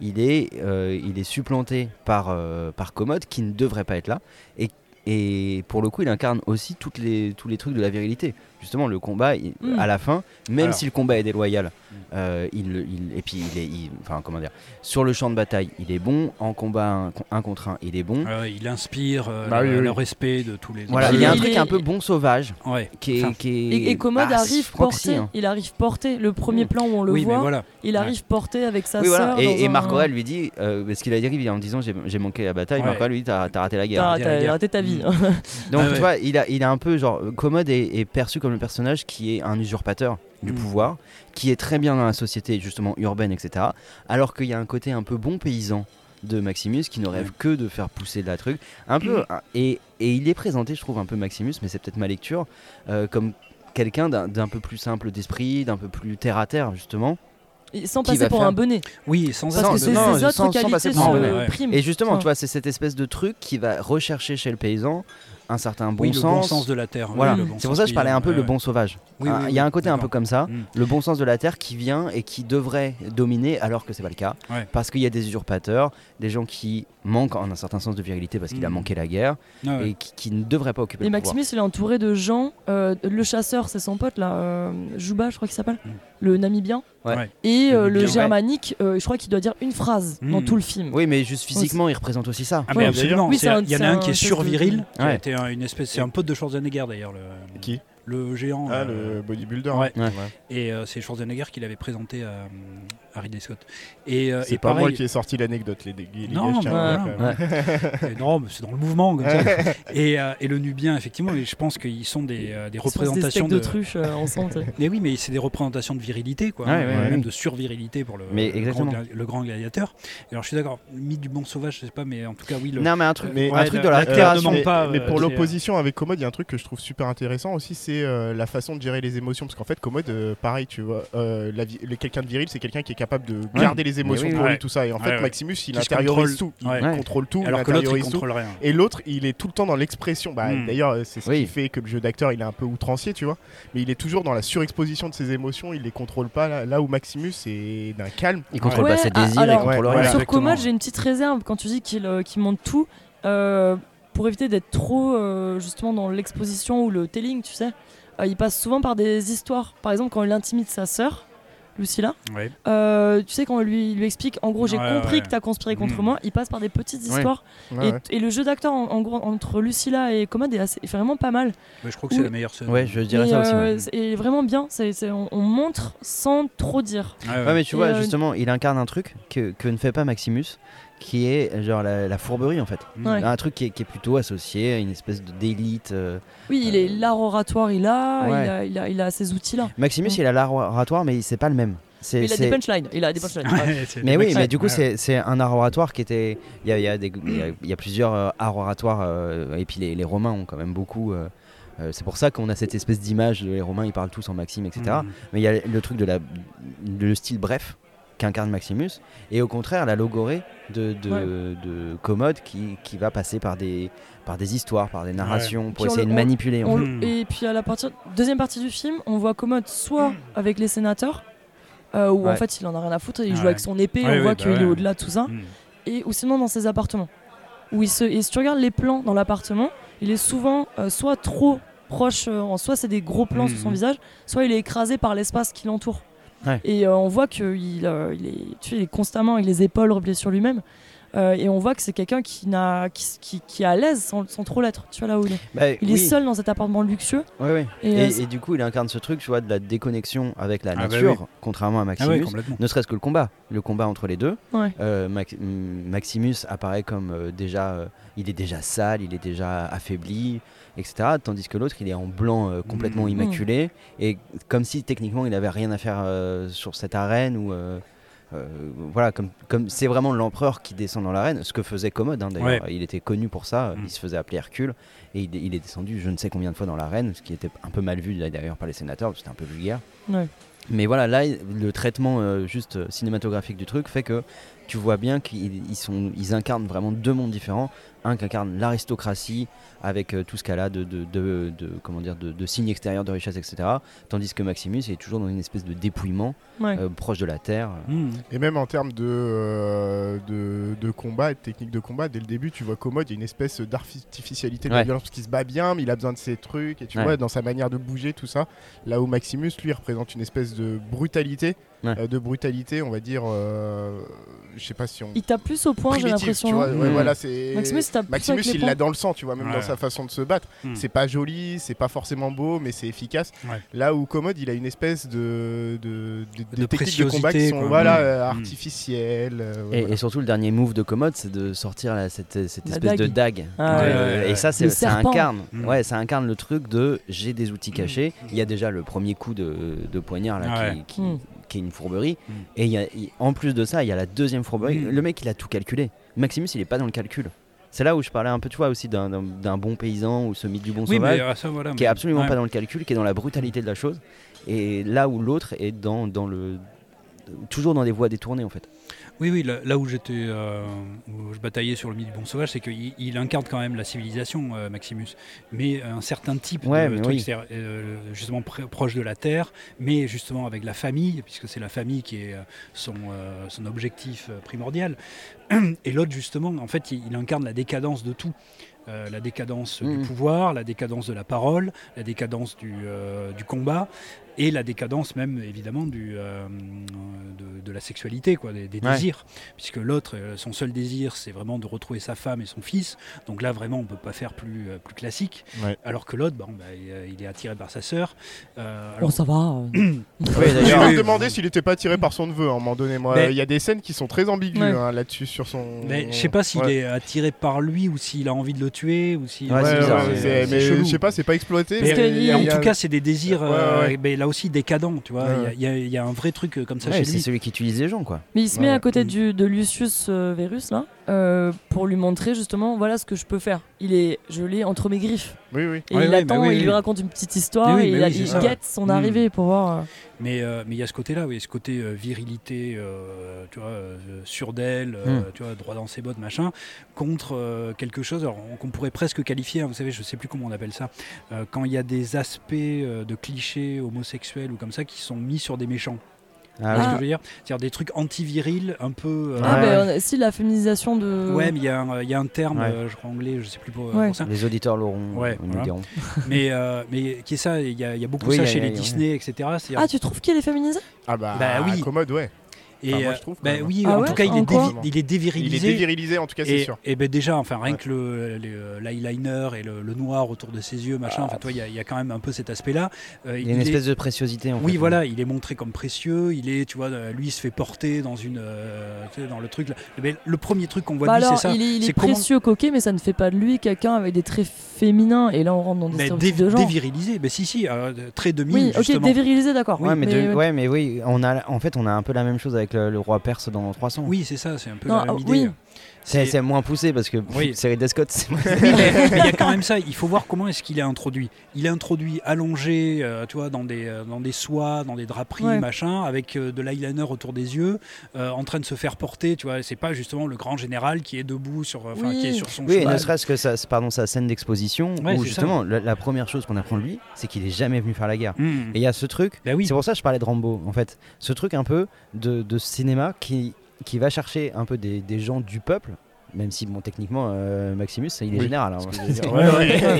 [SPEAKER 3] Il est, euh, il est supplanté par, euh, par Commode, qui ne devrait pas être là. Et, et pour le coup, il incarne aussi toutes les, tous les trucs de la virilité. Justement, le combat, il-
[SPEAKER 7] Mm.
[SPEAKER 3] à la fin, même
[SPEAKER 7] Alors.
[SPEAKER 3] si le combat est déloyal, euh, il, il- et puis il est. il- enfin, comment dire Sur le champ de bataille, il est bon. En combat un, un contre un, il est bon.
[SPEAKER 4] Ah ouais, il inspire euh,
[SPEAKER 3] Hum. Bah
[SPEAKER 4] le,
[SPEAKER 3] oui, oui.
[SPEAKER 4] le respect de tous les.
[SPEAKER 3] Voilà, Bah, il y a un truc un peu bon sauvage.
[SPEAKER 4] Ouais.
[SPEAKER 3] Qui est, qui est-
[SPEAKER 1] Et, et Commode
[SPEAKER 3] ah,
[SPEAKER 1] arrive
[SPEAKER 3] proxy,
[SPEAKER 1] porté,
[SPEAKER 3] hein.
[SPEAKER 1] il arrive porté. Le
[SPEAKER 4] Mm.
[SPEAKER 1] premier plan où on le
[SPEAKER 3] Oui, mais
[SPEAKER 1] voit,
[SPEAKER 3] voilà.
[SPEAKER 1] il arrive porté avec sa
[SPEAKER 3] Oui, voilà.
[SPEAKER 1] sœur. dans
[SPEAKER 3] Et, et
[SPEAKER 1] un-
[SPEAKER 3] Marc Aurel lui dit, euh, parce qu'il a dit en disant j'ai j'ai manqué la bataille,
[SPEAKER 1] Ouais.
[SPEAKER 3] Marc Aurel lui dit t'as t'as raté la guerre.
[SPEAKER 1] T'as- t'as raté ta vie.
[SPEAKER 4] Mm.
[SPEAKER 3] Donc
[SPEAKER 1] Ah
[SPEAKER 3] tu
[SPEAKER 1] ouais.
[SPEAKER 3] vois, il a, il a un peu genre commode est, est perçu comme le personnage qui est un usurpateur
[SPEAKER 4] Mm.
[SPEAKER 3] du pouvoir, qui est très bien dans la société justement urbaine, etc. Alors qu'il y a un côté un peu bon paysan de Maximus qui ne rêve que de faire pousser de la truc. Un
[SPEAKER 4] Mm.
[SPEAKER 3] peu et, et il est présenté, je trouve, un peu Maximus, mais c'est peut-être ma lecture, euh, comme quelqu'un d'un d'un peu plus simple d'esprit, d'un peu plus terre à terre justement.
[SPEAKER 1] Et sans
[SPEAKER 3] qui
[SPEAKER 1] passer
[SPEAKER 3] va
[SPEAKER 1] pour
[SPEAKER 3] faire-
[SPEAKER 1] un bonnet.
[SPEAKER 4] Oui, sans
[SPEAKER 1] Parce que c'est
[SPEAKER 3] non,
[SPEAKER 1] ses autres
[SPEAKER 3] sans- sans
[SPEAKER 1] qualités
[SPEAKER 3] passer pour un
[SPEAKER 1] se
[SPEAKER 3] bonnet.
[SPEAKER 4] Mm.
[SPEAKER 1] priment.
[SPEAKER 3] Et justement,
[SPEAKER 1] Enfin,
[SPEAKER 3] tu vois, c'est cette espèce de truc qui va rechercher chez le paysan un certain bon
[SPEAKER 4] Oui, le
[SPEAKER 3] sens.
[SPEAKER 4] bon sens de la terre, oui,
[SPEAKER 3] Voilà.
[SPEAKER 4] le bon
[SPEAKER 3] c'est pour
[SPEAKER 4] sens
[SPEAKER 3] ça que je parlais un peu
[SPEAKER 4] paysan,
[SPEAKER 3] le
[SPEAKER 4] ouais,
[SPEAKER 3] bon
[SPEAKER 4] ouais.
[SPEAKER 3] sauvage.
[SPEAKER 4] Oui,
[SPEAKER 3] Ah,
[SPEAKER 4] oui,
[SPEAKER 3] Il y a
[SPEAKER 4] oui,
[SPEAKER 3] un côté un peu comme ça, le bon sens de la terre qui vient et qui devrait dominer alors que c'est pas le cas.
[SPEAKER 4] Ouais.
[SPEAKER 3] Parce qu'il y a des usurpateurs, des gens qui manquent en un certain sens de virilité parce qu'il a
[SPEAKER 1] Mm.
[SPEAKER 3] manqué la guerre
[SPEAKER 1] Ah ouais.
[SPEAKER 3] et qui, qui ne devraient pas occuper
[SPEAKER 1] Et
[SPEAKER 3] le
[SPEAKER 1] Maximus,
[SPEAKER 3] pouvoir.
[SPEAKER 1] il est entouré de gens. euh, le chasseur, c'est son pote là, euh, Juba, je crois qu'il s'appelle, le Namibien.
[SPEAKER 3] Ouais. Ouais.
[SPEAKER 1] Et euh, le
[SPEAKER 3] Namibien.
[SPEAKER 1] germanique, euh, je crois qu'il doit dire une phrase dans
[SPEAKER 3] Mm.
[SPEAKER 1] tout le film.
[SPEAKER 3] Oui, mais juste physiquement, il représente aussi ça.
[SPEAKER 4] Ah, mais absolument.
[SPEAKER 1] Oui,
[SPEAKER 4] c'est-
[SPEAKER 1] c'est un-
[SPEAKER 4] il y en
[SPEAKER 1] c'est
[SPEAKER 4] a un,
[SPEAKER 1] un
[SPEAKER 4] qui est
[SPEAKER 1] espèce de-
[SPEAKER 4] surviril. qui a
[SPEAKER 3] Ouais.
[SPEAKER 4] été un- une espèce, c'est un pote de Schwarzenegger d'ailleurs. Le,
[SPEAKER 2] qui
[SPEAKER 4] Le géant.
[SPEAKER 2] Ah,
[SPEAKER 4] euh,
[SPEAKER 2] le bodybuilder.
[SPEAKER 4] Ouais.
[SPEAKER 2] Ouais.
[SPEAKER 4] Et euh, c'est Schwarzenegger qui l'avait présenté à, hum, à Ridley Scott. Et, euh,
[SPEAKER 2] C'est
[SPEAKER 4] et
[SPEAKER 2] pas
[SPEAKER 4] pareil-
[SPEAKER 2] moi qui ai sorti l'anecdote, les, dé- les
[SPEAKER 4] Non,
[SPEAKER 2] gars,
[SPEAKER 4] bah,
[SPEAKER 2] je
[SPEAKER 4] mais
[SPEAKER 2] tiens à
[SPEAKER 4] voilà.
[SPEAKER 2] le dire quand même.
[SPEAKER 4] Et non, mais c'est dans le mouvement comme ça. Et, euh, et le Nubien, effectivement, et je pense qu'ils sont des, euh,
[SPEAKER 1] Ils se font des
[SPEAKER 4] des représentations
[SPEAKER 1] steaks de truche, euh, ensemble, tu sais.
[SPEAKER 4] mais oui, mais c'est des représentations de virilité, quoi,
[SPEAKER 3] Ouais, ouais,
[SPEAKER 4] Euh,
[SPEAKER 3] ouais.
[SPEAKER 4] même de survirilité pour le,
[SPEAKER 3] Mais
[SPEAKER 4] le grand,
[SPEAKER 3] exactement.
[SPEAKER 4] gla- le grand gladiateur. Et alors, je suis d'accord, mythe du bon sauvage, je sais pas, mais en tout cas, oui, le,
[SPEAKER 3] Non, mais un truc-
[SPEAKER 4] euh,
[SPEAKER 3] un
[SPEAKER 4] ouais,
[SPEAKER 3] truc
[SPEAKER 4] la-
[SPEAKER 3] de la
[SPEAKER 4] la terre ne
[SPEAKER 3] création.
[SPEAKER 4] manque pas.
[SPEAKER 2] Mais
[SPEAKER 4] euh,
[SPEAKER 2] pour
[SPEAKER 4] c'est-
[SPEAKER 2] l'opposition avec Commode, il y a un truc que je trouve super intéressant aussi, c'est euh, la façon de gérer les émotions. Parce qu'en fait, Commode, euh, pareil, tu vois, euh, la vi- le- quelqu'un de viril, c'est quelqu'un qui est capable de garder les émotions
[SPEAKER 4] Mais oui,
[SPEAKER 2] pour
[SPEAKER 4] oui.
[SPEAKER 2] lui, tout ça. Et en
[SPEAKER 4] Ouais,
[SPEAKER 2] fait,
[SPEAKER 4] ouais.
[SPEAKER 2] Maximus, il
[SPEAKER 4] Qui se
[SPEAKER 2] intériorise tout.
[SPEAKER 4] contrôle.
[SPEAKER 2] Il
[SPEAKER 4] Ouais.
[SPEAKER 2] contrôle tout,
[SPEAKER 4] Alors
[SPEAKER 2] il
[SPEAKER 4] que l'autre, il
[SPEAKER 2] intériorise tout.
[SPEAKER 4] contrôle rien.
[SPEAKER 2] Et l'autre, il est tout le temps dans l'expression. Bah,
[SPEAKER 4] Mm.
[SPEAKER 2] D'ailleurs, euh, c'est ce
[SPEAKER 4] Oui.
[SPEAKER 2] qui fait que le jeu d'acteur, il est un peu outrancier, tu vois. Mais il est toujours dans la surexposition de ses émotions, il les contrôle pas. Là, là où Maximus est d'un calme.
[SPEAKER 3] Il contrôle pas ses désirs, il contrôle
[SPEAKER 2] Ouais,
[SPEAKER 3] rien.
[SPEAKER 2] voilà.
[SPEAKER 1] Sur Commode, j'ai une petite réserve quand tu dis qu'il euh, qu'il monte tout euh, pour éviter d'être trop euh, justement dans l'exposition ou le telling, tu sais. euh, il passe souvent par des histoires. Par exemple, quand il intimide sa sœur, Lucilla,
[SPEAKER 4] Ouais.
[SPEAKER 1] euh, tu sais, quand il lui, il lui explique en gros, j'ai
[SPEAKER 4] Ouais,
[SPEAKER 1] compris
[SPEAKER 4] ouais.
[SPEAKER 1] que tu as conspiré contre
[SPEAKER 4] Mm.
[SPEAKER 1] moi, il passe par des petites
[SPEAKER 4] Ouais.
[SPEAKER 1] histoires.
[SPEAKER 4] Ouais,
[SPEAKER 1] et,
[SPEAKER 4] ouais.
[SPEAKER 1] et le jeu d'acteur en, en gros entre Lucilla et Commode est, assez- est vraiment pas mal.
[SPEAKER 4] Ouais, je crois que c'est
[SPEAKER 1] Où-
[SPEAKER 4] la meilleure scène.
[SPEAKER 3] Ouais, je dirais
[SPEAKER 1] mais,
[SPEAKER 3] ça aussi. ouais.
[SPEAKER 1] euh, c'est- est vraiment bien. c'est c'est- on, on montre sans trop dire.
[SPEAKER 4] Ah
[SPEAKER 3] Ouais, mais tu
[SPEAKER 1] Et,
[SPEAKER 3] vois,
[SPEAKER 1] euh,
[SPEAKER 3] justement, il incarne un truc que, que ne fait pas Maximus, qui est genre la, la fourberie en fait.
[SPEAKER 1] Ouais.
[SPEAKER 3] Un truc qui est, qui est plutôt associé à une espèce de d'élite. euh.
[SPEAKER 1] Oui, il est l'art oratoire, il a,
[SPEAKER 3] ouais.
[SPEAKER 1] il a, il a, il a ces outils-là.
[SPEAKER 3] Maximus, il a l'art oratoire, mais c'est pas le même. C'est-
[SPEAKER 1] Mais il a
[SPEAKER 3] c'est-
[SPEAKER 1] des punchlines. Il a des punchlines.
[SPEAKER 4] Ouais, c'est-
[SPEAKER 3] Mais
[SPEAKER 4] le
[SPEAKER 3] oui,
[SPEAKER 4] Maxime.
[SPEAKER 3] mais du coup,
[SPEAKER 4] Ouais.
[SPEAKER 3] c'est c'est un art oratoire qui était. Il y a, il y a des- il y a- il y a plusieurs euh, arts oratoires, euh, et puis les, les Romains ont quand même beaucoup. euh, euh, c'est pour ça qu'on a cette espèce d'image de les Romains, ils parlent tous en maxime, etc.
[SPEAKER 7] Mm.
[SPEAKER 4] Mmh.
[SPEAKER 3] Mais il y a le truc de la, le style bref qu'incarne Maximus, et au contraire, la logorée de, de,
[SPEAKER 1] Ouais.
[SPEAKER 3] de Commode qui, qui va passer par des, par des histoires, par des narrations,
[SPEAKER 1] Puis
[SPEAKER 3] pour
[SPEAKER 1] on
[SPEAKER 3] essayer
[SPEAKER 1] le-
[SPEAKER 3] de
[SPEAKER 1] on-
[SPEAKER 3] manipuler. en
[SPEAKER 1] on-
[SPEAKER 3] fait.
[SPEAKER 1] Et puis à la partie, deuxième partie du film, on voit Commode soit avec les sénateurs, euh, où en
[SPEAKER 3] Ouais.
[SPEAKER 1] fait il en a rien à foutre, il
[SPEAKER 3] Ah
[SPEAKER 1] joue
[SPEAKER 3] ouais.
[SPEAKER 1] avec son épée,
[SPEAKER 3] Ouais,
[SPEAKER 1] on
[SPEAKER 3] ouais,
[SPEAKER 1] voit
[SPEAKER 3] bah
[SPEAKER 1] qu'il
[SPEAKER 3] ouais.
[SPEAKER 1] est au-delà de tout ça,
[SPEAKER 4] Ah
[SPEAKER 1] et, ou sinon dans ses appartements. Où il se, et si tu regardes les plans dans l'appartement, il est souvent euh, soit trop proche, euh, en- soit c'est des gros plans sur son
[SPEAKER 3] Mhm.
[SPEAKER 1] visage, soit il est écrasé par l'espace qui l'entoure.
[SPEAKER 3] Ouais.
[SPEAKER 1] euh, Et euh, on voit qu'il il est, tu sais, il est constamment avec les épaules repliées sur lui-même. Euh, et on voit que c'est quelqu'un qui, n'a, qui, qui- qui est à l'aise sans, sans trop l'être, tu vois là où il est.
[SPEAKER 3] Bah,
[SPEAKER 1] il est
[SPEAKER 3] oui.
[SPEAKER 1] seul dans cet appartement luxueux.
[SPEAKER 3] Ouais, ouais.
[SPEAKER 1] Et,
[SPEAKER 3] Et,
[SPEAKER 1] euh, c'est-
[SPEAKER 3] et du coup, il incarne ce truc, tu vois, de la déconnexion avec la
[SPEAKER 1] Ah bah
[SPEAKER 3] nature,
[SPEAKER 1] oui.
[SPEAKER 3] contrairement à
[SPEAKER 1] Ah ouais,
[SPEAKER 3] Maximus.
[SPEAKER 1] complètement.
[SPEAKER 3] ne serait-ce que le combat, le combat entre les deux.
[SPEAKER 1] Ouais.
[SPEAKER 3] Euh, Max- mm, Maximus apparaît comme euh, déjà, euh, il est déjà sale, il est déjà affaibli, etc. Tandis que l'autre, il est en blanc euh, complètement
[SPEAKER 7] Mm.
[SPEAKER 3] immaculé et comme si techniquement il n'avait rien à faire euh, sur cette arène ou. euh, euh, voilà, comme comme c'est vraiment l'empereur qui descend dans l'arène, ce que faisait Commode hein, d'ailleurs.
[SPEAKER 7] Ouais.
[SPEAKER 3] Il était connu pour ça, il se faisait appeler Hercule et il, il est descendu je ne sais combien de fois dans l'arène, ce qui était un peu mal vu d'ailleurs par les sénateurs, parce que c'était un peu vulgaire.
[SPEAKER 1] Ouais.
[SPEAKER 3] Mais voilà, là, il- le traitement euh, juste euh, cinématographique du truc fait que tu vois bien qu'ils ils sont, ils incarnent vraiment deux mondes différents. Un qui incarne l'aristocratie avec euh, tout ce qu'elle a de, de, de- de- comment dire, de, de signes extérieurs, de richesse, etc. Tandis que Maximus est toujours dans une espèce de dépouillement
[SPEAKER 1] Ouais.
[SPEAKER 3] euh, proche de la terre.
[SPEAKER 4] Mmh.
[SPEAKER 2] Et même en termes de, euh, de, de combat et de technique de combat, dès le début, tu vois Commode, il y a une espèce d'artificialité de la
[SPEAKER 3] Ouais.
[SPEAKER 2] violence parce qu'il se bat bien, mais il a besoin de ses trucs, et tu
[SPEAKER 3] Ouais.
[SPEAKER 2] vois, dans sa manière de bouger, tout ça. Là où Maximus, lui, représente une espèce de brutalité,
[SPEAKER 3] Ouais.
[SPEAKER 2] euh, de brutalité, on va dire, euh, je sais pas si on.
[SPEAKER 1] Il tape plus au point, j'ai
[SPEAKER 2] Primitive,
[SPEAKER 1] l'impression,
[SPEAKER 2] tu vois,
[SPEAKER 1] non
[SPEAKER 2] ouais,
[SPEAKER 3] Mm.
[SPEAKER 1] Mmh.
[SPEAKER 2] voilà, c'est-
[SPEAKER 1] Maximus tape plus
[SPEAKER 2] Maximus,
[SPEAKER 1] avec les
[SPEAKER 2] il
[SPEAKER 1] poings.
[SPEAKER 2] l'a dans le sang, tu vois, même
[SPEAKER 1] Ouais.
[SPEAKER 2] dans sa façon de se battre.
[SPEAKER 1] Mmh.
[SPEAKER 2] C'est pas joli, c'est pas forcément beau, mais c'est efficace.
[SPEAKER 4] Ouais.
[SPEAKER 2] Là où Commode, il a une espèce de, de, de,
[SPEAKER 4] De
[SPEAKER 2] des techniques de combat qui
[SPEAKER 4] préciosité,
[SPEAKER 2] sont
[SPEAKER 4] quoi.
[SPEAKER 2] voilà,
[SPEAKER 4] Mm.
[SPEAKER 2] euh,
[SPEAKER 4] Mm.
[SPEAKER 2] artificielles. euh, ouais,
[SPEAKER 3] Et,
[SPEAKER 2] voilà.
[SPEAKER 3] et surtout, le dernier move de Commode, c'est de sortir la- cette, euh, cette
[SPEAKER 2] La
[SPEAKER 3] espèce
[SPEAKER 2] dague.
[SPEAKER 3] de dague.
[SPEAKER 2] Ah
[SPEAKER 3] De-
[SPEAKER 2] ouais, ouais, ouais.
[SPEAKER 3] Et ça, c'est,
[SPEAKER 2] Le
[SPEAKER 3] ça
[SPEAKER 2] serpent.
[SPEAKER 3] incarne.
[SPEAKER 2] Mm.
[SPEAKER 3] Ouais, ça incarne le truc de j'ai des outils cachés. Il y a déjà le premier coup de, de poignard là,
[SPEAKER 7] Ah
[SPEAKER 3] qui,
[SPEAKER 7] ouais.
[SPEAKER 3] qui-
[SPEAKER 7] Mm.
[SPEAKER 3] qui est une fourberie.
[SPEAKER 2] Mm.
[SPEAKER 3] Et il y a- il- en plus de ça, il y a la deuxième fourberie.
[SPEAKER 7] Mm.
[SPEAKER 3] Le mec, il a tout calculé. Maximus, il est pas dans le calcul. C'est là où je parlais un peu, tu vois, aussi d'un, d'un- d'un bon paysan ou semi du bon
[SPEAKER 4] Oui,
[SPEAKER 3] sauvage,
[SPEAKER 4] mais, euh, ça, voilà,
[SPEAKER 3] qui est
[SPEAKER 4] mais-
[SPEAKER 3] absolument
[SPEAKER 4] ouais.
[SPEAKER 3] pas dans le calcul, qui est dans la brutalité de la chose. Et là où l'autre est dans, dans le, toujours dans des voies détournées en fait.
[SPEAKER 4] Oui, oui, là, là où j'étais, euh, où je bataillais sur le mythe du bon sauvage, c'est qu'il il incarne quand même la civilisation, euh, Maximus, mais un certain type
[SPEAKER 3] Ouais,
[SPEAKER 4] de
[SPEAKER 3] mais
[SPEAKER 4] truc,
[SPEAKER 3] oui.
[SPEAKER 4] c'est-à-dire, euh, justement pr- proche de la terre, mais justement avec la famille, puisque c'est la famille qui est euh, son, euh, son objectif euh, primordial. Et l'autre, justement, en fait, il, il incarne la décadence de tout. Euh, la décadence
[SPEAKER 2] Mm.
[SPEAKER 4] du pouvoir, la décadence de la parole, la décadence du, euh, du combat et la décadence même évidemment du, euh, de, de la sexualité, quoi, des, des
[SPEAKER 3] Ouais.
[SPEAKER 4] désirs, puisque l'autre, euh, son seul désir, c'est vraiment de retrouver sa femme et son fils. Donc là, vraiment, on peut pas faire plus, euh, plus classique.
[SPEAKER 2] Ouais.
[SPEAKER 4] Alors que l'autre, bon, bah, il euh, il est attiré par sa sœur. Euh,
[SPEAKER 1] Bon, ça va, euh.
[SPEAKER 2] Je
[SPEAKER 4] Oui,
[SPEAKER 2] me
[SPEAKER 4] oui.
[SPEAKER 2] demandais s'il n'était pas tiré par son neveu, à un moment donné. Moi,
[SPEAKER 4] Mais-
[SPEAKER 2] il y a des scènes qui sont très ambiguës
[SPEAKER 4] Ouais.
[SPEAKER 2] hein, là-dessus sur son.
[SPEAKER 4] Mais je sais pas s'il
[SPEAKER 2] Ouais.
[SPEAKER 4] est Ah, attiré par lui ou s'il a envie de le tuer ou si.
[SPEAKER 2] Ouais, Ouais, c'est bizarre, ouais, c'est- c'est- mais je sais pas, c'est pas exploité,
[SPEAKER 4] Parce
[SPEAKER 2] mais
[SPEAKER 4] que,
[SPEAKER 2] il y a-
[SPEAKER 4] en
[SPEAKER 2] il y a-
[SPEAKER 4] tout cas, c'est des désirs,
[SPEAKER 2] Ouais,
[SPEAKER 4] euh,
[SPEAKER 2] ouais.
[SPEAKER 4] mais là aussi décadents, tu vois.
[SPEAKER 3] Ouais,
[SPEAKER 4] Il y a-
[SPEAKER 3] ouais.
[SPEAKER 4] il y, a- il y a un vrai truc euh, comme ça
[SPEAKER 3] Ouais,
[SPEAKER 4] chez
[SPEAKER 3] c'est
[SPEAKER 4] lui.
[SPEAKER 3] celui qui utilise les gens quoi.
[SPEAKER 1] Mais il se met
[SPEAKER 4] Ouais. Mm.
[SPEAKER 1] à côté du, de Lucius euh, Verus là euh, pour lui montrer justement voilà ce que je peux faire. Il est je l'ai entre mes griffes.
[SPEAKER 2] Oui oui.
[SPEAKER 1] Et
[SPEAKER 4] Ouais,
[SPEAKER 1] il
[SPEAKER 4] ouais,
[SPEAKER 1] attend,
[SPEAKER 4] bah oui,
[SPEAKER 1] il lui
[SPEAKER 4] oui.
[SPEAKER 1] raconte une petite histoire
[SPEAKER 4] Mais oui,
[SPEAKER 1] et
[SPEAKER 4] mais
[SPEAKER 1] il, a-
[SPEAKER 4] oui, c'est
[SPEAKER 1] il
[SPEAKER 4] ça.
[SPEAKER 1] guette son
[SPEAKER 4] Mm.
[SPEAKER 1] arrivée pour voir. euh,
[SPEAKER 4] Mais euh, mais il y a ce côté-là, oui, ce côté euh, virilité, euh, tu vois, euh, sûre d'elle, euh,
[SPEAKER 3] Mm.
[SPEAKER 4] tu vois, droit dans ses bottes, machin, contre euh, quelque chose alors, on- qu'on pourrait presque qualifier, hein, vous savez, je sais plus comment on appelle ça, euh, quand il y a des aspects euh, de clichés homosexuels ou comme ça qui sont mis sur des méchants.
[SPEAKER 3] Ah
[SPEAKER 4] Vous voyez ce
[SPEAKER 1] oui.
[SPEAKER 4] que je veux dire C'est-à-dire des trucs anti-virils, un peu. euh,
[SPEAKER 1] Ah ben, on a- si la féminisation de.
[SPEAKER 4] Ouais, mais il y, a un- il y a un terme,
[SPEAKER 3] Ouais.
[SPEAKER 4] euh, je crois anglais, je sais plus pour,
[SPEAKER 1] Ouais.
[SPEAKER 4] pour ça.
[SPEAKER 3] Les auditeurs l'auront,
[SPEAKER 4] Ouais,
[SPEAKER 3] ils nous
[SPEAKER 4] voilà.
[SPEAKER 3] diront.
[SPEAKER 4] mais, euh, mais qui est ça Il y, a il y a beaucoup
[SPEAKER 3] Oui,
[SPEAKER 4] ça
[SPEAKER 3] il y a-
[SPEAKER 4] chez
[SPEAKER 3] il y a-
[SPEAKER 4] les
[SPEAKER 3] il y a-
[SPEAKER 4] Disney, etc. c'est-à-dire-
[SPEAKER 1] Ah tu trouves qu'elle est féminisée
[SPEAKER 2] Ah bah,
[SPEAKER 4] Bah oui.
[SPEAKER 2] Commode, ouais.
[SPEAKER 4] Et
[SPEAKER 2] Enfin, moi,
[SPEAKER 4] euh,
[SPEAKER 2] je trouve, quand
[SPEAKER 4] bah
[SPEAKER 2] même.
[SPEAKER 4] oui,
[SPEAKER 2] Ah
[SPEAKER 4] en
[SPEAKER 2] ouais
[SPEAKER 4] tout cas, il est,
[SPEAKER 2] Encore
[SPEAKER 4] dévi- il est dévirilisé.
[SPEAKER 2] Il est dévirilisé, en tout cas, c'est
[SPEAKER 4] Et-
[SPEAKER 2] sûr.
[SPEAKER 4] Et ben déjà, enfin, rien que le- le- euh, l'eyeliner et le, le noir autour de ses yeux, machin, enfin, toi, il y a- il y, a quand même un peu cet aspect-là. Euh,
[SPEAKER 3] Ah. Il y a une espèce de préciosité, en
[SPEAKER 4] oui,
[SPEAKER 3] fait,
[SPEAKER 4] voilà, il est montré comme précieux. Il est, tu vois, euh, lui, il se fait porter dans une, euh, tu sais, dans le truc. là. Mais le premier truc qu'on voit
[SPEAKER 1] Bah
[SPEAKER 4] de lui,
[SPEAKER 1] alors,
[SPEAKER 4] c'est ça.
[SPEAKER 1] il est, il est
[SPEAKER 4] c'est comment-
[SPEAKER 1] précieux, coquet, mais ça ne fait pas de lui quelqu'un avec des traits féminins. Et là, on rentre dans des
[SPEAKER 4] Mais
[SPEAKER 1] stéréotypes
[SPEAKER 4] dé-
[SPEAKER 1] de genre.
[SPEAKER 4] dévirilisé, mais si, si, euh, très demi,
[SPEAKER 1] Oui, ok,
[SPEAKER 4] justement.
[SPEAKER 1] dévirilisé, d'accord.
[SPEAKER 3] ouais, mais de-
[SPEAKER 1] euh,
[SPEAKER 3] ouais, mais oui, on a, en fait, on a un peu la même chose avec le, le roi perse dans 300.
[SPEAKER 4] Oui, c'est ça, c'est un peu
[SPEAKER 1] Non,
[SPEAKER 4] la même
[SPEAKER 1] ah,
[SPEAKER 4] idée.
[SPEAKER 1] oui.
[SPEAKER 3] C'est c'est moins poussé parce que
[SPEAKER 4] Oui.
[SPEAKER 3] série Scott, c'est
[SPEAKER 4] Oui, mais mais il y a quand même ça. Il faut voir comment est-ce qu'il est introduit. Il est introduit allongé, euh, tu vois, dans des euh, dans des soies, dans des draperies,
[SPEAKER 1] Ouais.
[SPEAKER 4] machin, avec euh, de l'eyeliner autour des yeux, euh, en train de se faire porter. Tu vois, c'est pas justement le grand général qui est debout sur, euh, enfin, qui est sur son
[SPEAKER 3] Oui, et
[SPEAKER 4] cheval.
[SPEAKER 3] ne serait-ce que sa, pardon, sa scène d'exposition
[SPEAKER 4] Ouais,
[SPEAKER 3] où
[SPEAKER 4] c'est
[SPEAKER 3] justement la, la première chose qu'on apprend de lui, c'est qu'il est jamais venu faire la guerre.
[SPEAKER 4] Mm.
[SPEAKER 3] Et il y a ce truc, c'est pour ça que je parlais de Rambo en fait, ce truc un peu de, de cinéma qui, qui va chercher un peu des, des gens du peuple Même si, bon, techniquement, euh, Maximus, il est général. hein.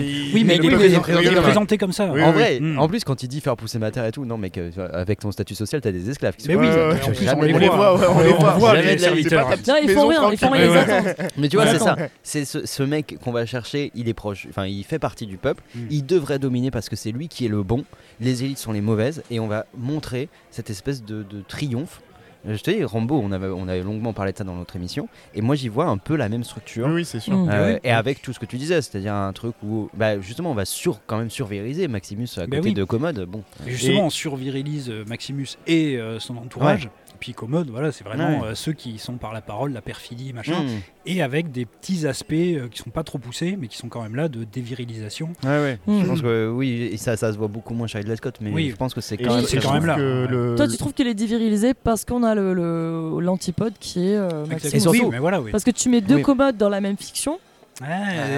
[SPEAKER 4] Oui, mais il est présenté comme ça. hein.
[SPEAKER 3] en vrai, en plus, quand il dit faire pousser ma terre et tout, non, mais que, tu vois, avec ton statut social, t'as des esclaves. qui
[SPEAKER 4] Mais
[SPEAKER 3] sont-
[SPEAKER 4] oui,
[SPEAKER 3] Euh,
[SPEAKER 4] en plus,
[SPEAKER 3] jamais
[SPEAKER 4] on les
[SPEAKER 3] de la-
[SPEAKER 4] voit, ouais, on les voit,
[SPEAKER 3] Jamais
[SPEAKER 4] mais
[SPEAKER 3] de la
[SPEAKER 4] c'est
[SPEAKER 3] vie.
[SPEAKER 4] pas ta petite Non, ils font maison rien, ils font tranquille. rien, ils attendent.
[SPEAKER 3] Mais tu vois,
[SPEAKER 4] Ils
[SPEAKER 3] c'est ça.
[SPEAKER 4] attendent.
[SPEAKER 3] C'est ce, ce mec qu'on va chercher, il est proche, enfin, il fait partie du peuple.
[SPEAKER 4] Mm.
[SPEAKER 3] Il devrait dominer parce que c'est lui qui est le bon. Les élites sont les mauvaises et on va montrer cette espèce de, de triomphe. Euh, Je te dis, Rambo, on avait, on avait longuement parlé de ça dans notre émission, et moi j'y vois un peu la même structure.
[SPEAKER 2] Oui, oui, c'est
[SPEAKER 4] Ah,
[SPEAKER 2] sûr. Mm.
[SPEAKER 3] Euh,
[SPEAKER 2] Oui.
[SPEAKER 3] Et avec tout ce que tu disais, c'est-à-dire un truc où, bah, justement, on va sur, quand même survériser Maximus à
[SPEAKER 4] Bah
[SPEAKER 3] côté
[SPEAKER 4] oui. Mm.
[SPEAKER 3] de Commode. Bon.
[SPEAKER 4] Et justement, on survirilise euh, Maximus et euh, son entourage.
[SPEAKER 3] Ouais.
[SPEAKER 4] Et puis Commode, voilà, c'est vraiment
[SPEAKER 3] Ouais.
[SPEAKER 4] euh, ceux qui sont par la parole, la perfidie, machin.
[SPEAKER 3] Mm.
[SPEAKER 4] Et avec des petits aspects euh, qui sont pas trop poussés, mais qui sont quand même là de dévirilisation.
[SPEAKER 3] Ouais, ouais.
[SPEAKER 4] Mm.
[SPEAKER 3] Je pense que oui, et ça, ça se voit beaucoup moins chez Ridley Scott, mais
[SPEAKER 4] Oui.
[SPEAKER 3] je pense que c'est
[SPEAKER 4] Et
[SPEAKER 3] quand, même
[SPEAKER 4] c'est
[SPEAKER 3] très
[SPEAKER 4] quand même
[SPEAKER 3] souvent.
[SPEAKER 4] là. Que le-
[SPEAKER 1] Toi, tu trouves qu'elle est dévirilisée parce qu'on a l'antipode le, l'antipode qui est euh, Maximus.
[SPEAKER 4] Et surtout- Oui, mais voilà, oui.
[SPEAKER 1] Parce que tu mets deux
[SPEAKER 4] Oui.
[SPEAKER 1] commodes dans la même fiction.
[SPEAKER 4] Ouais,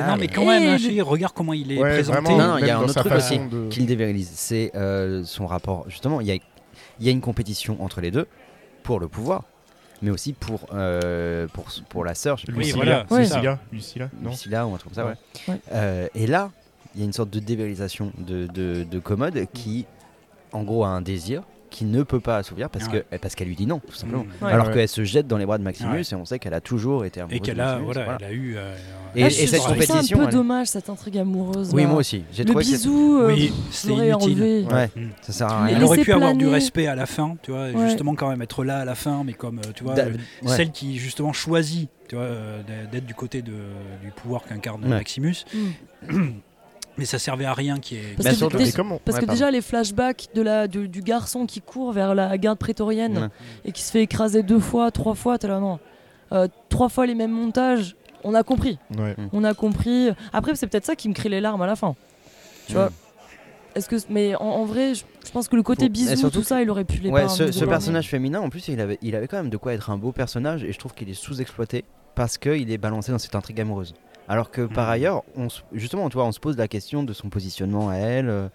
[SPEAKER 4] non, mais quand même,
[SPEAKER 1] Et-
[SPEAKER 4] hein, chérie, regarde comment il est présenté.
[SPEAKER 3] Non, non, il y a un autre truc aussi qui le dévirilise, c'est euh, son rapport. Justement, il y a, il y a une compétition entre les deux pour le pouvoir, mais aussi pour, euh, pour, pour la sœur. je sais plus
[SPEAKER 2] Oui,
[SPEAKER 3] comment
[SPEAKER 2] voilà,
[SPEAKER 3] elle
[SPEAKER 2] c'est
[SPEAKER 3] s'appelle.
[SPEAKER 2] ça. Lucilla, Lucilla, non
[SPEAKER 3] Lucilla ou un truc comme ça, ouais.
[SPEAKER 2] Ouais. Ouais.
[SPEAKER 3] Euh, et là, il y a une sorte de dévirilisation de, de, de Commode qui, en gros, a un désir qui ne peut pas assouvir parce que
[SPEAKER 4] Ah Ouais. Mmh.
[SPEAKER 3] parce qu'elle lui dit non tout simplement
[SPEAKER 4] Ouais.
[SPEAKER 3] alors
[SPEAKER 4] Ouais.
[SPEAKER 3] qu'elle se jette dans les bras de Maximus
[SPEAKER 4] Ouais.
[SPEAKER 3] et on sait qu'elle a toujours été amoureuse
[SPEAKER 4] Et qu'elle
[SPEAKER 3] de
[SPEAKER 4] a,
[SPEAKER 3] Maximus,
[SPEAKER 4] voilà, elle a eu. euh,
[SPEAKER 3] et,
[SPEAKER 1] Ah, je
[SPEAKER 3] et cette
[SPEAKER 1] trouve ça
[SPEAKER 3] compétition
[SPEAKER 1] un peu
[SPEAKER 3] elle-
[SPEAKER 1] dommage cette intrigue amoureuse.
[SPEAKER 3] Oui,
[SPEAKER 4] Bah,
[SPEAKER 1] là.
[SPEAKER 3] moi aussi. J'ai
[SPEAKER 1] le
[SPEAKER 3] trouvé que
[SPEAKER 1] bisou, euh,
[SPEAKER 4] oui,
[SPEAKER 1] je
[SPEAKER 4] c'était
[SPEAKER 1] l'aurais
[SPEAKER 4] inutile.
[SPEAKER 1] enlevé.
[SPEAKER 3] Ouais, ça sert à rien.
[SPEAKER 4] Elle aurait pu
[SPEAKER 1] Laisser
[SPEAKER 4] avoir du
[SPEAKER 1] planer.
[SPEAKER 4] respect à la fin, tu vois, et
[SPEAKER 1] Ouais.
[SPEAKER 4] justement quand même être là à la fin, mais comme euh, tu vois,
[SPEAKER 3] Da-
[SPEAKER 4] euh,
[SPEAKER 3] ouais.
[SPEAKER 4] celle qui justement choisit, tu vois, euh, d'être- d'être du côté de, du pouvoir qu'incarne
[SPEAKER 3] Ouais. Mm.
[SPEAKER 4] Maximus. Mais ça servait à rien qui est.
[SPEAKER 1] Parce que, dé- parce que déjà les flashbacks de la, du, du garçon qui court vers la garde prétorienne
[SPEAKER 3] Ouais.
[SPEAKER 1] et qui se fait écraser deux fois, trois fois, t'es là non. Euh, trois fois les mêmes montages, on a compris.
[SPEAKER 2] Ouais. Mm.
[SPEAKER 1] On a compris. Après c'est peut-être ça qui me crée les larmes à la fin. Tu
[SPEAKER 3] Mm.
[SPEAKER 1] vois Est-ce que mais en, en vrai je, je pense que le côté
[SPEAKER 3] Faut-
[SPEAKER 1] bisous
[SPEAKER 3] mais surtout
[SPEAKER 1] tout ça
[SPEAKER 3] que-
[SPEAKER 1] il aurait pu les
[SPEAKER 3] Ouais,
[SPEAKER 1] pas-
[SPEAKER 3] ce,
[SPEAKER 1] nous
[SPEAKER 3] ce
[SPEAKER 1] avoir-
[SPEAKER 3] personnage féminin, en plus, il avait, il avait quand même de quoi être un beau personnage et je trouve qu'il est sous-exploité parce qu'il est balancé dans cette intrigue amoureuse. Alors que par
[SPEAKER 4] Mm.
[SPEAKER 3] ailleurs, on, se- justement, tu vois, on se pose la question de son positionnement à elle, euh,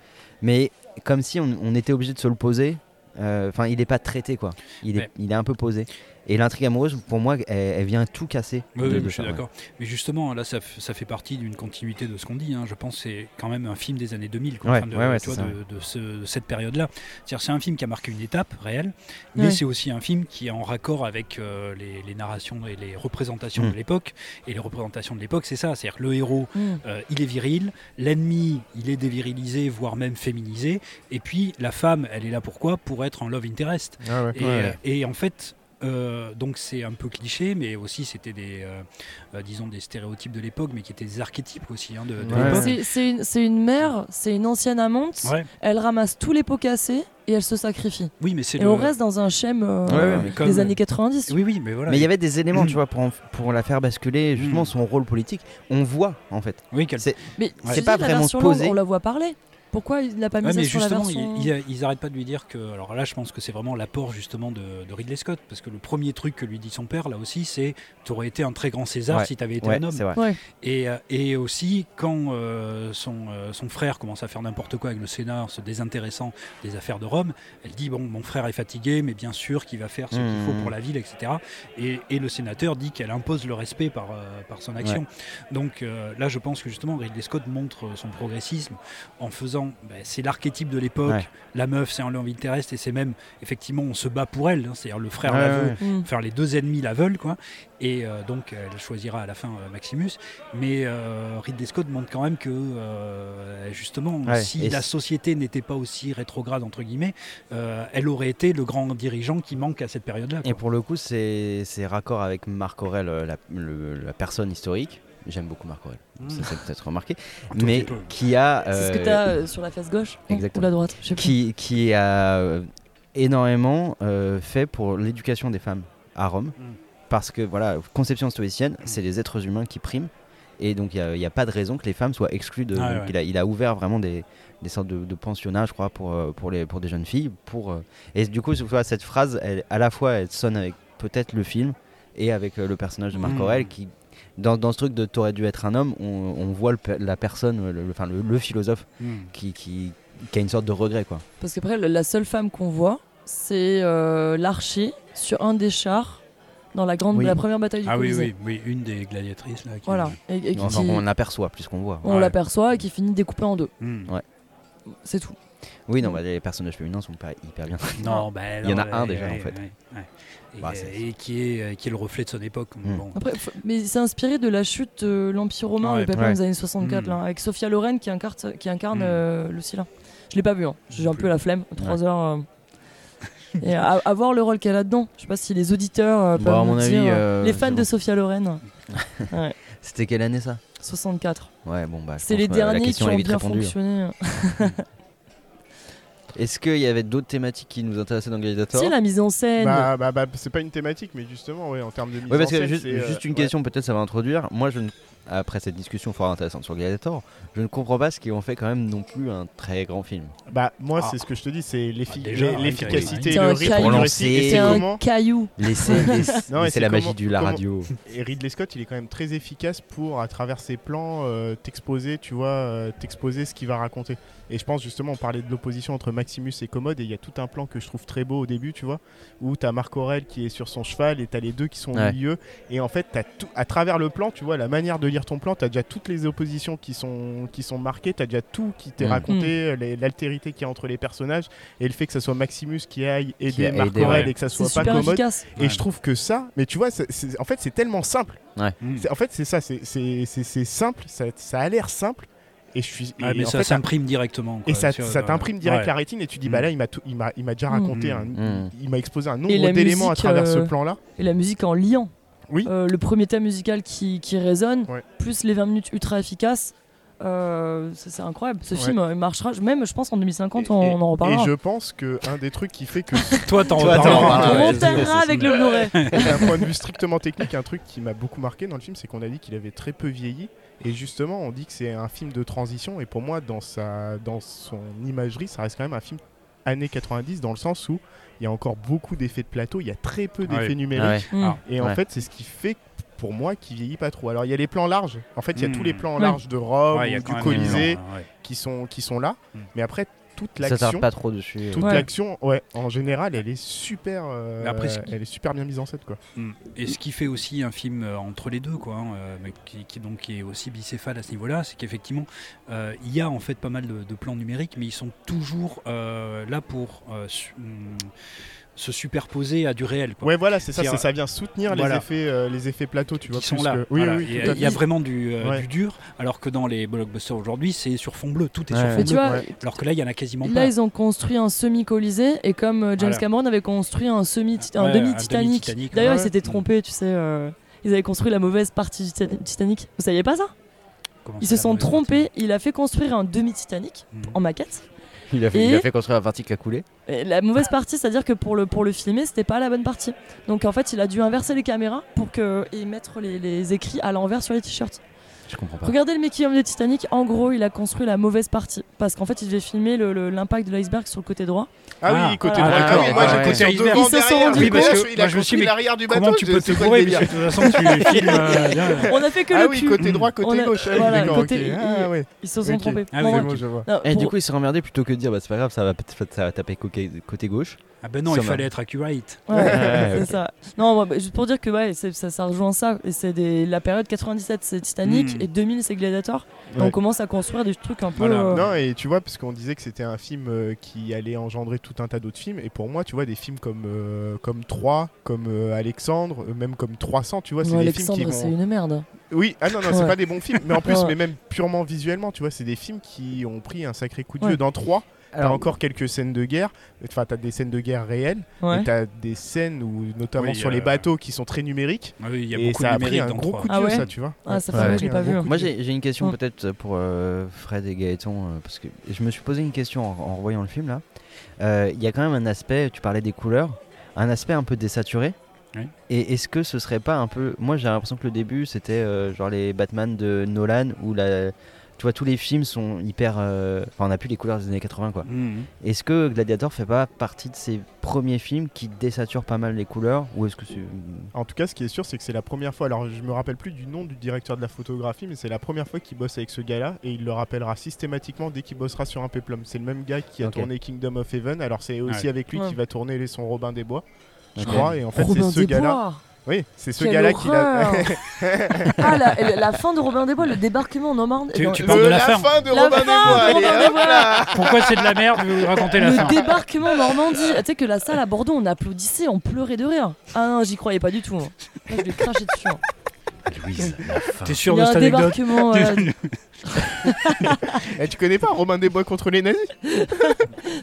[SPEAKER 3] mais comme si on, on était obligé de se le poser. euh, Enfin, il n'est pas traité, quoi. Il est,
[SPEAKER 4] Ouais.
[SPEAKER 3] il est un peu posé. Et l'intrigue amoureuse, pour moi, elle, elle vient tout casser.
[SPEAKER 4] Oui,
[SPEAKER 3] de-
[SPEAKER 4] oui,
[SPEAKER 3] de
[SPEAKER 4] je suis
[SPEAKER 3] ça, ouais.
[SPEAKER 4] d'accord. Mais justement, là, ça, f- ça fait partie d'une continuité de ce qu'on dit. hein. Je pense que c'est quand même un film des années 2000, quoi,
[SPEAKER 3] Ouais,
[SPEAKER 4] enfin, de,
[SPEAKER 3] ouais, ouais,
[SPEAKER 4] tu vois,
[SPEAKER 3] c'est ça.
[SPEAKER 4] de- de ce- de cette période-là. C'est-à-dire, c'est un film qui a marqué une étape réelle, mais
[SPEAKER 3] Ouais.
[SPEAKER 4] c'est aussi un film qui est en raccord avec euh, les, les narrations et les représentations
[SPEAKER 3] Mm.
[SPEAKER 4] de l'époque. Et les représentations de l'époque, c'est ça. C'est-à-dire que le héros,
[SPEAKER 1] Mm.
[SPEAKER 4] euh, il est viril, l'ennemi, il est dévirilisé, voire même féminisé. Et puis, la femme, elle est là pourquoi Pour être en love interest.
[SPEAKER 2] Ah ouais.
[SPEAKER 4] Et,
[SPEAKER 2] Ouais.
[SPEAKER 4] euh, et en fait, euh, donc c'est un peu cliché, mais aussi c'était des, euh, euh, disons des stéréotypes de l'époque, mais qui étaient des archétypes aussi hein, de, de
[SPEAKER 1] C'est-
[SPEAKER 4] l'époque.
[SPEAKER 1] C'est une, c'est une mère, c'est une ancienne amante.
[SPEAKER 4] Ouais.
[SPEAKER 1] Elle ramasse tous les pots cassés et elle se sacrifie.
[SPEAKER 4] Oui, mais c'est
[SPEAKER 1] et
[SPEAKER 4] le- euh,
[SPEAKER 1] on reste dans un schème euh,
[SPEAKER 3] Ouais, ouais, mais comme-
[SPEAKER 1] des années 90.
[SPEAKER 4] Oui, oui, mais voilà.
[SPEAKER 3] Mais il y avait des
[SPEAKER 4] Mm.
[SPEAKER 3] éléments, tu vois, pour, en- pour la faire basculer, justement, son rôle politique. On voit, en fait.
[SPEAKER 4] Oui,
[SPEAKER 3] c'est
[SPEAKER 1] Mais
[SPEAKER 3] c'est pas vraiment posé.
[SPEAKER 1] On la voit parler. Pourquoi il l'a pas
[SPEAKER 4] Ouais,
[SPEAKER 1] mise
[SPEAKER 4] mais
[SPEAKER 1] sur la
[SPEAKER 4] justement,
[SPEAKER 1] version
[SPEAKER 4] ils- ils- ils n'arrêtent pas de lui dire que. Alors là, je pense que c'est vraiment l'apport justement de, de Ridley Scott, parce que le premier truc que lui dit son père, là aussi, c'est tu aurais été un très grand César
[SPEAKER 3] Ouais.
[SPEAKER 4] si tu avais été
[SPEAKER 3] Ouais,
[SPEAKER 4] un homme.
[SPEAKER 3] c'est vrai. Ouais.
[SPEAKER 4] Et, euh, et aussi, quand euh, son, euh, son frère commence à faire n'importe quoi avec le Sénat en se désintéressant des affaires de Rome, elle dit Bon, mon frère est fatigué, mais bien sûr qu'il va faire ce qu'il
[SPEAKER 3] Mmh.
[SPEAKER 4] faut pour la ville, etc. Et, et le sénateur dit qu'elle impose le respect par, euh, par son action.
[SPEAKER 3] Ouais.
[SPEAKER 4] Donc euh, là, je pense que justement, Ridley Scott montre euh, son progressisme en faisant, bah, c'est l'archétype de l'époque,
[SPEAKER 3] Ouais.
[SPEAKER 4] la meuf, c'est un love interest, et c'est même, effectivement, on se bat pour elle, hein, c'est-à-dire le frère
[SPEAKER 3] Ouais,
[SPEAKER 4] la veut,
[SPEAKER 1] Hmm.
[SPEAKER 3] ouais. Mm.
[SPEAKER 4] enfin les deux ennemis la veulent, quoi, et euh, donc elle choisira à la fin euh, Maximus, mais euh, Ridley Scott montre quand même que, euh, justement,
[SPEAKER 3] Ouais,
[SPEAKER 4] si
[SPEAKER 3] et
[SPEAKER 4] la
[SPEAKER 3] c-
[SPEAKER 4] société n'était pas aussi rétrograde, entre guillemets, euh, elle aurait été le grand dirigeant qui manque à cette période-là.
[SPEAKER 3] Et pour le coup, c'est c'est raccord avec Marc Aurel, euh, la, le- la personne historique. J'aime beaucoup Marc Aurel,
[SPEAKER 4] Mmh.
[SPEAKER 1] Mm.
[SPEAKER 3] ça c'est peut-être remarqué,
[SPEAKER 1] tout
[SPEAKER 3] mais
[SPEAKER 1] petit peu.
[SPEAKER 3] qui a.
[SPEAKER 1] C'est ce que
[SPEAKER 3] euh,
[SPEAKER 1] t'as euh, sur la face gauche non
[SPEAKER 3] Exactement.
[SPEAKER 1] ou la droite. je sais plus.
[SPEAKER 3] qui, qui a euh, énormément euh, fait pour l'éducation des femmes à Rome.
[SPEAKER 4] Mm.
[SPEAKER 3] Parce que, voilà, conception stoïcienne, c'est les êtres humains qui priment. Et donc, il n'y a, pas de raison que les femmes soient exclues. De,
[SPEAKER 4] Ah,
[SPEAKER 3] donc,
[SPEAKER 4] ouais.
[SPEAKER 3] il, a, il a ouvert vraiment des, des sortes de, de pensionnats, je crois, pour, euh, pour, les, pour des jeunes filles. Pour, euh, et du coup, tu vois, cette phrase, elle, à la fois, elle sonne avec peut-être le film et avec euh, le personnage de Marc
[SPEAKER 4] Mm.
[SPEAKER 3] Aurel qui dans, dans ce truc de t'aurais dû être un homme, on, on voit le pe- la personne, le, le- enfin, le- le philosophe,
[SPEAKER 4] Mm.
[SPEAKER 3] qui, qui, qui a une sorte de regret. quoi.
[SPEAKER 1] Parce qu'après, le- la seule femme qu'on voit, c'est euh, l'archer sur un des chars dans la grande,
[SPEAKER 3] Oui.
[SPEAKER 1] la première bataille du
[SPEAKER 4] Ah oui,
[SPEAKER 1] Colisée.
[SPEAKER 4] oui, oui, une des gladiatrices là. Qui...
[SPEAKER 1] Voilà. Et- et qui-
[SPEAKER 3] Enfin, on l'aperçoit plus qu'on voit.
[SPEAKER 1] On l'aperçoit et qui finit découpé en deux.
[SPEAKER 4] Mmh.
[SPEAKER 3] Ouais.
[SPEAKER 1] C'est tout.
[SPEAKER 3] Oui, non, bah, les personnages féminins sont pas hyper bien.
[SPEAKER 4] Non, bah,
[SPEAKER 3] il y en
[SPEAKER 4] non,
[SPEAKER 3] a un
[SPEAKER 4] ouais,
[SPEAKER 3] déjà
[SPEAKER 4] ouais,
[SPEAKER 3] en fait.
[SPEAKER 4] ouais, ouais. Et,
[SPEAKER 3] Bah,
[SPEAKER 4] euh,
[SPEAKER 3] c'est- Mmh.
[SPEAKER 4] et qui, est, euh, qui est le reflet de son époque. bon.
[SPEAKER 1] Après, f- mais c'est inspiré de la chute de l'Empire romain,
[SPEAKER 4] Ouais.
[SPEAKER 1] le papillon
[SPEAKER 4] Ouais.
[SPEAKER 1] des années 64,
[SPEAKER 4] Mm.
[SPEAKER 1] là, avec Sophia Loren qui incarne, qui incarne
[SPEAKER 4] Hmm.
[SPEAKER 1] euh, Lucilla. Je l'ai pas vu, hein. j'ai un peu la flemme, 3 heures. euh, et à, à voir le rôle qu'elle a dedans. Je sais pas si les auditeurs euh,
[SPEAKER 3] Bon,
[SPEAKER 1] peuvent
[SPEAKER 3] à
[SPEAKER 1] nous
[SPEAKER 3] mon avis,
[SPEAKER 1] dire, euh,
[SPEAKER 3] euh,
[SPEAKER 1] les fans
[SPEAKER 3] c'est
[SPEAKER 1] de
[SPEAKER 3] bon.
[SPEAKER 1] Sophia Loren. Ouais.
[SPEAKER 3] C'était quelle année ça
[SPEAKER 1] 64.
[SPEAKER 3] Ouais, bon bah. je
[SPEAKER 1] C'est
[SPEAKER 3] pense
[SPEAKER 1] les
[SPEAKER 3] que, euh, la
[SPEAKER 1] derniers qui
[SPEAKER 3] question, elle
[SPEAKER 1] ont
[SPEAKER 3] est vite
[SPEAKER 1] bien
[SPEAKER 3] répondue.
[SPEAKER 1] fonctionné. euh.
[SPEAKER 3] Est-ce qu'il y avait d'autres thématiques qui nous intéressaient dans Gladiator
[SPEAKER 1] C'est la mise en scène.
[SPEAKER 2] Bah, bah, bah, c'est pas une thématique, mais justement, ouais, en termes de mise
[SPEAKER 3] Oui, parce
[SPEAKER 2] en
[SPEAKER 3] que
[SPEAKER 2] scène,
[SPEAKER 3] juste,
[SPEAKER 2] c'est, euh,
[SPEAKER 3] juste une
[SPEAKER 2] ouais.
[SPEAKER 3] question, peut-être ça va introduire. Moi, je ne- après cette discussion fort intéressante sur Gladiator, je ne comprends pas ce qu'ils ont fait quand même non plus un très grand film.
[SPEAKER 2] Bah, moi,
[SPEAKER 3] Ah.
[SPEAKER 2] c'est ce que je te dis, c'est l'effi-
[SPEAKER 3] déjà,
[SPEAKER 2] l'e-
[SPEAKER 3] hein,
[SPEAKER 2] l'efficacité,
[SPEAKER 3] T'es
[SPEAKER 2] le
[SPEAKER 3] un
[SPEAKER 2] rythme,
[SPEAKER 3] caillou.
[SPEAKER 2] le récit, et
[SPEAKER 3] T'es
[SPEAKER 2] c'est
[SPEAKER 3] un
[SPEAKER 2] comment-
[SPEAKER 1] caillou. Laissez- laissez-
[SPEAKER 2] Non, et
[SPEAKER 3] laissez la
[SPEAKER 2] comment-
[SPEAKER 3] magie du- la
[SPEAKER 2] comment-
[SPEAKER 3] radio.
[SPEAKER 2] Et Ridley Scott, il est quand même très efficace pour, à travers ses plans, euh, t'exposer, tu vois, euh, t'exposer ce qu'il va raconter. Et je pense justement, on parlait de l'opposition entre Maximus et Commode, et il y a tout un plan que je trouve très beau au début, tu vois, où t'as Marc Aurel qui est sur son cheval et t'as les deux qui sont au
[SPEAKER 3] Ouais.
[SPEAKER 2] milieu. Et en fait, t'as tout, à travers le plan, tu vois, la manière de lire ton plan, t'as déjà toutes les oppositions qui sont, qui sont marquées, t'as déjà tout qui t'est
[SPEAKER 3] Mm.
[SPEAKER 2] raconté, euh, les- l'altérité qu'il y a entre les personnages, et le fait que ça soit Maximus qui aille
[SPEAKER 3] Qui
[SPEAKER 2] aider
[SPEAKER 3] a
[SPEAKER 2] Marc
[SPEAKER 3] aidé,
[SPEAKER 2] Aurel
[SPEAKER 3] ouais.
[SPEAKER 2] et que ça soit
[SPEAKER 3] C'est
[SPEAKER 2] pas
[SPEAKER 3] super
[SPEAKER 2] Commode.
[SPEAKER 3] efficace.
[SPEAKER 2] Et
[SPEAKER 3] Ouais.
[SPEAKER 2] je trouve que ça, mais tu vois, c'est- c'est- en fait, c'est tellement simple.
[SPEAKER 3] Ouais.
[SPEAKER 4] Mmh. Hmm.
[SPEAKER 2] C'est- En fait, c'est ça, c'est- c'est c'est- c'est simple, ça, ça a l'air simple. Et je suis.
[SPEAKER 4] Ouais,
[SPEAKER 2] et
[SPEAKER 4] Ah, mais
[SPEAKER 2] en
[SPEAKER 4] ça
[SPEAKER 2] fait,
[SPEAKER 4] s'imprime directement, quoi,
[SPEAKER 2] et ça,
[SPEAKER 4] tu vois,
[SPEAKER 2] ça
[SPEAKER 4] ouais.
[SPEAKER 2] t'imprime direct
[SPEAKER 4] Ouais. Hmm.
[SPEAKER 2] la rétine et tu dis, bah là, il m'a tout- il m'a il m'a déjà raconté,
[SPEAKER 4] Mm.
[SPEAKER 2] un-
[SPEAKER 4] Mm.
[SPEAKER 2] il m'a exposé un
[SPEAKER 1] Hmm. Et
[SPEAKER 2] nombre
[SPEAKER 1] la
[SPEAKER 2] d'éléments à
[SPEAKER 1] musique,
[SPEAKER 2] travers ce
[SPEAKER 1] euh,
[SPEAKER 2] plan-là.
[SPEAKER 1] Et la musique en liant. Euh,
[SPEAKER 2] Oui.
[SPEAKER 1] le premier thème musical qui, qui résonne, plus les 20 minutes ultra efficaces. euh, ça, c'est incroyable. Ce
[SPEAKER 2] Ouais.
[SPEAKER 1] film euh, marchera, même je pense en 2050, on, on en
[SPEAKER 2] Et
[SPEAKER 1] reparlera.
[SPEAKER 2] je pense que un des trucs qui fait que
[SPEAKER 4] Toi, t'en Toi, reparles. t'en
[SPEAKER 2] Ah
[SPEAKER 4] reparles, ouais, On terminera c'est ça. avec le Blu-ray.
[SPEAKER 2] D'un point de vue strictement technique, un truc qui m'a beaucoup marqué dans le film, c'est qu'on a dit qu'il avait très peu vieilli. Et justement, on dit que c'est un film de transition. Et pour moi, dans sa, dans son imagerie, ça reste quand même un film années 90 dans le sens où il y a encore beaucoup d'effets de plateau, il y a très peu
[SPEAKER 3] Ah
[SPEAKER 2] d'effets
[SPEAKER 3] oui.
[SPEAKER 2] numériques.
[SPEAKER 3] Ah
[SPEAKER 1] Hmm.
[SPEAKER 3] ouais. Mm.
[SPEAKER 2] Et en
[SPEAKER 3] Ouais.
[SPEAKER 2] fait, c'est ce qui fait pour moi qui vieillit pas trop. Alors il y a les plans larges. En fait, il y a
[SPEAKER 3] Mm.
[SPEAKER 2] tous les plans
[SPEAKER 3] Ouais.
[SPEAKER 2] larges de Rome,
[SPEAKER 3] Ouais, il y a
[SPEAKER 2] ou
[SPEAKER 3] quand
[SPEAKER 2] du
[SPEAKER 3] même des
[SPEAKER 2] Colisée,
[SPEAKER 3] plans, ouais.
[SPEAKER 2] qui sont qui sont là. Mais après toute
[SPEAKER 3] Ça
[SPEAKER 2] l'action,
[SPEAKER 3] tarde pas trop dessus.
[SPEAKER 2] Toute
[SPEAKER 3] Ouais.
[SPEAKER 2] l'action, ouais, en général, elle est super. euh,
[SPEAKER 4] Mais après, ce qui-
[SPEAKER 2] elle est super bien mise en scène, quoi.
[SPEAKER 4] Mm. Et ce qui fait aussi un film euh, entre les deux, quoi, hein, euh, mais qui, qui donc qui est aussi bicéphale à ce niveau-là, c'est qu'effectivement, euh, il y a en fait pas mal de, de plans numériques, mais ils sont toujours euh, là pour euh, su- mm, se superposer à du réel. quoi.
[SPEAKER 2] Ouais, voilà, c'est ça, c'est
[SPEAKER 4] C'est-à-dire-
[SPEAKER 2] ça vient soutenir
[SPEAKER 4] Voilà.
[SPEAKER 2] les effets, euh, les effets plateaux, tu vois.
[SPEAKER 4] qui sont
[SPEAKER 2] plus
[SPEAKER 4] là.
[SPEAKER 2] que- Oui,
[SPEAKER 4] Voilà.
[SPEAKER 2] oui,
[SPEAKER 4] il, y
[SPEAKER 2] tout
[SPEAKER 4] a,
[SPEAKER 2] à
[SPEAKER 4] il y a
[SPEAKER 2] fait.
[SPEAKER 4] vraiment du, euh,
[SPEAKER 2] Ouais.
[SPEAKER 4] du dur, alors que dans les blockbusters aujourd'hui, c'est sur fond bleu, tout est
[SPEAKER 1] Ouais.
[SPEAKER 4] sur
[SPEAKER 1] Mais
[SPEAKER 4] fond
[SPEAKER 1] tu
[SPEAKER 4] bleu.
[SPEAKER 1] vois, Ouais.
[SPEAKER 4] Alors que là, il y en a quasiment
[SPEAKER 1] Là,
[SPEAKER 4] pas.
[SPEAKER 1] ils ont construit un semi-colisée et comme euh, James
[SPEAKER 4] Voilà.
[SPEAKER 1] Cameron avait construit un semi
[SPEAKER 4] Ouais,
[SPEAKER 1] un
[SPEAKER 4] un
[SPEAKER 1] demi-Titanic.
[SPEAKER 4] demi-Titanic,
[SPEAKER 1] D'ailleurs,
[SPEAKER 4] ouais.
[SPEAKER 1] ils s'étaient trompés, tu sais. euh, ils avaient construit la mauvaise partie du Titan- Titanic. Vous saviez pas ça
[SPEAKER 4] Comment
[SPEAKER 1] Ils
[SPEAKER 4] ça,
[SPEAKER 1] se
[SPEAKER 4] la
[SPEAKER 1] sont
[SPEAKER 4] mauvaise
[SPEAKER 1] trompés. Il a fait construire un demi-Titanic
[SPEAKER 4] Mm.
[SPEAKER 1] en maquette.
[SPEAKER 3] Il a fait,
[SPEAKER 1] Et-
[SPEAKER 3] il a fait construire un vertique à couler.
[SPEAKER 1] Et la mauvaise partie, c'est-à-dire que pour le, pour le filmer, c'était pas la bonne partie. Donc en fait, il a dû inverser les caméras pour que, et mettre les, les écrits à l'envers sur les t-shirts.
[SPEAKER 3] Je comprends pas.
[SPEAKER 1] Regardez le making-of de Titanic, en gros, il a construit la mauvaise partie. Parce qu'en fait, il devait filmer le- le- l'impact de l'iceberg sur le côté droit.
[SPEAKER 2] Ah oui,
[SPEAKER 1] Voilà.
[SPEAKER 2] côté droit. Ah oui, moi, j'ai côté
[SPEAKER 4] iceberg.
[SPEAKER 2] devant, derrière,
[SPEAKER 4] Oui, parce
[SPEAKER 2] gauche,
[SPEAKER 4] que
[SPEAKER 2] il a
[SPEAKER 4] moi, je me
[SPEAKER 2] construit
[SPEAKER 4] suis dit, mais
[SPEAKER 2] l'arrière du bateau.
[SPEAKER 4] Comment tu
[SPEAKER 2] je
[SPEAKER 4] peux
[SPEAKER 2] sais
[SPEAKER 4] te
[SPEAKER 2] pas
[SPEAKER 4] gourer
[SPEAKER 2] quel
[SPEAKER 4] puisque De
[SPEAKER 2] est-
[SPEAKER 4] toute façon, tu filmes. euh, bien.
[SPEAKER 1] On a fait que
[SPEAKER 2] ah
[SPEAKER 1] le
[SPEAKER 2] oui,
[SPEAKER 1] cul.
[SPEAKER 2] côté droit,
[SPEAKER 1] On
[SPEAKER 2] côté
[SPEAKER 1] a-
[SPEAKER 2] gauche. Ah oui,
[SPEAKER 1] voilà,
[SPEAKER 2] d'accord,
[SPEAKER 1] côté-
[SPEAKER 2] ok.
[SPEAKER 1] ils-
[SPEAKER 2] Ah ouais.
[SPEAKER 1] ils se sont
[SPEAKER 2] Ok.
[SPEAKER 1] trompés.
[SPEAKER 2] Ah oui,
[SPEAKER 1] Bon,
[SPEAKER 2] c'est
[SPEAKER 1] bref.
[SPEAKER 2] bon, je vois.
[SPEAKER 1] Non,
[SPEAKER 3] Et du
[SPEAKER 1] pour-
[SPEAKER 3] coup, ils se sont emmerdés plutôt que de dire bah, c'est pas grave, ça va, peut-être- ça va taper côté côté gauche.
[SPEAKER 4] Ah ben non,
[SPEAKER 3] Ça
[SPEAKER 4] il
[SPEAKER 3] va.
[SPEAKER 4] fallait être accurate.
[SPEAKER 1] Ouais, c'est ça. Non, ouais, bah, juste pour dire que ouais, c'est- ça, ça rejoint ça. Et c'est des- la période 97, c'est Titanic
[SPEAKER 2] Mm.
[SPEAKER 1] et 2000, c'est Gladiator. Et
[SPEAKER 2] Ouais.
[SPEAKER 1] on commence à construire des trucs un peu.
[SPEAKER 2] Voilà.
[SPEAKER 1] euh,
[SPEAKER 2] Non, et tu vois, parce qu'on disait que c'était un film euh, qui allait engendrer tout un tas d'autres films, et pour moi, tu vois, des films comme, euh, comme 3, comme euh, Alexandre, euh, même comme 300, tu vois, c'est
[SPEAKER 1] Ouais,
[SPEAKER 2] des films qui
[SPEAKER 1] Alexandre,
[SPEAKER 2] vont-
[SPEAKER 1] c'est une merde.
[SPEAKER 2] Oui, ah non, non, c'est
[SPEAKER 1] Ouais.
[SPEAKER 2] pas des bons films, mais en plus,
[SPEAKER 1] Ouais.
[SPEAKER 2] mais même purement visuellement, tu vois, c'est des films qui ont pris un sacré coup de
[SPEAKER 1] Ouais.
[SPEAKER 2] vieux. Dans 3, t'as
[SPEAKER 1] Alors-
[SPEAKER 2] encore quelques scènes de guerre, enfin, t'as des scènes de guerre réelles,
[SPEAKER 1] Ouais.
[SPEAKER 2] et t'as des scènes où, notamment
[SPEAKER 4] Oui,
[SPEAKER 2] sur les
[SPEAKER 4] euh,
[SPEAKER 2] bateaux qui sont très numériques,
[SPEAKER 4] Ah oui, il y a
[SPEAKER 2] et
[SPEAKER 4] beaucoup
[SPEAKER 2] ça
[SPEAKER 4] de
[SPEAKER 2] a pris
[SPEAKER 4] numérique
[SPEAKER 2] un
[SPEAKER 4] dans
[SPEAKER 2] gros
[SPEAKER 4] 3.
[SPEAKER 2] coup de
[SPEAKER 4] Ah
[SPEAKER 2] vieux,
[SPEAKER 4] ouais
[SPEAKER 2] ça, tu vois.
[SPEAKER 1] Ah, ça fait
[SPEAKER 2] Ouais.
[SPEAKER 1] longtemps que je l'ai pas vu.
[SPEAKER 3] Moi j'ai j'ai une question
[SPEAKER 1] Mm.
[SPEAKER 3] peut-être pour euh, Fred et Gaëtan, euh, parce que je me suis posé une question en, en revoyant le film là. Euh, Il y a quand même un aspect, tu parlais des couleurs, un aspect un peu désaturé.
[SPEAKER 4] Oui.
[SPEAKER 3] Et est-ce que ce serait pas un peu. Moi j'ai l'impression que le début c'était euh, genre les Batman de Nolan où la. Tu vois, tous les films sont hyper. euh, Enfin, on n'a plus les couleurs des années 80, quoi.
[SPEAKER 4] Mhm.
[SPEAKER 3] Est-ce que Gladiator fait pas partie de ces premiers films qui désaturent pas mal les couleurs Ou est-ce que c'est.
[SPEAKER 2] En tout cas, ce qui est sûr, c'est que c'est la première fois. Alors, je me rappelle plus du nom du directeur de la photographie, mais c'est la première fois qu'il bosse avec ce gars-là et il le rappellera systématiquement dès qu'il bossera sur un péplum. C'est le même gars qui a
[SPEAKER 3] Ok.
[SPEAKER 2] tourné Kingdom of Heaven. Alors, c'est aussi
[SPEAKER 3] Ouais.
[SPEAKER 2] avec lui
[SPEAKER 1] Ouais.
[SPEAKER 2] qu'il va tourner son Robin des Bois, je
[SPEAKER 3] Ok.
[SPEAKER 2] crois. Et en fait, c'est
[SPEAKER 1] Robin
[SPEAKER 2] ce
[SPEAKER 1] des
[SPEAKER 2] gars-là.
[SPEAKER 1] Bois
[SPEAKER 2] Oui, c'est ce
[SPEAKER 1] Quelle
[SPEAKER 2] gars-là qui l'a.
[SPEAKER 1] horreur. ah, la, la- la fin de Robin des Bois, le débarquement en Normandie.
[SPEAKER 4] Tu,
[SPEAKER 1] Non,
[SPEAKER 4] tu
[SPEAKER 1] le-
[SPEAKER 4] parles de la,
[SPEAKER 2] Euh, la
[SPEAKER 4] ferme.
[SPEAKER 2] fin de
[SPEAKER 1] La
[SPEAKER 2] Robin
[SPEAKER 1] fin
[SPEAKER 2] des
[SPEAKER 1] de
[SPEAKER 2] Bois, allez,
[SPEAKER 1] Robin des
[SPEAKER 2] hop là
[SPEAKER 1] Bois.
[SPEAKER 4] Pourquoi c'est de la merde Vous racontez la
[SPEAKER 1] Le
[SPEAKER 4] fin.
[SPEAKER 1] débarquement en Normandie. Ah, Tu sais que la salle à Bordeaux, on applaudissait, on pleurait de rire. Ah non, j'y croyais pas du tout. hein. Là, je vais cracher dessus. hein.
[SPEAKER 3] Louise,
[SPEAKER 4] T'es sûr
[SPEAKER 1] Il y
[SPEAKER 4] de
[SPEAKER 1] a
[SPEAKER 4] cette
[SPEAKER 1] un
[SPEAKER 4] anecdote
[SPEAKER 1] débarquement. euh, ouais.
[SPEAKER 2] Eh, tu connais pas Robin des Bois contre les nazis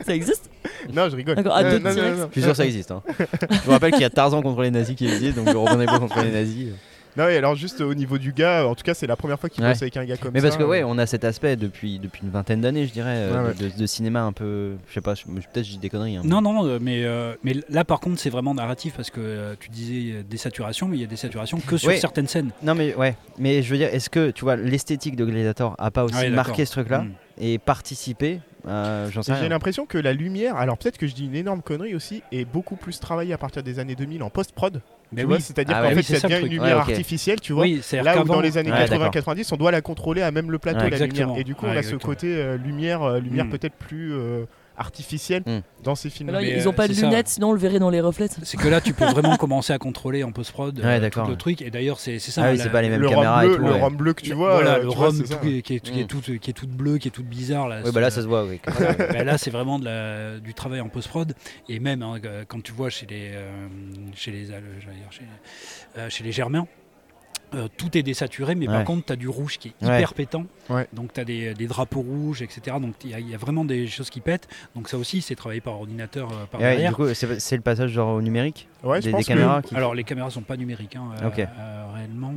[SPEAKER 1] Ça existe
[SPEAKER 2] Non, je rigole.
[SPEAKER 1] D'accord, à
[SPEAKER 2] Euh,
[SPEAKER 1] deux
[SPEAKER 2] non, non,
[SPEAKER 1] directs.
[SPEAKER 2] non, non.
[SPEAKER 3] Je suis sûr que ça existe. hein. Je vous rappelle qu'il y a Tarzan contre les nazis qui existe, donc Robin des Bois contre les nazis.
[SPEAKER 2] Non, et alors juste au niveau du gars, en tout cas, c'est la première fois qu'il
[SPEAKER 3] Ouais.
[SPEAKER 2] bosse avec un gars comme
[SPEAKER 3] Mais
[SPEAKER 2] ça.
[SPEAKER 3] parce que ouais, on a cet aspect depuis, depuis une vingtaine d'années, je dirais, euh,
[SPEAKER 2] Ouais, ouais.
[SPEAKER 3] De, de- de cinéma un peu, je sais pas, je- peut-être je dis des conneries. hein.
[SPEAKER 4] Non, non, euh, mais, euh, mais là par contre c'est vraiment narratif parce que euh, tu disais euh, des saturations, mais il y a des saturations que sur
[SPEAKER 3] Ouais.
[SPEAKER 4] certaines scènes.
[SPEAKER 3] Non mais ouais, mais je veux dire, est-ce que tu vois l'esthétique de Gladiator a pas aussi
[SPEAKER 4] Ah Ouais, d'accord.
[SPEAKER 3] marqué ce truc-là
[SPEAKER 4] Mm.
[SPEAKER 3] et participé euh, J'en sais
[SPEAKER 2] J'ai
[SPEAKER 3] rien.
[SPEAKER 2] l'impression que la lumière, alors peut-être que je dis une énorme connerie aussi, est beaucoup plus travaillée à partir des années 2000 en post-prod.
[SPEAKER 4] Mais
[SPEAKER 2] tu
[SPEAKER 4] oui.
[SPEAKER 2] vois, c'est-à-dire
[SPEAKER 3] Ah
[SPEAKER 2] qu'en
[SPEAKER 3] ouais,
[SPEAKER 2] fait,
[SPEAKER 3] oui, c'est
[SPEAKER 2] ça
[SPEAKER 3] ça le
[SPEAKER 2] devient une
[SPEAKER 3] truc.
[SPEAKER 2] lumière
[SPEAKER 3] Ouais, ok.
[SPEAKER 2] artificielle, tu vois.
[SPEAKER 4] Oui, c'est-à-dire
[SPEAKER 2] là où
[SPEAKER 4] qu'avant-
[SPEAKER 2] dans les années
[SPEAKER 3] Ouais,
[SPEAKER 2] 80-90, on doit la contrôler à même le plateau,
[SPEAKER 3] Ouais, Hmm.
[SPEAKER 2] la
[SPEAKER 4] exactement.
[SPEAKER 2] lumière. Et du coup, on
[SPEAKER 4] Ouais,
[SPEAKER 2] a ce
[SPEAKER 4] exactement.
[SPEAKER 2] côté euh, lumière, euh, lumière
[SPEAKER 4] Mm.
[SPEAKER 2] peut-être plus euh, artificielle
[SPEAKER 3] Mm.
[SPEAKER 2] dans ces films.
[SPEAKER 1] Alors,
[SPEAKER 4] Mais,
[SPEAKER 1] ils ont
[SPEAKER 4] euh,
[SPEAKER 1] pas de
[SPEAKER 4] c'est ça.
[SPEAKER 1] lunettes, sinon on le verrait dans les reflets.
[SPEAKER 4] C'est que là tu peux vraiment commencer à contrôler en post-prod euh,
[SPEAKER 3] Ouais,
[SPEAKER 4] tout
[SPEAKER 3] d'accord, ouais.
[SPEAKER 4] le truc. Et d'ailleurs c'est c'est ça.
[SPEAKER 3] Ah oui,
[SPEAKER 4] la-
[SPEAKER 3] c'est pas les mêmes
[SPEAKER 2] le rhum
[SPEAKER 3] caméras et
[SPEAKER 2] bleu,
[SPEAKER 3] tout.
[SPEAKER 2] le
[SPEAKER 3] ouais.
[SPEAKER 2] rhum bleu que tu vois,
[SPEAKER 4] voilà,
[SPEAKER 2] euh,
[SPEAKER 4] le
[SPEAKER 2] tu vois,
[SPEAKER 4] rhum
[SPEAKER 2] c'est
[SPEAKER 4] tout-
[SPEAKER 2] ça.
[SPEAKER 4] qui, est, qui, est, qui est
[SPEAKER 3] Mm.
[SPEAKER 4] toute, qui est toute bleue, qui est toute bizarre. Là,
[SPEAKER 3] Ouais, bah là ça se voit. oui.
[SPEAKER 4] Bah là, c'est vraiment de la- du travail en post-prod. Et même hein, quand tu vois chez les, euh, chez les, euh, j'allais dire chez, euh, chez les Germains, euh, tout est désaturé, mais
[SPEAKER 3] Ouais.
[SPEAKER 4] par contre, tu as du rouge qui est
[SPEAKER 3] Ouais.
[SPEAKER 4] hyper pétant.
[SPEAKER 2] Ouais.
[SPEAKER 4] Donc, tu as des, des drapeaux rouges, etc. Donc, il y, a- il y a vraiment des choses qui pètent. Donc, ça aussi, c'est travaillé par ordinateur euh, par
[SPEAKER 3] Et ouais,
[SPEAKER 4] derrière.
[SPEAKER 3] du coup, c'est c'est le passage genre au numérique
[SPEAKER 2] Ouais, je
[SPEAKER 3] des, des
[SPEAKER 2] pense que-
[SPEAKER 3] caméras qui.
[SPEAKER 4] Alors, les caméras sont pas numériques hein, euh,
[SPEAKER 3] Ok.
[SPEAKER 4] euh, réellement.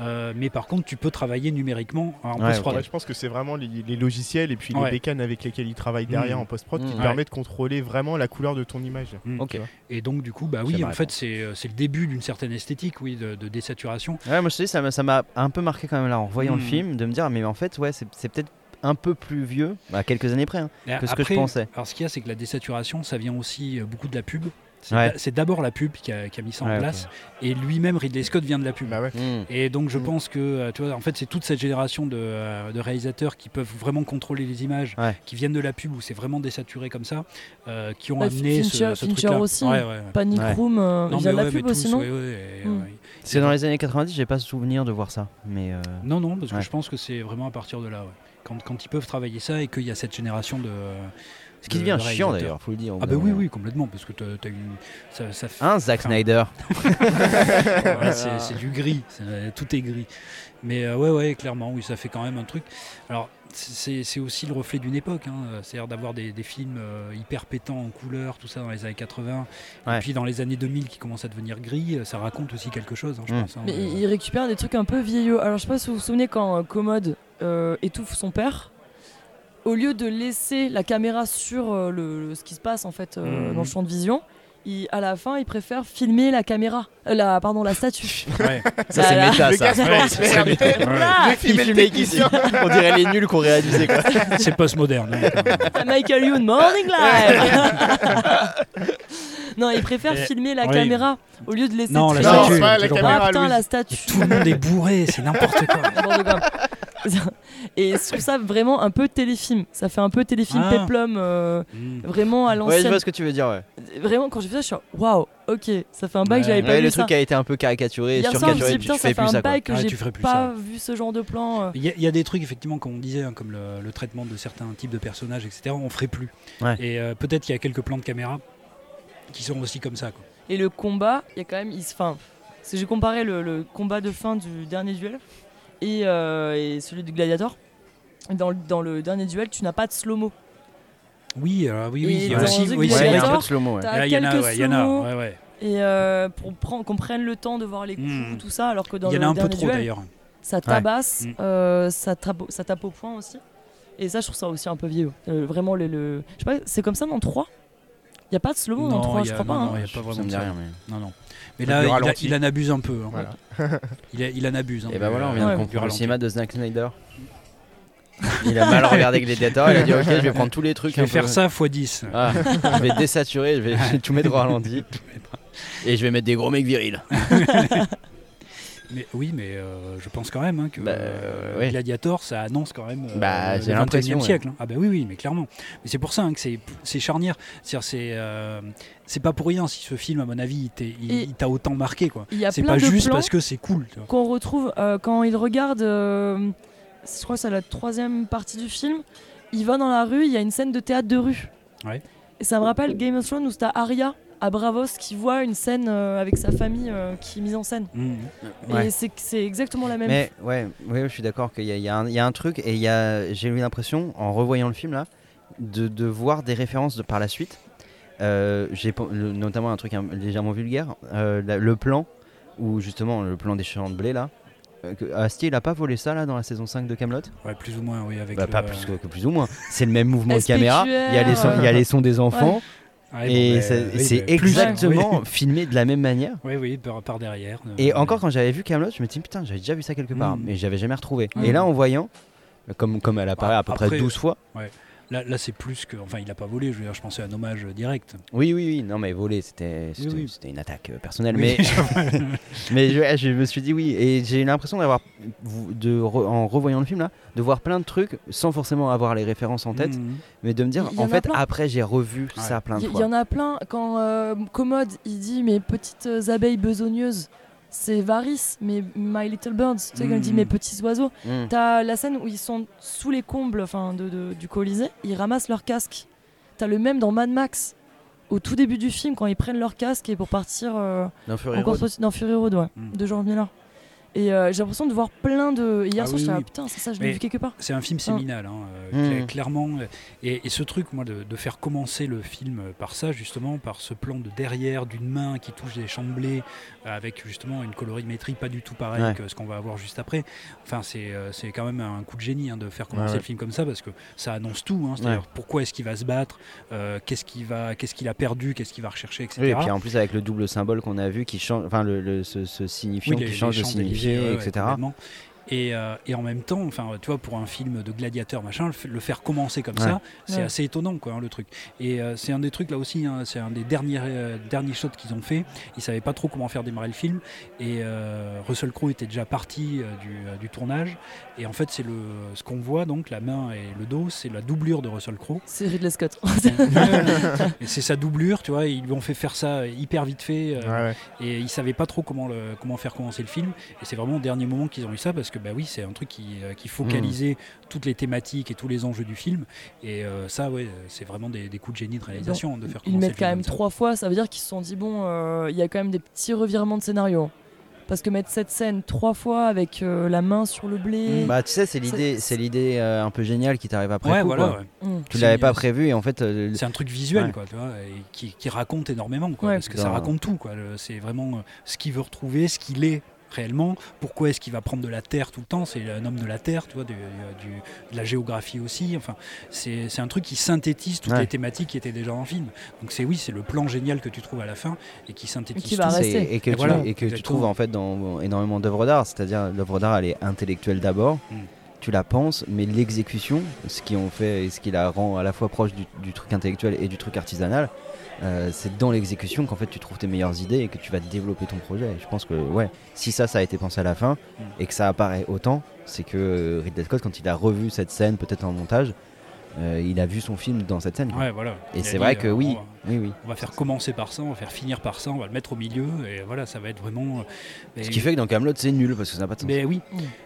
[SPEAKER 4] Euh, mais par contre, tu peux travailler numériquement euh, en
[SPEAKER 3] Ouais,
[SPEAKER 4] post-prod.
[SPEAKER 2] Ouais, je pense que c'est vraiment les, les logiciels et puis
[SPEAKER 4] Ouais.
[SPEAKER 2] les bécanes avec lesquels ils travaillent derrière
[SPEAKER 4] Mm.
[SPEAKER 2] en post-prod qui
[SPEAKER 3] Mm.
[SPEAKER 2] te
[SPEAKER 4] Ouais.
[SPEAKER 2] permettent de contrôler vraiment la couleur de ton image.
[SPEAKER 4] Mm.
[SPEAKER 3] Ok.
[SPEAKER 4] Et donc, du coup, bah
[SPEAKER 3] Ça
[SPEAKER 4] oui,
[SPEAKER 3] me
[SPEAKER 4] en
[SPEAKER 3] répond.
[SPEAKER 4] fait, c'est euh, c'est le début d'une certaine esthétique, oui, de- de désaturation.
[SPEAKER 3] Ouais, moi je te dis, ça m'a- ça m'a un peu marqué quand même là en voyant le
[SPEAKER 4] Hmm.
[SPEAKER 3] film, de me dire, mais en fait, ouais, c'est c'est peut-être un peu plus vieux, à quelques années près, hein,
[SPEAKER 4] Mais
[SPEAKER 3] que ce que je
[SPEAKER 4] après,
[SPEAKER 3] pensais.
[SPEAKER 4] Alors, ce qu'il y a, c'est que la désaturation, ça vient aussi euh, beaucoup de la pub. C'est
[SPEAKER 3] Ouais.
[SPEAKER 4] d'a- C'est d'abord la pub qui a, qui a mis ça en
[SPEAKER 3] Ouais,
[SPEAKER 4] place. Et lui-même, Ridley Scott vient de la pub.
[SPEAKER 2] Bah ouais.
[SPEAKER 3] Hmm.
[SPEAKER 4] Et donc,
[SPEAKER 3] Mm.
[SPEAKER 4] je pense que, euh, tu vois, en fait, c'est toute cette génération de, euh, de réalisateurs qui peuvent vraiment contrôler les images,
[SPEAKER 3] Ouais.
[SPEAKER 4] qui viennent de la pub où c'est vraiment désaturé comme ça, euh, qui ont
[SPEAKER 1] Bah,
[SPEAKER 4] amené
[SPEAKER 1] Fincher-
[SPEAKER 4] ce, ce
[SPEAKER 1] Fincher
[SPEAKER 4] truc-là.
[SPEAKER 1] aussi.
[SPEAKER 4] Ouais, ouais, ouais.
[SPEAKER 1] Panic
[SPEAKER 3] Ouais.
[SPEAKER 1] Room, euh,
[SPEAKER 4] Non,
[SPEAKER 1] il y
[SPEAKER 4] mais
[SPEAKER 1] a de la
[SPEAKER 4] ouais,
[SPEAKER 1] pub
[SPEAKER 4] mais
[SPEAKER 1] aussi,
[SPEAKER 4] tous,
[SPEAKER 1] non
[SPEAKER 4] ouais, ouais,
[SPEAKER 1] Hmm.
[SPEAKER 4] ouais.
[SPEAKER 3] C'est dans les années 90, j'ai pas souvenir de voir ça. Mais euh,
[SPEAKER 4] Non, non, parce que
[SPEAKER 3] Ouais.
[SPEAKER 4] je pense que c'est vraiment à partir de là. ouais. Quand, quand ils peuvent travailler ça et qu'il y a cette génération de.
[SPEAKER 3] Ce qui
[SPEAKER 4] de-
[SPEAKER 3] devient
[SPEAKER 4] de
[SPEAKER 3] chiant
[SPEAKER 4] réalisateurs.
[SPEAKER 3] d'ailleurs, faut le dire. au bout
[SPEAKER 4] Ah bah
[SPEAKER 3] d'un
[SPEAKER 4] oui,
[SPEAKER 3] moment.
[SPEAKER 4] oui, complètement, parce que t'as t'as eu... Ça, ça fait-
[SPEAKER 3] ben Hein, Zack
[SPEAKER 4] Enfin,
[SPEAKER 3] Snyder
[SPEAKER 4] voilà, c'est c'est du gris, c'est- tout est gris. Mais euh, ouais, ouais, clairement, oui, ça fait quand même un truc. Alors, c'est c'est aussi le reflet d'une époque, hein, euh, c'est-à-dire d'avoir des, des films euh, hyper pétants en couleur, tout ça dans les années 80,
[SPEAKER 3] Ouais.
[SPEAKER 4] et puis dans les années 2000 qui commencent à devenir gris, euh, ça raconte aussi quelque chose, hein, je
[SPEAKER 3] Mm.
[SPEAKER 4] pense. hein,
[SPEAKER 1] Mais
[SPEAKER 4] euh,
[SPEAKER 1] il il récupère des trucs un peu vieillots. Alors je sais pas si vous vous souvenez quand euh, Commode euh, étouffe son père, au lieu de laisser la caméra sur euh, le, le- ce qui se passe en fait euh,
[SPEAKER 4] Mhm.
[SPEAKER 1] dans le champ de vision, il- à la fin il préfère filmer la caméra, euh, la pardon la statue.
[SPEAKER 4] ouais.
[SPEAKER 3] Ça, c'est
[SPEAKER 1] Voilà.
[SPEAKER 3] méta,
[SPEAKER 2] Le
[SPEAKER 3] ça.
[SPEAKER 2] gars se lance, Ah merde.
[SPEAKER 1] Voilà.
[SPEAKER 2] J'ai filmé le technicien.
[SPEAKER 3] On dirait les nuls qu'on réalisait, quoi.
[SPEAKER 4] c'est post-moderne. hein, quand même.
[SPEAKER 1] Michael Youn, Morning Live. non, il préfère
[SPEAKER 4] Et-
[SPEAKER 1] filmer la
[SPEAKER 4] oui.
[SPEAKER 1] caméra au lieu de laisser.
[SPEAKER 4] Non, la
[SPEAKER 1] traîner.
[SPEAKER 2] Non,
[SPEAKER 4] statue.
[SPEAKER 2] pas la
[SPEAKER 4] tu comprends.
[SPEAKER 1] Ah
[SPEAKER 2] caméra,
[SPEAKER 1] putain,
[SPEAKER 2] Louise.
[SPEAKER 1] la statue.
[SPEAKER 4] Tout le monde est bourré, c'est n'importe quoi.
[SPEAKER 1] Bande de gommes. Et je trouve ça vraiment un peu téléfilm. Ça fait un peu téléfilm
[SPEAKER 4] Ah.
[SPEAKER 1] Peplum, euh,
[SPEAKER 4] Mm.
[SPEAKER 1] vraiment à
[SPEAKER 3] Ouais, je
[SPEAKER 1] l'ancienne.
[SPEAKER 3] vois ce que tu veux dire, ouais.
[SPEAKER 1] Vraiment, quand j'ai vu ça, je suis en, waouh, ok, ça fait un bail que
[SPEAKER 4] Ouais.
[SPEAKER 1] j'avais pas
[SPEAKER 3] Ouais,
[SPEAKER 1] vu.
[SPEAKER 3] le
[SPEAKER 1] ça.
[SPEAKER 3] truc a été un peu caricaturé,
[SPEAKER 1] Hier soir, je me suis
[SPEAKER 3] surcaricaturé,
[SPEAKER 1] dit,
[SPEAKER 3] tu
[SPEAKER 1] putain, ça
[SPEAKER 3] fais
[SPEAKER 1] fait
[SPEAKER 3] plus
[SPEAKER 1] un
[SPEAKER 3] ça, quoi.
[SPEAKER 1] bail que
[SPEAKER 4] Ouais,
[SPEAKER 1] j'ai
[SPEAKER 4] Ah, tu ferais plus
[SPEAKER 1] pas vu ce genre de plan. euh.
[SPEAKER 4] Il y, a- il y a des trucs, effectivement, comme on disait, hein, comme le, le traitement de certains types de personnages, etc., on ferait plus.
[SPEAKER 3] Ouais.
[SPEAKER 4] Et euh, peut-être qu'il y a quelques plans de caméra qui sont aussi comme ça. quoi.
[SPEAKER 1] Et le combat, il y a quand même. Il se, enfin, parce que j'ai comparé le, le combat de fin du dernier duel et, euh, et celui du Gladiator. Dans le, dans le dernier duel, tu n'as pas de slow-mo.
[SPEAKER 4] Oui, alors, oui,
[SPEAKER 1] Et
[SPEAKER 4] oui, il y a
[SPEAKER 1] dans
[SPEAKER 4] aussi.
[SPEAKER 1] The
[SPEAKER 4] Oui,
[SPEAKER 3] Ouais,
[SPEAKER 1] Gladiator,
[SPEAKER 4] c'est
[SPEAKER 3] il y
[SPEAKER 4] vrai
[SPEAKER 3] a un
[SPEAKER 4] que-
[SPEAKER 3] peu de slow-mo, ouais.
[SPEAKER 1] T'as
[SPEAKER 4] Là, il y en
[SPEAKER 1] quelques
[SPEAKER 4] a, ouais, il y en a,
[SPEAKER 1] slow-mo
[SPEAKER 4] ouais, ouais.
[SPEAKER 1] et euh, pour prendre- qu'on prenne le temps de voir les coups,
[SPEAKER 4] Mm.
[SPEAKER 1] tout ça, alors que dans
[SPEAKER 4] Il y en
[SPEAKER 1] le
[SPEAKER 4] a un peu
[SPEAKER 1] dernier
[SPEAKER 4] trop
[SPEAKER 1] duel,
[SPEAKER 4] d'ailleurs.
[SPEAKER 1] ça tabasse,
[SPEAKER 4] Mm.
[SPEAKER 1] euh, ça, tape, ça tape au point aussi. Et ça, je trouve ça aussi un peu vieux. Euh, vraiment, le, le- je sais pas, c'est comme ça dans 3 Il n'y a pas de slow-mo dans 3,
[SPEAKER 4] il y
[SPEAKER 1] je
[SPEAKER 4] a-
[SPEAKER 1] crois
[SPEAKER 4] non,
[SPEAKER 1] pas.
[SPEAKER 4] non,
[SPEAKER 1] hein.
[SPEAKER 4] il y a
[SPEAKER 3] Ça
[SPEAKER 4] pas
[SPEAKER 3] me
[SPEAKER 4] vraiment de
[SPEAKER 3] dit
[SPEAKER 4] ça.
[SPEAKER 3] rien, mais-
[SPEAKER 4] Non, non. Mais
[SPEAKER 2] Le
[SPEAKER 4] là, il, a-
[SPEAKER 2] ralenti.
[SPEAKER 4] il en abuse un peu. hein.
[SPEAKER 2] Voilà.
[SPEAKER 4] Il, a- il en abuse. hein,
[SPEAKER 3] Et bah
[SPEAKER 4] mais,
[SPEAKER 3] voilà, on
[SPEAKER 4] euh,
[SPEAKER 3] vient
[SPEAKER 1] Ouais.
[SPEAKER 3] de comprendre le
[SPEAKER 4] ralenti.
[SPEAKER 3] cinéma de Zack Snyder. Il a mal regardé Gladiator, il a dit ok, je vais prendre tous les trucs.
[SPEAKER 4] Je vais
[SPEAKER 3] un peu-
[SPEAKER 4] faire ça x 10.
[SPEAKER 3] Ah, je vais désaturer, je vais, je vais tout mettre au ralenti. Et je vais mettre des gros mecs virils.
[SPEAKER 4] Mais oui, mais euh, je pense quand même hein, que
[SPEAKER 3] Bah,
[SPEAKER 4] euh,
[SPEAKER 3] ouais.
[SPEAKER 4] Gladiator, ça annonce quand même euh,
[SPEAKER 3] Bah,
[SPEAKER 4] le
[SPEAKER 3] j'ai l'impression,
[SPEAKER 4] 21e
[SPEAKER 3] ouais.
[SPEAKER 4] siècle. hein. Ah bah oui, oui, mais clairement. Mais c'est pour ça hein, que c'est c'est charnière. C'est-à-dire, c'est euh, c'est pas pour rien si ce film, à mon avis, il t'est- il
[SPEAKER 1] Et-
[SPEAKER 4] il t'a autant marqué quoi.
[SPEAKER 1] Il y a
[SPEAKER 4] C'est
[SPEAKER 1] plein
[SPEAKER 4] pas
[SPEAKER 1] de
[SPEAKER 4] juste
[SPEAKER 1] plans
[SPEAKER 4] parce que c'est cool. tu vois.
[SPEAKER 1] qu'on retrouve euh, quand il regarde, euh, je crois que c'est la troisième partie du film, il va dans la rue, il y a une scène de théâtre de rue.
[SPEAKER 4] Ouais.
[SPEAKER 1] Et ça me rappelle Game of Thrones où t'as Arya à Bravos qui voit une scène euh, avec sa famille euh, qui est mise en scène.
[SPEAKER 4] Mhm.
[SPEAKER 1] Et
[SPEAKER 3] Ouais.
[SPEAKER 1] c'est c'est exactement la même.
[SPEAKER 3] Mais ouais, ouais, je suis d'accord qu'il y, a- il y a un- il y a un truc et il y a- j'ai eu l'impression, en revoyant le film là, de, de voir des références de, par la suite. Euh, j'ai pen- le- notamment un truc un- légèrement vulgaire, euh, la- le plan où justement le plan des champs de blé là. euh, que- Asti, il a pas volé ça là dans la saison 5 de Camelot
[SPEAKER 4] Ouais, plus ou moins, oui. Avec
[SPEAKER 3] Bah,
[SPEAKER 4] le-
[SPEAKER 3] Pas plus que, que plus ou moins. C'est le même mouvement de
[SPEAKER 4] SPQR,
[SPEAKER 3] caméra. Il y a les sons, il y a les sons des enfants.
[SPEAKER 4] euh, Ouais. Ouais, bon,
[SPEAKER 3] et
[SPEAKER 4] mais,
[SPEAKER 3] c'est
[SPEAKER 4] Ah oui,
[SPEAKER 3] c'est
[SPEAKER 4] mais plus-
[SPEAKER 3] exactement
[SPEAKER 4] oui.
[SPEAKER 3] filmé de la même manière.
[SPEAKER 4] Oui, oui, par, par derrière. euh,
[SPEAKER 3] Et encore, quand j'avais vu Camelot, je me dis putain, j'avais déjà vu ça quelque part, mais j'avais jamais retrouvé.
[SPEAKER 4] Mm.
[SPEAKER 3] Et là, en voyant, comme, comme elle apparaît à peu près
[SPEAKER 4] Après,
[SPEAKER 3] 12 fois.
[SPEAKER 4] ouais. Là, là c'est plus que. Enfin, il n'a pas volé, je, veux dire, je pensais à un hommage euh, direct.
[SPEAKER 3] Oui, oui, oui, non, mais voler, c'était c'était-
[SPEAKER 4] oui.
[SPEAKER 3] c'était une attaque euh, personnelle.
[SPEAKER 4] Oui,
[SPEAKER 3] mais
[SPEAKER 4] j'avoue.
[SPEAKER 3] mais je, je me suis dit oui, et j'ai l'impression d'avoir, vou- de re- en revoyant le film là, de voir plein de trucs sans forcément avoir les références en tête,
[SPEAKER 4] Mm.
[SPEAKER 3] mais de me dire
[SPEAKER 1] Il y
[SPEAKER 3] en
[SPEAKER 1] en a
[SPEAKER 3] fait,
[SPEAKER 1] plein.
[SPEAKER 3] après, j'ai revu ça plein
[SPEAKER 1] Il
[SPEAKER 3] de
[SPEAKER 1] y,
[SPEAKER 3] fois.
[SPEAKER 1] il y en a plein. Quand euh, Commode, il dit mes petites euh, abeilles besogneuses, c'est Varys, mais My Little Birds. Tu sais, quand il dit
[SPEAKER 3] Hmm.
[SPEAKER 13] Mhm.
[SPEAKER 1] mes petits oiseaux,
[SPEAKER 3] Mm.
[SPEAKER 13] Mhm.
[SPEAKER 1] t'as la scène où ils sont sous les combles enfin, de, de- du Colisée, ils ramassent leur casque. T'as le même dans Mad Max, au tout début du film, quand ils prennent leur casque et pour partir euh,
[SPEAKER 3] Dans Fury
[SPEAKER 1] en course
[SPEAKER 3] Road. Hmm.
[SPEAKER 1] poursuite- dans Fury Road, ouais, de George Miller. Et euh, j'ai l'impression de voir plein de. Hier
[SPEAKER 4] Ah
[SPEAKER 1] soir,
[SPEAKER 4] oui,
[SPEAKER 1] j'étais là,
[SPEAKER 4] oui.
[SPEAKER 1] putain, c'est ça, je l'ai
[SPEAKER 4] Mais
[SPEAKER 1] vu quelque part.
[SPEAKER 4] C'est un film
[SPEAKER 1] Ah.
[SPEAKER 4] séminal, hein, euh,
[SPEAKER 3] Hmm.
[SPEAKER 4] cla-
[SPEAKER 1] Mm.
[SPEAKER 4] clairement. Et, et ce truc, moi, de, de faire commencer le film euh, par ça, justement, par ce plan de derrière d'une main qui touche des chamblés, euh, avec justement une colorimétrie pas du tout pareille
[SPEAKER 3] Ouais.
[SPEAKER 4] que ce qu'on va avoir juste après. Enfin, c'est euh, c'est quand même un coup de génie hein, de faire commencer
[SPEAKER 3] Ouais, ouais.
[SPEAKER 4] le film comme ça, parce que ça annonce tout. hein, C'est-à-dire
[SPEAKER 3] Ouais.
[SPEAKER 4] pourquoi est-ce qu'il va se battre, euh, qu'est-ce qu'il va, qu'est-ce qu'il a perdu, qu'est-ce qu'il va rechercher, etc.
[SPEAKER 3] Oui, et puis en plus avec le double symbole qu'on a vu qui change, enfin le, le- ce, ce signifiant
[SPEAKER 4] Oui, les-
[SPEAKER 3] qui change
[SPEAKER 4] les
[SPEAKER 3] de
[SPEAKER 4] champs d'Élysée,
[SPEAKER 3] signifié,
[SPEAKER 4] ouais, ouais,
[SPEAKER 3] etc.
[SPEAKER 4] complètement. Et, euh, et en même temps, enfin, tu vois, pour un film de gladiateur, machin, le f- le faire commencer comme
[SPEAKER 3] Ouais.
[SPEAKER 4] ça, c'est
[SPEAKER 3] Ouais.
[SPEAKER 4] assez étonnant, quoi, hein, le truc. Et euh, c'est un des trucs là aussi, hein, c'est un des derniers euh, derniers shots qu'ils ont fait. Ils savaient pas trop comment faire démarrer le film, et euh, Russell Crowe était déjà parti euh, du, euh, du tournage. Et en fait, c'est le ce qu'on voit donc la main et le dos, c'est la doublure de Russell Crowe.
[SPEAKER 1] C'est Ridley Scott.
[SPEAKER 4] Et c'est sa doublure, tu vois. Ils lui ont fait faire ça hyper vite fait. euh,
[SPEAKER 2] Ouais, ouais.
[SPEAKER 4] Et ils savaient pas trop comment, le, comment faire commencer le film. Et c'est vraiment au dernier moment qu'ils ont eu ça parce que, bah oui, c'est un truc qui, euh, qui focalisait
[SPEAKER 1] Hmm.
[SPEAKER 4] toutes les thématiques et tous les enjeux du film. Et euh, ça, ouais, c'est vraiment des, des coups de génie de réalisation hein,
[SPEAKER 1] Bon,
[SPEAKER 4] de faire
[SPEAKER 1] Ils
[SPEAKER 4] commencer.
[SPEAKER 1] mettent quand même trois fois, ça veut dire qu'ils se sont dit bon, euh, il y a quand même des petits revirements de scénario. Parce que mettre cette scène trois fois avec euh, la main sur le blé.
[SPEAKER 3] Bah tu sais c'est l'idée c'est l'idée euh, un peu géniale qui t'arrive après
[SPEAKER 4] Ouais,
[SPEAKER 3] coup,
[SPEAKER 4] voilà,
[SPEAKER 3] quoi.
[SPEAKER 4] ouais.
[SPEAKER 2] Bah,
[SPEAKER 4] Mm.
[SPEAKER 3] Tu l'avais
[SPEAKER 4] C'est-
[SPEAKER 3] pas prévu et en fait euh, le-
[SPEAKER 4] C'est un truc visuel,
[SPEAKER 3] Ouais.
[SPEAKER 4] quoi, tu vois, et qui, qui raconte énormément, quoi,
[SPEAKER 3] Ouais.
[SPEAKER 4] parce que ça
[SPEAKER 3] Dans-
[SPEAKER 4] raconte tout, quoi. Le- C'est vraiment euh, ce qu'il veut retrouver, ce qu'il est réellement. Pourquoi est-ce qu'il va prendre de la terre tout le temps C'est un homme de la terre, tu vois, du- du- de la géographie aussi. Enfin, c'est c'est un truc qui synthétise toutes
[SPEAKER 3] Ouais.
[SPEAKER 4] les thématiques qui étaient déjà en film. Donc c'est oui, c'est le plan génial que tu trouves à la fin et qui synthétise
[SPEAKER 1] Et qui va
[SPEAKER 4] tout.
[SPEAKER 3] c'est- et que, tu,
[SPEAKER 4] voilà,
[SPEAKER 3] et que tu
[SPEAKER 4] exactement.
[SPEAKER 3] trouves en fait dans énormément d'œuvres d'art, c'est-à-dire l'œuvre d'art elle est intellectuelle d'abord,
[SPEAKER 4] Mm.
[SPEAKER 3] tu la penses, mais l'exécution, ce qui ont fait et ce qui la rend à la fois proche du, du truc intellectuel et du truc artisanal, euh, c'est dans l'exécution qu'en fait tu trouves tes meilleures idées et que tu vas développer ton projet. Et je pense que ouais, si ça ça a été pensé à la fin
[SPEAKER 4] Mm.
[SPEAKER 3] et que ça apparaît autant, c'est que euh, Ridley Scott quand il a revu cette scène peut-être en montage, euh, il a vu son film dans cette scène. quoi.
[SPEAKER 4] Ouais, voilà.
[SPEAKER 3] Et
[SPEAKER 4] Il a
[SPEAKER 3] c'est
[SPEAKER 4] dit,
[SPEAKER 3] vrai que
[SPEAKER 4] euh,
[SPEAKER 3] oui,
[SPEAKER 4] on va-
[SPEAKER 3] oui, oui.
[SPEAKER 4] On va faire commencer par ça, on va faire finir par ça, on va le mettre au milieu, et voilà, ça va être vraiment. euh,
[SPEAKER 3] Ce
[SPEAKER 4] mais-
[SPEAKER 3] qui fait que dans Camelot c'est nul parce que ça n'a pas de sens.
[SPEAKER 4] Mais oui,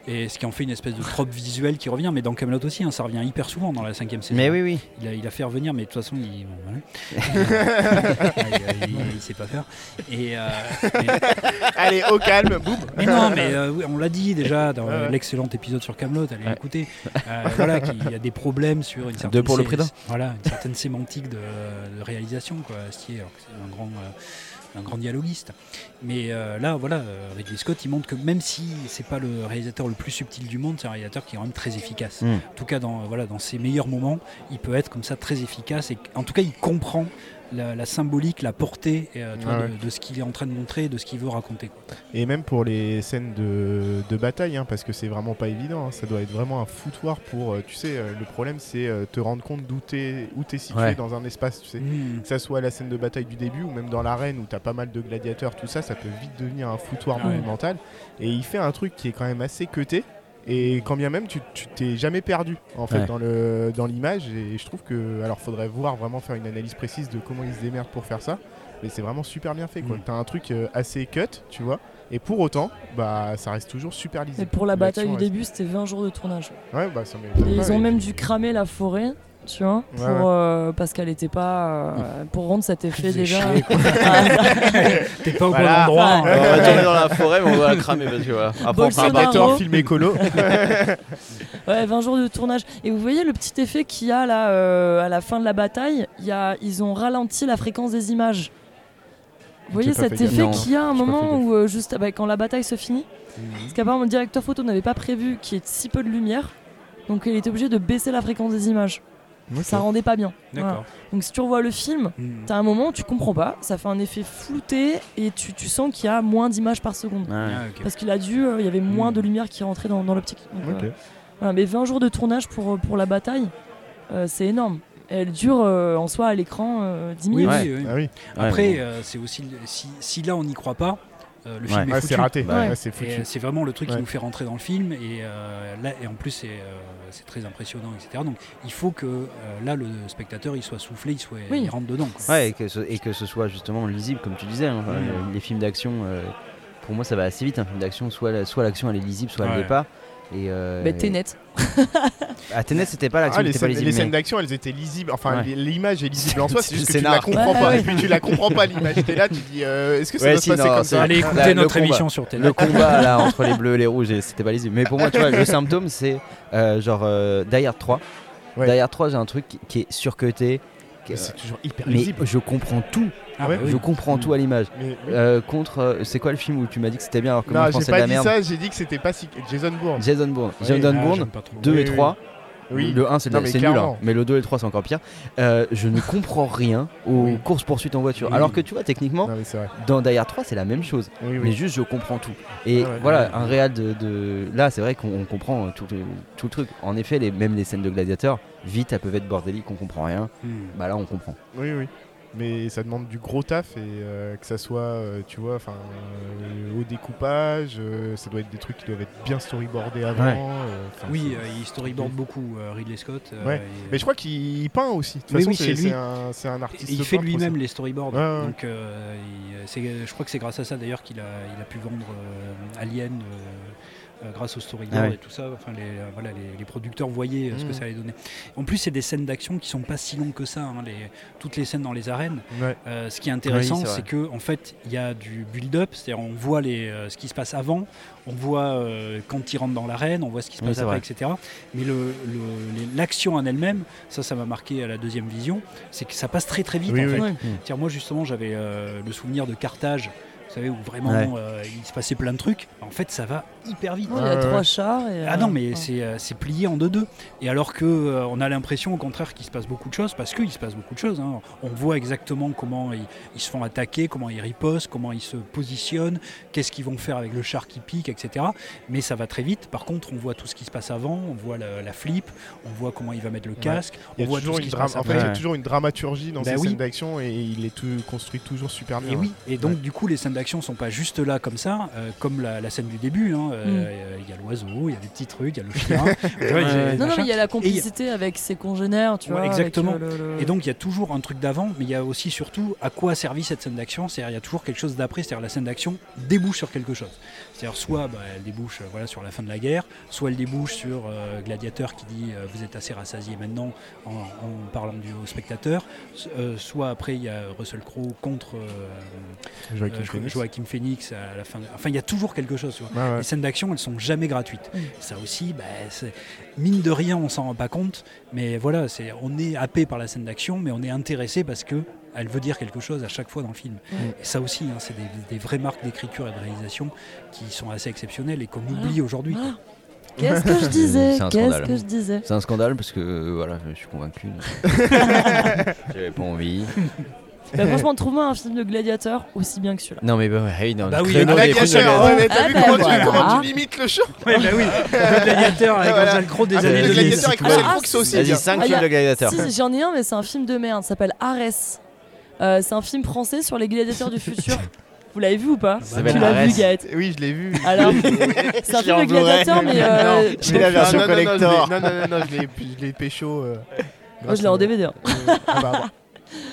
[SPEAKER 4] et ce qui en fait une espèce de trope visuelle qui revient, mais dans Camelot aussi, hein, ça revient hyper souvent dans la cinquième saison.
[SPEAKER 3] Mais oui, oui.
[SPEAKER 4] Il a, il a fait revenir, mais de toute façon, il, bon, voilà. il, il- il sait pas faire. Et, euh,
[SPEAKER 2] Allez, au calme, boum.
[SPEAKER 4] Mais non, mais euh, oui, on l'a dit déjà dans euh,
[SPEAKER 2] Ouais.
[SPEAKER 4] l'excellent épisode sur Camelot, allez l'écouter. Euh, voilà, qu'il y a des problèmes sur une certaine.
[SPEAKER 3] Deux pour le
[SPEAKER 4] sé-
[SPEAKER 3] prix d'un.
[SPEAKER 4] Voilà, une certaine sémantique de, de réalisation, quoi. Astier, alors que c'est un grand. euh, un grand dialoguiste. Mais euh, là, voilà, euh, Ridley Scott, il montre que même si c'est pas le réalisateur le plus subtil du monde, c'est un réalisateur qui est quand même très efficace.
[SPEAKER 3] Mm.
[SPEAKER 4] euh, En tout cas, dans, voilà, dans ses meilleurs moments, il peut être comme ça très efficace et en tout cas, il comprend la, la symbolique, la portée euh, tu vois,
[SPEAKER 2] Ah ouais.
[SPEAKER 4] de, de ce qu'il est en train de montrer, de ce qu'il veut raconter. quoi.
[SPEAKER 2] Et même pour les scènes de, de bataille, hein, parce que c'est vraiment pas évident. hein. Ça doit être vraiment un foutoir pour. euh, tu sais, euh, le problème, c'est euh, te rendre compte d'où t'es où t'es situé
[SPEAKER 7] Ouais.
[SPEAKER 2] dans un espace. Tu sais,
[SPEAKER 4] Mm.
[SPEAKER 2] que ça soit la scène de bataille du début ou même dans l'arène où t'as pas mal de gladiateurs, tout ça, ça peut vite devenir un foutoir
[SPEAKER 4] Ah ouais.
[SPEAKER 2] monumental. Et il fait un truc qui est quand même assez cuté. Et quand bien même, tu tu t'es jamais perdu en fait
[SPEAKER 7] Ouais.
[SPEAKER 2] dans le dans l'image. Et je trouve que alors faudrait voir vraiment faire une analyse précise de comment ils se démerdent pour faire ça. Mais c'est vraiment super bien fait. quoi.
[SPEAKER 4] Mm.
[SPEAKER 2] T'as un truc euh, assez cut, tu vois. Et pour autant, bah ça reste toujours super lisible.
[SPEAKER 1] Et pour la bataille
[SPEAKER 2] L'action
[SPEAKER 1] du
[SPEAKER 2] reste-
[SPEAKER 1] début, c'était 20 jours de tournage.
[SPEAKER 2] Ouais, bah ça m'étonne
[SPEAKER 1] Et
[SPEAKER 2] pas,
[SPEAKER 1] ils ont
[SPEAKER 2] mais-
[SPEAKER 1] même dû cramer la forêt, tu vois,
[SPEAKER 2] Ouais,
[SPEAKER 1] pour,
[SPEAKER 2] ouais.
[SPEAKER 1] euh, parce qu'elle était pas. euh, pour rendre cet effet
[SPEAKER 4] faisaient
[SPEAKER 1] déjà.
[SPEAKER 4] chier, quoi. T'es pas au bon endroit.
[SPEAKER 1] Ouais.
[SPEAKER 7] On va tourner dans la forêt, mais on va la cramer parce que voilà. Après, on fera un
[SPEAKER 1] Bolsonaro.
[SPEAKER 7] bateau, un
[SPEAKER 2] film écolo.
[SPEAKER 1] ouais, 20 jours de tournage. Et vous voyez le petit effet qu'il y a là euh, à la fin de la bataille il y a, Ils ont ralenti la fréquence des images. Vous voyez
[SPEAKER 7] pas fait
[SPEAKER 1] cet
[SPEAKER 7] gaffe.
[SPEAKER 1] effet
[SPEAKER 7] Non,
[SPEAKER 1] qu'il y a à un
[SPEAKER 7] j'ai pas fait
[SPEAKER 1] moment
[SPEAKER 7] gaffe. Mhm.
[SPEAKER 1] où, euh, juste bah, quand la bataille se finit, parce qu'apparemment le directeur photo n'avait pas prévu qu'il y ait si peu de lumière, donc il était obligé de baisser la fréquence des images.
[SPEAKER 2] Ok.
[SPEAKER 1] Ça rendait pas bien.
[SPEAKER 4] D'accord.
[SPEAKER 1] Donc si tu revois le film,
[SPEAKER 4] Mhm.
[SPEAKER 1] t'as un moment où tu comprends pas, ça fait un effet flouté et tu, tu sens qu'il y a moins d'images par seconde.
[SPEAKER 7] Ouais. Ah, ok. Hmm.
[SPEAKER 1] Parce qu'il a dû, euh, il y avait moins de lumière qui rentrait dans, dans l'optique. Donc,
[SPEAKER 7] Ok.
[SPEAKER 1] euh, voilà, mais 20 jours de tournage pour, euh, pour la bataille, euh, c'est énorme. Elle dure euh, en soi à l'écran euh, 10
[SPEAKER 4] Oui,
[SPEAKER 1] minutes.
[SPEAKER 4] oui,
[SPEAKER 2] Ah
[SPEAKER 4] oui. Après, euh, c'est aussi le- si, si là on n'y croit pas, euh, le film
[SPEAKER 2] Ouais.
[SPEAKER 4] est
[SPEAKER 2] Ouais,
[SPEAKER 4] foutu.
[SPEAKER 2] Ah, c'est raté. Ouais. Ouais, c'est
[SPEAKER 4] Et,
[SPEAKER 2] foutu.
[SPEAKER 4] euh, c'est vraiment le truc
[SPEAKER 2] Ouais.
[SPEAKER 4] qui nous fait rentrer dans le film et euh, là et en plus c'est euh, c'est très impressionnant, etc. Donc il faut que euh, là le spectateur il soit soufflé, il soit
[SPEAKER 1] Oui.
[SPEAKER 4] il rentre dedans. quoi.
[SPEAKER 3] Ouais, et que, ce, et que ce soit justement lisible, comme tu disais. hein. Enfin,
[SPEAKER 4] Mm.
[SPEAKER 3] le- Les films d'action, euh, pour moi, ça va assez vite. Un film d'action, soit la- soit l'action elle est lisible, soit elle
[SPEAKER 2] Ouais.
[SPEAKER 3] l'est pas. Et, euh,
[SPEAKER 1] Mais t'es net.
[SPEAKER 3] Ah, Tenet, c'était pas l'action
[SPEAKER 2] Ah,
[SPEAKER 3] qui
[SPEAKER 2] les
[SPEAKER 3] était pas
[SPEAKER 2] scènes,
[SPEAKER 3] lisible.
[SPEAKER 2] les
[SPEAKER 3] mais-
[SPEAKER 2] scènes d'action, elles étaient lisibles. Enfin,
[SPEAKER 3] Ouais.
[SPEAKER 2] les- l'image est lisible en soi, c'est
[SPEAKER 3] C'est
[SPEAKER 2] juste que
[SPEAKER 3] le
[SPEAKER 2] tu la
[SPEAKER 3] scénar.
[SPEAKER 2] comprends
[SPEAKER 3] Ouais,
[SPEAKER 2] pas.
[SPEAKER 3] ouais.
[SPEAKER 2] Et puis tu la comprends pas l'image. T'es là, tu dis, euh, est-ce que ça
[SPEAKER 3] Ouais,
[SPEAKER 2] va se
[SPEAKER 3] si,
[SPEAKER 2] passer
[SPEAKER 3] non,
[SPEAKER 2] comme
[SPEAKER 3] c'est-
[SPEAKER 2] ça
[SPEAKER 3] la- le combat. Le combat là entre les bleus et les rouges, et c'était pas lisible. Mais pour moi, tu vois, le symptôme, c'est euh, genre euh, Die Hard 3. Die Hard 3, j'ai un truc qui- qui est surcuté. qui-
[SPEAKER 2] Mais
[SPEAKER 3] euh,
[SPEAKER 2] c'est toujours hyper
[SPEAKER 3] mais
[SPEAKER 2] lisible.
[SPEAKER 3] je comprends tout.
[SPEAKER 2] Ah ouais
[SPEAKER 3] je
[SPEAKER 2] Oui.
[SPEAKER 3] comprends tout à l'image.
[SPEAKER 2] Mais oui.
[SPEAKER 3] Euh, contre, euh, c'est quoi le film où tu m'as dit que c'était bien alors que moi
[SPEAKER 2] Non,
[SPEAKER 3] je
[SPEAKER 2] j'ai
[SPEAKER 3] pensais
[SPEAKER 2] pas
[SPEAKER 3] de la
[SPEAKER 2] dit
[SPEAKER 3] merde
[SPEAKER 2] ça, j'ai dit que c'était pas si. Jason Bourne.
[SPEAKER 3] Jason Bourne.
[SPEAKER 2] Oui.
[SPEAKER 3] Jason
[SPEAKER 2] Ah,
[SPEAKER 3] Bourne,
[SPEAKER 2] j'aime pas trop.
[SPEAKER 3] 2
[SPEAKER 2] Oui,
[SPEAKER 3] et
[SPEAKER 2] oui,
[SPEAKER 3] 3.
[SPEAKER 2] oui.
[SPEAKER 3] Le 1 c'est
[SPEAKER 2] Non,
[SPEAKER 3] nul-
[SPEAKER 2] mais
[SPEAKER 3] c'est nul, hein.
[SPEAKER 2] clairement.
[SPEAKER 3] mais le 2 et le 3 c'est encore pire. Euh, je ne comprends rien aux
[SPEAKER 2] Oui.
[SPEAKER 3] courses poursuites en voiture.
[SPEAKER 2] Oui.
[SPEAKER 3] Alors que tu vois techniquement, dans Die Hard 3 c'est la même chose.
[SPEAKER 2] Oui, oui.
[SPEAKER 3] Mais juste je comprends tout. Et
[SPEAKER 2] Ah ouais,
[SPEAKER 3] voilà,
[SPEAKER 2] ouais.
[SPEAKER 3] un réal de, de- Là c'est vrai qu'on on comprend euh, tout, le- tout le truc. En effet, les, même les scènes de gladiateurs, vite elles peuvent être bordéliques, on comprend rien.
[SPEAKER 2] Hmm.
[SPEAKER 3] Bah là on comprend.
[SPEAKER 2] Oui, oui. Mais ça demande du gros taf et euh, que ça soit, euh, tu vois, enfin, euh, au découpage, euh, ça doit être des trucs qui doivent être bien storyboardés avant.
[SPEAKER 4] Ouais.
[SPEAKER 2] euh, enfin,
[SPEAKER 4] oui,
[SPEAKER 2] c'est-
[SPEAKER 4] euh, il storyboard beaucoup euh, Ridley Scott. euh,
[SPEAKER 2] Ouais.
[SPEAKER 4] et-
[SPEAKER 2] Mais je crois qu'il peint aussi. De toute
[SPEAKER 4] Mais
[SPEAKER 2] façon,
[SPEAKER 4] oui,
[SPEAKER 2] c'est-
[SPEAKER 4] c'est lui.
[SPEAKER 2] c'est un, c'est un artiste.
[SPEAKER 4] Et il fait
[SPEAKER 2] peintre
[SPEAKER 4] lui-même
[SPEAKER 2] aussi.
[SPEAKER 4] les storyboards.
[SPEAKER 2] Ouais, ouais.
[SPEAKER 4] Donc, euh, il- c'est- je crois que c'est grâce à ça d'ailleurs qu'il a, il a pu vendre euh, Alien euh, euh, grâce aux storyboards
[SPEAKER 3] Ah ouais.
[SPEAKER 4] et tout ça. Enfin, les, euh, voilà, les, les producteurs voyaient euh, ce que
[SPEAKER 2] Mhm.
[SPEAKER 4] ça allait donner. En plus, c'est des scènes d'action qui sont pas si longues que ça. hein, les- toutes les scènes dans les arènes.
[SPEAKER 2] Ouais.
[SPEAKER 4] Euh, ce qui est intéressant,
[SPEAKER 2] Oui, c'est vrai.
[SPEAKER 4] c'est que en fait, il y a du build-up, c'est-à-dire on voit les, euh, ce qui se passe avant, on voit euh, quand ils rentrent dans l'arène, on voit ce qui se
[SPEAKER 3] Oui,
[SPEAKER 4] passe
[SPEAKER 3] c'est
[SPEAKER 4] après,
[SPEAKER 3] vrai.
[SPEAKER 4] etc. Mais le- le- les- l'action en elle-même, ça, ça m'a marqué à la deuxième vision, c'est que ça passe très très vite
[SPEAKER 3] Oui,
[SPEAKER 4] en
[SPEAKER 3] oui.
[SPEAKER 4] fait.
[SPEAKER 3] Ouais.
[SPEAKER 4] C'est-à-dire, moi justement, j'avais euh, le souvenir de Carthage, vous savez, où vraiment
[SPEAKER 3] Ouais.
[SPEAKER 4] euh, il se passait plein de trucs. En fait, ça va hyper vite.
[SPEAKER 1] Ouais, il y a Ouais, trois ouais. chars et,
[SPEAKER 4] ah
[SPEAKER 1] euh,
[SPEAKER 4] non, mais
[SPEAKER 1] ouais.
[SPEAKER 4] c'est euh, c'est plié en deux-deux. Et alors que euh, on a l'impression au contraire qu'il se passe beaucoup de choses, parce qu'il se passe beaucoup de choses. hein. On voit exactement comment ils, ils se font attaquer, comment ils ripostent, comment ils se positionnent, qu'est-ce qu'ils vont faire avec le char qui pique, etc. Mais ça va très vite. Par contre, on voit tout ce qui se passe avant, on voit la, la flip, on voit comment il va mettre le
[SPEAKER 2] Ouais.
[SPEAKER 4] casque,
[SPEAKER 2] Il y a
[SPEAKER 4] on voit tout
[SPEAKER 2] toujours
[SPEAKER 4] ce
[SPEAKER 2] une
[SPEAKER 4] qui se
[SPEAKER 2] dra-
[SPEAKER 4] passe
[SPEAKER 2] en fait,
[SPEAKER 4] après.
[SPEAKER 2] il y a toujours une dramaturgie dans
[SPEAKER 4] Bah
[SPEAKER 2] ces
[SPEAKER 4] oui.
[SPEAKER 2] scènes d'action et il est tout- construit toujours super bien.
[SPEAKER 4] Et oui,
[SPEAKER 2] ouais.
[SPEAKER 4] et donc
[SPEAKER 2] Ouais.
[SPEAKER 4] du coup les scènes d'action sont pas juste là comme ça, euh, comme la, la scène du début. hein, euh, euh, Il y a l'oiseau, il y a des petits trucs, il y a le chien. tu vois, il y a-
[SPEAKER 1] Mm. Non, non,
[SPEAKER 4] machin.
[SPEAKER 1] mais il y a la
[SPEAKER 4] Et
[SPEAKER 1] complicité avec ses congénères, tu
[SPEAKER 4] Ouais,
[SPEAKER 1] vois. avec,
[SPEAKER 4] exactement.
[SPEAKER 1] euh, le- le-
[SPEAKER 4] Et donc il y a toujours un truc d'avant, mais il y a aussi surtout à quoi a servi cette scène d'action. C'est-à-dire il y a toujours quelque chose d'après. C'est-à-dire la scène d'action débouche sur quelque chose. C'est-à-dire soit bah, elle débouche euh, voilà sur la fin de la guerre, soit elle débouche sur euh, gladiateur qui dit euh, vous êtes assez rassasié maintenant en, en parlant du au spectateur. S- euh, soit après il y a Russell Crowe contre euh,
[SPEAKER 2] Joaquin
[SPEAKER 4] euh, Jo-
[SPEAKER 2] Phoenix.
[SPEAKER 4] Joaquin Phoenix à la fin. Enfin il y a toujours quelque chose. tu vois.
[SPEAKER 2] Ouais, ouais.
[SPEAKER 4] Les scènes d'action elles sont jamais gratuites.
[SPEAKER 1] Mm.
[SPEAKER 4] Ça aussi, bah, c'est- mine de rien, on s'en rend pas compte, mais voilà, c'est on est happé par la scène d'action, mais on est intéressé parce que elle veut dire quelque chose à chaque fois dans le film.
[SPEAKER 1] Mm.
[SPEAKER 4] Et ça aussi, hein, c'est des, des vraies marques d'écriture et de réalisation qui sont assez exceptionnelles et qu'on
[SPEAKER 2] Ah.
[SPEAKER 1] Voilà.
[SPEAKER 4] oublie aujourd'hui.
[SPEAKER 1] Voilà. Qu'est-ce que je disais
[SPEAKER 3] C'est un
[SPEAKER 1] Qu'est-ce
[SPEAKER 3] scandale.
[SPEAKER 1] que je disais
[SPEAKER 3] C'est un scandale parce que euh, voilà, je suis convaincu. J'avais pas envie.
[SPEAKER 1] Bah, franchement, trouve-moi un film de gladiateur aussi bien que celui-là.
[SPEAKER 7] Non, mais bah, ouais, oui, non,
[SPEAKER 1] Bah
[SPEAKER 7] le
[SPEAKER 1] oui,
[SPEAKER 7] créneau
[SPEAKER 1] le
[SPEAKER 7] des films de
[SPEAKER 1] gladiateur,
[SPEAKER 7] gladiateurs.
[SPEAKER 1] ouais, mais t'as Ah, vu bah comment tu- voilà. comment tu
[SPEAKER 2] limites le champ
[SPEAKER 4] Oui, bah oui, le gladiateur avec
[SPEAKER 2] Ah. Voilà.
[SPEAKER 4] Angel Crow des
[SPEAKER 2] Ah, mais
[SPEAKER 4] années
[SPEAKER 2] le
[SPEAKER 4] 2000.
[SPEAKER 2] gladiateur avec Russell Crowe, c'est aussi bien.
[SPEAKER 7] Vas-y, 5
[SPEAKER 1] Ah, y
[SPEAKER 7] films
[SPEAKER 1] a-
[SPEAKER 7] de gladiateurs.
[SPEAKER 1] Si, j'en ai un, mais c'est un film de merde. Ça s'appelle Arès. Euh, c'est un film français sur les gladiateurs du futur. Vous l'avez vu ou pas
[SPEAKER 2] Ça
[SPEAKER 1] Tu
[SPEAKER 2] s'appelle
[SPEAKER 1] l'as vu,
[SPEAKER 2] Arès.
[SPEAKER 1] Gaët
[SPEAKER 2] Oui, je l'ai vu.
[SPEAKER 1] Alors,
[SPEAKER 2] Je
[SPEAKER 1] c'est un
[SPEAKER 2] l'ai
[SPEAKER 1] film
[SPEAKER 2] en
[SPEAKER 1] de gladiateur,
[SPEAKER 2] Blu-ray.
[SPEAKER 1] mais. euh,
[SPEAKER 2] Non, j'ai la version collector. Non, non, non, non, je l'ai- je l'ai pécho. euh,
[SPEAKER 1] Moi, je l'ai en
[SPEAKER 2] grâce à-
[SPEAKER 1] DVD. hein.
[SPEAKER 2] Euh, ah bah, bah.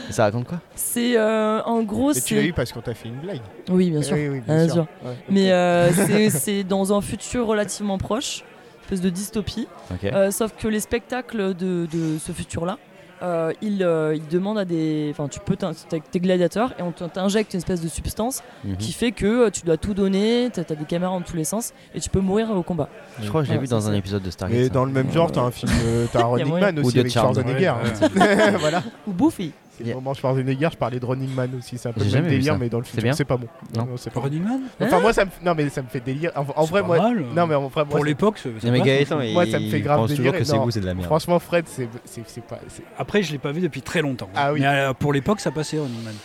[SPEAKER 7] Ça raconte quoi
[SPEAKER 1] C'est euh, en gros.
[SPEAKER 2] Mais
[SPEAKER 1] c'est...
[SPEAKER 2] tu l'as eu parce qu'on t'a fait une blague.
[SPEAKER 1] Oui, bien
[SPEAKER 2] Eh
[SPEAKER 1] sûr.
[SPEAKER 2] oui, bien
[SPEAKER 1] Ah,
[SPEAKER 2] sûr. Ouais.
[SPEAKER 1] Mais euh, c'est- c'est dans un futur relativement proche, espèce de dystopie.
[SPEAKER 7] Ok.
[SPEAKER 1] Euh, sauf que les spectacles de, de ce futur-là, euh, ils, euh, ils demandent à des. Enfin, tu peux. t'in- T'es t'es gladiateur et on t'in- t'injecte une espèce de substance
[SPEAKER 7] Mhm.
[SPEAKER 1] qui fait que euh, tu dois tout donner, t'as t'as des caméras en tous les sens et tu peux mourir au combat.
[SPEAKER 7] Je crois que je l'ai vu dans un épisode de Stargate.
[SPEAKER 2] Mais
[SPEAKER 7] ça.
[SPEAKER 2] dans le même genre, t'as un film, euh, t'as
[SPEAKER 1] Y a
[SPEAKER 2] Running
[SPEAKER 1] moyen.
[SPEAKER 2] Man
[SPEAKER 7] Ou
[SPEAKER 2] aussi
[SPEAKER 7] de
[SPEAKER 2] avec
[SPEAKER 7] Charles.
[SPEAKER 2] Schwarzenegger.
[SPEAKER 1] Ouais.
[SPEAKER 2] voilà.
[SPEAKER 1] Ou Bouffi.
[SPEAKER 2] C'est le moment Schwarzenegger, je parlais de Running Man aussi, c'est un peu
[SPEAKER 7] J'ai
[SPEAKER 2] le même
[SPEAKER 7] jamais vu
[SPEAKER 2] délire,
[SPEAKER 7] ça.
[SPEAKER 2] mais dans le
[SPEAKER 7] C'est
[SPEAKER 2] futur,
[SPEAKER 7] bien
[SPEAKER 2] c'est pas bon.
[SPEAKER 7] Non.
[SPEAKER 2] c'est pas
[SPEAKER 4] Running Man
[SPEAKER 2] Enfin, moi, ça me, non, mais ça me fait délire. En, en
[SPEAKER 4] C'est
[SPEAKER 2] vrai,
[SPEAKER 4] pas
[SPEAKER 2] moi,
[SPEAKER 4] mal.
[SPEAKER 2] non, mais en vrai, moi,
[SPEAKER 4] Pour
[SPEAKER 2] ça-
[SPEAKER 4] l'époque, c'est- c'est
[SPEAKER 7] mais
[SPEAKER 4] pas-
[SPEAKER 7] Gaëtan,
[SPEAKER 2] Moi, ça me
[SPEAKER 7] il
[SPEAKER 2] fait grave
[SPEAKER 7] pense toujours
[SPEAKER 2] délirer.
[SPEAKER 7] que c'est
[SPEAKER 2] Non,
[SPEAKER 7] vous, c'est de la merde.
[SPEAKER 2] Franchement, Fred, c'est c'est- c'est pas. c'est-
[SPEAKER 4] Après, je l'ai pas vu depuis très longtemps.
[SPEAKER 2] Ah oui.
[SPEAKER 4] Mais euh, pour l'époque, ça passait Running Man.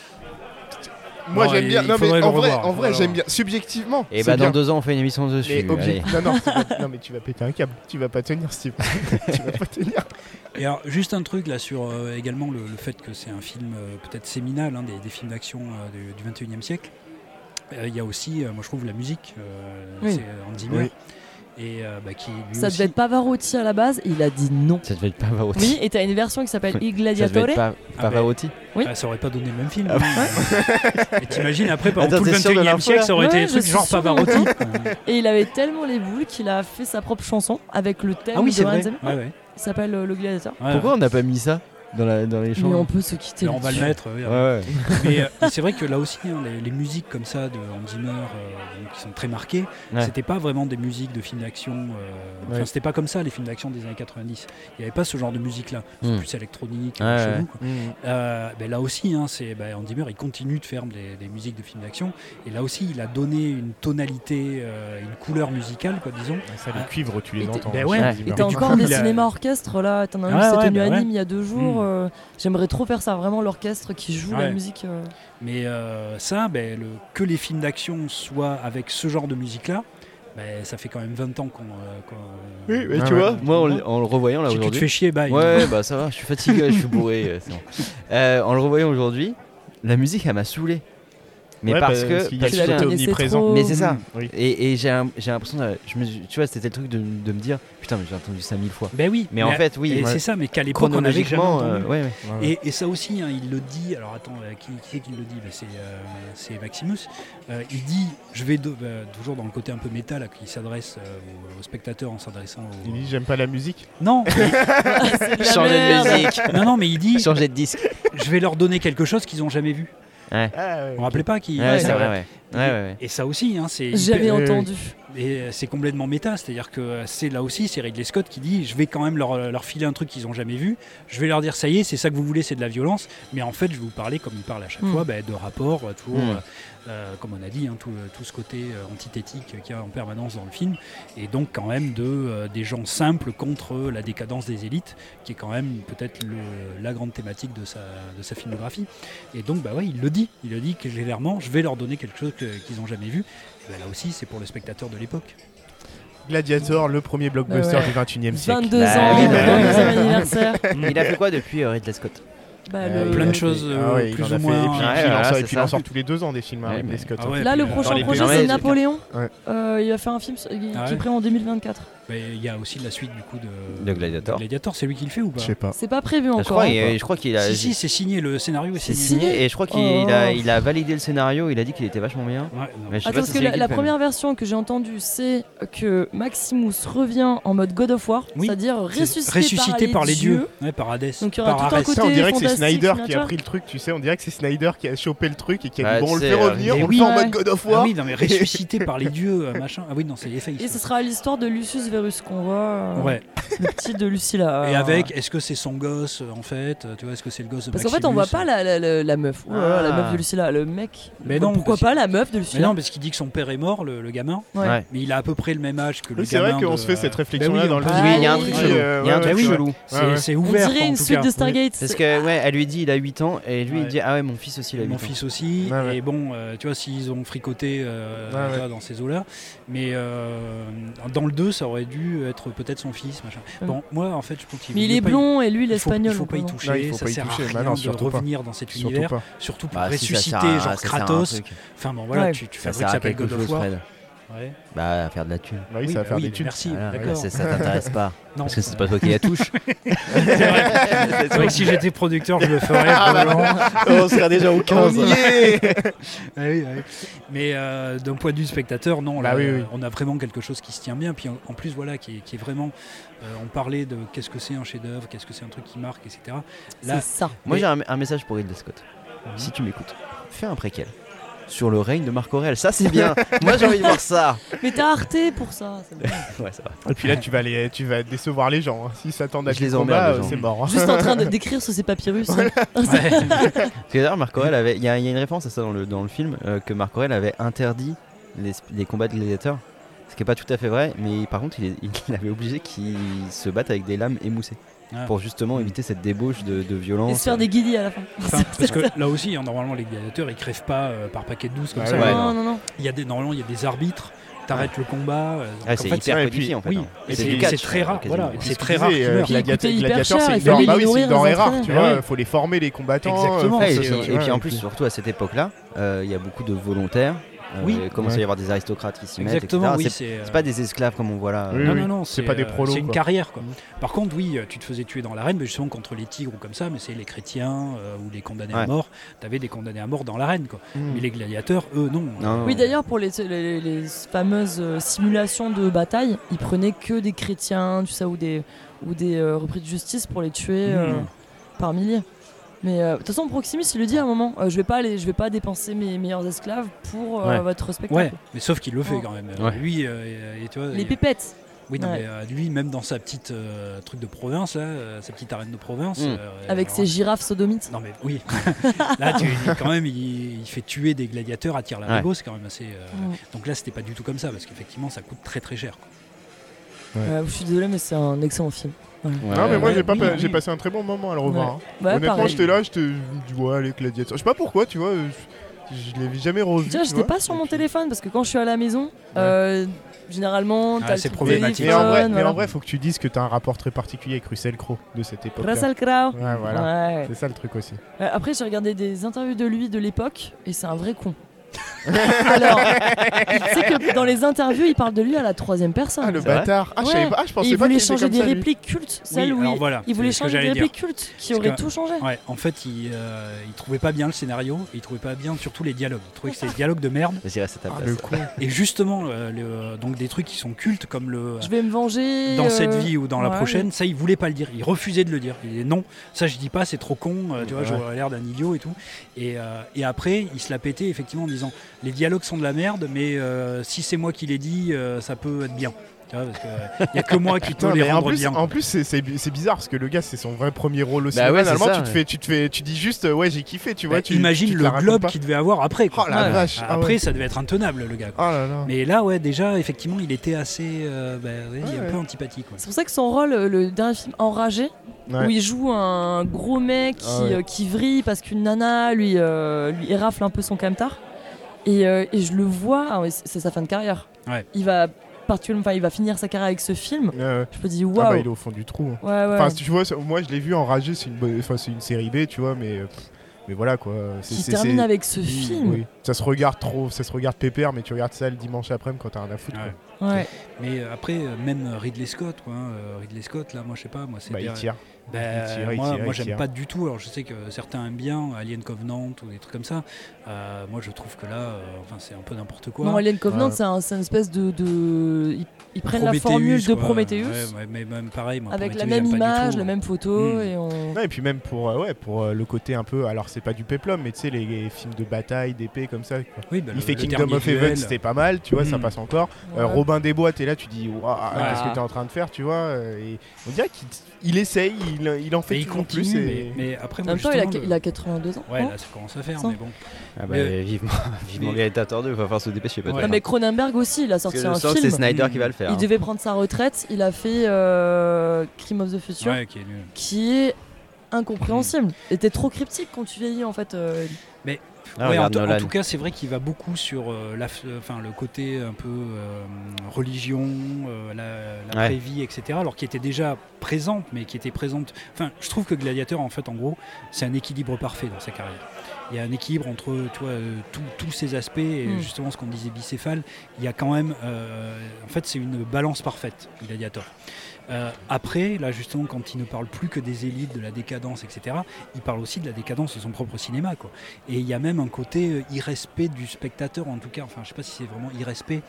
[SPEAKER 2] Moi,
[SPEAKER 4] Bon,
[SPEAKER 2] j'aime
[SPEAKER 4] il-
[SPEAKER 2] bien.
[SPEAKER 4] il
[SPEAKER 2] Non,
[SPEAKER 4] faudrait
[SPEAKER 2] mais
[SPEAKER 4] le
[SPEAKER 2] en vrai,
[SPEAKER 4] revoir.
[SPEAKER 2] en vrai,
[SPEAKER 4] Alors.
[SPEAKER 2] j'aime bien. Subjectivement.
[SPEAKER 7] Et
[SPEAKER 2] c'est
[SPEAKER 7] bah, dans
[SPEAKER 2] bien.
[SPEAKER 7] deux ans, on fait une émission dessus.
[SPEAKER 2] Mais object-
[SPEAKER 7] allez.
[SPEAKER 2] Non, non, c'est pas- non, mais tu vas péter un câble. Tu vas pas tenir, Steve. tu vas pas tenir.
[SPEAKER 4] Et alors, juste un truc là sur euh, également le, le fait que c'est un film euh, peut-être séminal, hein, des, des films d'action euh, du, du 21e siècle. Euh, Il y a aussi, euh, moi je trouve, la musique, euh,
[SPEAKER 1] Oui.
[SPEAKER 4] c'est euh, Hans Zimmer,
[SPEAKER 1] Oui.
[SPEAKER 4] et euh, bah, qui lui
[SPEAKER 1] Ça
[SPEAKER 4] aussi-
[SPEAKER 1] devait être Pavarotti à la base, et il a dit non.
[SPEAKER 7] Ça devait être Pavarotti.
[SPEAKER 1] Oui, et t'as une version qui s'appelle Il
[SPEAKER 7] Ça devait
[SPEAKER 1] Gladiatore.
[SPEAKER 7] être Pa-
[SPEAKER 4] Ah,
[SPEAKER 7] Pavarotti.
[SPEAKER 1] Oui.
[SPEAKER 4] Ah, ça aurait pas donné le même film.
[SPEAKER 7] Ah,
[SPEAKER 4] hein. Et t'imagines après pendant
[SPEAKER 7] Attends,
[SPEAKER 4] tout le
[SPEAKER 7] t'es sûr de
[SPEAKER 4] 21e
[SPEAKER 7] l'info,
[SPEAKER 4] siècle,
[SPEAKER 7] là
[SPEAKER 4] ça aurait été
[SPEAKER 1] Ouais,
[SPEAKER 4] des trucs
[SPEAKER 1] je
[SPEAKER 4] genre
[SPEAKER 1] suis sûre de
[SPEAKER 4] Pavarotti.
[SPEAKER 1] mon truc. Et il avait tellement les boules qu'il a fait sa propre chanson avec le thème
[SPEAKER 4] Ah oui,
[SPEAKER 1] de
[SPEAKER 4] c'est vrai.
[SPEAKER 1] Hans Zimmer.
[SPEAKER 4] Ouais, ouais.
[SPEAKER 1] Il s'appelle euh, Le Gladiateur.
[SPEAKER 4] Ouais,
[SPEAKER 7] Pourquoi on n'a pas mis ça dans, la- dans les
[SPEAKER 1] Mais
[SPEAKER 7] chambres
[SPEAKER 4] euh,
[SPEAKER 1] on peut se quitter.
[SPEAKER 4] Mais on va le
[SPEAKER 1] là-dessus.
[SPEAKER 4] mettre. oui,
[SPEAKER 7] Ouais,
[SPEAKER 4] alors.
[SPEAKER 7] ouais.
[SPEAKER 4] Mais euh, c'est vrai que là aussi, hein, les, les musiques comme ça de Hans Zimmer, euh, donc, qui sont très marquées,
[SPEAKER 7] Ouais.
[SPEAKER 4] c'était pas vraiment des musiques de films d'action. euh, enfin,
[SPEAKER 7] Ouais.
[SPEAKER 4] C'était pas comme ça les films d'action des années 90. Il n'y avait pas ce genre de musique-là.
[SPEAKER 7] Mm.
[SPEAKER 4] C'est plus électronique,
[SPEAKER 7] Ouais,
[SPEAKER 4] euh,
[SPEAKER 7] ouais.
[SPEAKER 4] chelou, quoi.
[SPEAKER 7] Mm.
[SPEAKER 4] Euh, ben, là aussi, hein, c'est ben, Hans Zimmer, il continue de faire des, des musiques de films d'action. Et là aussi, il a donné une tonalité, euh, une couleur musicale, quoi, disons.
[SPEAKER 2] Ça, les
[SPEAKER 4] Ah.
[SPEAKER 2] cuivres, tu les
[SPEAKER 4] Et t'es-
[SPEAKER 2] entends,
[SPEAKER 4] ben
[SPEAKER 2] hein,
[SPEAKER 4] ouais.
[SPEAKER 2] chez Hans Zimmer.
[SPEAKER 1] Et
[SPEAKER 4] Et
[SPEAKER 1] t'as
[SPEAKER 4] du
[SPEAKER 1] encore
[SPEAKER 4] coup,
[SPEAKER 1] des
[SPEAKER 4] il a-
[SPEAKER 1] cinémas orchestres là, t'en as un
[SPEAKER 4] Ah
[SPEAKER 1] qui s'est
[SPEAKER 4] ouais,
[SPEAKER 1] tenu
[SPEAKER 4] bah
[SPEAKER 1] à
[SPEAKER 4] ouais.
[SPEAKER 1] Nîmes il y a deux jours.
[SPEAKER 4] Mm.
[SPEAKER 1] euh, J'aimerais trop faire ça, vraiment l'orchestre qui joue la
[SPEAKER 4] Ouais.
[SPEAKER 1] musique. euh.
[SPEAKER 4] Mais euh, ça, ben, le- que les films d'action soient avec ce genre de musique-là, ben, ça fait quand même 20 ans qu'on. euh, qu'on-
[SPEAKER 7] Oui, mais
[SPEAKER 4] Ouais,
[SPEAKER 7] tu
[SPEAKER 4] ouais.
[SPEAKER 7] vois, Ah moi en, le- en le revoyant là
[SPEAKER 4] Si tu te
[SPEAKER 7] Ah, aujourd'hui.
[SPEAKER 4] fais chier, bye.
[SPEAKER 7] Ouais, bah ça va, je suis fatigué, je suis bourré. euh, c'est bon. Euh, en le revoyant aujourd'hui, la musique elle m'a saoulé. Mais
[SPEAKER 2] Ouais,
[SPEAKER 7] parce
[SPEAKER 2] bah,
[SPEAKER 7] que.
[SPEAKER 2] parce qu'il y a
[SPEAKER 7] parce
[SPEAKER 2] ce côté
[SPEAKER 7] que-
[SPEAKER 2] omniprésent.
[SPEAKER 1] trop-
[SPEAKER 7] Mais c'est ça.
[SPEAKER 2] Oui.
[SPEAKER 7] Et, et j'ai un- j'ai l'impression. de- je me suis- Tu vois, c'était le truc de, de me dire putain, mais j'ai entendu ça mille fois.
[SPEAKER 4] Ben oui.
[SPEAKER 7] Mais en fait, oui.
[SPEAKER 4] et
[SPEAKER 7] ouais.
[SPEAKER 4] C'est ça, mais qu'à l'époque, on avait jamais
[SPEAKER 7] Chronologiquement,
[SPEAKER 4] entendu.
[SPEAKER 7] euh, ouais, ouais.
[SPEAKER 4] Et, et ça aussi, hein, il le dit. Alors attends, euh, qui, qui c'est qui le dit Ben, C'est euh, c'est Maximus. Euh, il dit, je vais de- ben, toujours dans le côté un peu métal, là, qui s'adresse euh, aux, aux spectateurs en s'adressant aux.
[SPEAKER 2] Il dit J'aime pas la musique.
[SPEAKER 4] Non.
[SPEAKER 1] de la Changer de merde. musique.
[SPEAKER 4] Non, non, mais il dit.
[SPEAKER 7] Changer de disque.
[SPEAKER 4] Je vais leur donner quelque chose qu'ils ont jamais vu.
[SPEAKER 7] Ouais.
[SPEAKER 4] On ne rappelait pas qui.
[SPEAKER 7] Ouais, c'est vrai, ouais.
[SPEAKER 4] Et-
[SPEAKER 7] Ouais, ouais, ouais.
[SPEAKER 4] Et ça aussi, hein, c'est.
[SPEAKER 1] J'avais
[SPEAKER 4] hyper-
[SPEAKER 1] entendu.
[SPEAKER 4] Et euh, c'est complètement méta, c'est-à-dire que euh, c'est là aussi, c'est Ridley Scott qui dit je vais quand même leur, euh, leur filer un truc qu'ils ont jamais vu, je vais leur dire ça y est, c'est ça que vous voulez, c'est de la violence, mais en fait je vais vous parler comme il parle à chaque
[SPEAKER 1] Mm.
[SPEAKER 4] fois, bah, de rapport, euh, toujours,
[SPEAKER 7] Mm.
[SPEAKER 4] euh, euh, comme on a dit, hein, tout, euh, tout ce côté euh, antithétique qu'il y a en permanence dans le film, et donc quand même de, euh, des gens simples contre la décadence des élites, qui est quand même peut-être le- la grande thématique de sa, de sa filmographie. Et donc, bah ouais, il le dit, il le dit que clairement, je vais leur donner quelque chose que- qu'ils n'ont jamais vu. Et bah, là aussi, c'est pour le spectateur de l'époque.
[SPEAKER 2] Gladiator, le premier blockbuster
[SPEAKER 1] Ouais.
[SPEAKER 2] du 21 e siècle.
[SPEAKER 1] 22 ans,
[SPEAKER 2] oui, bah,
[SPEAKER 1] 22e anniversaire.
[SPEAKER 7] Il a fait quoi depuis euh, Ridley Scott
[SPEAKER 1] Bah,
[SPEAKER 2] Euh,
[SPEAKER 1] le-
[SPEAKER 4] Plein de
[SPEAKER 2] il-
[SPEAKER 4] choses,
[SPEAKER 2] ah
[SPEAKER 4] euh,
[SPEAKER 2] ouais, il
[SPEAKER 4] plus
[SPEAKER 2] en
[SPEAKER 4] ou
[SPEAKER 2] a fait-
[SPEAKER 4] moins,
[SPEAKER 2] Et puis,
[SPEAKER 7] hein.
[SPEAKER 2] puis il en
[SPEAKER 7] Ouais,
[SPEAKER 2] sort,
[SPEAKER 7] ouais,
[SPEAKER 2] et puis
[SPEAKER 7] c'est
[SPEAKER 2] il en
[SPEAKER 7] ça.
[SPEAKER 2] sort tous les deux ans des films,
[SPEAKER 7] Ouais,
[SPEAKER 2] hein, Ridley
[SPEAKER 7] mais-
[SPEAKER 2] Scott.
[SPEAKER 4] Ah ouais,
[SPEAKER 1] Là,
[SPEAKER 4] puis,
[SPEAKER 1] le
[SPEAKER 4] euh,
[SPEAKER 1] prochain
[SPEAKER 4] dans les
[SPEAKER 1] projet,
[SPEAKER 4] pays-
[SPEAKER 1] c'est
[SPEAKER 4] dans les pays-
[SPEAKER 1] Napoléon.
[SPEAKER 2] Ouais.
[SPEAKER 1] Euh, il va faire un film sur- qui
[SPEAKER 4] Ah
[SPEAKER 1] est
[SPEAKER 4] ouais.
[SPEAKER 1] prêt en 2024.
[SPEAKER 4] Mais Il y a aussi la suite du coup de,
[SPEAKER 7] De Gladiator.
[SPEAKER 4] de c'est lui qui le fait ou pas
[SPEAKER 2] Je sais pas.
[SPEAKER 1] C'est pas prévu
[SPEAKER 7] Ah. Je
[SPEAKER 1] encore.
[SPEAKER 7] crois,
[SPEAKER 1] hein.
[SPEAKER 3] euh,
[SPEAKER 7] et- je crois qu'il a.
[SPEAKER 4] Si, si, c'est signé, le scénario est
[SPEAKER 7] C'est
[SPEAKER 4] signé.
[SPEAKER 7] signé et je crois qu'il
[SPEAKER 1] Oh.
[SPEAKER 7] a, il a validé le scénario, il a dit qu'il était vachement bien.
[SPEAKER 4] Ouais, non.
[SPEAKER 7] Mais je sais
[SPEAKER 1] Attends,
[SPEAKER 7] pas
[SPEAKER 1] parce
[SPEAKER 7] si
[SPEAKER 1] que
[SPEAKER 7] c'est
[SPEAKER 1] la,
[SPEAKER 7] lui
[SPEAKER 1] la
[SPEAKER 7] qui le fait,
[SPEAKER 1] première version que j'ai entendue, c'est que Maximus revient en mode God of War,
[SPEAKER 4] Oui.
[SPEAKER 1] c'est-à-dire
[SPEAKER 4] C'est
[SPEAKER 1] ressuscité,
[SPEAKER 4] ressuscité par les dieux, Ouais, par Hadès.
[SPEAKER 1] Donc il y aura
[SPEAKER 4] Par
[SPEAKER 1] tout un
[SPEAKER 4] Arès. Ah
[SPEAKER 1] côté
[SPEAKER 2] Ça, on dirait que c'est
[SPEAKER 1] fantastique,
[SPEAKER 2] Snyder qui a
[SPEAKER 1] nature.
[SPEAKER 2] pris le truc, tu sais. On dirait que c'est Snyder qui a chopé le truc et qui a
[SPEAKER 7] Ah,
[SPEAKER 2] dit Bon, on le
[SPEAKER 7] c'est,
[SPEAKER 2] fait
[SPEAKER 7] euh,
[SPEAKER 2] revenir,
[SPEAKER 4] mais
[SPEAKER 2] on
[SPEAKER 4] oui.
[SPEAKER 2] le fait en
[SPEAKER 1] Ouais.
[SPEAKER 2] mode God of
[SPEAKER 4] Ah
[SPEAKER 2] War.
[SPEAKER 4] oui, non, mais ressuscité par les dieux, euh, machin. Ah oui, non, c'est les
[SPEAKER 1] Et ce sera l'histoire de Lucius utérus qu'on voit. euh,
[SPEAKER 4] Ouais.
[SPEAKER 1] Le petit de Lucilla.
[SPEAKER 4] Et avec, est-ce que c'est son gosse euh, en fait euh, Tu vois, est-ce que c'est le gosse de
[SPEAKER 1] Parce qu'en fait, on voit pas la, la- la- la meuf. Ouh là là, la
[SPEAKER 4] Ah.
[SPEAKER 1] meuf de Lucilla, le mec.
[SPEAKER 4] Mais non,
[SPEAKER 1] pourquoi pas
[SPEAKER 4] parce-
[SPEAKER 1] la meuf de
[SPEAKER 4] Mais
[SPEAKER 1] Lucilla
[SPEAKER 4] non, parce qu'il dit que son père est mort, le, le gamin.
[SPEAKER 1] Ouais. Ouais.
[SPEAKER 4] Mais il a à peu près le même âge que le
[SPEAKER 2] Oui, c'est
[SPEAKER 4] gamin.
[SPEAKER 2] vrai qu'on
[SPEAKER 4] de,
[SPEAKER 2] se fait cette
[SPEAKER 4] euh,
[SPEAKER 2] réflexion-là
[SPEAKER 4] bah oui,
[SPEAKER 2] dans
[SPEAKER 4] on
[SPEAKER 2] le
[SPEAKER 4] peut-
[SPEAKER 2] film.
[SPEAKER 3] Oui, il y a un truc
[SPEAKER 2] Ah,
[SPEAKER 3] chelou.
[SPEAKER 2] euh,
[SPEAKER 3] Il y a un
[SPEAKER 2] ouais,
[SPEAKER 3] truc
[SPEAKER 2] ouais,
[SPEAKER 3] chelou.
[SPEAKER 2] ouais.
[SPEAKER 4] C'est- Ouais, ouais. c'est ouvert, On dirait en une tout suite cas. de Stargate.
[SPEAKER 3] Parce que, ouais, elle lui dit il a 8 ans, et lui, il
[SPEAKER 4] Ouais.
[SPEAKER 3] dit ah ouais, mon fils aussi, il a 8
[SPEAKER 4] mon
[SPEAKER 3] ans.
[SPEAKER 4] fils aussi. Et bon, euh, tu vois, s'ils ont fricoté euh,
[SPEAKER 3] Ouais, ouais.
[SPEAKER 4] tu vois, dans ces eaux-là. Mais euh, dans le 2, ça aurait dû être peut-être son fils. Machin.
[SPEAKER 1] Ouais.
[SPEAKER 4] Bon, moi, en fait, je trouve qu'il
[SPEAKER 1] Mais il
[SPEAKER 4] vaut mieux
[SPEAKER 1] est
[SPEAKER 4] pas y-
[SPEAKER 1] blond et lui,
[SPEAKER 4] il faut-
[SPEAKER 1] l'espagnol,
[SPEAKER 4] Il faut pas y
[SPEAKER 1] donc,
[SPEAKER 4] toucher.
[SPEAKER 2] non. Non, il faut
[SPEAKER 4] ça
[SPEAKER 2] pas y
[SPEAKER 4] sert
[SPEAKER 2] toucher.
[SPEAKER 4] à
[SPEAKER 2] Bah
[SPEAKER 4] rien
[SPEAKER 2] non,
[SPEAKER 4] de
[SPEAKER 2] surtout pas.
[SPEAKER 4] revenir dans cet
[SPEAKER 2] Surtout
[SPEAKER 4] univers.
[SPEAKER 2] pas.
[SPEAKER 4] Surtout pour
[SPEAKER 3] Bah, si, ça
[SPEAKER 4] ressusciter,
[SPEAKER 3] sert à-
[SPEAKER 4] genre
[SPEAKER 3] ça sert à un
[SPEAKER 4] Kratos.
[SPEAKER 3] truc.
[SPEAKER 4] Enfin bon, voilà, tu, tu fais un
[SPEAKER 3] ça sert
[SPEAKER 4] truc qui
[SPEAKER 3] à
[SPEAKER 4] s'appelle
[SPEAKER 3] quelque
[SPEAKER 4] God of
[SPEAKER 3] chose,
[SPEAKER 4] War.
[SPEAKER 3] Fred.
[SPEAKER 4] Ouais.
[SPEAKER 3] Bah, à faire de la thune.
[SPEAKER 2] Bah oui, ça va faire
[SPEAKER 4] oui,
[SPEAKER 2] des thunes.
[SPEAKER 4] merci,
[SPEAKER 3] Ah,
[SPEAKER 4] d'accord.
[SPEAKER 3] bah, c'est- ça t'intéresse pas.
[SPEAKER 4] Non.
[SPEAKER 3] Parce que c'est pas toi qui la touche.
[SPEAKER 4] C'est vrai. C'est vrai que si j'étais producteur, je le ferais.
[SPEAKER 3] Ah, bah,
[SPEAKER 4] probablement.
[SPEAKER 3] on serait déjà au 15.
[SPEAKER 4] On y est. Ah oui, ah oui. Mais euh, d'un point de vue spectateur, non, là,
[SPEAKER 2] Bah oui,
[SPEAKER 4] euh,
[SPEAKER 2] oui.
[SPEAKER 4] on a vraiment quelque chose qui se tient bien. Puis en, en plus, voilà, qui est, qui est vraiment. euh, on parlait de qu'est-ce que c'est un chef-d'œuvre, qu'est-ce que c'est un truc qui marque, etc. Là,
[SPEAKER 3] Moi,
[SPEAKER 4] Mais-
[SPEAKER 3] j'ai un, un message pour Ridley Scott. Si tu m'écoutes, fais un préquel sur le règne de Marc Aurel. Ça, c'est bien. Moi, j'ai envie de voir ça.
[SPEAKER 1] Mais t'as Arte pour ça. c'est bon.
[SPEAKER 3] ouais, ça va.
[SPEAKER 2] Et puis là, tu vas, les, tu vas décevoir les gens. hein. S'ils s'attendent à
[SPEAKER 3] Je
[SPEAKER 2] du
[SPEAKER 3] les
[SPEAKER 2] combat,
[SPEAKER 3] emmerde, les
[SPEAKER 2] euh,
[SPEAKER 3] gens.
[SPEAKER 2] c'est mort. hein.
[SPEAKER 1] Juste en train de- d'écrire sur ses papyrus. hein.
[SPEAKER 3] Parce que d'ailleurs, Marc Aurel avait. Il y, a il y a une référence à ça dans le, dans le film euh, que Marc Aurel avait interdit les, sp- les combats de gladiateurs. Ce qui n'est pas tout à fait vrai, mais par contre, il, il avait obligé qu'ils se battent avec des lames émoussées.
[SPEAKER 4] Ah.
[SPEAKER 3] Pour justement éviter cette débauche de, de
[SPEAKER 1] Et
[SPEAKER 3] violence.
[SPEAKER 1] se faire des guillis à la fin.
[SPEAKER 4] Enfin, parce que là aussi, hein, normalement, les gladiateurs, ils crèvent pas euh, par paquet de 12 comme
[SPEAKER 3] Bah
[SPEAKER 4] ça.
[SPEAKER 3] ouais, Ouais,
[SPEAKER 1] non, non. non.
[SPEAKER 4] Il y a des, normalement, il y a des arbitres. T'arrêtes le combat. euh,
[SPEAKER 3] Ah,
[SPEAKER 4] donc,
[SPEAKER 3] c'est
[SPEAKER 4] en fait,
[SPEAKER 3] hyper
[SPEAKER 4] c'est-
[SPEAKER 3] codifié, en fait,
[SPEAKER 4] Oui,
[SPEAKER 3] hein.
[SPEAKER 4] et
[SPEAKER 3] C'est
[SPEAKER 4] c'est
[SPEAKER 3] du catch,
[SPEAKER 4] c'est très rare.
[SPEAKER 3] quasiment.
[SPEAKER 4] Voilà, et c'est
[SPEAKER 2] Parce
[SPEAKER 4] très
[SPEAKER 2] que
[SPEAKER 4] rare.
[SPEAKER 2] tu
[SPEAKER 4] qu'il
[SPEAKER 2] disais, euh,
[SPEAKER 4] meure.
[SPEAKER 1] Puis il
[SPEAKER 2] gladiateur-
[SPEAKER 1] coûtait hyper
[SPEAKER 2] gladiateur,
[SPEAKER 1] cher,
[SPEAKER 2] c'est
[SPEAKER 1] il
[SPEAKER 2] une denrée-
[SPEAKER 1] fallait
[SPEAKER 2] bah
[SPEAKER 1] les
[SPEAKER 2] oui, c'est
[SPEAKER 1] nourrir
[SPEAKER 2] une
[SPEAKER 1] dans
[SPEAKER 2] denrée
[SPEAKER 1] un
[SPEAKER 2] rare,
[SPEAKER 1] train.
[SPEAKER 2] tu
[SPEAKER 1] Ah
[SPEAKER 2] vois.
[SPEAKER 1] ouais.
[SPEAKER 2] Faut les former, les combattants.
[SPEAKER 4] Exactement.
[SPEAKER 2] euh,
[SPEAKER 3] Ouais, et,
[SPEAKER 2] faut-
[SPEAKER 3] puis,
[SPEAKER 2] ouais,
[SPEAKER 3] et puis en
[SPEAKER 2] et
[SPEAKER 3] plus,
[SPEAKER 2] puis-
[SPEAKER 3] surtout à cette époque-là, euh, il y a beaucoup de volontaires. Euh,
[SPEAKER 4] Oui.
[SPEAKER 3] il commence à y avoir des aristocrates qui s'y mettent.
[SPEAKER 4] Exactement,
[SPEAKER 3] etc.
[SPEAKER 4] oui, c'est,
[SPEAKER 3] c'est
[SPEAKER 4] euh,
[SPEAKER 3] c'est pas des esclaves comme on voit là.
[SPEAKER 2] Oui,
[SPEAKER 4] non,
[SPEAKER 2] oui.
[SPEAKER 4] non, non,
[SPEAKER 2] C'est pas des
[SPEAKER 4] euh,
[SPEAKER 2] prolos,
[SPEAKER 4] C'est une
[SPEAKER 2] quoi.
[SPEAKER 4] carrière. Quoi. Par contre, oui, euh, tu te faisais tuer dans l'arène, mais justement contre les tigres ou comme ça, mais c'est les chrétiens euh, ou les condamnés
[SPEAKER 3] Ouais.
[SPEAKER 4] à mort. Tu avais des condamnés à mort dans l'arène. quoi.
[SPEAKER 2] Mm.
[SPEAKER 4] Mais les gladiateurs, eux, non.
[SPEAKER 3] Non.
[SPEAKER 1] Oui, d'ailleurs, pour les, les- les fameuses euh, simulations de bataille, ils prenaient que des chrétiens, tu sais, ou des, ou des euh, repris de justice pour les tuer euh,
[SPEAKER 4] Mhm.
[SPEAKER 1] par milliers. Mais euh, de toute façon, Proximus, il le dit à un moment euh, je vais pas aller, je vais pas dépenser mes meilleurs esclaves pour euh,
[SPEAKER 4] Ouais.
[SPEAKER 1] votre spectacle.
[SPEAKER 4] Ouais, mais sauf qu'il le fait
[SPEAKER 1] Oh.
[SPEAKER 4] quand même.
[SPEAKER 3] Ouais.
[SPEAKER 4] Lui, euh, et, et tu vois,
[SPEAKER 1] Les
[SPEAKER 4] il-
[SPEAKER 1] pépettes
[SPEAKER 4] Oui, non,
[SPEAKER 1] Ouais.
[SPEAKER 4] mais euh, lui, même dans sa petite euh, truc de province, là, euh, sa petite arène de province.
[SPEAKER 3] Mm.
[SPEAKER 4] euh,
[SPEAKER 1] avec
[SPEAKER 4] alors-
[SPEAKER 1] ces girafes sodomites.
[SPEAKER 4] Non, mais oui. là, tu, quand même, il, il fait tuer des gladiateurs à tir la
[SPEAKER 3] Ouais.
[SPEAKER 4] c'est quand même assez. euh,
[SPEAKER 1] Mm.
[SPEAKER 4] Donc là, c'était pas du tout comme ça, parce qu'effectivement, ça coûte très très cher. quoi.
[SPEAKER 1] Euh, je suis désolé, mais c'est un excellent film. Ouais.
[SPEAKER 2] Non, mais moi,
[SPEAKER 4] Ouais,
[SPEAKER 2] j'ai pas
[SPEAKER 4] oui,
[SPEAKER 2] pa-
[SPEAKER 4] oui.
[SPEAKER 2] j'ai passé un très bon moment à le revoir.
[SPEAKER 1] Ouais.
[SPEAKER 2] hein.
[SPEAKER 1] Ouais,
[SPEAKER 2] Honnêtement,
[SPEAKER 1] pareil.
[SPEAKER 2] j'étais là, j'étais- je me dis, ouais, les gladiateurs. Je sais pas pourquoi, tu vois. euh, Je je l'ai jamais revu.
[SPEAKER 1] Déjà,
[SPEAKER 2] tu
[SPEAKER 1] j'étais
[SPEAKER 2] vois.
[SPEAKER 1] pas sur mon téléphone parce que quand je suis à la maison, euh, généralement,
[SPEAKER 4] Ah,
[SPEAKER 1] t'as le
[SPEAKER 4] c'est
[SPEAKER 1] truc
[SPEAKER 4] problématique.
[SPEAKER 2] Mais en,
[SPEAKER 1] téléphone,
[SPEAKER 2] vrai, mais
[SPEAKER 1] voilà.
[SPEAKER 2] en vrai, faut que tu dises que t'as un rapport très particulier avec Russell Crowe de cette époque.
[SPEAKER 1] Russell Crowe.
[SPEAKER 2] Ouais, voilà.
[SPEAKER 1] Ouais.
[SPEAKER 2] C'est ça le truc aussi.
[SPEAKER 1] Euh, Après, j'ai regardé des interviews de lui de l'époque et c'est un vrai con. Alors, tu sais que dans les interviews, il parle de lui à la troisième personne.
[SPEAKER 2] Ah, le
[SPEAKER 3] C'est vrai
[SPEAKER 2] bâtard. Ah, je
[SPEAKER 1] Ouais.
[SPEAKER 2] savais pas. Ah, je
[SPEAKER 1] Et
[SPEAKER 2] pensais
[SPEAKER 1] il
[SPEAKER 2] pas
[SPEAKER 1] voulait
[SPEAKER 2] qu'il était
[SPEAKER 1] changer
[SPEAKER 2] comme
[SPEAKER 1] des
[SPEAKER 2] ça, lui.
[SPEAKER 1] répliques cultes, celles
[SPEAKER 4] Oui,
[SPEAKER 1] où
[SPEAKER 4] alors
[SPEAKER 1] il,
[SPEAKER 4] voilà,
[SPEAKER 1] il voulait
[SPEAKER 4] c'est ce que
[SPEAKER 1] changer des
[SPEAKER 4] j'allais dire.
[SPEAKER 1] répliques cultes qui
[SPEAKER 4] Parce
[SPEAKER 1] auraient
[SPEAKER 4] que-
[SPEAKER 1] tout changé.
[SPEAKER 4] Ouais, en fait, il, euh, il trouvait pas bien le scénario, il trouvait pas bien surtout les dialogues. Il trouvait que c'est des dialogues de merde.
[SPEAKER 3] Vas-y, reste à ta
[SPEAKER 2] Ah,
[SPEAKER 3] place.
[SPEAKER 2] le con.
[SPEAKER 4] Et justement, euh, le- euh, donc des trucs qui sont cultes comme le.
[SPEAKER 1] Je vais me venger.
[SPEAKER 4] dans
[SPEAKER 1] euh,
[SPEAKER 4] cette vie ou dans la
[SPEAKER 1] ouais.
[SPEAKER 4] prochaine, ça il voulait pas le dire, il refusait de le dire. Il disait non, ça je dis pas, c'est trop con, euh, tu vois,
[SPEAKER 2] Ouais.
[SPEAKER 4] j'aurais l'air d'un idiot et tout. Et, euh, et après, il se l'a pété effectivement en disant les dialogues sont de la merde, mais euh, si c'est moi qui les dis, euh, ça peut être bien. Tu vois, parce que euh, y a que moi qui peux
[SPEAKER 2] Putain,
[SPEAKER 4] les
[SPEAKER 2] mais en
[SPEAKER 4] rendre
[SPEAKER 2] plus,
[SPEAKER 4] bien.
[SPEAKER 2] en plus c'est- c'est bi- c'est bizarre parce que le gars, c'est son vrai premier rôle aussi.
[SPEAKER 3] Bah ouais, c'est
[SPEAKER 2] Finalement,
[SPEAKER 3] ça,
[SPEAKER 2] tu te
[SPEAKER 3] ouais.
[SPEAKER 2] fais, tu te fais, tu dis juste, euh, ouais, j'ai kiffé, tu
[SPEAKER 4] Bah,
[SPEAKER 2] vois. tu,
[SPEAKER 4] imagine
[SPEAKER 2] tu te
[SPEAKER 4] le
[SPEAKER 2] la racontes
[SPEAKER 4] globe
[SPEAKER 2] pas.
[SPEAKER 4] qu'il devait avoir après. quoi.
[SPEAKER 2] Oh la
[SPEAKER 4] Ouais.
[SPEAKER 2] vache, ah
[SPEAKER 4] Après,
[SPEAKER 2] ouais.
[SPEAKER 4] ça devait être intenable le gars.
[SPEAKER 2] Oh
[SPEAKER 4] quoi.
[SPEAKER 2] là là.
[SPEAKER 4] Mais là, ouais, déjà, effectivement, il était assez, euh, bah, ouais, il est un
[SPEAKER 2] Ouais.
[SPEAKER 4] peu antipathique. quoi.
[SPEAKER 1] C'est pour ça que son rôle, euh, le dernier film Enragé,
[SPEAKER 2] Ouais.
[SPEAKER 1] où il joue un gros mec qui,
[SPEAKER 2] Ah ouais.
[SPEAKER 1] euh, qui vrille parce qu'une nana lui, euh, lui érafle un peu son camtar. Et, euh, et je le vois, ah ouais, c'est c'est sa fin de carrière.
[SPEAKER 4] Ouais.
[SPEAKER 1] Il va particulièrement, enfin, il va finir sa carrière avec ce film.
[SPEAKER 2] Ouais, ouais.
[SPEAKER 1] Je me dis
[SPEAKER 2] Ah
[SPEAKER 1] waouh.
[SPEAKER 2] bah, il est au fond du trou. hein.
[SPEAKER 1] Ouais, ouais.
[SPEAKER 2] Enfin, tu vois, ça- moi, je l'ai vu enragé. C'est une, bonne- enfin, c'est une série B, tu vois, mais. euh, pff, Mais voilà quoi. C'est-
[SPEAKER 1] Qui
[SPEAKER 2] c'est-
[SPEAKER 1] termine
[SPEAKER 2] c'est-
[SPEAKER 1] avec ce
[SPEAKER 2] Oui,
[SPEAKER 1] film.
[SPEAKER 2] oui. Ça se regarde trop, ça se regarde pépère, mais tu regardes ça le dimanche après-midi quand t'as rien à foutre.
[SPEAKER 4] Ouais.
[SPEAKER 2] quoi.
[SPEAKER 1] Ouais.
[SPEAKER 4] Mais euh, après, euh, même euh, Ridley Scott, quoi, hein, euh, Ridley Scott, là, moi, je sais pas, moi, c'est
[SPEAKER 2] Bah, il
[SPEAKER 4] derrière-
[SPEAKER 2] tire.
[SPEAKER 4] Bah,
[SPEAKER 2] Il tire, il
[SPEAKER 4] moi,
[SPEAKER 2] tire,
[SPEAKER 4] moi
[SPEAKER 2] il
[SPEAKER 4] j'aime
[SPEAKER 2] tire.
[SPEAKER 4] pas du tout. Alors, je sais que certains aiment bien Alien Covenant ou des trucs comme ça. Euh, moi, je trouve que là, euh, enfin, c'est un peu n'importe quoi.
[SPEAKER 1] Non, Alien Covenant,
[SPEAKER 2] Ouais.
[SPEAKER 1] c'est un- c'est une espèce de. de- Ils, ils prennent
[SPEAKER 4] Prometheus,
[SPEAKER 1] la formule de
[SPEAKER 4] quoi.
[SPEAKER 1] Prometheus
[SPEAKER 4] Ouais, ouais, mais même pareil, moi,
[SPEAKER 1] avec la
[SPEAKER 4] Prometheus,
[SPEAKER 1] même
[SPEAKER 4] j'aime pas du
[SPEAKER 1] image,
[SPEAKER 4] tout.
[SPEAKER 1] la même photo.
[SPEAKER 2] Hmm.
[SPEAKER 4] Mm.
[SPEAKER 1] Et on...
[SPEAKER 2] Non, et puis même pour, euh, ouais, pour euh, le côté un peu, alors c'est pas du péplum, mais tu sais, les, les films de bataille, d'épée comme ça. quoi.
[SPEAKER 4] Oui, bah,
[SPEAKER 2] Il
[SPEAKER 4] le-
[SPEAKER 2] fait
[SPEAKER 4] le
[SPEAKER 2] Kingdom
[SPEAKER 4] dernier
[SPEAKER 2] of Heaven,
[SPEAKER 4] duel.
[SPEAKER 2] c'était pas mal, tu vois, ça
[SPEAKER 4] Mm.
[SPEAKER 2] passe encore.
[SPEAKER 1] Ouais.
[SPEAKER 2] Euh, Robin Robin des Bois, t'es là, tu dis, Waouh,
[SPEAKER 4] Ouais.
[SPEAKER 2] qu'est-ce que t'es en train de faire, tu vois euh, et On dirait qu'il il essaye, il, il en fait
[SPEAKER 4] Et il
[SPEAKER 2] toujours
[SPEAKER 4] continue,
[SPEAKER 2] plus.
[SPEAKER 4] mais- mais après,
[SPEAKER 1] En même temps, il a, il a 82 ans.
[SPEAKER 4] Ouais,
[SPEAKER 1] non
[SPEAKER 4] là, ça commence à faire,
[SPEAKER 1] Ça.
[SPEAKER 4] mais bon.
[SPEAKER 3] Ah bah,
[SPEAKER 4] Mais, euh,
[SPEAKER 3] vivement, vivement
[SPEAKER 4] mais-
[SPEAKER 3] Gladiator 2, il va falloir se dépêcher peut-être.
[SPEAKER 1] Non, Ah, mais Cronenberg aussi, il a sorti
[SPEAKER 3] Parce que
[SPEAKER 1] un
[SPEAKER 3] je sens que
[SPEAKER 1] film.
[SPEAKER 3] c'est Snyder qui va le faire,
[SPEAKER 1] Il
[SPEAKER 3] hein.
[SPEAKER 1] devait prendre sa retraite. Il a fait euh, Crime of the Future,
[SPEAKER 4] Ouais, qui est nul.
[SPEAKER 1] qui est incompréhensible. Et t'es trop cryptique quand tu vieillis en fait. euh,
[SPEAKER 4] Mais
[SPEAKER 3] Ah,
[SPEAKER 4] ouais, en,
[SPEAKER 3] regarde
[SPEAKER 4] tout- en
[SPEAKER 3] Nolan.
[SPEAKER 4] tout cas, c'est vrai qu'il va beaucoup sur euh, la, f- enfin, le côté un peu euh, religion, euh, la, la
[SPEAKER 3] Ouais.
[SPEAKER 4] prévie, etc. Alors qui était déjà présente, mais qui était présente. Enfin, je trouve que Gladiateur, en fait, en gros, c'est un équilibre parfait dans sa carrière. Il y a un équilibre entre tu vois, euh, tout- tous ces aspects, et
[SPEAKER 3] Mm.
[SPEAKER 4] justement ce qu'on disait bicéphale, il y a quand même. euh, en fait, c'est une balance parfaite, Gladiator. Euh, après, là justement, quand il ne parle plus que des élites, de la décadence, etc., il parle aussi de la décadence de son propre cinéma. Quoi. Et il y a même un côté euh, irrespect du spectateur, en tout cas, enfin je sais pas si c'est vraiment irrespect,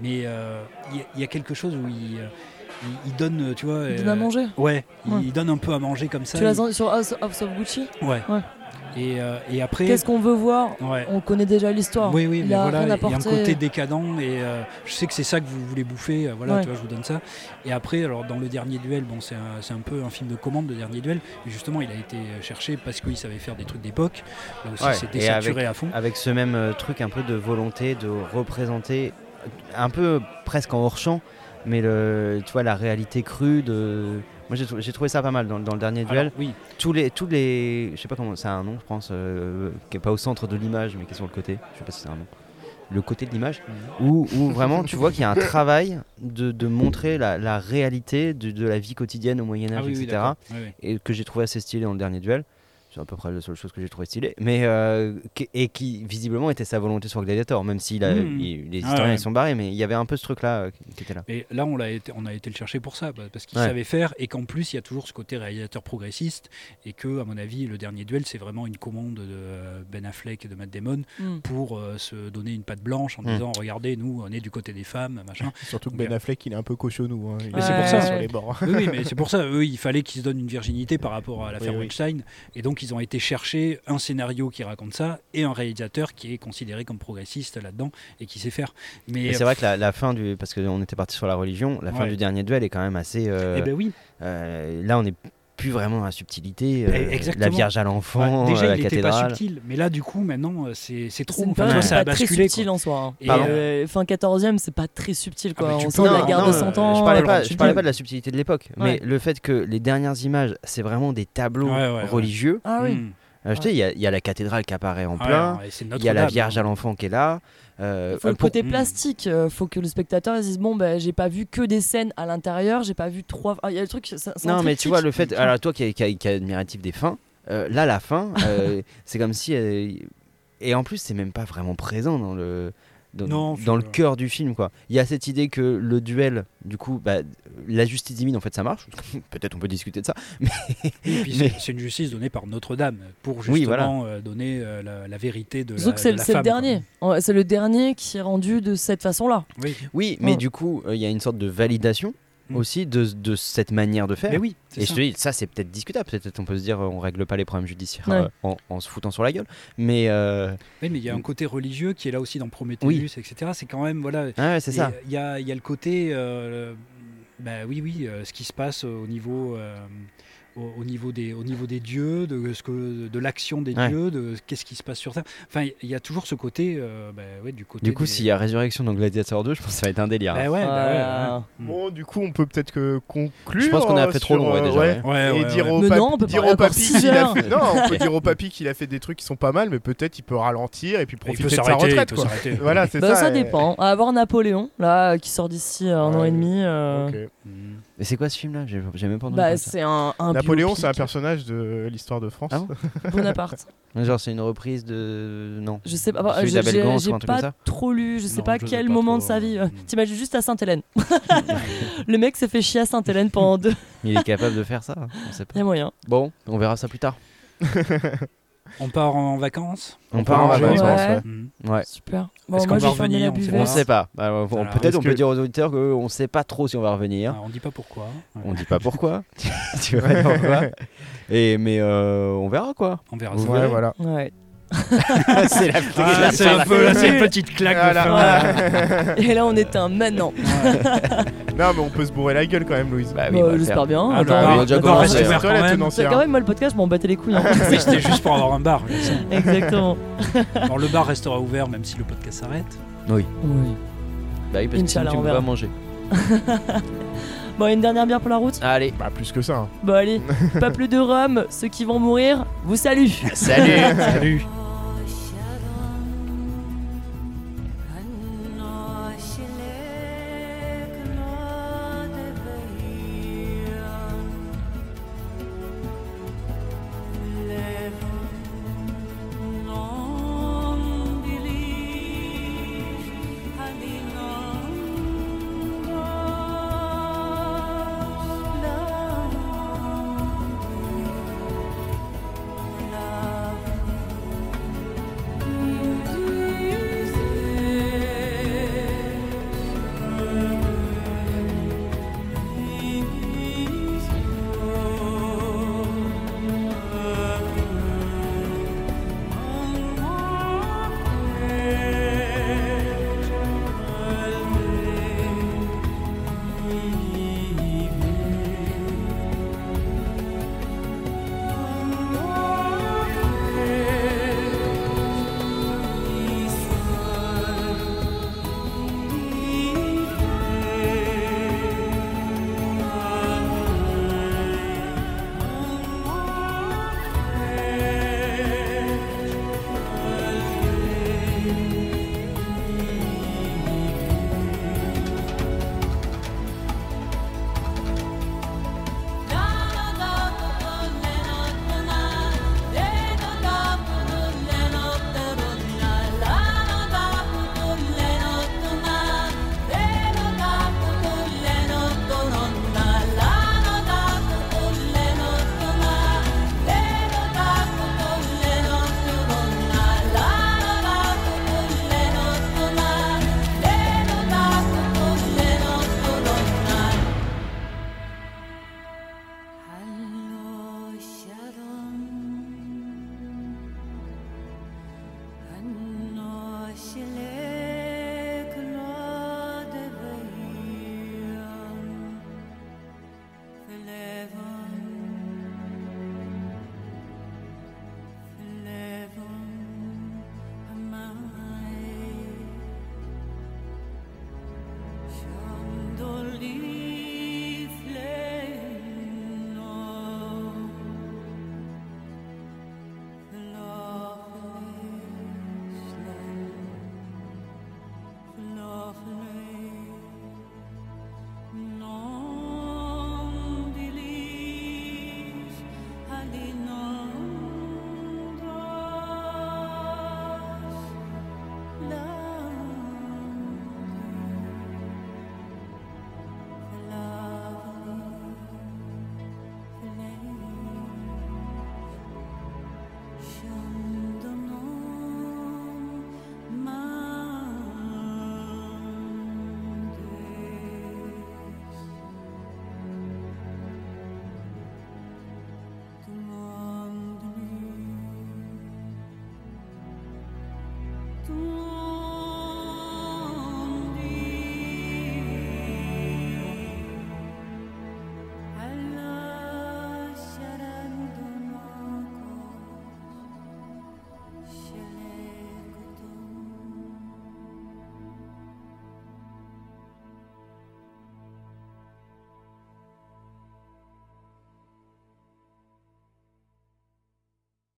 [SPEAKER 4] mais euh, il y, a- il y a quelque chose où il, euh, il- il donne, euh, tu vois...
[SPEAKER 1] Il donne à manger.
[SPEAKER 4] Ouais, il,
[SPEAKER 1] Ouais.
[SPEAKER 4] il donne un peu à manger comme ça.
[SPEAKER 1] tu l'as
[SPEAKER 4] il-
[SPEAKER 1] senti sur House House of Gucci
[SPEAKER 4] Ouais. Et, euh, et après...
[SPEAKER 1] Qu'est-ce qu'on veut voir
[SPEAKER 4] Ouais.
[SPEAKER 1] On connaît déjà l'histoire.
[SPEAKER 4] Oui, oui,
[SPEAKER 1] il
[SPEAKER 4] mais
[SPEAKER 1] a
[SPEAKER 4] voilà,
[SPEAKER 1] rien
[SPEAKER 4] il y a un
[SPEAKER 1] apporté.
[SPEAKER 4] côté décadent et euh, je sais que c'est ça que vous voulez bouffer. euh, voilà,
[SPEAKER 1] Ouais.
[SPEAKER 4] tu vois, je vous donne ça. Et après, alors dans le dernier duel, bon, c'est un, c'est un peu un film de commande, le dernier duel. Mais justement, il a été euh, cherché parce qu'il savait faire des trucs d'époque. Là aussi,
[SPEAKER 3] Ouais,
[SPEAKER 4] c'est
[SPEAKER 3] et
[SPEAKER 4] désaturé
[SPEAKER 3] avec,
[SPEAKER 4] à fond.
[SPEAKER 3] avec ce même euh, truc un peu de volonté de représenter un peu presque en hors champ mais le tu vois la réalité crue de moi j'ai trou- j'ai trouvé ça pas mal dans, dans le dernier duel
[SPEAKER 4] Alors, oui.
[SPEAKER 3] tous les tous les je sais pas comment ça a un nom je pense euh, qui est pas au centre de l'image mais qui est sur le côté je sais pas si c'est un nom le côté de l'image
[SPEAKER 4] Mhm.
[SPEAKER 3] où, où vraiment tu vois qu'il y a un travail de, de montrer la, la réalité de, de la vie quotidienne au Moyen Âge
[SPEAKER 4] Ah oui, oui,
[SPEAKER 3] etc
[SPEAKER 4] d'accord. Oui, oui.
[SPEAKER 3] et que j'ai trouvé assez stylé dans le dernier duel. C'est à peu près la seule chose que j'ai trouvé stylée. Mais, euh, qui- et qui, visiblement, était sa volonté sur Gladiator, même si la-
[SPEAKER 4] Mhm.
[SPEAKER 3] il- les
[SPEAKER 4] Ah
[SPEAKER 3] historiens
[SPEAKER 4] ouais.
[SPEAKER 3] ils sont barrés, mais il y avait un peu ce truc-là euh, qui- qui était là.
[SPEAKER 4] Et là, on, l'a été, on a été le chercher pour ça, bah, parce qu'il
[SPEAKER 3] Ouais.
[SPEAKER 4] savait faire et qu'en plus, il y a toujours ce côté réalisateur progressiste et que, à mon avis, le dernier duel, c'est vraiment une commande de euh, Ben Affleck et de Matt Damon
[SPEAKER 1] Mm.
[SPEAKER 4] pour euh, se donner une patte blanche en
[SPEAKER 2] Mm.
[SPEAKER 4] disant Regardez, nous, on est du côté des femmes, machin.
[SPEAKER 2] Surtout que
[SPEAKER 4] Donc,
[SPEAKER 2] Ben Affleck, il est un peu cochonou. Hein. Il
[SPEAKER 4] mais c'est
[SPEAKER 2] est
[SPEAKER 4] pour
[SPEAKER 2] pas
[SPEAKER 4] ça.
[SPEAKER 2] sur les bords.
[SPEAKER 4] Oui, oui, mais c'est pour ça. Eux, il fallait qu'ils se donnent une virginité par rapport à l'affaire
[SPEAKER 2] Oui, oui.
[SPEAKER 4] Weinstein. Et donc, ils ont été chercher un scénario qui raconte ça et un réalisateur qui est considéré comme progressiste là-dedans et qui sait faire.
[SPEAKER 3] Mais
[SPEAKER 4] Mais
[SPEAKER 3] c'est vrai que la, la fin du. Parce qu'on était parti sur la religion, la fin
[SPEAKER 4] Ouais.
[SPEAKER 3] du dernier duel est quand même assez. euh,
[SPEAKER 4] Eh ben oui.
[SPEAKER 3] euh, là, on n'est plus vraiment dans la subtilité. euh,
[SPEAKER 4] Eh, Exactement.
[SPEAKER 3] La Vierge à l'enfant,
[SPEAKER 4] Ouais, déjà,
[SPEAKER 3] euh, la
[SPEAKER 4] il était
[SPEAKER 3] cathédrale.
[SPEAKER 4] pas subtil, mais là, du coup, maintenant, euh, c'est c'est trop.
[SPEAKER 1] C'est une
[SPEAKER 4] Enfin, tu
[SPEAKER 1] période
[SPEAKER 4] vois,
[SPEAKER 1] qui est
[SPEAKER 4] ça a
[SPEAKER 1] pas très
[SPEAKER 4] basculé,
[SPEAKER 1] subtile
[SPEAKER 4] quoi.
[SPEAKER 1] en soi. hein.
[SPEAKER 4] Et,
[SPEAKER 3] Pardon.
[SPEAKER 1] Euh, fin 14e, c'est pas très subtil quoi.
[SPEAKER 4] Ah, mais tu
[SPEAKER 1] on sent
[SPEAKER 4] peux
[SPEAKER 1] la
[SPEAKER 4] le-
[SPEAKER 1] guerre
[SPEAKER 4] non,
[SPEAKER 1] de
[SPEAKER 4] euh,
[SPEAKER 1] 100
[SPEAKER 4] je
[SPEAKER 1] ans.
[SPEAKER 3] Je
[SPEAKER 1] euh,
[SPEAKER 3] parlais, pas,
[SPEAKER 1] tu
[SPEAKER 3] je
[SPEAKER 1] le
[SPEAKER 3] parlais
[SPEAKER 1] dis.
[SPEAKER 3] pas de la subtilité de l'époque,
[SPEAKER 1] Ouais.
[SPEAKER 3] mais le fait que les derniers images, c'est vraiment des tableaux
[SPEAKER 4] Ouais, ouais, ouais.
[SPEAKER 3] religieux.
[SPEAKER 1] Ah oui.
[SPEAKER 4] Mm.
[SPEAKER 3] Euh, je sais, il y a- il y, a la cathédrale qui apparaît en
[SPEAKER 4] Ouais,
[SPEAKER 3] plein,
[SPEAKER 4] ouais, et c'est
[SPEAKER 3] il y a la
[SPEAKER 4] Notre-Dame,
[SPEAKER 3] Vierge à l'enfant qui est là. euh,
[SPEAKER 1] faut
[SPEAKER 3] euh,
[SPEAKER 1] le
[SPEAKER 3] pour-
[SPEAKER 1] côté plastique, euh, faut que le spectateur il se dise bon ben j'ai pas vu que des scènes à l'intérieur, j'ai pas vu trois. Ah, Il y a le truc. c'est- c'est un
[SPEAKER 3] Non, mais
[SPEAKER 1] triptyque.
[SPEAKER 3] tu vois, le fait. Alors, toi qui es qui est- qui est admiratif des fins, euh, là, la fin, euh, c'est comme si. euh, et en plus, c'est même pas vraiment présent dans le. Dans,
[SPEAKER 4] Non, c'est
[SPEAKER 3] dans le
[SPEAKER 4] vrai.
[SPEAKER 3] cœur du film quoi il y a cette idée que le duel du coup bah, la justice divine en fait ça marche peut-être on peut discuter de ça mais,
[SPEAKER 4] Et puis,
[SPEAKER 3] mais-
[SPEAKER 4] c'est- c'est une justice donnée par Notre-Dame pour justement
[SPEAKER 3] Oui, voilà.
[SPEAKER 4] euh, donner euh, la, la vérité de la,
[SPEAKER 1] Surtout que c'est
[SPEAKER 4] de la
[SPEAKER 1] c'est le
[SPEAKER 4] femme, quoi.
[SPEAKER 1] dernier. Ouais, C'est le dernier qui est rendu de cette façon là.
[SPEAKER 4] Oui.
[SPEAKER 3] Oui, mais du coup, euh, il y a une sorte de validation aussi de, de cette manière de faire.
[SPEAKER 4] Mm. Mais oui, c'est
[SPEAKER 3] Et
[SPEAKER 4] ça.
[SPEAKER 3] je te dis, ça c'est peut-être discutable, peut-être on peut se dire euh, on règle pas les problèmes judiciaires
[SPEAKER 4] Ouais.
[SPEAKER 3] euh, en, en se foutant sur la gueule, mais... euh,
[SPEAKER 4] Oui, mais il y a un côté religieux qui est là aussi dans Prometheus,
[SPEAKER 3] Oui.
[SPEAKER 4] etc. C'est quand même, voilà.
[SPEAKER 3] Ah ouais, c'est
[SPEAKER 4] Et euh,
[SPEAKER 3] ça.
[SPEAKER 4] Il y a, il y a le côté, euh, bah oui, oui, euh, ce qui se passe au niveau. euh, au au niveau, des, au niveau des dieux, de, ce que, de l'action des
[SPEAKER 3] Ouais.
[SPEAKER 4] dieux, de qu'est-ce qui se passe sur Terre. Enfin, il y a toujours ce côté, euh, bah ouais, du côté.
[SPEAKER 3] Du coup,
[SPEAKER 4] des-
[SPEAKER 3] s'il y a résurrection dans Gladiator 2, je pense que ça va être un délire. hein.
[SPEAKER 4] Bah ouais, bah ouais,
[SPEAKER 1] Ah.
[SPEAKER 4] ouais.
[SPEAKER 2] Bon, du coup, on peut peut-être que conclure.
[SPEAKER 3] Hmm. Je pense qu'on a fait
[SPEAKER 2] euh,
[SPEAKER 3] trop
[SPEAKER 2] sur,
[SPEAKER 3] long, ouais,
[SPEAKER 2] euh,
[SPEAKER 3] déjà, ouais.
[SPEAKER 4] Ouais,
[SPEAKER 2] et
[SPEAKER 4] ouais,
[SPEAKER 2] dire
[SPEAKER 4] ouais.
[SPEAKER 2] au
[SPEAKER 4] Mais
[SPEAKER 2] papi-
[SPEAKER 4] non, on peut
[SPEAKER 2] dire
[SPEAKER 4] parler
[SPEAKER 2] au
[SPEAKER 4] encore
[SPEAKER 2] papy
[SPEAKER 4] six
[SPEAKER 2] qu'il a
[SPEAKER 4] heures.
[SPEAKER 2] fait- non, on peut dire au papy qu'il a fait des trucs qui sont pas mal, mais peut-être il peut ralentir et puis profiter de sa
[SPEAKER 4] s'arrêter, il
[SPEAKER 2] retraite.
[SPEAKER 4] peut
[SPEAKER 2] quoi.
[SPEAKER 4] s'arrêter.
[SPEAKER 2] Voilà, c'est
[SPEAKER 1] Bah,
[SPEAKER 2] ça.
[SPEAKER 1] ça,
[SPEAKER 2] et-
[SPEAKER 1] dépend. À avoir Napoléon là euh, qui sort d'ici euh, un an et demi. euh,
[SPEAKER 4] Mm.
[SPEAKER 3] Mais c'est quoi ce film-là J'ai j'ai même pas entendu
[SPEAKER 1] Bah,
[SPEAKER 3] parler de ça.
[SPEAKER 1] c'est un, un
[SPEAKER 2] Napoléon,
[SPEAKER 1] biopic.
[SPEAKER 2] c'est un personnage de l'histoire de France.
[SPEAKER 1] Bonaparte.
[SPEAKER 3] Genre, c'est une reprise de... Non.
[SPEAKER 1] Je sais pas, bah,
[SPEAKER 3] Celui
[SPEAKER 1] je- j'ai
[SPEAKER 3] d'Abel Gance
[SPEAKER 1] j'ai
[SPEAKER 3] ou un truc comme
[SPEAKER 1] pas
[SPEAKER 3] ça
[SPEAKER 1] trop lu, je sais
[SPEAKER 3] Non,
[SPEAKER 1] pas
[SPEAKER 3] je sais
[SPEAKER 1] quel
[SPEAKER 3] pas
[SPEAKER 1] moment
[SPEAKER 3] trop, euh, hmm.
[SPEAKER 1] de sa vie. T'imagines juste à Sainte-Hélène. le mec s'est fait chier à Sainte-Hélène pendant deux.
[SPEAKER 3] Il est capable de faire ça, hein, on sait pas.
[SPEAKER 1] Y a moyen.
[SPEAKER 3] Bon, on verra ça plus tard.
[SPEAKER 4] On part en vacances
[SPEAKER 3] On part en vacances, ouais.
[SPEAKER 4] Mhm.
[SPEAKER 3] Ouais.
[SPEAKER 1] Super. Bon,
[SPEAKER 4] Est-ce qu'on
[SPEAKER 1] moi,
[SPEAKER 4] va
[SPEAKER 1] j'ai fermé
[SPEAKER 4] revenir
[SPEAKER 1] la
[SPEAKER 4] sait
[SPEAKER 3] On sait pas. Bah, on-
[SPEAKER 4] Voilà.
[SPEAKER 3] Peut-être on
[SPEAKER 4] Est-ce
[SPEAKER 3] peut
[SPEAKER 4] que-
[SPEAKER 3] dire aux auditeurs qu'on sait pas trop si on va revenir.
[SPEAKER 4] Ah, on dit pas pourquoi.
[SPEAKER 3] On dit pas pourquoi. tu vois pourquoi. Et mais euh, on verra quoi.
[SPEAKER 4] On verra
[SPEAKER 3] Vous
[SPEAKER 4] ça.
[SPEAKER 3] verrez.
[SPEAKER 4] Ouais, voilà.
[SPEAKER 1] Ouais. c'est
[SPEAKER 3] la petite Ah, claque. c'est un peu- là, c'est une petite claque de
[SPEAKER 2] Voilà.
[SPEAKER 3] fin.
[SPEAKER 1] Et là, on éteint maintenant.
[SPEAKER 3] Ah
[SPEAKER 2] non, mais on peut se bourrer la gueule quand même, Louise.
[SPEAKER 1] Bah, J'espère
[SPEAKER 4] Ah,
[SPEAKER 1] bien.
[SPEAKER 2] Ah,
[SPEAKER 4] bah
[SPEAKER 1] Attends, attends,
[SPEAKER 2] C'est
[SPEAKER 1] attends,
[SPEAKER 2] toi la
[SPEAKER 1] C'est
[SPEAKER 2] tenancière.
[SPEAKER 1] quand même moi le podcast, je m'en battais les couilles. hein.
[SPEAKER 4] Oui, c'était juste pour avoir un bar.
[SPEAKER 1] Exactement.
[SPEAKER 4] Alors le bar restera ouvert même si le podcast s'arrête.
[SPEAKER 3] Oui.
[SPEAKER 1] Oui.
[SPEAKER 3] Bah oui, parce que sinon,
[SPEAKER 1] Inch'Allah,
[SPEAKER 3] tu
[SPEAKER 1] on
[SPEAKER 3] peux
[SPEAKER 1] verra.
[SPEAKER 3] pas manger.
[SPEAKER 1] Bon, une dernière bière pour la route.
[SPEAKER 3] Allez.
[SPEAKER 2] Bah, plus
[SPEAKER 3] hein.
[SPEAKER 2] que ça.
[SPEAKER 1] Bon allez, pas plus de rhum, ceux qui vont mourir, vous salut
[SPEAKER 3] Salut. Salut.